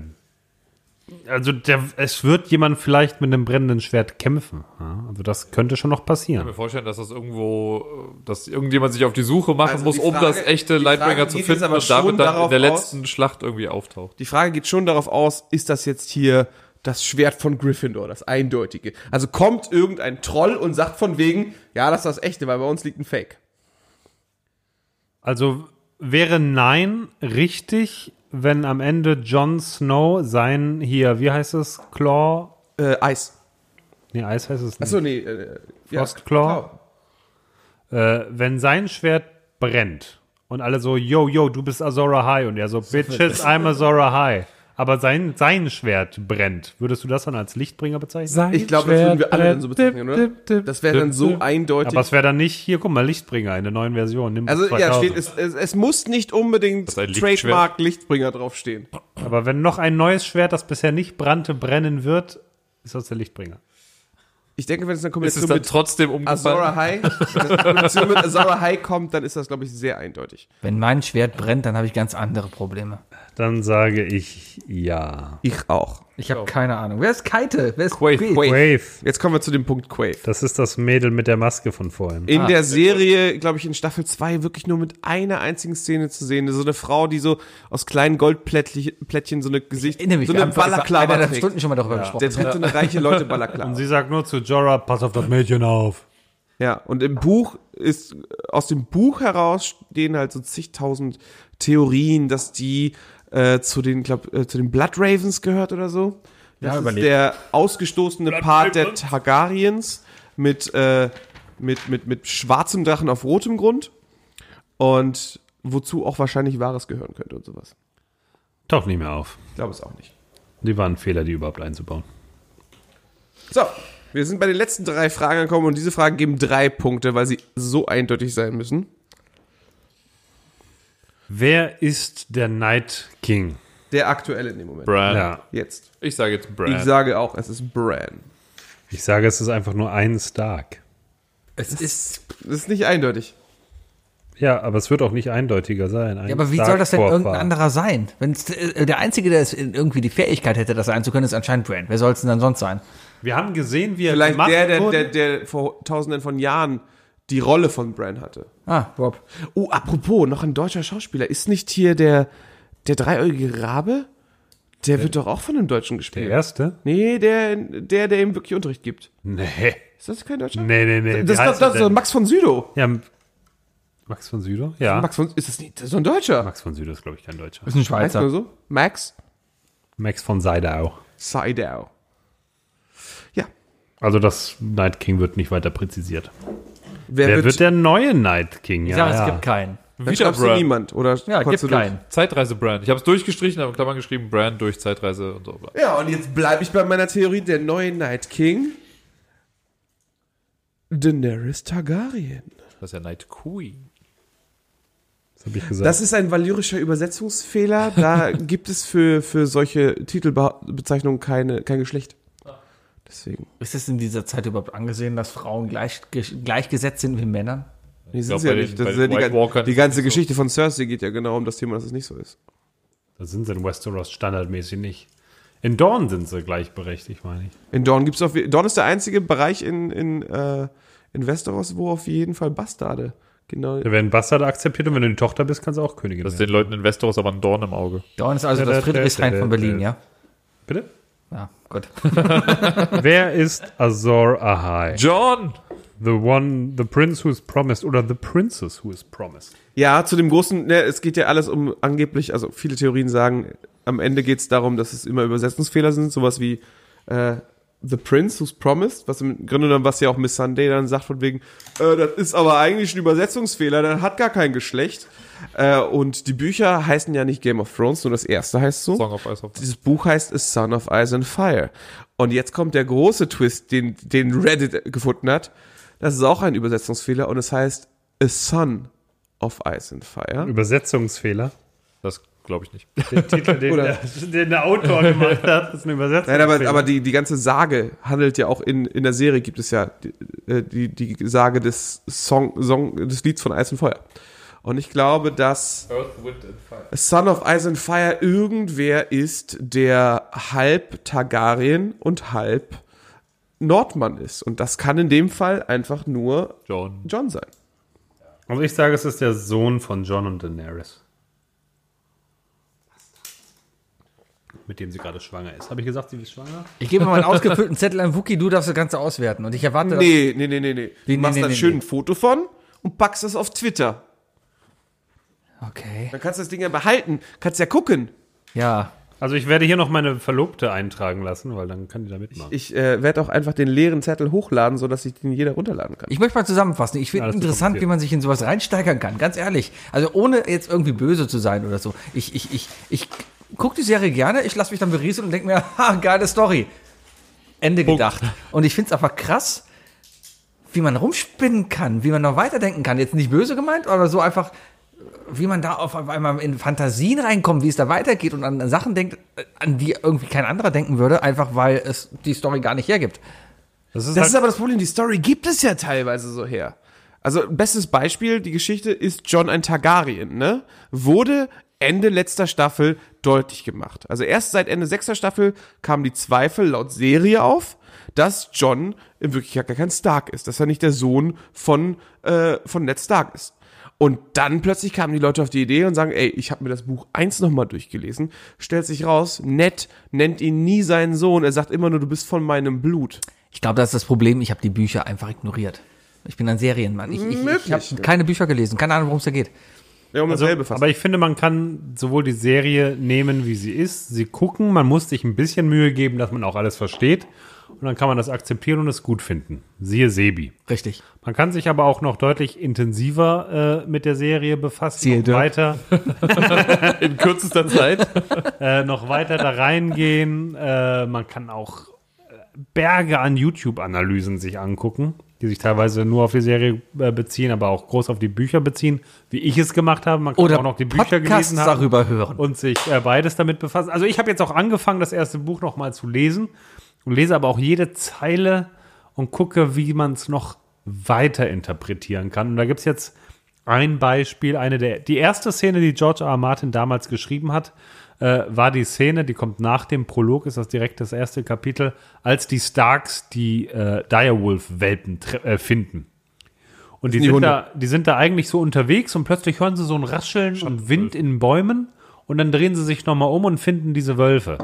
Speaker 2: Also der, es wird jemand vielleicht mit einem brennenden Schwert kämpfen. Ja? Also das könnte schon noch
Speaker 4: Ich kann mir
Speaker 2: passieren.
Speaker 4: vorstellen, dass das irgendwo, äh, dass irgendjemand sich auf die Suche machen
Speaker 1: Also
Speaker 4: muss,
Speaker 1: die
Speaker 4: um
Speaker 1: Frage-
Speaker 4: das echte
Speaker 1: die
Speaker 4: Lightbringer
Speaker 1: Frage
Speaker 4: zu
Speaker 1: geht jetzt
Speaker 4: finden
Speaker 1: aber
Speaker 4: und damit
Speaker 1: schon
Speaker 4: dann in
Speaker 1: darauf
Speaker 4: der
Speaker 1: aus-
Speaker 4: letzten Schlacht irgendwie auftaucht.
Speaker 1: Die Frage geht schon darauf aus, ist das jetzt hier das Schwert von Gryffindor, das eindeutige? Also kommt irgendein Troll und sagt von wegen, ja, das ist das echte, weil bei uns liegt ein Fake.
Speaker 2: Also wäre Nein richtig, wenn am Ende Jon Snow sein hier, wie heißt es, Claw?
Speaker 1: Äh, Eis.
Speaker 2: Nee, Eis heißt es nicht.
Speaker 1: Achso, nee. Äh, ja,
Speaker 2: Frostclaw?
Speaker 1: klar.
Speaker 2: äh, wenn sein Schwert brennt und alle so, yo, yo, du bist Azora High und er so, bitches, I'm Azora High. Aber sein, sein Schwert brennt. Würdest du das dann als Lichtbringer bezeichnen?
Speaker 1: Ich glaube, das würden wir alle dann so bezeichnen, oder? Das wäre dann so eindeutig.
Speaker 2: Aber es wäre dann nicht, hier, guck mal, Lichtbringer in der neuen Version. Nimm
Speaker 1: also ja,
Speaker 2: 2000.
Speaker 1: steht, es, es, es muss nicht unbedingt
Speaker 4: ist ein Lichtschwert.
Speaker 1: Trademark Lichtbringer draufstehen.
Speaker 2: Aber wenn noch ein neues Schwert, das bisher nicht brannte, brennen wird, ist das der Lichtbringer.
Speaker 1: Ich denke, wenn es eine
Speaker 4: Ist es
Speaker 1: Kombination
Speaker 4: dann
Speaker 1: mit
Speaker 4: trotzdem umgefallen?
Speaker 1: Azora High, wenn eine Kombination mit Azora High kommt, dann ist das, glaube ich, sehr eindeutig.
Speaker 3: Wenn mein Schwert brennt, dann habe ich ganz andere Probleme.
Speaker 2: Dann sage ich ja.
Speaker 1: Ich auch.
Speaker 3: Ich habe keine Ahnung. Wer ist Kite? Wer ist
Speaker 4: Quaid,
Speaker 3: Quaid?
Speaker 4: Quaid.
Speaker 2: Wave.
Speaker 1: Jetzt kommen wir zu dem Punkt Quave.
Speaker 2: Das ist das Mädel mit der Maske von vorhin.
Speaker 3: Ah.
Speaker 1: In der Serie, glaube ich, in Staffel 2 wirklich nur mit einer einzigen Szene zu sehen. So eine Frau, die so aus kleinen Goldplättchen Plättchen so eine Gesicht,
Speaker 3: Erinnere mich,
Speaker 1: so
Speaker 3: wir
Speaker 1: eine
Speaker 3: haben vor
Speaker 1: Balaklava
Speaker 3: einer der
Speaker 1: trägt.
Speaker 3: Stunden schon mal darüber gesprochen.
Speaker 1: Der trägt so eine reiche Leute Balaklava.
Speaker 2: Sie sagt nur zu Jorah, pass auf das Mädchen auf.
Speaker 1: Ja, und im Buch ist, aus dem Buch heraus stehen halt so zigtausend Theorien, dass die äh, zu den, glaub, äh, zu den Blood Ravens gehört oder so. Das ist der ausgestoßene Part der Targaryens mit, äh, mit, mit, mit schwarzem Drachen auf rotem Grund und wozu auch wahrscheinlich Wahres gehören könnte und sowas.
Speaker 2: Taucht nicht mehr auf.
Speaker 1: Ich glaube es auch nicht.
Speaker 2: Die waren ein Fehler, die überhaupt einzubauen.
Speaker 1: So, wir sind bei den letzten drei Fragen angekommen und diese Fragen geben drei Punkte, weil sie so eindeutig sein müssen.
Speaker 2: Wer ist der Night King?
Speaker 1: Der aktuelle in dem Moment.
Speaker 4: Bran.
Speaker 2: Ja.
Speaker 1: Jetzt.
Speaker 4: Ich sage jetzt Bran.
Speaker 1: Ich sage auch, es ist Bran.
Speaker 2: Ich sage, es ist einfach nur ein Stark.
Speaker 3: Es ist.
Speaker 1: Das ist nicht eindeutig.
Speaker 2: Ja, aber es wird auch nicht eindeutiger sein. Ein
Speaker 3: Ja, aber wie
Speaker 2: Stark
Speaker 3: soll das denn
Speaker 2: Vorfahr.
Speaker 3: irgendein anderer sein? Wenn äh, der einzige, der es in- irgendwie die Fähigkeit hätte, das sein zu können, ist anscheinend Brand. Wer soll es denn dann sonst sein?
Speaker 2: Wir haben gesehen, wie er
Speaker 1: Vielleicht
Speaker 2: gemacht
Speaker 1: der, der, der,
Speaker 2: wurde.
Speaker 1: der vor tausenden von Jahren die Rolle von Bran hatte.
Speaker 3: Ah, Rob.
Speaker 1: Oh, apropos, noch ein deutscher Schauspieler. Ist nicht hier der, der dreieugige Rabe? Der, wird doch auch von einem Deutschen gespielt.
Speaker 2: Der erste?
Speaker 1: Nee, der, der, der ihm wirklich Unterricht gibt.
Speaker 2: Nee.
Speaker 1: Ist das kein Deutscher?
Speaker 2: Nee, nee, nee. Wie
Speaker 1: Das, ist
Speaker 2: heißt
Speaker 1: doch- das
Speaker 2: er
Speaker 1: ist doch
Speaker 2: denn?
Speaker 1: Max von Südow.
Speaker 2: ja, M- Max von Südow? Ja. Max,
Speaker 1: Max von, ist das nicht das ist so ein Deutscher? Max.
Speaker 2: von Südow ist, glaube ich, kein Deutscher.
Speaker 3: Ist ein
Speaker 1: Heißt nur
Speaker 3: Schweizer.
Speaker 1: so? Max
Speaker 2: Max von Seidau.
Speaker 1: Seidau. Ja.
Speaker 2: Also das Night King wird nicht weiter präzisiert.
Speaker 1: Wer,
Speaker 2: Wer wird, der neue Night King? Ja,
Speaker 3: Ich sage,
Speaker 2: ja.
Speaker 3: es gibt keinen.
Speaker 1: dann schreibst du
Speaker 4: Bran.
Speaker 1: niemand. Oder
Speaker 3: Ja,
Speaker 1: konntest
Speaker 3: gibt
Speaker 1: du durch?
Speaker 3: keinen.
Speaker 4: Zeitreise Bran. Ich habe es durchgestrichen, habe in Klammern geschrieben, Bran durch Zeitreise und so. bla.
Speaker 1: Ja, und jetzt bleibe ich bei meiner Theorie, der neue Night King. Daenerys Targaryen.
Speaker 4: Das ist ja Night Queen.
Speaker 2: Das habe ich gesagt.
Speaker 1: Das ist ein valyrischer Übersetzungsfehler. Da gibt es für, für solche Titelbezeichnungen keine, kein Geschlecht. Deswegen.
Speaker 3: Ist es in dieser Zeit überhaupt angesehen, dass Frauen gleich, ge- gleichgesetzt sind wie Männern?
Speaker 1: Nee, sind
Speaker 4: glaub,
Speaker 1: sie ja
Speaker 4: bei den-
Speaker 1: nicht. Das
Speaker 4: bei
Speaker 1: ist ja
Speaker 4: den
Speaker 1: die,
Speaker 4: White
Speaker 1: gan-
Speaker 4: Walkern
Speaker 1: die
Speaker 4: ist
Speaker 1: ganze
Speaker 4: das so.
Speaker 1: Geschichte von Cersei geht ja genau um das Thema, dass es nicht so ist.
Speaker 2: Das sind sie in Westeros standardmäßig nicht. In Dorn sind sie gleichberechtigt, meine ich.
Speaker 1: In Dorn gibt's auf Dorn ist der einzige Bereich in, in, äh, in Westeros, wo auf jeden Fall Bastarde. Genau.
Speaker 2: Da werden Bastarde akzeptiert und wenn du die Tochter bist, kannst du auch Königin
Speaker 4: Das ist
Speaker 2: werden.
Speaker 4: den Leuten in Westeros aber ein Dorn im Auge.
Speaker 3: Dorn ist also
Speaker 2: Ja,
Speaker 3: das
Speaker 2: der- der-
Speaker 3: Friedrichshain
Speaker 2: der-
Speaker 3: von Berlin,
Speaker 2: der-
Speaker 3: ja?
Speaker 2: Bitte?
Speaker 3: Ja, gut.
Speaker 2: Wer ist Azor Ahai?
Speaker 4: John!
Speaker 2: The one, the prince who is promised oder the princess who is promised.
Speaker 1: Ja, zu dem großen, ne, es geht ja alles um angeblich, also viele Theorien sagen, am Ende geht es darum, dass es immer Übersetzungsfehler sind, sowas wie äh, The Prince Who's Promised, was im Grunde dann, was ja auch Miss Sunday dann sagt, von wegen, äh, das ist aber eigentlich ein Übersetzungsfehler, das hat gar kein Geschlecht. Äh, und die Bücher heißen ja nicht Game of Thrones, nur das erste heißt so.
Speaker 4: Song of Ice and Fire.
Speaker 1: Dieses Buch heißt A Son of Ice and Fire. Und jetzt kommt der große Twist, den, den Reddit gefunden hat. Das ist auch ein Übersetzungsfehler und es heißt A Son of Ice and Fire.
Speaker 2: Übersetzungsfehler.
Speaker 4: Das glaube ich nicht.
Speaker 2: Den Titel, den, der, den der Autor gemacht hat, ist ein
Speaker 1: Nein,
Speaker 2: Übersetzungsfehler.
Speaker 1: aber, aber die, die ganze Sage handelt ja auch in, in der Serie gibt es ja die, äh, die, die Sage des Song, Song, des Lieds von Eis und Feuer. Und ich glaube, dass
Speaker 4: Earth, Wind and Fire.
Speaker 1: Son of Ice and Fire irgendwer ist, der halb Targaryen und halb Nordmann ist. Und das kann in dem Fall einfach nur
Speaker 4: John.
Speaker 1: John sein.
Speaker 2: also ich sage, es ist der Sohn von John und Daenerys. Mit dem sie gerade schwanger ist. Habe ich gesagt, sie ist schwanger?
Speaker 3: Ich gebe mal einen ausgefüllten Zettel an Wookie, du darfst das Ganze auswerten. Und ich erwarte, dass-
Speaker 1: Nee, nee, nee, nee, nee. Du
Speaker 3: Nee,
Speaker 1: machst
Speaker 3: nee,
Speaker 1: da
Speaker 3: nee,
Speaker 1: schön
Speaker 3: nee.
Speaker 1: ein Foto von und packst das auf Twitter.
Speaker 3: Okay.
Speaker 1: Dann kannst du das Ding ja behalten, kannst ja gucken.
Speaker 3: Ja.
Speaker 2: Also ich werde hier noch meine Verlobte eintragen lassen, weil dann kann die da mitmachen.
Speaker 1: Ich äh, werde auch einfach den leeren Zettel hochladen, sodass ich den jeder runterladen kann.
Speaker 3: Ich möchte mal zusammenfassen. Ich finde
Speaker 2: Ja, das ist
Speaker 3: interessant,
Speaker 2: kompliziert.
Speaker 3: wie man sich in sowas reinsteigern kann, ganz ehrlich. Also ohne jetzt irgendwie böse zu sein oder so. Ich, ich, ich, ich gucke die Serie gerne, ich lasse mich dann berieseln und denke mir, ha, geile Story. Ende gedacht. Und ich finde es einfach krass, wie man rumspinnen kann, wie man noch weiterdenken kann. Jetzt nicht böse gemeint, aber so einfach, wie man da auf einmal in Fantasien reinkommt, wie es da weitergeht und an Sachen denkt, an die irgendwie kein anderer denken würde, einfach weil es die Story gar nicht hergibt.
Speaker 2: Das ist,
Speaker 1: Das ist
Speaker 2: halt,
Speaker 1: aber das Problem, die Story gibt es ja teilweise so her. Also, bestes Beispiel, die Geschichte ist John ein Targaryen, ne? Wurde Ende letzter Staffel deutlich gemacht. Also erst seit Ende sechster Staffel kamen die Zweifel laut Serie auf, dass John in Wirklichkeit gar kein Stark ist, dass er nicht der Sohn von, äh, von Ned Stark ist. Und dann plötzlich kamen die Leute auf die Idee und sagen, ey, ich habe mir das Buch 1 nochmal durchgelesen, stellt sich raus, Ned nennt ihn nie seinen Sohn, er sagt immer nur, du bist von meinem Blut.
Speaker 3: Ich glaube, das ist das Problem. Ich habe die Bücher einfach ignoriert. Ich bin ein Serienmann. Ich, ich, ich habe
Speaker 1: Möglich.
Speaker 3: keine Bücher gelesen. Keine Ahnung, worum es da geht.
Speaker 1: Ja, um
Speaker 2: also,
Speaker 1: dasselbe fast.
Speaker 2: aber ich finde, man kann sowohl die Serie nehmen, wie sie ist, sie gucken, man muss sich ein bisschen Mühe geben, dass man auch alles versteht und dann kann man das akzeptieren und es gut finden. Siehe Sebi.
Speaker 3: Richtig.
Speaker 2: Man kann sich aber auch noch deutlich intensiver äh, mit der Serie befassen,
Speaker 3: Siehe
Speaker 2: noch
Speaker 3: Dirk.
Speaker 2: weiter,
Speaker 4: In kürzester Zeit.
Speaker 2: äh, noch weiter da reingehen. Äh, man kann auch äh, Berge an YouTube-Analysen sich angucken, die sich teilweise nur auf die Serie äh, beziehen, aber auch groß auf die Bücher beziehen, wie ich es gemacht habe. Man kann
Speaker 3: Oder
Speaker 2: auch noch die Bücher
Speaker 3: Podcasts
Speaker 2: gelesen haben
Speaker 3: darüber hören.
Speaker 2: und sich äh, beides damit befassen. Also ich habe jetzt auch angefangen, das erste Buch nochmal zu lesen und lese aber auch jede Zeile und gucke, wie man es noch weiter interpretieren kann. Und da gibt es jetzt ein Beispiel, eine der, die erste Szene, die George R. R. Martin damals geschrieben hat, äh, war die Szene, die kommt nach dem Prolog, ist das direkt das erste Kapitel, als die Starks die äh, Direwolf-Welpen tre- äh, finden. Und die
Speaker 1: sind die
Speaker 2: sind,
Speaker 1: Hunde.
Speaker 2: da, die sind da eigentlich so unterwegs und plötzlich hören sie so ein Rascheln und Wind in Bäumen und dann drehen sie sich nochmal um und finden diese Wölfe.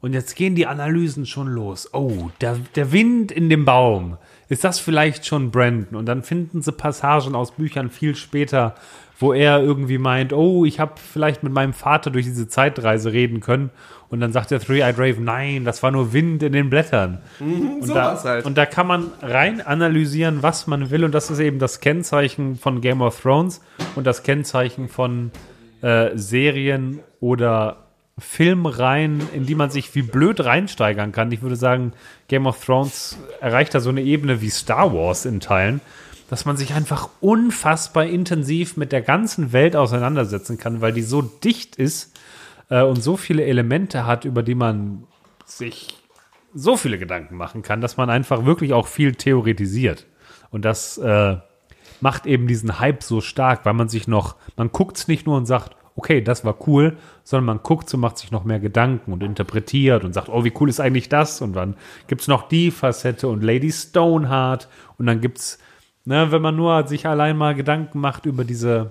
Speaker 2: Und jetzt gehen die Analysen schon los. Oh, der, der Wind in dem Baum. Ist das vielleicht schon Brandon? Und dann finden sie Passagen aus Büchern viel später, wo er irgendwie meint, oh, ich habe vielleicht mit meinem Vater durch diese Zeitreise reden können. Und dann sagt der Three-Eyed Raven, nein, das war nur Wind in den Blättern. Und da,
Speaker 1: sowas halt.
Speaker 2: und da kann man rein analysieren, was man will. Und das ist eben das Kennzeichen von Game of Thrones und das Kennzeichen von äh, Serien oder Filmreihen, in die man sich wie blöd reinsteigern kann. Ich würde sagen, Game of Thrones erreicht da so eine Ebene wie Star Wars in Teilen, dass man sich einfach unfassbar intensiv mit der ganzen Welt auseinandersetzen kann, weil die so dicht ist äh, und so viele Elemente hat, über die man sich so viele Gedanken machen kann, dass man einfach wirklich auch viel theoretisiert. Und das äh, macht eben diesen Hype so stark, weil man sich noch, man guckt es nicht nur und sagt, okay, das war cool, sondern man guckt und macht sich noch mehr Gedanken und interpretiert und sagt, oh, wie cool ist eigentlich das? Und dann gibt es noch die Facette und Lady Stoneheart. Und dann gibt es, ne, wenn man nur sich allein mal Gedanken macht über diese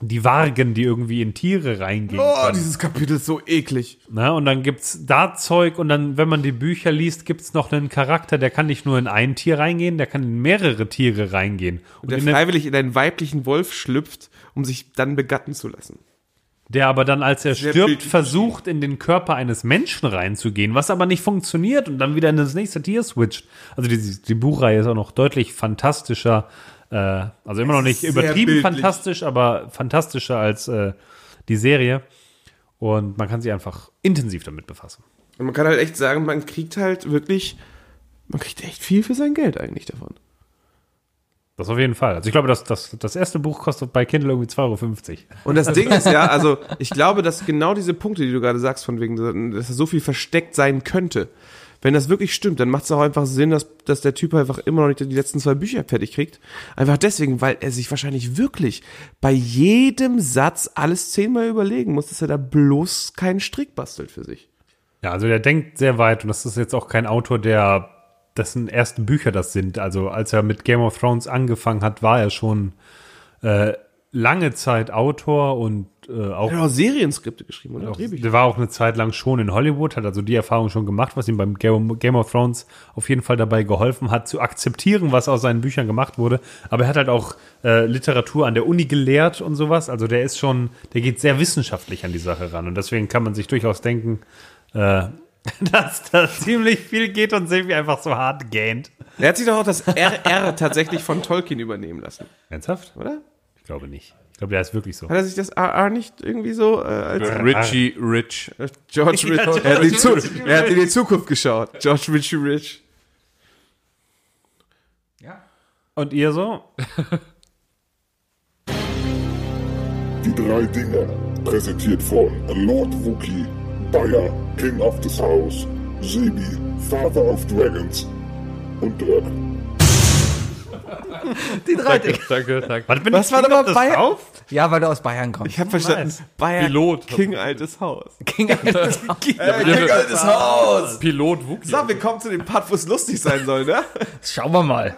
Speaker 2: die Wargen, die irgendwie in Tiere reingehen.
Speaker 1: Oh,
Speaker 2: können.
Speaker 1: dieses Kapitel ist so eklig.
Speaker 2: Na, Ne? und dann gibt's da Zeug und dann, wenn man die Bücher liest, gibt's noch einen Charakter, der kann nicht nur in ein Tier reingehen, der kann in mehrere Tiere reingehen. Und
Speaker 1: Der
Speaker 2: in der,
Speaker 1: freiwillig in einen weiblichen Wolf schlüpft, um sich dann begatten zu lassen.
Speaker 2: der aber dann, als er stirbt,
Speaker 1: bildlich
Speaker 2: versucht, in den Körper eines Menschen reinzugehen, was aber nicht funktioniert und dann wieder in das nächste Tier switcht. Also die, die Buchreihe ist auch noch deutlich fantastischer, äh, also immer noch nicht
Speaker 1: sehr
Speaker 2: übertrieben
Speaker 1: bildlich.
Speaker 2: fantastisch, aber fantastischer als äh, die Serie. Und man kann sich einfach intensiv damit befassen.
Speaker 1: Und man kann halt echt sagen, man kriegt halt wirklich, man kriegt echt viel für sein Geld eigentlich davon.
Speaker 2: Das auf jeden Fall. Also ich glaube, das, das, das erste Buch kostet bei Kindle irgendwie 2,50 Euro.
Speaker 1: Und das Ding ist ja, also ich glaube, dass genau diese Punkte, die du gerade sagst, von wegen, dass da so viel versteckt sein könnte, wenn das wirklich stimmt, dann macht es auch einfach Sinn, dass, dass der Typ einfach immer noch nicht die letzten zwei Bücher fertig kriegt. Einfach deswegen, weil er sich wahrscheinlich wirklich bei jedem Satz alles zehnmal überlegen muss, dass er da bloß keinen Strick bastelt für sich.
Speaker 2: Ja, also der denkt sehr weit und das ist jetzt auch kein Autor, der dessen ersten Bücher das sind. Also als er mit Game of Thrones angefangen hat, war er schon äh, lange Zeit Autor und äh, auch,
Speaker 1: Er hat auch Serienskripte geschrieben oder
Speaker 2: auch
Speaker 1: Drehbücher.
Speaker 2: der war auch eine Zeit lang schon in Hollywood, hat also die Erfahrung schon gemacht, was ihm beim Game Game of Thrones auf jeden Fall dabei geholfen hat, zu akzeptieren, was aus seinen Büchern gemacht wurde. Aber er hat halt auch äh, Literatur an der Uni gelehrt und sowas. Also der ist schon, der geht sehr wissenschaftlich an die Sache ran und deswegen kann man sich durchaus denken, äh, dass da ziemlich viel geht und Silvi einfach so hart gähnt.
Speaker 1: Er hat sich doch auch das RR tatsächlich von Tolkien übernehmen lassen,
Speaker 2: Ernsthaft?
Speaker 1: oder?
Speaker 2: Ich glaube nicht. Ich glaube, der ist wirklich so.
Speaker 1: Hat er sich das RR nicht irgendwie so äh, als
Speaker 4: Richie Rich.
Speaker 1: George Rich. er, hat in die Zu- er hat in die Zukunft geschaut. George Richie Rich.
Speaker 2: Und ihr so?
Speaker 7: Die drei Dinge, präsentiert von Lord Wookie, Bayer, King of this House, Sebi, Father of Dragons und Dirk.
Speaker 3: Die drei Dinge.
Speaker 4: Danke, danke.
Speaker 2: Was, bin
Speaker 1: Was
Speaker 2: ich-
Speaker 1: war
Speaker 2: kommt
Speaker 1: nochmal
Speaker 2: das
Speaker 1: Bayern?
Speaker 2: drauf?
Speaker 3: Ja, weil du aus Bayern kommst.
Speaker 1: Ich habe verstanden. Bayer
Speaker 4: Pilot.
Speaker 1: King altes Haus.
Speaker 3: King Altes Haus.
Speaker 1: altes Haus.
Speaker 4: Pilot Wookie.
Speaker 1: So, wir kommen zu dem Part, wo es lustig sein soll, ne?
Speaker 3: Schauen wir mal.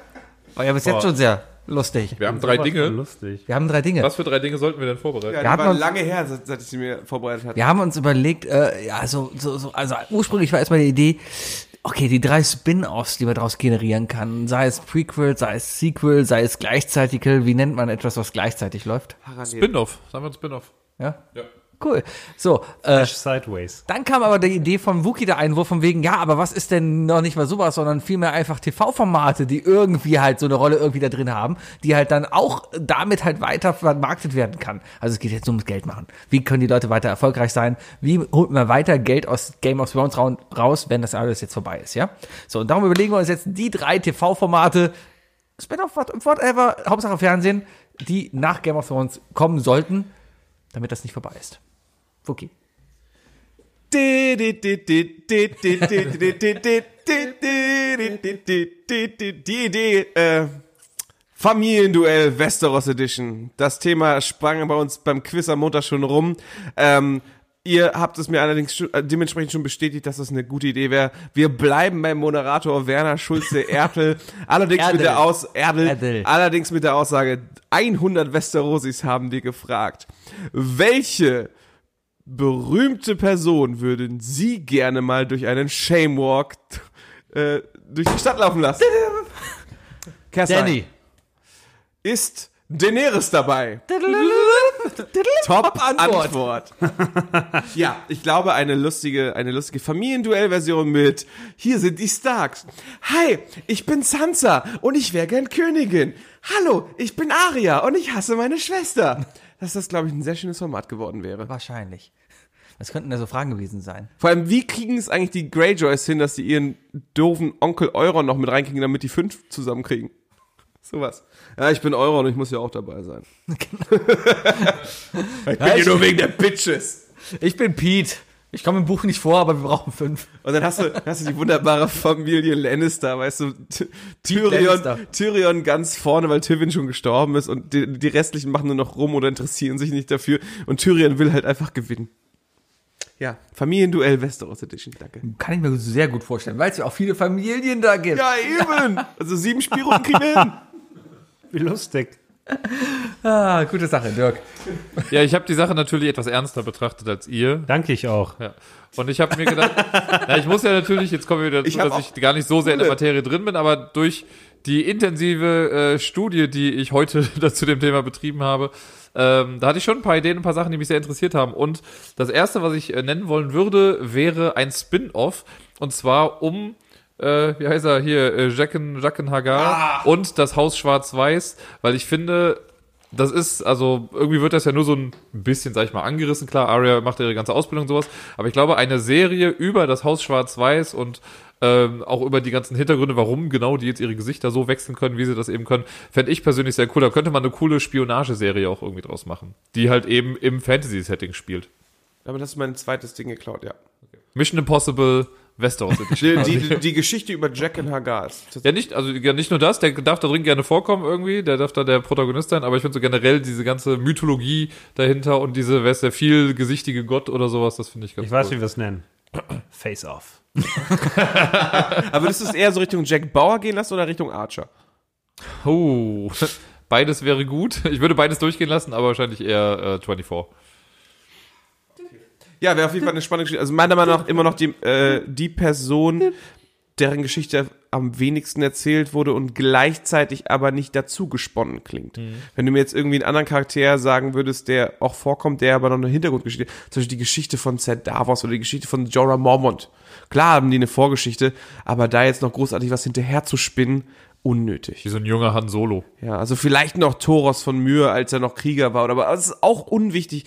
Speaker 3: War ja bis
Speaker 2: Oh.
Speaker 3: jetzt schon sehr lustig.
Speaker 4: Wir haben drei Dinge.
Speaker 2: Lustig.
Speaker 3: Wir haben drei Dinge.
Speaker 4: Was für drei Dinge sollten wir denn vorbereiten?
Speaker 1: Ja,
Speaker 3: hat
Speaker 1: die war
Speaker 3: man-
Speaker 1: lange her, seit, seit ich sie mir vorbereitet hatte.
Speaker 3: Wir haben uns überlegt, äh, ja, so, so, so, also ursprünglich war erstmal die Idee, okay, die drei Spin-offs, die man daraus generieren kann, sei es Prequel, sei es Sequel, sei es gleichzeitig, wie nennt man etwas, was gleichzeitig läuft?
Speaker 4: Spin-off. Sagen wir einen Spin-off.
Speaker 3: Ja,
Speaker 4: Ja.
Speaker 3: cool. So, äh,
Speaker 2: Sideways.
Speaker 3: dann kam aber die Idee von Wookie der Einwurf von wegen, ja, aber was ist denn noch nicht mal sowas, sondern vielmehr einfach TV-Formate, die irgendwie halt so eine Rolle irgendwie da drin haben, die halt dann auch damit halt weiter vermarktet werden kann. Also es geht jetzt nur ums Geld machen. Wie können die Leute weiter erfolgreich sein? Wie holt man weiter Geld aus Game of Thrones raun- raus, wenn das alles jetzt vorbei ist, ja? So, und darum überlegen wir uns jetzt die drei TV-Formate, Spin-off, what- whatever, Hauptsache Fernsehen, die nach Game of Thrones kommen sollten, damit das nicht vorbei ist. Wookie.
Speaker 1: Die Idee, äh, Familienduell Westeros Edition. Das Thema sprang bei uns beim Quiz am Montag schon rum. Ähm, ihr habt es mir allerdings schon, äh, dementsprechend schon bestätigt, dass das eine gute Idee wäre. Wir bleiben beim Moderator Werner Schulze Ertel. Allerdings mit der
Speaker 3: Erdel.
Speaker 1: Aus Erdel,
Speaker 3: Erdel.
Speaker 1: allerdings mit der Aussage 100 Westerosis haben wir gefragt. Welche berühmte Person würden Sie gerne mal durch einen Shame Walk äh, durch die Stadt laufen lassen? Kerstin,
Speaker 3: Danny.
Speaker 1: Ist Daenerys dabei? Top Antwort. ja, ich glaube eine lustige, eine lustige Familienduell-Version mit Hier sind die Starks. Hi, ich bin Sansa und ich wäre gern Königin. Hallo, ich bin Arya und ich hasse meine Schwester. Dass das, glaube ich, ein sehr schönes Format geworden wäre.
Speaker 3: Wahrscheinlich. Was könnten da so Fragen gewesen sein?
Speaker 1: Vor allem, wie kriegen es eigentlich die Greyjoys hin, dass sie ihren doofen Onkel Euron noch mit reinkriegen, damit die fünf zusammenkriegen? Sowas. Ja, ich bin Euron, ich muss ja auch dabei sein. ich bin hier nur wegen der Bitches.
Speaker 3: Ich bin Pete. Ich komme im Buch nicht vor, aber wir brauchen fünf.
Speaker 1: Und dann hast du, dann hast du die wunderbare Familie Lannister, weißt du, T Tyrion,
Speaker 3: Lannister.
Speaker 1: Tyrion ganz vorne, weil Tywin schon gestorben ist und die, die restlichen machen nur noch rum oder interessieren sich nicht dafür und Tyrion will halt einfach gewinnen. Ja, Familienduell Westeros Edition, danke.
Speaker 3: Kann ich mir sehr gut vorstellen, weil es ja auch viele Familien da gibt.
Speaker 1: Ja, eben. Also sieben Spielrunden kriegen wir hin.
Speaker 2: Wie lustig.
Speaker 3: Ah, gute Sache, Dirk.
Speaker 4: Ja, ich habe die Sache natürlich etwas ernster betrachtet als ihr.
Speaker 2: Danke ich auch.
Speaker 4: Ja. Und ich habe mir gedacht, na, ich muss ja natürlich, jetzt kommen wir wieder dazu, dass ich gar nicht so sehr in der Materie drin bin, aber durch die intensive äh, Studie, die ich heute zu dem Thema betrieben habe, ähm, da hatte ich schon ein paar Ideen, ein paar Sachen, die mich sehr interessiert haben. Und das erste, was ich äh, nennen wollen würde, wäre ein Spin-off. Und zwar um, äh, wie heißt er hier, äh, Jacken, Jacken Hagar und das Haus Schwarz-Weiß, weil ich finde, das ist, also irgendwie wird das ja nur so ein bisschen, sag ich mal, angerissen. Klar, Arya macht ihre ganze Ausbildung und sowas. Aber ich glaube, eine Serie über das Haus Schwarz-Weiß und ähm, auch über die ganzen Hintergründe, warum genau die jetzt ihre Gesichter so wechseln können, wie sie das eben können, fände ich persönlich sehr cool. Da könnte man eine coole Spionageserie auch irgendwie draus machen, die halt eben im Fantasy-Setting spielt.
Speaker 1: Damit hast du mein zweites Ding geklaut, ja.
Speaker 4: Mission Impossible Westeros Edition.
Speaker 1: Die, die, die Geschichte über Jack und Hagar ist tatsächlich
Speaker 4: Ja, nicht, also ja, nicht nur das, der darf da drin gerne vorkommen irgendwie, der darf da der Protagonist sein, aber ich finde so generell diese ganze Mythologie dahinter und diese, wer ist der vielgesichtige Gott oder sowas, das finde ich ganz
Speaker 2: Ich weiß,
Speaker 4: cool.
Speaker 2: wie wir es nennen. Face Off.
Speaker 1: Aber würdest du es eher so Richtung Jack Bauer gehen lassen oder Richtung Archer?
Speaker 4: Oh. Beides wäre gut. Ich würde beides durchgehen lassen, aber wahrscheinlich eher äh, 24.
Speaker 1: Ja, wäre auf jeden Fall eine spannende Geschichte. Also meiner Meinung nach immer noch die, äh, die Person, deren Geschichte am wenigsten erzählt wurde und gleichzeitig aber nicht dazu gesponnen klingt. Wenn du mir jetzt irgendwie einen anderen Charakter sagen würdest, der auch vorkommt, der aber noch eine Hintergrundgeschichte, zum Beispiel die Geschichte von Zed Davos oder die Geschichte von Jorah Mormont. Klar haben die eine Vorgeschichte, aber da jetzt noch großartig was hinterher zu spinnen, unnötig.
Speaker 4: Wie so ein junger Han Solo.
Speaker 1: Ja, also vielleicht noch Thoros von Myr, als er noch Krieger war, oder, aber es ist auch unwichtig.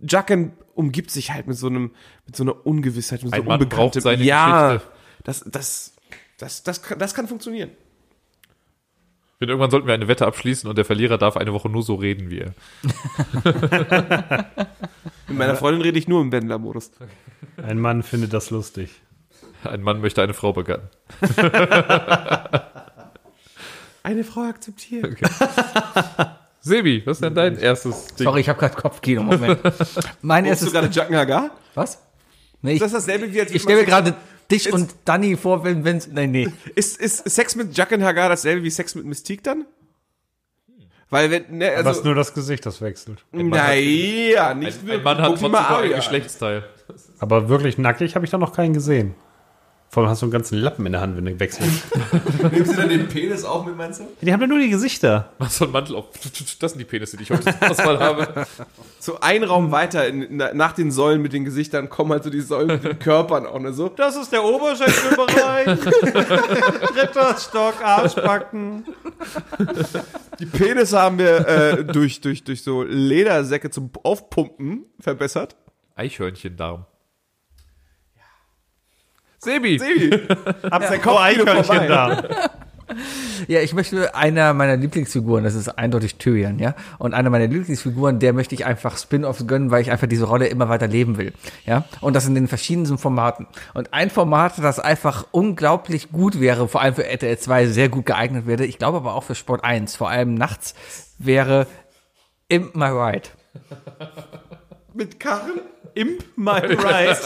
Speaker 1: Jacken umgibt sich halt mit so einem, mit so einer Ungewissheit, mit so
Speaker 4: Ein
Speaker 1: einem
Speaker 4: Mann
Speaker 1: Unbekanntem.
Speaker 4: braucht seine
Speaker 1: ja,
Speaker 4: Geschichte.
Speaker 1: das, das, das, das, kann- das kann funktionieren.
Speaker 4: Ich finde, irgendwann sollten wir eine Wette abschließen und der Verlierer darf eine Woche nur so reden wie er.
Speaker 1: Mit meiner Freundin rede ich nur im Wendler-Modus.
Speaker 2: Ein Mann findet das lustig.
Speaker 4: Ein Mann möchte eine Frau begatten.
Speaker 1: Eine Frau akzeptiert.
Speaker 4: Sebi, was ist denn
Speaker 1: Hm.
Speaker 4: dein erstes Ding?
Speaker 3: Sorry, ich habe gerade Kopfkino. Moment. Mein
Speaker 1: Hast du
Speaker 3: erstes.
Speaker 1: gerade Jacken Hagar?
Speaker 3: Was? Nee, ich,
Speaker 1: Das ist dasselbe wie als
Speaker 3: ich stelle mir gerade dich
Speaker 1: Jetzt-
Speaker 3: und Danny vor, wenn wenn's. Nein, nee.
Speaker 1: Ist, ist Sex mit Jacken Hagar dasselbe wie Sex mit Mystique dann? Weil wenn, ne,
Speaker 2: Also, Was
Speaker 1: also,
Speaker 2: nur das Gesicht, das wechselt.
Speaker 1: naja, nicht
Speaker 4: Ein Mann hat
Speaker 1: Guck dir
Speaker 4: trotzdem
Speaker 1: mal
Speaker 4: noch ein
Speaker 1: Arya an.
Speaker 4: Geschlechtsteil.
Speaker 2: Aber wirklich nackig habe ich da noch keinen gesehen. Vor allem hast du einen ganzen Lappen in der Hand, wenn du wechselst.
Speaker 1: Nimmst du dann den Penis auch mit, meinst du?
Speaker 2: Die haben ja nur die Gesichter.
Speaker 4: Machst so einen Mantel auf. Das sind die Penisse, die ich heute zur Auswahl habe.
Speaker 1: So ein Raum weiter, in, na- nach den Säulen mit den Gesichtern kommen halt so die Säulen mit den Körpern auch, ne, so.
Speaker 2: Das ist der Oberschenkelbereich. Dritter Stock, Arschbacken.
Speaker 1: Die Penisse haben wir äh, durch, durch, durch so Ledersäcke zum Aufpumpen verbessert.
Speaker 4: Eichhörnchendarm. Sebi,
Speaker 1: Sebi,
Speaker 2: Ab der
Speaker 1: kommt Kilo vorbei.
Speaker 2: Oh, Eichhörnchen da.
Speaker 3: Ja, ich möchte einer meiner Lieblingsfiguren, das ist eindeutig Tyrion, ja. Und einer meiner Lieblingsfiguren, der möchte ich einfach Spin-offs gönnen, weil ich einfach diese Rolle immer weiter leben will, ja. Und das in den verschiedensten Formaten. Und ein Format, das einfach unglaublich gut wäre, vor allem für RTL 2 sehr gut geeignet wäre, ich glaube aber auch für Sport 1, vor allem nachts, wäre Imp My Ride.
Speaker 1: mit Karren?
Speaker 2: Imp my right.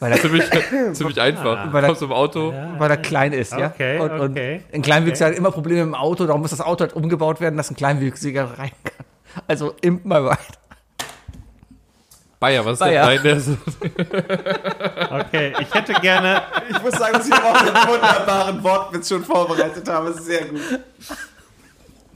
Speaker 3: Weil er,
Speaker 4: ziemlich, ziemlich einfach. Du
Speaker 3: Weil da-
Speaker 4: kommst im Auto.
Speaker 3: weil er klein ist, ja.
Speaker 2: Okay,
Speaker 3: und, und
Speaker 2: okay.
Speaker 3: Ein Kleinwüchsiger hat immer Probleme im Auto, darum muss das Auto halt umgebaut werden, dass ein Kleinwüchsiger rein kann. Also Imp My Ride.
Speaker 4: Bayer, was ist
Speaker 3: Bayer.
Speaker 4: denn dein erstes?
Speaker 2: Okay, ich hätte gerne.
Speaker 1: Ich muss sagen, dass ich auch einen wunderbaren Wortwitz schon vorbereitet habe. Sehr gut.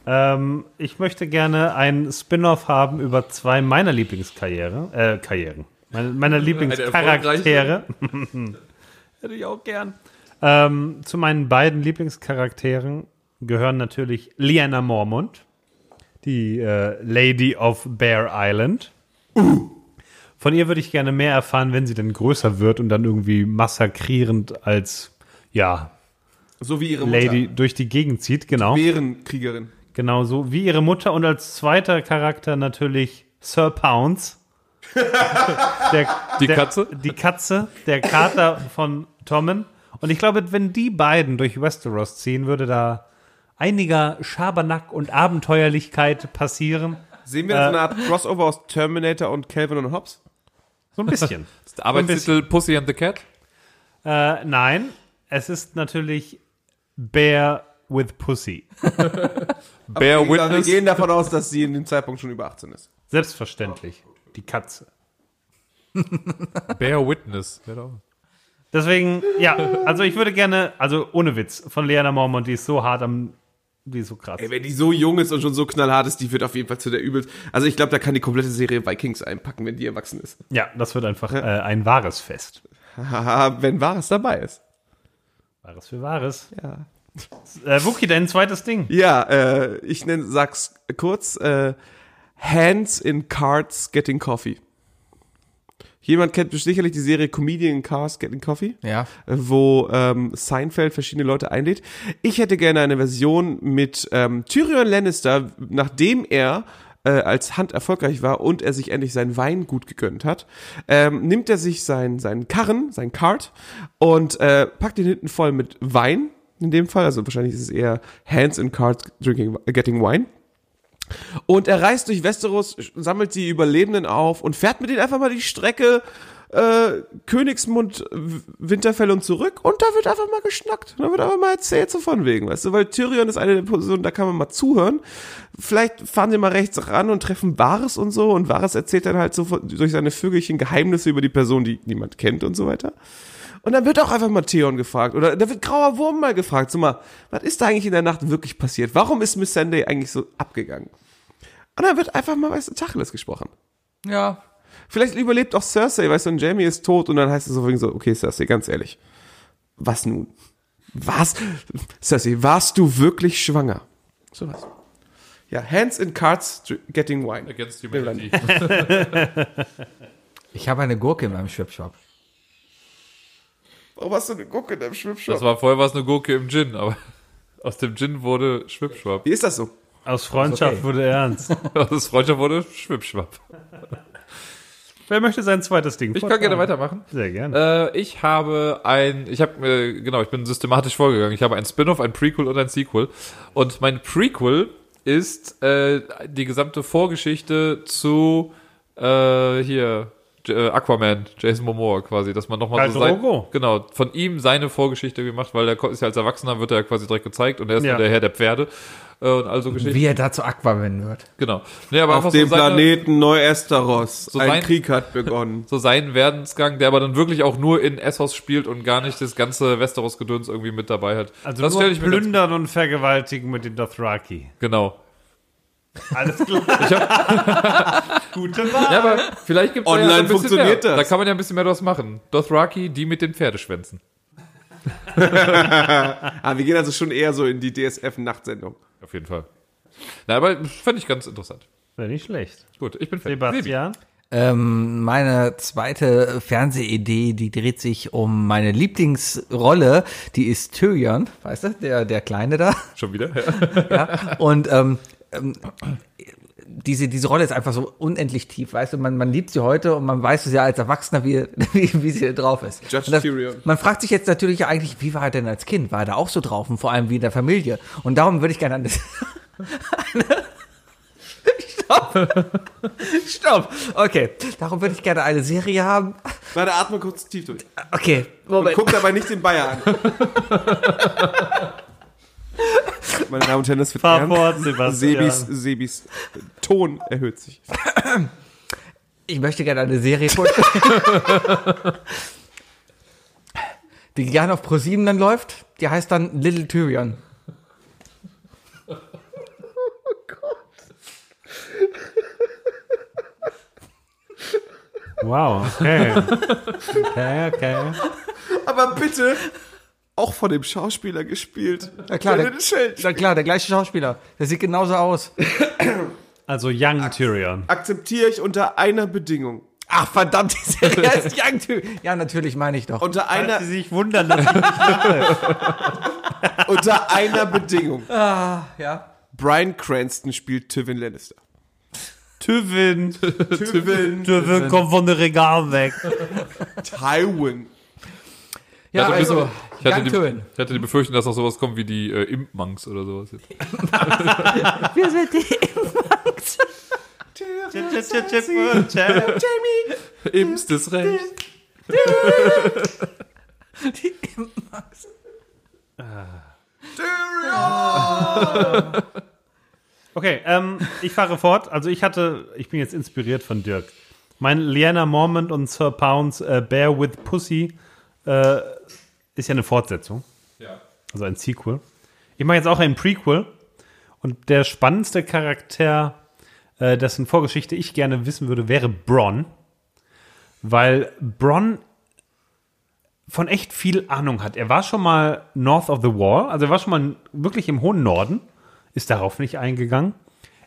Speaker 2: Ähm, ich möchte gerne ein Spin-off haben über zwei meiner Lieblingskarriere, äh, Karrieren. Meine, meiner Lieblingscharaktere. Hätte ich auch gern. Ähm, zu meinen beiden Lieblingscharakteren gehören natürlich Lyanna Mormont, die äh, Lady of Bear Island. Von ihr würde ich gerne mehr erfahren, wenn sie denn größer wird und dann irgendwie massakrierend als ja,
Speaker 1: So wie ihre Mutter.
Speaker 2: Lady durch die Gegend zieht, genau.
Speaker 1: Bärenkriegerin.
Speaker 2: Genau so wie ihre Mutter und als zweiter Charakter natürlich Sir Pounce. der,
Speaker 4: Die
Speaker 2: der,
Speaker 4: Katze?
Speaker 2: Die Katze, der Kater von Tommen. Und ich glaube, wenn die beiden durch Westeros ziehen, würde da einiger Schabernack und Abenteuerlichkeit passieren.
Speaker 1: Sehen wir so eine Art Crossover aus Terminator und Calvin und Hobbes?
Speaker 2: So ein bisschen.
Speaker 4: Der Arbeitstitel Pussy and the Cat.
Speaker 2: äh, nein, es ist natürlich Bear with Pussy.
Speaker 4: Bear
Speaker 1: Wie gesagt, Wir
Speaker 4: Witness.
Speaker 1: gehen davon aus, dass sie in dem Zeitpunkt schon über 18 ist.
Speaker 2: Selbstverständlich. Die Katze.
Speaker 4: Bear Witness. Ja, doch.
Speaker 2: Deswegen, ja, also ich würde gerne, also ohne Witz, von Leana Mormont, die ist so hart am, die ist so krass.
Speaker 1: Ey, wenn die so jung ist und schon so knallhart ist, die wird auf jeden Fall zu der übelst. Also ich glaube, da kann die komplette Serie Vikings einpacken, wenn die erwachsen ist.
Speaker 2: Ja, das wird einfach äh, ein wahres Fest.
Speaker 1: Haha, wenn Wahres dabei ist.
Speaker 2: Wahres für Wahres.
Speaker 1: Ja.
Speaker 2: Äh, Wookie, dein zweites Ding.
Speaker 1: Ja, äh, ich nenn, sag's kurz. Äh, Hands in Cards Getting Coffee. Jemand kennt sicherlich die Serie Comedian in Cars Getting Coffee,
Speaker 3: Ja.
Speaker 1: wo ähm, Seinfeld verschiedene Leute einlädt. Ich hätte gerne eine Version mit ähm, Tyrion Lannister, nachdem er äh, als Hand erfolgreich war und er sich endlich sein Weingut gegönnt hat, ähm, nimmt er sich sein, seinen Karren, sein Cart und äh, packt ihn hinten voll mit Wein, in dem Fall, also wahrscheinlich ist es eher Hands in Cards drinking, Getting Wine. Und er reist durch Westeros, sammelt die Überlebenden auf und fährt mit denen einfach mal die Strecke äh, Königsmund, W- Winterfell und zurück. Und da wird einfach mal geschnackt. Da wird einfach mal erzählt so von wegen, weißt du? Weil Tyrion ist eine der Personen, da kann man mal zuhören. Vielleicht fahren sie mal rechts ran und treffen Varys und so. Und Varys erzählt dann halt so von, durch seine Vögelchen Geheimnisse über die Person, die niemand kennt und so weiter. Und dann wird auch einfach mal Theon gefragt oder da wird Grauer Wurm mal gefragt. So mal, was ist da eigentlich in der Nacht wirklich passiert? Warum ist Miss Sunday eigentlich so abgegangen? Und dann wird einfach mal, weißt du, Tacheles gesprochen.
Speaker 3: Ja.
Speaker 1: Vielleicht überlebt auch Cersei, weißt du, und Jamie ist tot und dann heißt es so wegen so, okay, Cersei, ganz ehrlich. Was nun? Was? Cersei, warst du wirklich schwanger? So was. Ja, Hands in Cards Getting Wine.
Speaker 4: Against Humanity.
Speaker 3: Ich habe eine Gurke in meinem Schwipshop.
Speaker 1: Warum hast du Oh, eine Gucke in deinem Schwimmshop?
Speaker 4: Das war vorher war es eine Gurke im Gin, aber aus dem Gin wurde Schwippschwapp.
Speaker 1: Wie ist das so?
Speaker 2: Aus Freundschaft
Speaker 3: okay.
Speaker 2: wurde ernst.
Speaker 4: Aus das Freundschaft wurde Schwippschwapp.
Speaker 2: Wer möchte sein zweites Ding?
Speaker 4: Ich kann gerne weitermachen.
Speaker 2: Sehr gerne.
Speaker 4: Äh, ich habe ein, ich habe äh, genau, ich bin systematisch vorgegangen. Ich habe ein Spin-off, ein Prequel und ein Sequel. Und mein Prequel ist äh, die gesamte Vorgeschichte zu äh, hier J äh, Aquaman, Jason Momoa quasi, dass man nochmal so
Speaker 2: Khal
Speaker 4: sein,
Speaker 2: Drogo.
Speaker 4: genau von ihm seine Vorgeschichte gemacht, weil er ist ja als Erwachsener wird er ja quasi direkt gezeigt und er ist
Speaker 2: Ja.
Speaker 4: nur der Herr der Pferde äh, und also Geschichten.
Speaker 3: Wie er da zu Aquaman wird.
Speaker 4: Genau. Nee, aber
Speaker 1: Auf
Speaker 4: einfach
Speaker 1: dem
Speaker 4: so seine,
Speaker 1: Planeten Neu-Esteros.
Speaker 4: sein-
Speaker 1: Ein Krieg hat begonnen.
Speaker 4: so seinen Werdensgang, der aber dann wirklich auch nur in Essos spielt und gar nicht das ganze Westeros-Gedöns irgendwie mit dabei hat.
Speaker 2: Also
Speaker 4: das
Speaker 2: nur
Speaker 4: stelle ich mir ganz,
Speaker 2: plündern und vergewaltigen mit dem Dothraki.
Speaker 4: genau.
Speaker 2: Alles klar. Gute Wahl.
Speaker 4: Ja, aber vielleicht gibt's da ja
Speaker 1: Online
Speaker 4: so ein bisschen
Speaker 1: funktioniert
Speaker 4: mehr.
Speaker 1: das.
Speaker 4: Da kann man ja ein bisschen mehr draus machen. Dothraki, die mit den Pferdeschwänzen.
Speaker 1: Ah, wir gehen also schon eher so in die DSF-Nachtsendung.
Speaker 4: Auf jeden Fall. Na, aber fand ich ganz interessant.
Speaker 2: Wäre nicht schlecht.
Speaker 4: Gut, ich bin fertig.
Speaker 2: Sebastian.
Speaker 3: Ähm, meine zweite Fernsehidee, die dreht sich um meine Lieblingsrolle, die ist Tyrion, weißt du, der, der Kleine da.
Speaker 4: Sebi. Schon wieder? Ja.
Speaker 3: Und ähm, ähm, diese, diese Rolle ist einfach so unendlich tief, weißt du, man, man liebt sie heute und man weiß es ja als Erwachsener, wie, wie, wie sie drauf ist.
Speaker 1: Judge
Speaker 3: Und das,
Speaker 1: Tyrion.
Speaker 3: Man fragt sich jetzt natürlich ja eigentlich, wie war er denn als Kind? War er da auch so drauf und vor allem wie in der Familie? Und darum würde ich gerne eine, eine Stopp! Stopp! Okay, darum würde ich gerne eine Serie haben.
Speaker 1: Warte, atme kurz tief durch.
Speaker 3: Okay, Moment.
Speaker 1: Guck dabei nicht den Bayer an. Meine Damen und Herren, das wird
Speaker 2: Fahr
Speaker 1: ernst.
Speaker 2: fort, Sebastian.
Speaker 1: Sebis, Sebis Ton erhöht sich.
Speaker 3: Ich möchte gerne eine Serie vorstellen. die gerne auf ProSieben dann läuft. Die heißt dann Little Tyrion.
Speaker 2: Wow, okay. Okay, okay.
Speaker 1: Aber bitte, auch von dem Schauspieler gespielt.
Speaker 3: Na klar, der,
Speaker 1: Brandon Schild.
Speaker 3: na klar, der gleiche Schauspieler. Der sieht genauso aus.
Speaker 2: Also Young Tyrion.
Speaker 1: Akzeptiere ich unter einer Bedingung.
Speaker 3: Ach verdammt, die Serie heißt Young Tyrion. Ja, natürlich meine ich doch.
Speaker 1: Unter
Speaker 2: Falls Sie
Speaker 1: einer,
Speaker 2: sich wundern, dass ich
Speaker 1: unter einer Bedingung.
Speaker 3: ja.
Speaker 1: Brian Cranston spielt Tywin Lannister.
Speaker 2: Tywin,
Speaker 1: Tywin.
Speaker 2: Tywin kommt von dem Regal weg.
Speaker 1: Tywin.
Speaker 3: Ja,
Speaker 4: hatte ein
Speaker 3: also,
Speaker 4: Ich hatte,
Speaker 3: Young
Speaker 4: die,
Speaker 3: Tyrion.
Speaker 4: ich hatte die Befürchtung, dass noch sowas kommt wie die äh, Imp-Monks oder sowas. Jetzt.
Speaker 3: Wir sind die
Speaker 2: Chip, chip, chip, chip, chip, chip.
Speaker 4: Imps des Rechts.
Speaker 2: Ah.
Speaker 3: Die Max.
Speaker 2: Okay, ähm, ich fahre fort. Also ich hatte, ich bin jetzt inspiriert von Dirk. Mein Liana Mormont und Sir Pounds äh, Bear with Pussy äh, ist ja eine Fortsetzung.
Speaker 4: Ja.
Speaker 2: Also ein Sequel. Ich mache jetzt auch ein Prequel. Und der spannendste Charakter, äh, dessen Vorgeschichte ich gerne wissen würde, wäre Bronn. Weil Bronn von echt viel Ahnung hat. Er war schon mal north of the wall, also er war schon mal wirklich im hohen Norden, ist darauf nicht eingegangen.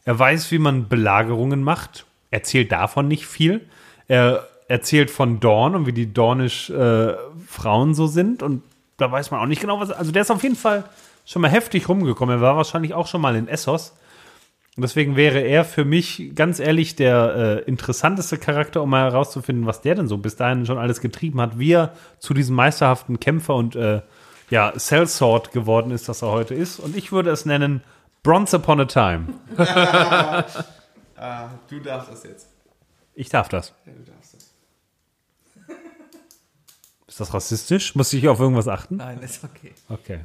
Speaker 2: Er weiß, wie man Belagerungen macht, erzählt davon nicht viel. Er erzählt von Dorn und wie die dornisch äh, Frauen so sind und da weiß man auch nicht genau, was. Also der ist auf jeden Fall schon mal heftig rumgekommen. Er war wahrscheinlich auch schon mal in Essos. Und deswegen wäre er für mich ganz ehrlich der äh, interessanteste Charakter, um mal herauszufinden, was der denn so bis dahin schon alles getrieben hat, wie er zu diesem meisterhaften Kämpfer und äh, ja, Sellsword geworden ist, das er heute ist. Und ich würde es nennen Bronze Upon a Time.
Speaker 8: Du darfst das jetzt.
Speaker 2: Ich darf das.
Speaker 8: Du darfst das.
Speaker 2: Ist das rassistisch? Muss ich auf irgendwas achten?
Speaker 3: Nein, ist okay.
Speaker 2: Okay.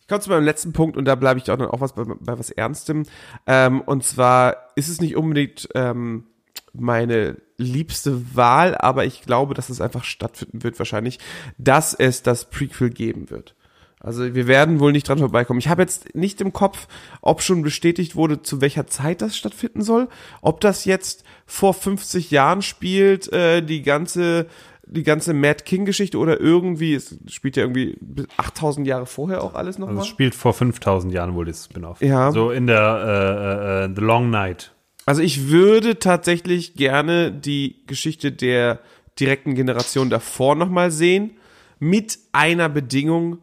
Speaker 1: Ich komme zu meinem letzten Punkt und da bleibe ich auch dann auch was bei, bei was Ernstem. Ähm, und zwar ist es nicht unbedingt ähm, meine liebste Wahl, aber ich glaube, dass es einfach stattfinden wird wahrscheinlich, dass es das Prequel geben wird. Also wir werden wohl nicht dran vorbeikommen. Ich habe jetzt nicht im Kopf, ob schon bestätigt wurde, zu welcher Zeit das stattfinden soll. Ob das jetzt vor 50 Jahren spielt, äh, die ganze die ganze Mad King Geschichte oder irgendwie es spielt ja irgendwie 8000 Jahre vorher auch alles
Speaker 2: Also
Speaker 1: nochmal.
Speaker 2: es spielt vor 5000 Jahren wohl das Spin-off.
Speaker 1: Ja.
Speaker 2: So in der äh, äh, äh, The Long Night.
Speaker 1: Also ich würde tatsächlich gerne die Geschichte der direkten Generation davor nochmal sehen. Mit einer Bedingung,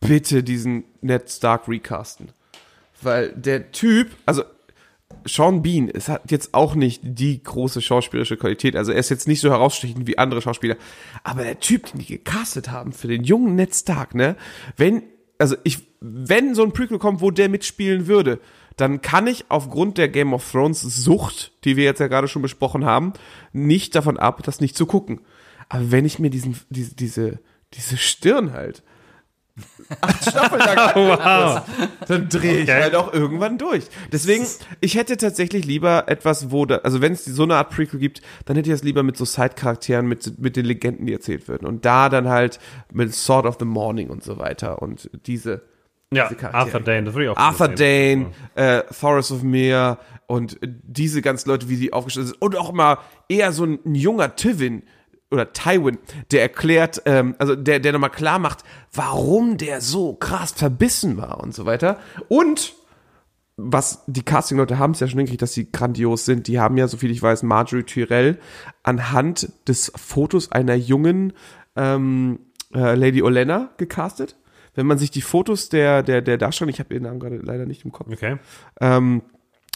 Speaker 1: bitte diesen Ned Stark recasten. Weil der Typ, also Sean Bean, es hat jetzt auch nicht die große schauspielerische Qualität. Also er ist jetzt nicht so herausstechend wie andere Schauspieler. Aber der Typ, den die gecastet haben für den jungen Ned Stark, ne? Wenn, also ich, wenn so ein Prequel kommt, wo der mitspielen würde, dann kann ich aufgrund der Game of Thrones Sucht, die wir jetzt ja gerade schon besprochen haben, nicht davon ab, das nicht zu gucken. Aber wenn ich mir diesen, diese, diese, diese Stirn halt acht Staffeln lang
Speaker 2: Wow.
Speaker 1: dann drehe ich halt auch irgendwann durch. Deswegen, ich hätte tatsächlich lieber etwas, wo da, also wenn es so eine Art Prequel gibt, dann hätte ich das lieber mit so Side-Charakteren, mit, mit den Legenden, die erzählt werden. Und da dann halt mit Sword of the Morning und so weiter und diese
Speaker 2: Ja,
Speaker 1: Diese Charaktere.
Speaker 2: Arthur Dane, das würde ich auch
Speaker 1: Arthur
Speaker 2: nehmen.
Speaker 1: Dane, äh, Thoris of Mir und diese ganzen Leute, wie sie aufgestellt sind. Und auch mal eher so ein, ein junger Tywin oder Tywin, der erklärt, ähm, also der, der nochmal klar macht, warum der so krass verbissen war und so weiter. Und was die Casting-Leute haben es ja schon hingekriegt, dass sie grandios sind. Die haben ja, soviel ich weiß, Marjorie Tyrell anhand des Fotos einer jungen ähm, äh, Lady Olenna gecastet. Wenn man sich die Fotos der, der, der Darstellerin, ich habe ihren Namen gerade leider nicht im Kopf,
Speaker 2: Okay.
Speaker 1: ähm,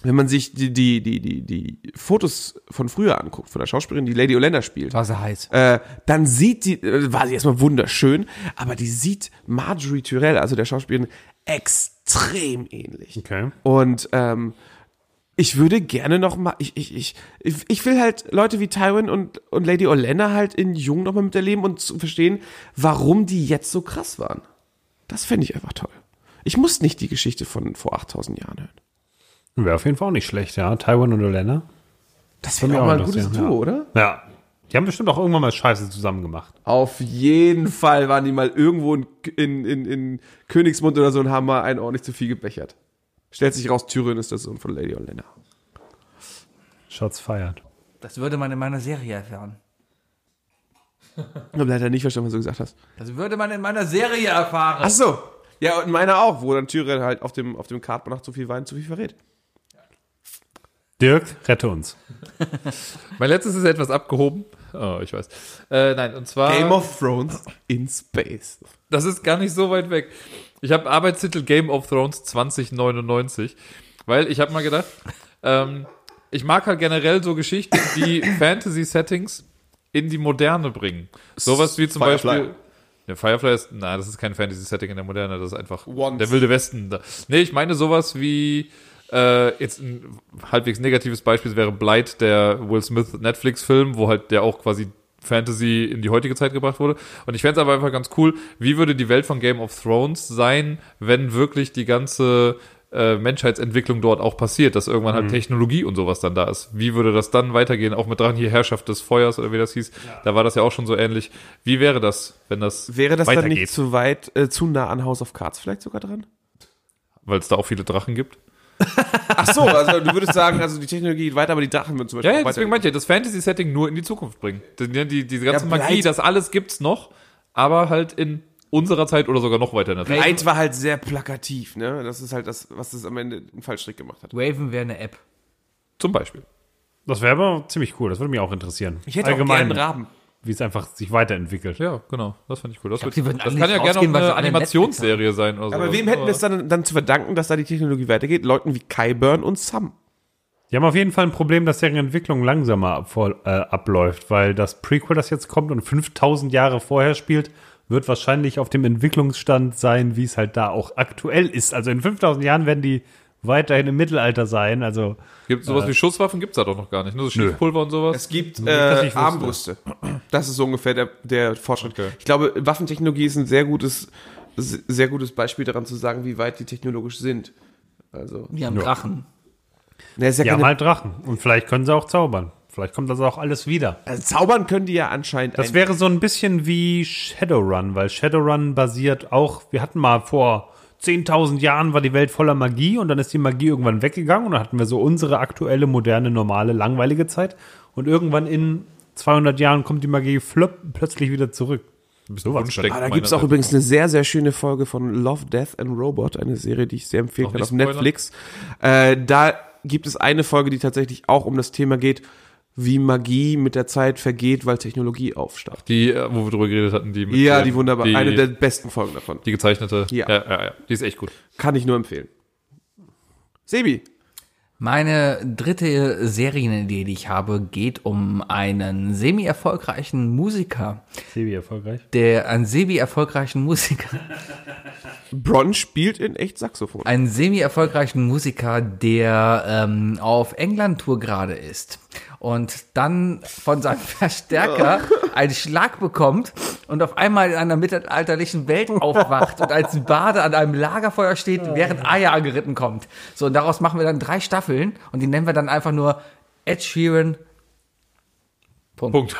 Speaker 1: wenn man sich die, die, die, die, die Fotos von früher anguckt, von der Schauspielerin, die Lady Olenna spielt,
Speaker 3: War so heiß.
Speaker 1: äh, dann sieht die, äh, war sie erstmal wunderschön, aber die sieht Marjorie Tyrell, also der Schauspielerin, extrem ähnlich.
Speaker 2: Okay.
Speaker 1: Und ähm, ich würde gerne noch mal, ich, ich, ich, ich- ich will halt Leute wie Tywin und, und Lady Olenna halt in Jung noch mal miterleben und zu verstehen, warum die jetzt so krass waren. Das fände ich einfach toll. Ich muss nicht die Geschichte von vor 8000 Jahren hören.
Speaker 2: Wäre auf jeden Fall auch nicht schlecht, ja. Taiwan und Olenna.
Speaker 1: Das
Speaker 2: Von
Speaker 1: wäre
Speaker 2: mir
Speaker 1: auch mal ein
Speaker 2: auch
Speaker 1: gutes
Speaker 2: interessieren,
Speaker 1: Duo,
Speaker 2: ja.
Speaker 1: oder?
Speaker 2: Ja. Die haben bestimmt auch irgendwann mal Scheiße zusammen gemacht.
Speaker 1: Auf jeden Fall waren die mal irgendwo in, in, in, in Königsmund oder so und haben mal einen ordentlich zu viel gebechert. Stellt sich raus, Tyrion ist der Sohn von Lady Olenna.
Speaker 2: Shots feiert.
Speaker 3: Das würde man in meiner Serie erfahren.
Speaker 1: Ich habe leider nicht verstanden, was du gesagt hast.
Speaker 3: Das würde man in meiner Serie erfahren.
Speaker 1: Ach so. Ja, und meiner auch, wo dann Tyrion halt auf dem, auf dem Kartbahn nach zu viel Wein zu viel verrät.
Speaker 2: Dirk, rette uns.
Speaker 4: Mein letztes ist etwas abgehoben. Oh, ich weiß. Äh, nein, und zwar.
Speaker 1: Game of Thrones in Space.
Speaker 4: Das ist gar nicht so weit weg. Ich habe Arbeitstitel Game of Thrones 2099, weil ich habe mal gedacht, ähm, ich mag halt generell so Geschichten, die Fantasy-Settings in die Moderne bringen. Sowas wie zum
Speaker 1: Firefly.
Speaker 4: Beispiel. Ja, Firefly ist, na, das ist kein Fantasy-Setting in der Moderne, das ist einfach
Speaker 1: Once.
Speaker 4: der wilde Westen. Da- Nee, ich meine sowas wie, äh, jetzt ein halbwegs negatives Beispiel wäre Blight, der Will Smith Netflix-Film, wo halt der auch quasi Fantasy in die heutige Zeit gebracht wurde. Und ich fände es aber einfach ganz cool, wie würde die Welt von Game of Thrones sein, wenn wirklich die ganze äh, Menschheitsentwicklung dort auch passiert, dass irgendwann halt Technologie und sowas dann da ist. Wie würde das dann weitergehen, auch mit dran hier Herrschaft des Feuers oder wie das hieß, da war das ja auch schon so ähnlich. Wie wäre das, wenn das,
Speaker 1: Wäre das dann
Speaker 4: weitergeht,
Speaker 1: nicht zu weit, äh, zu nah an House of Cards vielleicht sogar dran?
Speaker 4: weil es da auch viele Drachen gibt?
Speaker 1: Ach so, also du würdest sagen, also die Technologie geht weiter, aber die Drachen würden zum Beispiel
Speaker 4: Ja, ja
Speaker 1: auch weiter-
Speaker 4: deswegen meinte ich, das Fantasy-Setting nur in die Zukunft bringen. Die, die, diese ganze
Speaker 1: Ja,
Speaker 4: Magie,
Speaker 1: vielleicht-
Speaker 4: das alles gibt's noch, aber halt in unserer Zeit oder sogar noch weiter in der Zeit.
Speaker 1: Eins war halt sehr plakativ, ne? Das ist halt das, was das am Ende einen Fallstrick gemacht hat.
Speaker 3: Raven wäre eine App.
Speaker 4: Zum Beispiel.
Speaker 2: Das wäre aber ziemlich cool. Das würde mich auch interessieren. Ich
Speaker 1: einen Raben.
Speaker 2: wie es einfach sich weiterentwickelt.
Speaker 4: Ja, genau. Das fand ich cool. Das,
Speaker 3: glaub,
Speaker 4: wird,
Speaker 3: die würden
Speaker 4: das
Speaker 3: alle
Speaker 4: kann ja
Speaker 3: nicht
Speaker 4: gerne auch
Speaker 3: rausgehen, weil sie
Speaker 4: eine
Speaker 3: alle Netflix
Speaker 4: Animationsserie sein oder so.
Speaker 1: Aber wem hätten wir es dann, dann zu verdanken, dass da die Technologie weitergeht? Leuten wie Kyburn und Sam.
Speaker 2: Die haben auf jeden Fall ein Problem, dass deren Entwicklung langsamer ab- vor- äh, abläuft, weil das Prequel, das jetzt kommt und 5000 Jahre vorher spielt, wird wahrscheinlich auf dem Entwicklungsstand sein, wie es halt da auch aktuell ist. Also in 5000 Jahren werden die weiterhin im Mittelalter sein. Also
Speaker 4: Gibt sowas wie Schusswaffen? Gibt's da doch noch gar nicht. Ne? So Schießpulver und sowas.
Speaker 1: Es gibt
Speaker 2: dass
Speaker 1: äh,
Speaker 2: ich wusste.
Speaker 1: Armbrüste. Das ist so ungefähr der, der Fortschritt.
Speaker 4: Okay.
Speaker 1: Ich glaube, Waffentechnologie ist ein sehr gutes, sehr gutes Beispiel daran zu sagen, wie weit die technologisch sind. Also,
Speaker 3: Wir haben Drachen.
Speaker 1: ne, ist ja
Speaker 2: die haben
Speaker 1: keine,
Speaker 2: halt Drachen und vielleicht können sie auch zaubern. Vielleicht kommt das auch alles wieder.
Speaker 1: also zaubern können die ja anscheinend.
Speaker 2: Das wäre so ein bisschen wie Shadowrun, weil Shadowrun basiert auch, wir hatten mal vor 10.000 Jahren war die Welt voller Magie und dann ist die Magie irgendwann weggegangen und dann hatten wir so unsere aktuelle, moderne, normale, langweilige Zeit und irgendwann in 200 Jahren kommt die Magie flöpp, plötzlich wieder zurück. So was
Speaker 4: Wunschdenken
Speaker 1: Ah, da gibt es auch
Speaker 4: meinerseits.
Speaker 1: übrigens eine sehr, sehr schöne Folge von Love, Death and Robot, eine Serie, die ich sehr empfehlen
Speaker 4: Noch
Speaker 1: kann
Speaker 4: nicht
Speaker 1: auf
Speaker 4: spoilern?
Speaker 1: Netflix. Äh, da gibt es eine Folge, die tatsächlich auch um das Thema geht, wie Magie mit der Zeit vergeht, weil Technologie aufsteigt.
Speaker 4: Die, äh, wo wir drüber geredet hatten, die mit
Speaker 1: Ja,
Speaker 4: dem-
Speaker 1: die wunderbar.
Speaker 4: Die,
Speaker 1: eine der besten Folgen davon.
Speaker 4: die gezeichnete.
Speaker 1: Ja.
Speaker 4: Ja, ja, ja. Die ist echt gut.
Speaker 1: Kann ich nur empfehlen. Sebi,
Speaker 3: Meine dritte Serienidee, die ich habe, geht um einen semi-erfolgreichen Musiker.
Speaker 2: Sebi erfolgreich.
Speaker 3: Der, einen semi-erfolgreichen Musiker.
Speaker 1: Bron spielt in echt Saxophon.
Speaker 3: Einen semi-erfolgreichen Musiker, der ähm, auf England-Tour gerade ist und dann von seinem Verstärker einen Schlag bekommt und auf einmal in einer mittelalterlichen Welt aufwacht und als Bade an einem Lagerfeuer steht, während Eier angeritten kommt. So, und daraus machen wir dann drei Staffeln und die nennen wir dann einfach nur Ed Sheeran.
Speaker 4: Punkt.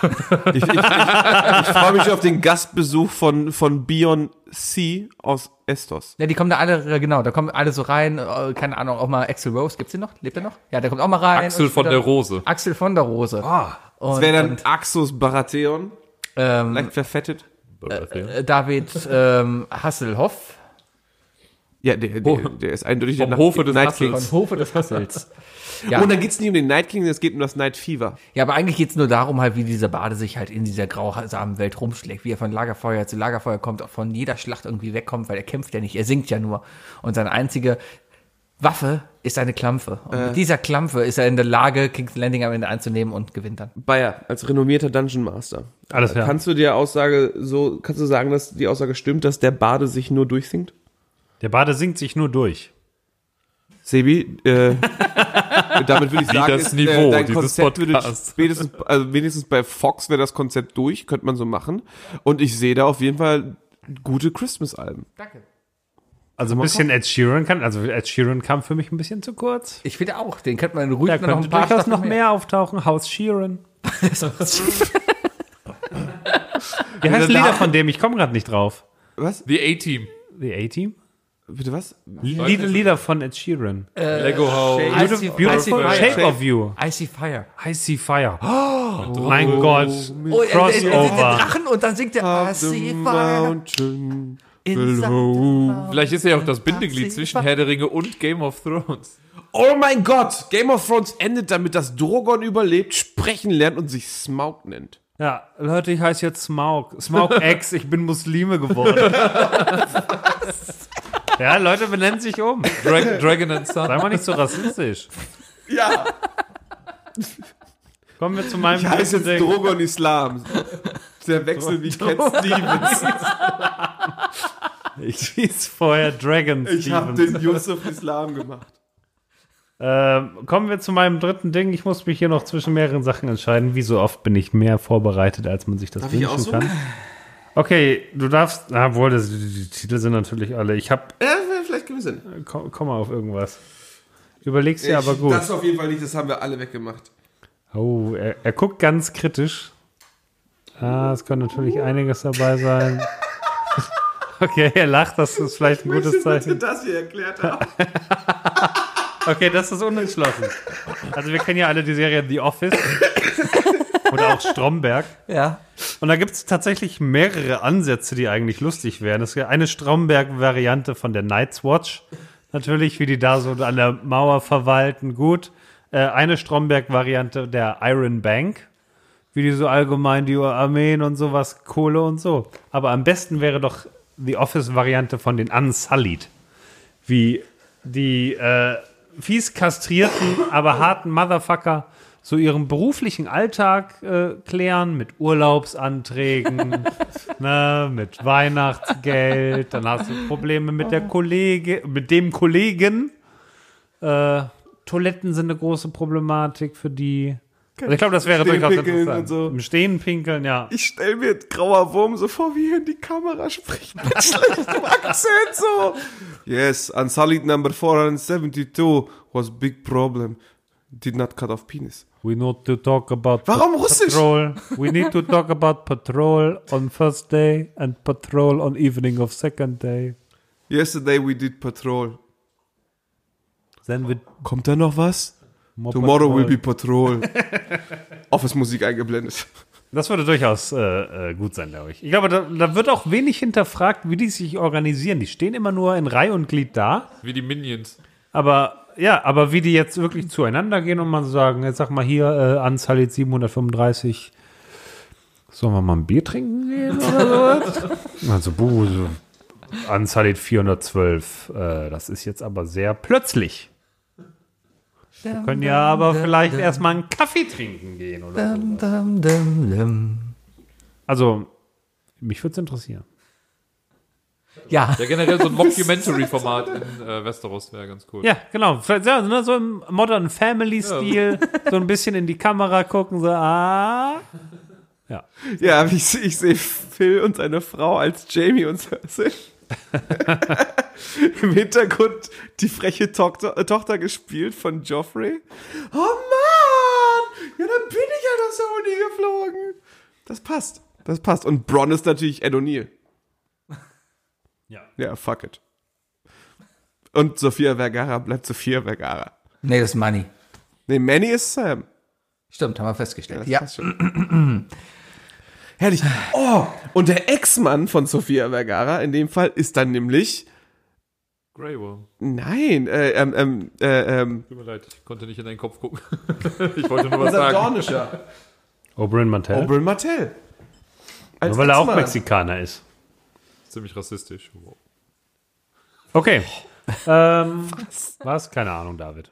Speaker 1: Ich, ich, ich, ich freue mich auf den Gastbesuch von, von Bion C. aus Estos.
Speaker 3: Ja, die kommen da alle, genau, da kommen alle so rein, äh, keine Ahnung, auch mal Axel Rose, gibt's den noch? Lebt er noch? Ja, der kommt auch mal rein.
Speaker 4: Axel
Speaker 3: und
Speaker 4: von
Speaker 3: spielt
Speaker 4: der
Speaker 3: da-
Speaker 4: Rose.
Speaker 3: Axel von der Rose.
Speaker 1: Ah. Das wäre dann Axos Baratheon,
Speaker 3: Ähm,
Speaker 1: leicht verfettet.
Speaker 3: äh, David ähm, Hasselhoff
Speaker 1: Ja, der, der, der ist eindeutig der
Speaker 4: Vom
Speaker 1: Nach-
Speaker 4: Hofe des
Speaker 1: Night
Speaker 4: Hassels.
Speaker 1: King.
Speaker 3: von Hofe des Hassels. ja.
Speaker 1: Und dann geht's nicht um den Night King, es geht um das Night Fever.
Speaker 3: ja, aber eigentlich geht's nur darum, halt, wie dieser Bade sich halt in dieser grausamen Welt rumschlägt, wie er von Lagerfeuer zu Lagerfeuer kommt, auch von jeder Schlacht irgendwie wegkommt, weil er kämpft ja nicht, er singt ja nur. Und seine einzige Waffe ist eine Klampfe.
Speaker 1: Äh.
Speaker 3: Und mit dieser Klampfe ist er in der Lage, King's Landing am Ende einzunehmen und gewinnt dann.
Speaker 1: Bayer, als renommierter Dungeon Master.
Speaker 2: Alles klar.
Speaker 1: Kannst du dir Aussage so, kannst du sagen, dass die Aussage stimmt, dass der Bade sich nur durchsingt?
Speaker 2: Der Bade singt sich nur durch.
Speaker 1: Sebi, äh, damit will ich sagen, ist,
Speaker 4: das
Speaker 1: äh,
Speaker 4: Niveau
Speaker 1: dein
Speaker 4: dieses
Speaker 1: Konzept würde
Speaker 4: Podcasts.
Speaker 1: spätestens, also wenigstens bei Fox wäre das Konzept durch, könnte man so machen. Und ich sehe da auf jeden Fall gute Christmas-Alben.
Speaker 3: Danke.
Speaker 2: Also ein bisschen Ed Sheeran kann, also Ed Sheeran kam für mich ein bisschen zu kurz.
Speaker 3: Ich finde auch, den könnte man ruhig
Speaker 2: Da
Speaker 3: mal noch
Speaker 2: könnte
Speaker 3: ein paar
Speaker 2: durchaus
Speaker 3: Staffeln
Speaker 2: noch mehr auftauchen. House Sheeran. Wie heißt das Lieder von dem? Ich komme gerade nicht drauf.
Speaker 1: Was?
Speaker 4: The A-Team.
Speaker 2: The A-Team?
Speaker 1: Bitte was?
Speaker 2: Lieder, Lieder von Ed Sheeran.
Speaker 3: äh,
Speaker 4: Lego House.
Speaker 3: Icy,
Speaker 2: Beautiful
Speaker 3: Icy
Speaker 2: Shape
Speaker 3: Fire.
Speaker 2: of You.
Speaker 3: Icy Fire.
Speaker 2: Icy Fire. Oh, mein Gott.
Speaker 3: Oh, er- er- er- er- er-
Speaker 2: Crossover.
Speaker 3: Drachen und dann singt er Icy Fire.
Speaker 1: Mountain
Speaker 3: inside
Speaker 1: below.
Speaker 4: Vielleicht ist ja auch das Bindeglied zwischen Herr der Ringe und Game of Thrones.
Speaker 1: Oh mein Gott! Game of Thrones endet damit, dass Drogon überlebt, sprechen lernt und sich Smaug nennt.
Speaker 2: Ja, Leute, ich heiße jetzt Smaug. Smaug X, ich bin Muslime geworden. ja, Leute benennen sich um.
Speaker 4: Drag Dragon and Sun.
Speaker 2: Sei mal nicht so rassistisch.
Speaker 1: Ja.
Speaker 2: Kommen wir zu meinem
Speaker 1: Heißt
Speaker 2: dritten
Speaker 1: jetzt
Speaker 2: Ding.
Speaker 1: Drogon Islam. Der Wechsel wie Cat Stevens.
Speaker 2: Ich hieß vorher Dragon
Speaker 1: Ich habe
Speaker 2: Stevens.
Speaker 1: den Yusuf Islam gemacht.
Speaker 2: Ähm, kommen wir zu meinem dritten Ding. Ich muss mich hier noch zwischen mehreren Sachen entscheiden. Wie so oft bin ich mehr vorbereitet, als man sich das
Speaker 8: Darf ich
Speaker 2: wünschen
Speaker 8: aussuchen?
Speaker 2: kann. Okay, du darfst. Ah, wohl, das, die Titel sind natürlich alle. Ich hab. äh,
Speaker 8: Ja,
Speaker 1: Äh,
Speaker 8: vielleicht gewiss hin.
Speaker 2: Komm, komm mal auf irgendwas. Überlegst dir aber gut.
Speaker 8: Das auf jeden Fall nicht, das haben wir alle weggemacht.
Speaker 2: Oh, er, er guckt ganz kritisch. Ah, es kann natürlich einiges dabei sein. Okay, er lacht, das ist vielleicht ein gutes Zeichen.
Speaker 8: das hier erklärt haben.
Speaker 2: Okay, das ist unentschlossen. Also wir kennen ja alle die Serie The Office oder auch Stromberg.
Speaker 3: Ja.
Speaker 2: Und da gibt es tatsächlich mehrere Ansätze, die eigentlich lustig wären. Es gibt eine Stromberg-Variante von der Night's Watch. Natürlich, wie die da so an der Mauer verwalten, gut. Äh, eine Stromberg-Variante der Iron Bank, wie die so allgemein die Armeen und sowas, Kohle und so. Aber am besten wäre doch die Office-Variante von den Unsullied, wie die äh, fies kastrierten, aber harten Motherfucker so ihren beruflichen Alltag äh, klären mit Urlaubsanträgen, ne, mit Weihnachtsgeld, dann hast du Probleme mit der Kollege, mit dem Kollegen. Äh, Toiletten sind eine große Problematik für die. Also ich glaube, das wäre
Speaker 8: Stehen
Speaker 2: durchaus
Speaker 8: pinkeln
Speaker 2: interessant.
Speaker 8: und so.
Speaker 2: Im Stehen pinkeln, ja.
Speaker 8: Ich stell mir grauer Wurm so vor, wie er in die Kamera spricht. Mit schlechtem Akzent so.
Speaker 1: Yes, Unsullied number 472 was big problem. Did not cut off penis.
Speaker 2: We need to talk about
Speaker 8: Warum Russisch?
Speaker 2: patrol. We need to talk about patrol on first day and patrol on evening of second day.
Speaker 1: Yesterday we did patrol.
Speaker 2: Then we
Speaker 1: Kommt da noch was?
Speaker 2: more
Speaker 1: Tomorrow
Speaker 2: patrol.
Speaker 1: will be patrol. Office-Musik eingeblendet.
Speaker 2: Das würde durchaus äh, äh, gut sein, glaube ich. Ich glaube, da, da wird auch wenig hinterfragt, wie die sich organisieren. Die stehen immer nur in Reihe und Glied da.
Speaker 4: Wie die Minions.
Speaker 2: Aber ja, aber wie die jetzt wirklich zueinander gehen und man sagen, jetzt sag mal hier, äh, Anzalit 735, sollen wir mal ein Bier trinken gehen oder sowas? Also, buh, so. Anzalit 412, äh, das ist jetzt aber sehr plötzlich. Wir können ja aber vielleicht erstmal einen Kaffee trinken gehen oder
Speaker 3: Dum, dum, dum, dum.
Speaker 2: Also, mich würde es interessieren.
Speaker 3: Ja.
Speaker 4: Ja, generell so ein Mockumentary-Format in äh, Westeros wäre ganz cool.
Speaker 2: Ja, genau. Vielleicht, ja, ne, so im Modern Family-Stil, so ein bisschen in die Kamera gucken, so, ah.
Speaker 1: Ja, aber ich, ich sehe Phil und seine Frau als Jamie und Cersei. Im Hintergrund die freche Tochter, äh, Tochter gespielt von Joffrey. Oh Mann! Ja, dann bin ich halt aus der Uni geflogen. Das passt. Das passt. Und Bronn ist natürlich Ed O'Neill.
Speaker 2: Ja.
Speaker 1: Ja, fuck it. Und Sophia Vergara bleibt Sophia Vergara.
Speaker 3: Nee, das ist Money.
Speaker 1: Nee, Manny ist Sam.
Speaker 3: Stimmt, haben wir festgestellt.
Speaker 1: Das
Speaker 3: Ja.
Speaker 1: passt schon. Herrlich. Oh, und der Ex-Mann von Sofia Vergara in dem Fall ist dann nämlich.
Speaker 4: Grey Worm.
Speaker 1: Nein, äh, ähm, ähm, äh, ähm,
Speaker 4: Tut mir leid, ich konnte nicht in deinen Kopf gucken. ich wollte nur was sagen.
Speaker 1: äh, Dornischer.
Speaker 2: Oberyn Martell.
Speaker 1: Oberyn Martell. Als
Speaker 2: Nur weil er auch
Speaker 1: Ex-Mann.
Speaker 2: Mexikaner ist.
Speaker 4: Ziemlich rassistisch. Wow.
Speaker 2: Okay. ähm, was? Keine Ahnung, David.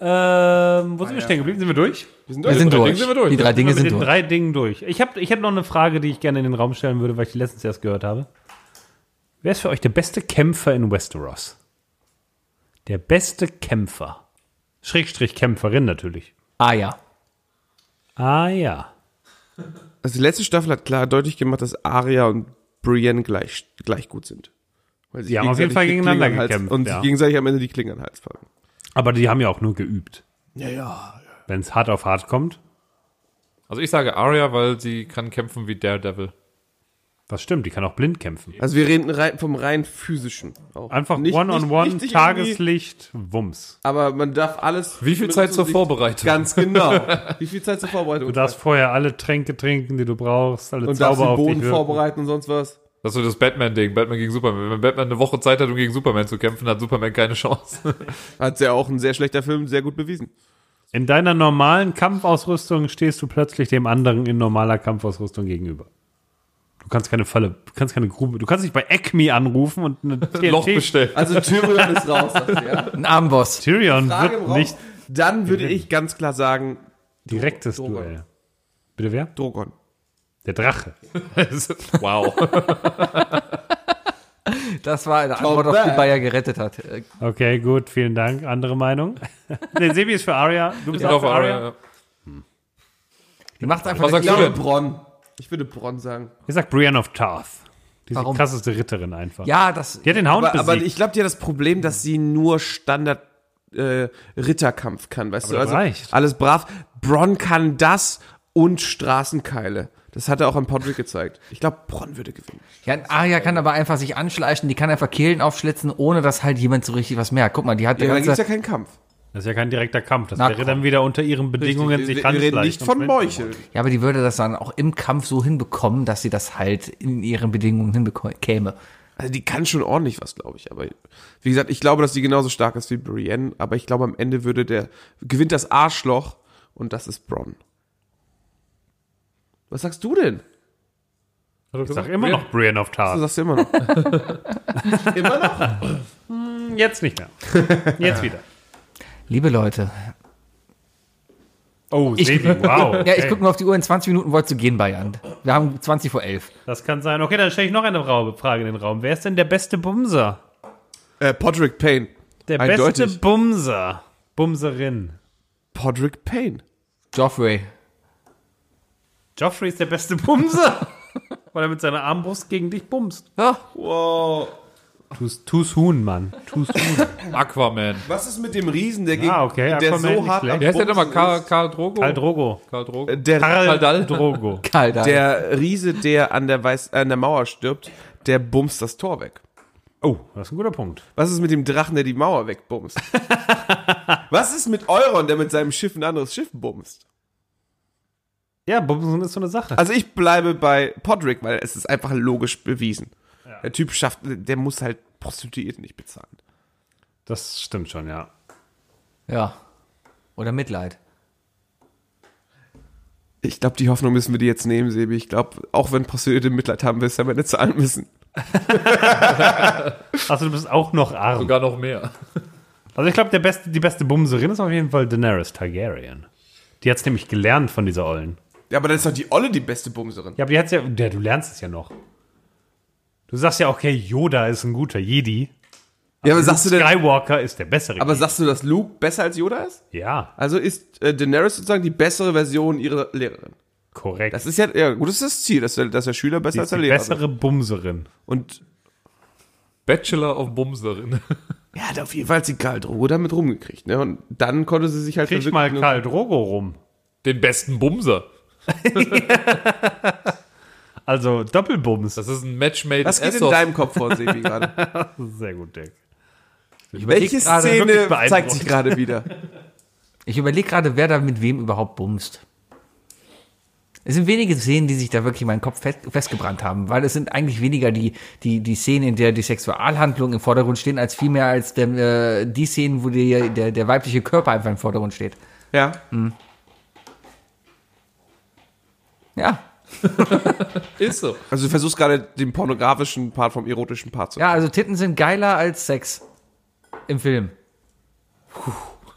Speaker 2: Ähm, wo sind wir stehen geblieben? Sind wir durch?
Speaker 3: Ah, Wir sind durch.
Speaker 4: sind wir durch.
Speaker 3: Die drei Dinge
Speaker 2: wir mit
Speaker 3: sind
Speaker 2: den
Speaker 3: durch.
Speaker 2: drei Dingen durch. Ich habe ich hab noch eine Frage, die ich gerne in den Raum stellen würde, weil ich die letztens erst gehört habe. Wer ist für euch der beste Kämpfer in Westeros? Der beste Kämpfer. Schrägstrich Kämpferin natürlich.
Speaker 3: Ah ja.
Speaker 2: Ah ja.
Speaker 1: Also die letzte Staffel hat klar deutlich gemacht, dass Arya und Brienne gleich, gleich gut sind. Weil
Speaker 2: Die haben auf jeden
Speaker 1: gegenseitig
Speaker 2: Fall
Speaker 1: die
Speaker 2: gegeneinander
Speaker 1: Klinge an den Hals-
Speaker 2: gekämpft,
Speaker 1: Und
Speaker 2: ja.
Speaker 1: sich gegenseitig am Ende die Klinge an den Hals packen.
Speaker 2: Aber die haben ja auch nur geübt.
Speaker 1: Ja, ja.
Speaker 2: Wenn es hart auf hart kommt,
Speaker 4: Also ich sage Arya, weil sie kann kämpfen wie Daredevil.
Speaker 2: das stimmt, die kann auch blind kämpfen.
Speaker 1: Also wir reden rein, vom rein physischen. Auch.
Speaker 2: Einfach
Speaker 1: Nicht- nicht-
Speaker 2: One-on-One,
Speaker 1: nicht irgendwie-
Speaker 2: Tageslicht, Wumms.
Speaker 1: Aber man darf alles. um
Speaker 4: Wie viel Zeit zur Vorbereitung?
Speaker 1: Ganz genau. Wie viel Zeit zur Vorbereitung?
Speaker 2: Du darfst vorher alle Tränke trinken, die du brauchst, alle
Speaker 1: und darfst
Speaker 2: Zauber
Speaker 1: den
Speaker 2: auf dich
Speaker 1: Boden
Speaker 2: wirken.
Speaker 1: vorbereiten und sonst was.
Speaker 4: Das ist so das Batman-Ding, Batman gegen Superman. Wenn Batman eine Woche Zeit hat, um gegen Superman zu kämpfen, hat Superman keine Chance.
Speaker 1: Hat ja auch ein sehr schlechter Film sehr gut bewiesen.
Speaker 2: In deiner normalen Kampfausrüstung stehst du plötzlich dem anderen in normaler Kampfausrüstung gegenüber. Du kannst keine Falle, du kannst keine Grube, du kannst dich bei Acme anrufen und eine
Speaker 4: Loch
Speaker 2: TNT.
Speaker 4: bestellt.
Speaker 8: Also Tyrion ist raus. sagst du, ja?
Speaker 3: Ein Armboss.
Speaker 2: Tyrion
Speaker 8: Frage
Speaker 2: wird
Speaker 8: braucht-
Speaker 2: nicht
Speaker 1: Dann würde ich ganz klar sagen,
Speaker 2: direktes Duell. Bitte wer?
Speaker 1: Drogon.
Speaker 4: Also,
Speaker 2: Der Drache.
Speaker 4: wow.
Speaker 3: Das war eine Antwort, auf die Bayer gerettet hat. Äh,
Speaker 2: Okay, gut, vielen Dank. Andere Meinung? nee, Sebi ist für Aria. Du bist
Speaker 4: Ich bin
Speaker 2: auch
Speaker 4: auf
Speaker 2: für Aria.
Speaker 4: Aria.
Speaker 3: Die macht einfach
Speaker 4: Was
Speaker 3: weg.
Speaker 4: sagst du denn?
Speaker 1: Bronn. Ich würde Bronn sagen.
Speaker 2: Ich sag Brienne of Tarth. Diese
Speaker 3: Warum?
Speaker 2: krasseste Ritterin einfach.
Speaker 3: Ja, das.
Speaker 2: Die hat den Hound
Speaker 1: Aber, aber
Speaker 2: besiegt.
Speaker 1: ich glaube, die hat das Problem, dass sie nur Standard äh, Ritterkampf kann, weißt du?
Speaker 2: das
Speaker 1: Also
Speaker 2: reicht.
Speaker 1: alles brav. Bronn kann das und Straßenkeile. Das hat er auch an Podrick gezeigt. Ich glaube, Bronn würde gewinnen.
Speaker 3: Ja, Arya kann aber einfach sich anschleichen, die kann einfach Kehlen aufschlitzen, ohne dass halt jemand so richtig was merkt. Guck mal, die hat der
Speaker 1: Ja, da
Speaker 3: ganze,
Speaker 1: gibt's ja keinen Kampf.
Speaker 2: Das ist ja kein direkter Kampf. Das
Speaker 3: Na,
Speaker 2: wäre
Speaker 3: komm.
Speaker 2: dann wieder unter ihren Bedingungen
Speaker 1: wir,
Speaker 2: sich
Speaker 1: wir reden
Speaker 2: anschleichen
Speaker 1: nicht
Speaker 2: und
Speaker 1: von
Speaker 2: Menschen-
Speaker 1: Meucheln.
Speaker 3: ja, aber die würde das dann auch im Kampf so hinbekommen, dass sie das halt in ihren Bedingungen hinbekäme.
Speaker 1: Also die kann schon ordentlich was, glaube ich. Aber wie gesagt, ich glaube, dass die genauso stark ist wie Brienne. Aber ich glaube, am Ende würde der gewinnt das Arschloch und das ist Bronn. Was sagst du denn?
Speaker 2: Ich sag immer noch Brienne of
Speaker 1: Du
Speaker 2: Tarth.
Speaker 1: sagst ja immer noch.
Speaker 2: Jetzt nicht mehr. Jetzt wieder.
Speaker 3: Liebe Leute.
Speaker 2: Oh,
Speaker 3: Ich-
Speaker 2: Sebi, wow.
Speaker 3: Ja, ich
Speaker 2: okay.
Speaker 3: gucke nur auf die Uhr, in 20 Minuten wolltest du gehen, Bayern. Wir haben 20 vor 11.
Speaker 2: Das kann sein. Okay, dann stelle ich noch eine Raube- Frage in den Raum. Wer ist denn der beste Bumser?
Speaker 1: äh, Podrick Payne.
Speaker 2: Der
Speaker 1: Eindeutig.
Speaker 2: beste Bumser. Bumserin.
Speaker 1: Podrick Payne.
Speaker 3: Joffrey.
Speaker 2: Joffrey ist der beste Bumser. Weil er mit seiner Armbrust gegen dich bumst.
Speaker 3: Ja.
Speaker 2: Tu's, tu's Huhn, Mann. Tu's Huhn.
Speaker 4: Aquaman.
Speaker 1: Was ist mit dem Riesen, der
Speaker 2: Ah, okay,
Speaker 1: gegen, der
Speaker 2: Aquaman
Speaker 1: so
Speaker 2: nicht
Speaker 1: hart
Speaker 2: schlecht.
Speaker 1: am
Speaker 4: Wer ist der nochmal?
Speaker 1: Bumsen
Speaker 4: Karl,
Speaker 1: ist?
Speaker 4: Karl Drogo?
Speaker 2: Karl Drogo.
Speaker 4: Karl Drogo.
Speaker 1: Der,
Speaker 2: Karl
Speaker 4: Dall.
Speaker 2: Drogo.
Speaker 3: Karl da.
Speaker 1: der Riese, der an der, Weiß, äh, an der Mauer stirbt, der bumst das Tor weg.
Speaker 2: Oh, das ist ein guter Punkt.
Speaker 1: Was ist mit dem Drachen, der die Mauer wegbumst? Was ist mit Euron, der mit seinem Schiff ein anderes Schiff bumst?
Speaker 2: Ja, Bumsen ist so eine Sache.
Speaker 1: Also ich bleibe bei Podrick, weil es ist einfach logisch bewiesen. Der Typ schafft, der muss halt Prostituierte nicht bezahlen.
Speaker 2: Das stimmt schon, ja.
Speaker 3: Ja. Oder Mitleid.
Speaker 1: Ich glaube, die Hoffnung müssen wir dir jetzt nehmen, Sebi. Ich glaube, auch wenn Prostituierte Mitleid haben, wirst du am Ende zahlen müssen.
Speaker 2: Also du bist auch noch arm.
Speaker 4: Sogar noch mehr.
Speaker 2: Also ich glaube, der beste, die beste Bumserin ist auf jeden Fall Daenerys Targaryen. Die hat's nämlich gelernt von dieser Ollen.
Speaker 1: Ja, aber dann ist doch die Olle die beste Bumserin.
Speaker 2: Ja, aber die hat's ja, ja, du lernst es ja noch. Du sagst ja, okay, Yoda ist ein guter Jedi.
Speaker 1: Ja, aber sagst du denn,
Speaker 2: Skywalker ist der bessere.
Speaker 1: aber
Speaker 2: Jedi.
Speaker 1: sagst du, dass Luke besser als Yoda ist?
Speaker 2: ja,
Speaker 1: Also ist äh, Daenerys sozusagen die bessere Version ihrer Lehrerin.
Speaker 2: korrekt.
Speaker 1: Das ist ja, ja gut, das ist das Ziel, dass der, dass der Schüler besser
Speaker 2: die
Speaker 1: als
Speaker 2: ist
Speaker 1: der
Speaker 2: die
Speaker 1: Lehrer wird.
Speaker 2: bessere Bumserin.
Speaker 1: Und
Speaker 4: Bachelor of Bumserin.
Speaker 1: er hat auf jeden Fall die Karl Drogo damit rumgekriegt, ne? Und dann konnte sie sich halt
Speaker 2: Krieg
Speaker 1: verwirklichen
Speaker 2: mal
Speaker 1: und-
Speaker 2: Karl Drogo rum.
Speaker 4: Den besten Bumser.
Speaker 2: Also Doppelbums. Das
Speaker 4: Das ist ein Match made
Speaker 1: Was
Speaker 4: in
Speaker 1: geht in
Speaker 4: Essos.
Speaker 1: deinem Kopf vor, Sebi, gerade?
Speaker 2: ist sehr gut, Dick.
Speaker 1: Welche
Speaker 3: gerade
Speaker 1: Szene
Speaker 2: wirklich beeindruckt.
Speaker 1: zeigt sich gerade wieder?
Speaker 3: Ich überlege gerade, wer da mit wem überhaupt bumst. Es sind wenige Szenen, die sich da wirklich in meinen Kopf fest- festgebrannt haben, weil es sind eigentlich weniger die, die, die Szenen, in der die Sexualhandlung im Vordergrund stehen, als vielmehr als der, äh, die Szenen, wo die, der, der weibliche Körper einfach im Vordergrund steht.
Speaker 1: Ja.
Speaker 3: Ja,
Speaker 4: Ist so.
Speaker 1: Also du versuchst gerade den pornografischen Part vom erotischen Part zu.
Speaker 3: ja, also Titten sind geiler als Sex im Film.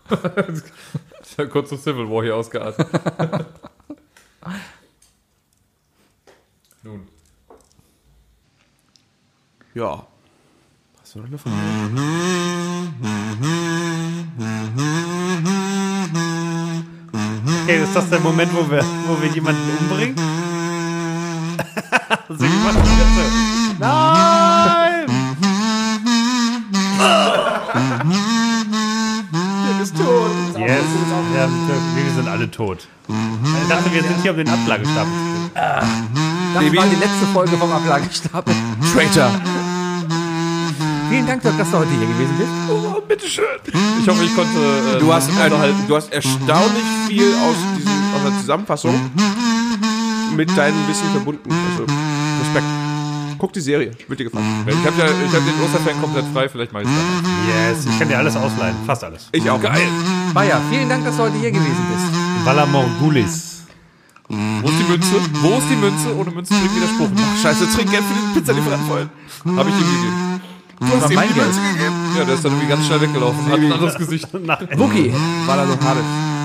Speaker 4: Ich hab kurz zum Civil War hier ausgeatmet. Nun.
Speaker 1: Ja. Hast du noch eine Frage?
Speaker 2: Okay, ist das der Moment, wo wir, wo wir jemanden umbringen? Sing mal die Sätze. Nein! Der ist tot. Yes, ja, wir sind alle tot. Ich dachte, wir sind hier um den Ablagestapel. zu gehen.
Speaker 3: Das war die letzte Folge vom Ablagestapel.
Speaker 1: Traitor.
Speaker 3: Vielen Dank, Dirk, dass du heute hier gewesen bist.
Speaker 4: Ich hoffe, ich konnte. Äh,
Speaker 1: Oh, Du hast, äh, du hast erstaunlich viel aus, diesem, aus der Zusammenfassung mit deinem Wissen verbunden. Also, Respekt. Guck die Serie, wird dir gefallen.
Speaker 4: ich habe ja, ich hab den Osterfan komplett frei, vielleicht mache ich es
Speaker 2: Yes, ich kann dir alles ausleihen, fast alles.
Speaker 1: Ich auch. Geil.
Speaker 3: Bayer, vielen Dank, dass du heute hier gewesen bist.
Speaker 2: Valar Morgulis.
Speaker 4: Wo ist die Münze? Wo ist die Münze? Ohne Münze bringt wieder Spruch.
Speaker 1: Scheiße, trink Geld für den Pizzalieferant voll.
Speaker 4: Habe ich ihm gegeben.
Speaker 3: Das war mein Geld.
Speaker 4: Ja, der ist dann irgendwie ganz schnell weggelaufen. Hat ein anderes Gesicht.
Speaker 2: Nach
Speaker 3: Wookie, war da so hart.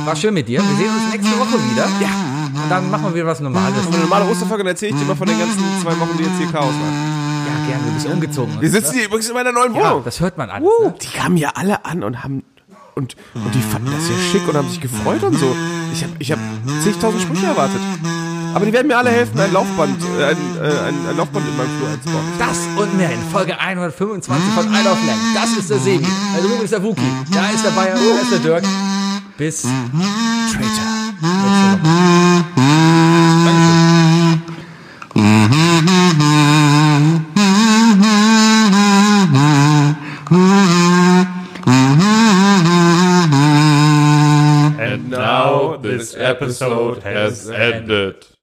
Speaker 3: War schön mit dir. Wir sehen uns nächste Woche wieder. Ja. Und dann machen wir wieder was Normales.
Speaker 1: Eine normale Osterfolge, dann erzähle ich dir mal von den ganzen zwei Wochen, die jetzt hier Chaos waren.
Speaker 3: Ja, gerne, du bist ja umgezogen.
Speaker 1: Wir sitzen hier übrigens in meiner neuen
Speaker 3: ja,
Speaker 1: Wohnung.
Speaker 3: das hört man alles. Ne?
Speaker 1: Die kamen ja alle an und haben. Und, und die fanden das ja schick und haben sich gefreut und so. Ich habe ich hab zigtausend Sprüche erwartet. Aber die werden mir alle helfen, ein Laufband, äh, ein, äh, ein, ein Laufband in meinem Flur einzubauen.
Speaker 3: Das und mehr in Folge 125 von I Love Lang. Das ist der Sebi. Da drüben ist der Wookie. Da ist der Bayer. Da ist der Dirk. Bis Traitor.
Speaker 2: And now this episode has ended.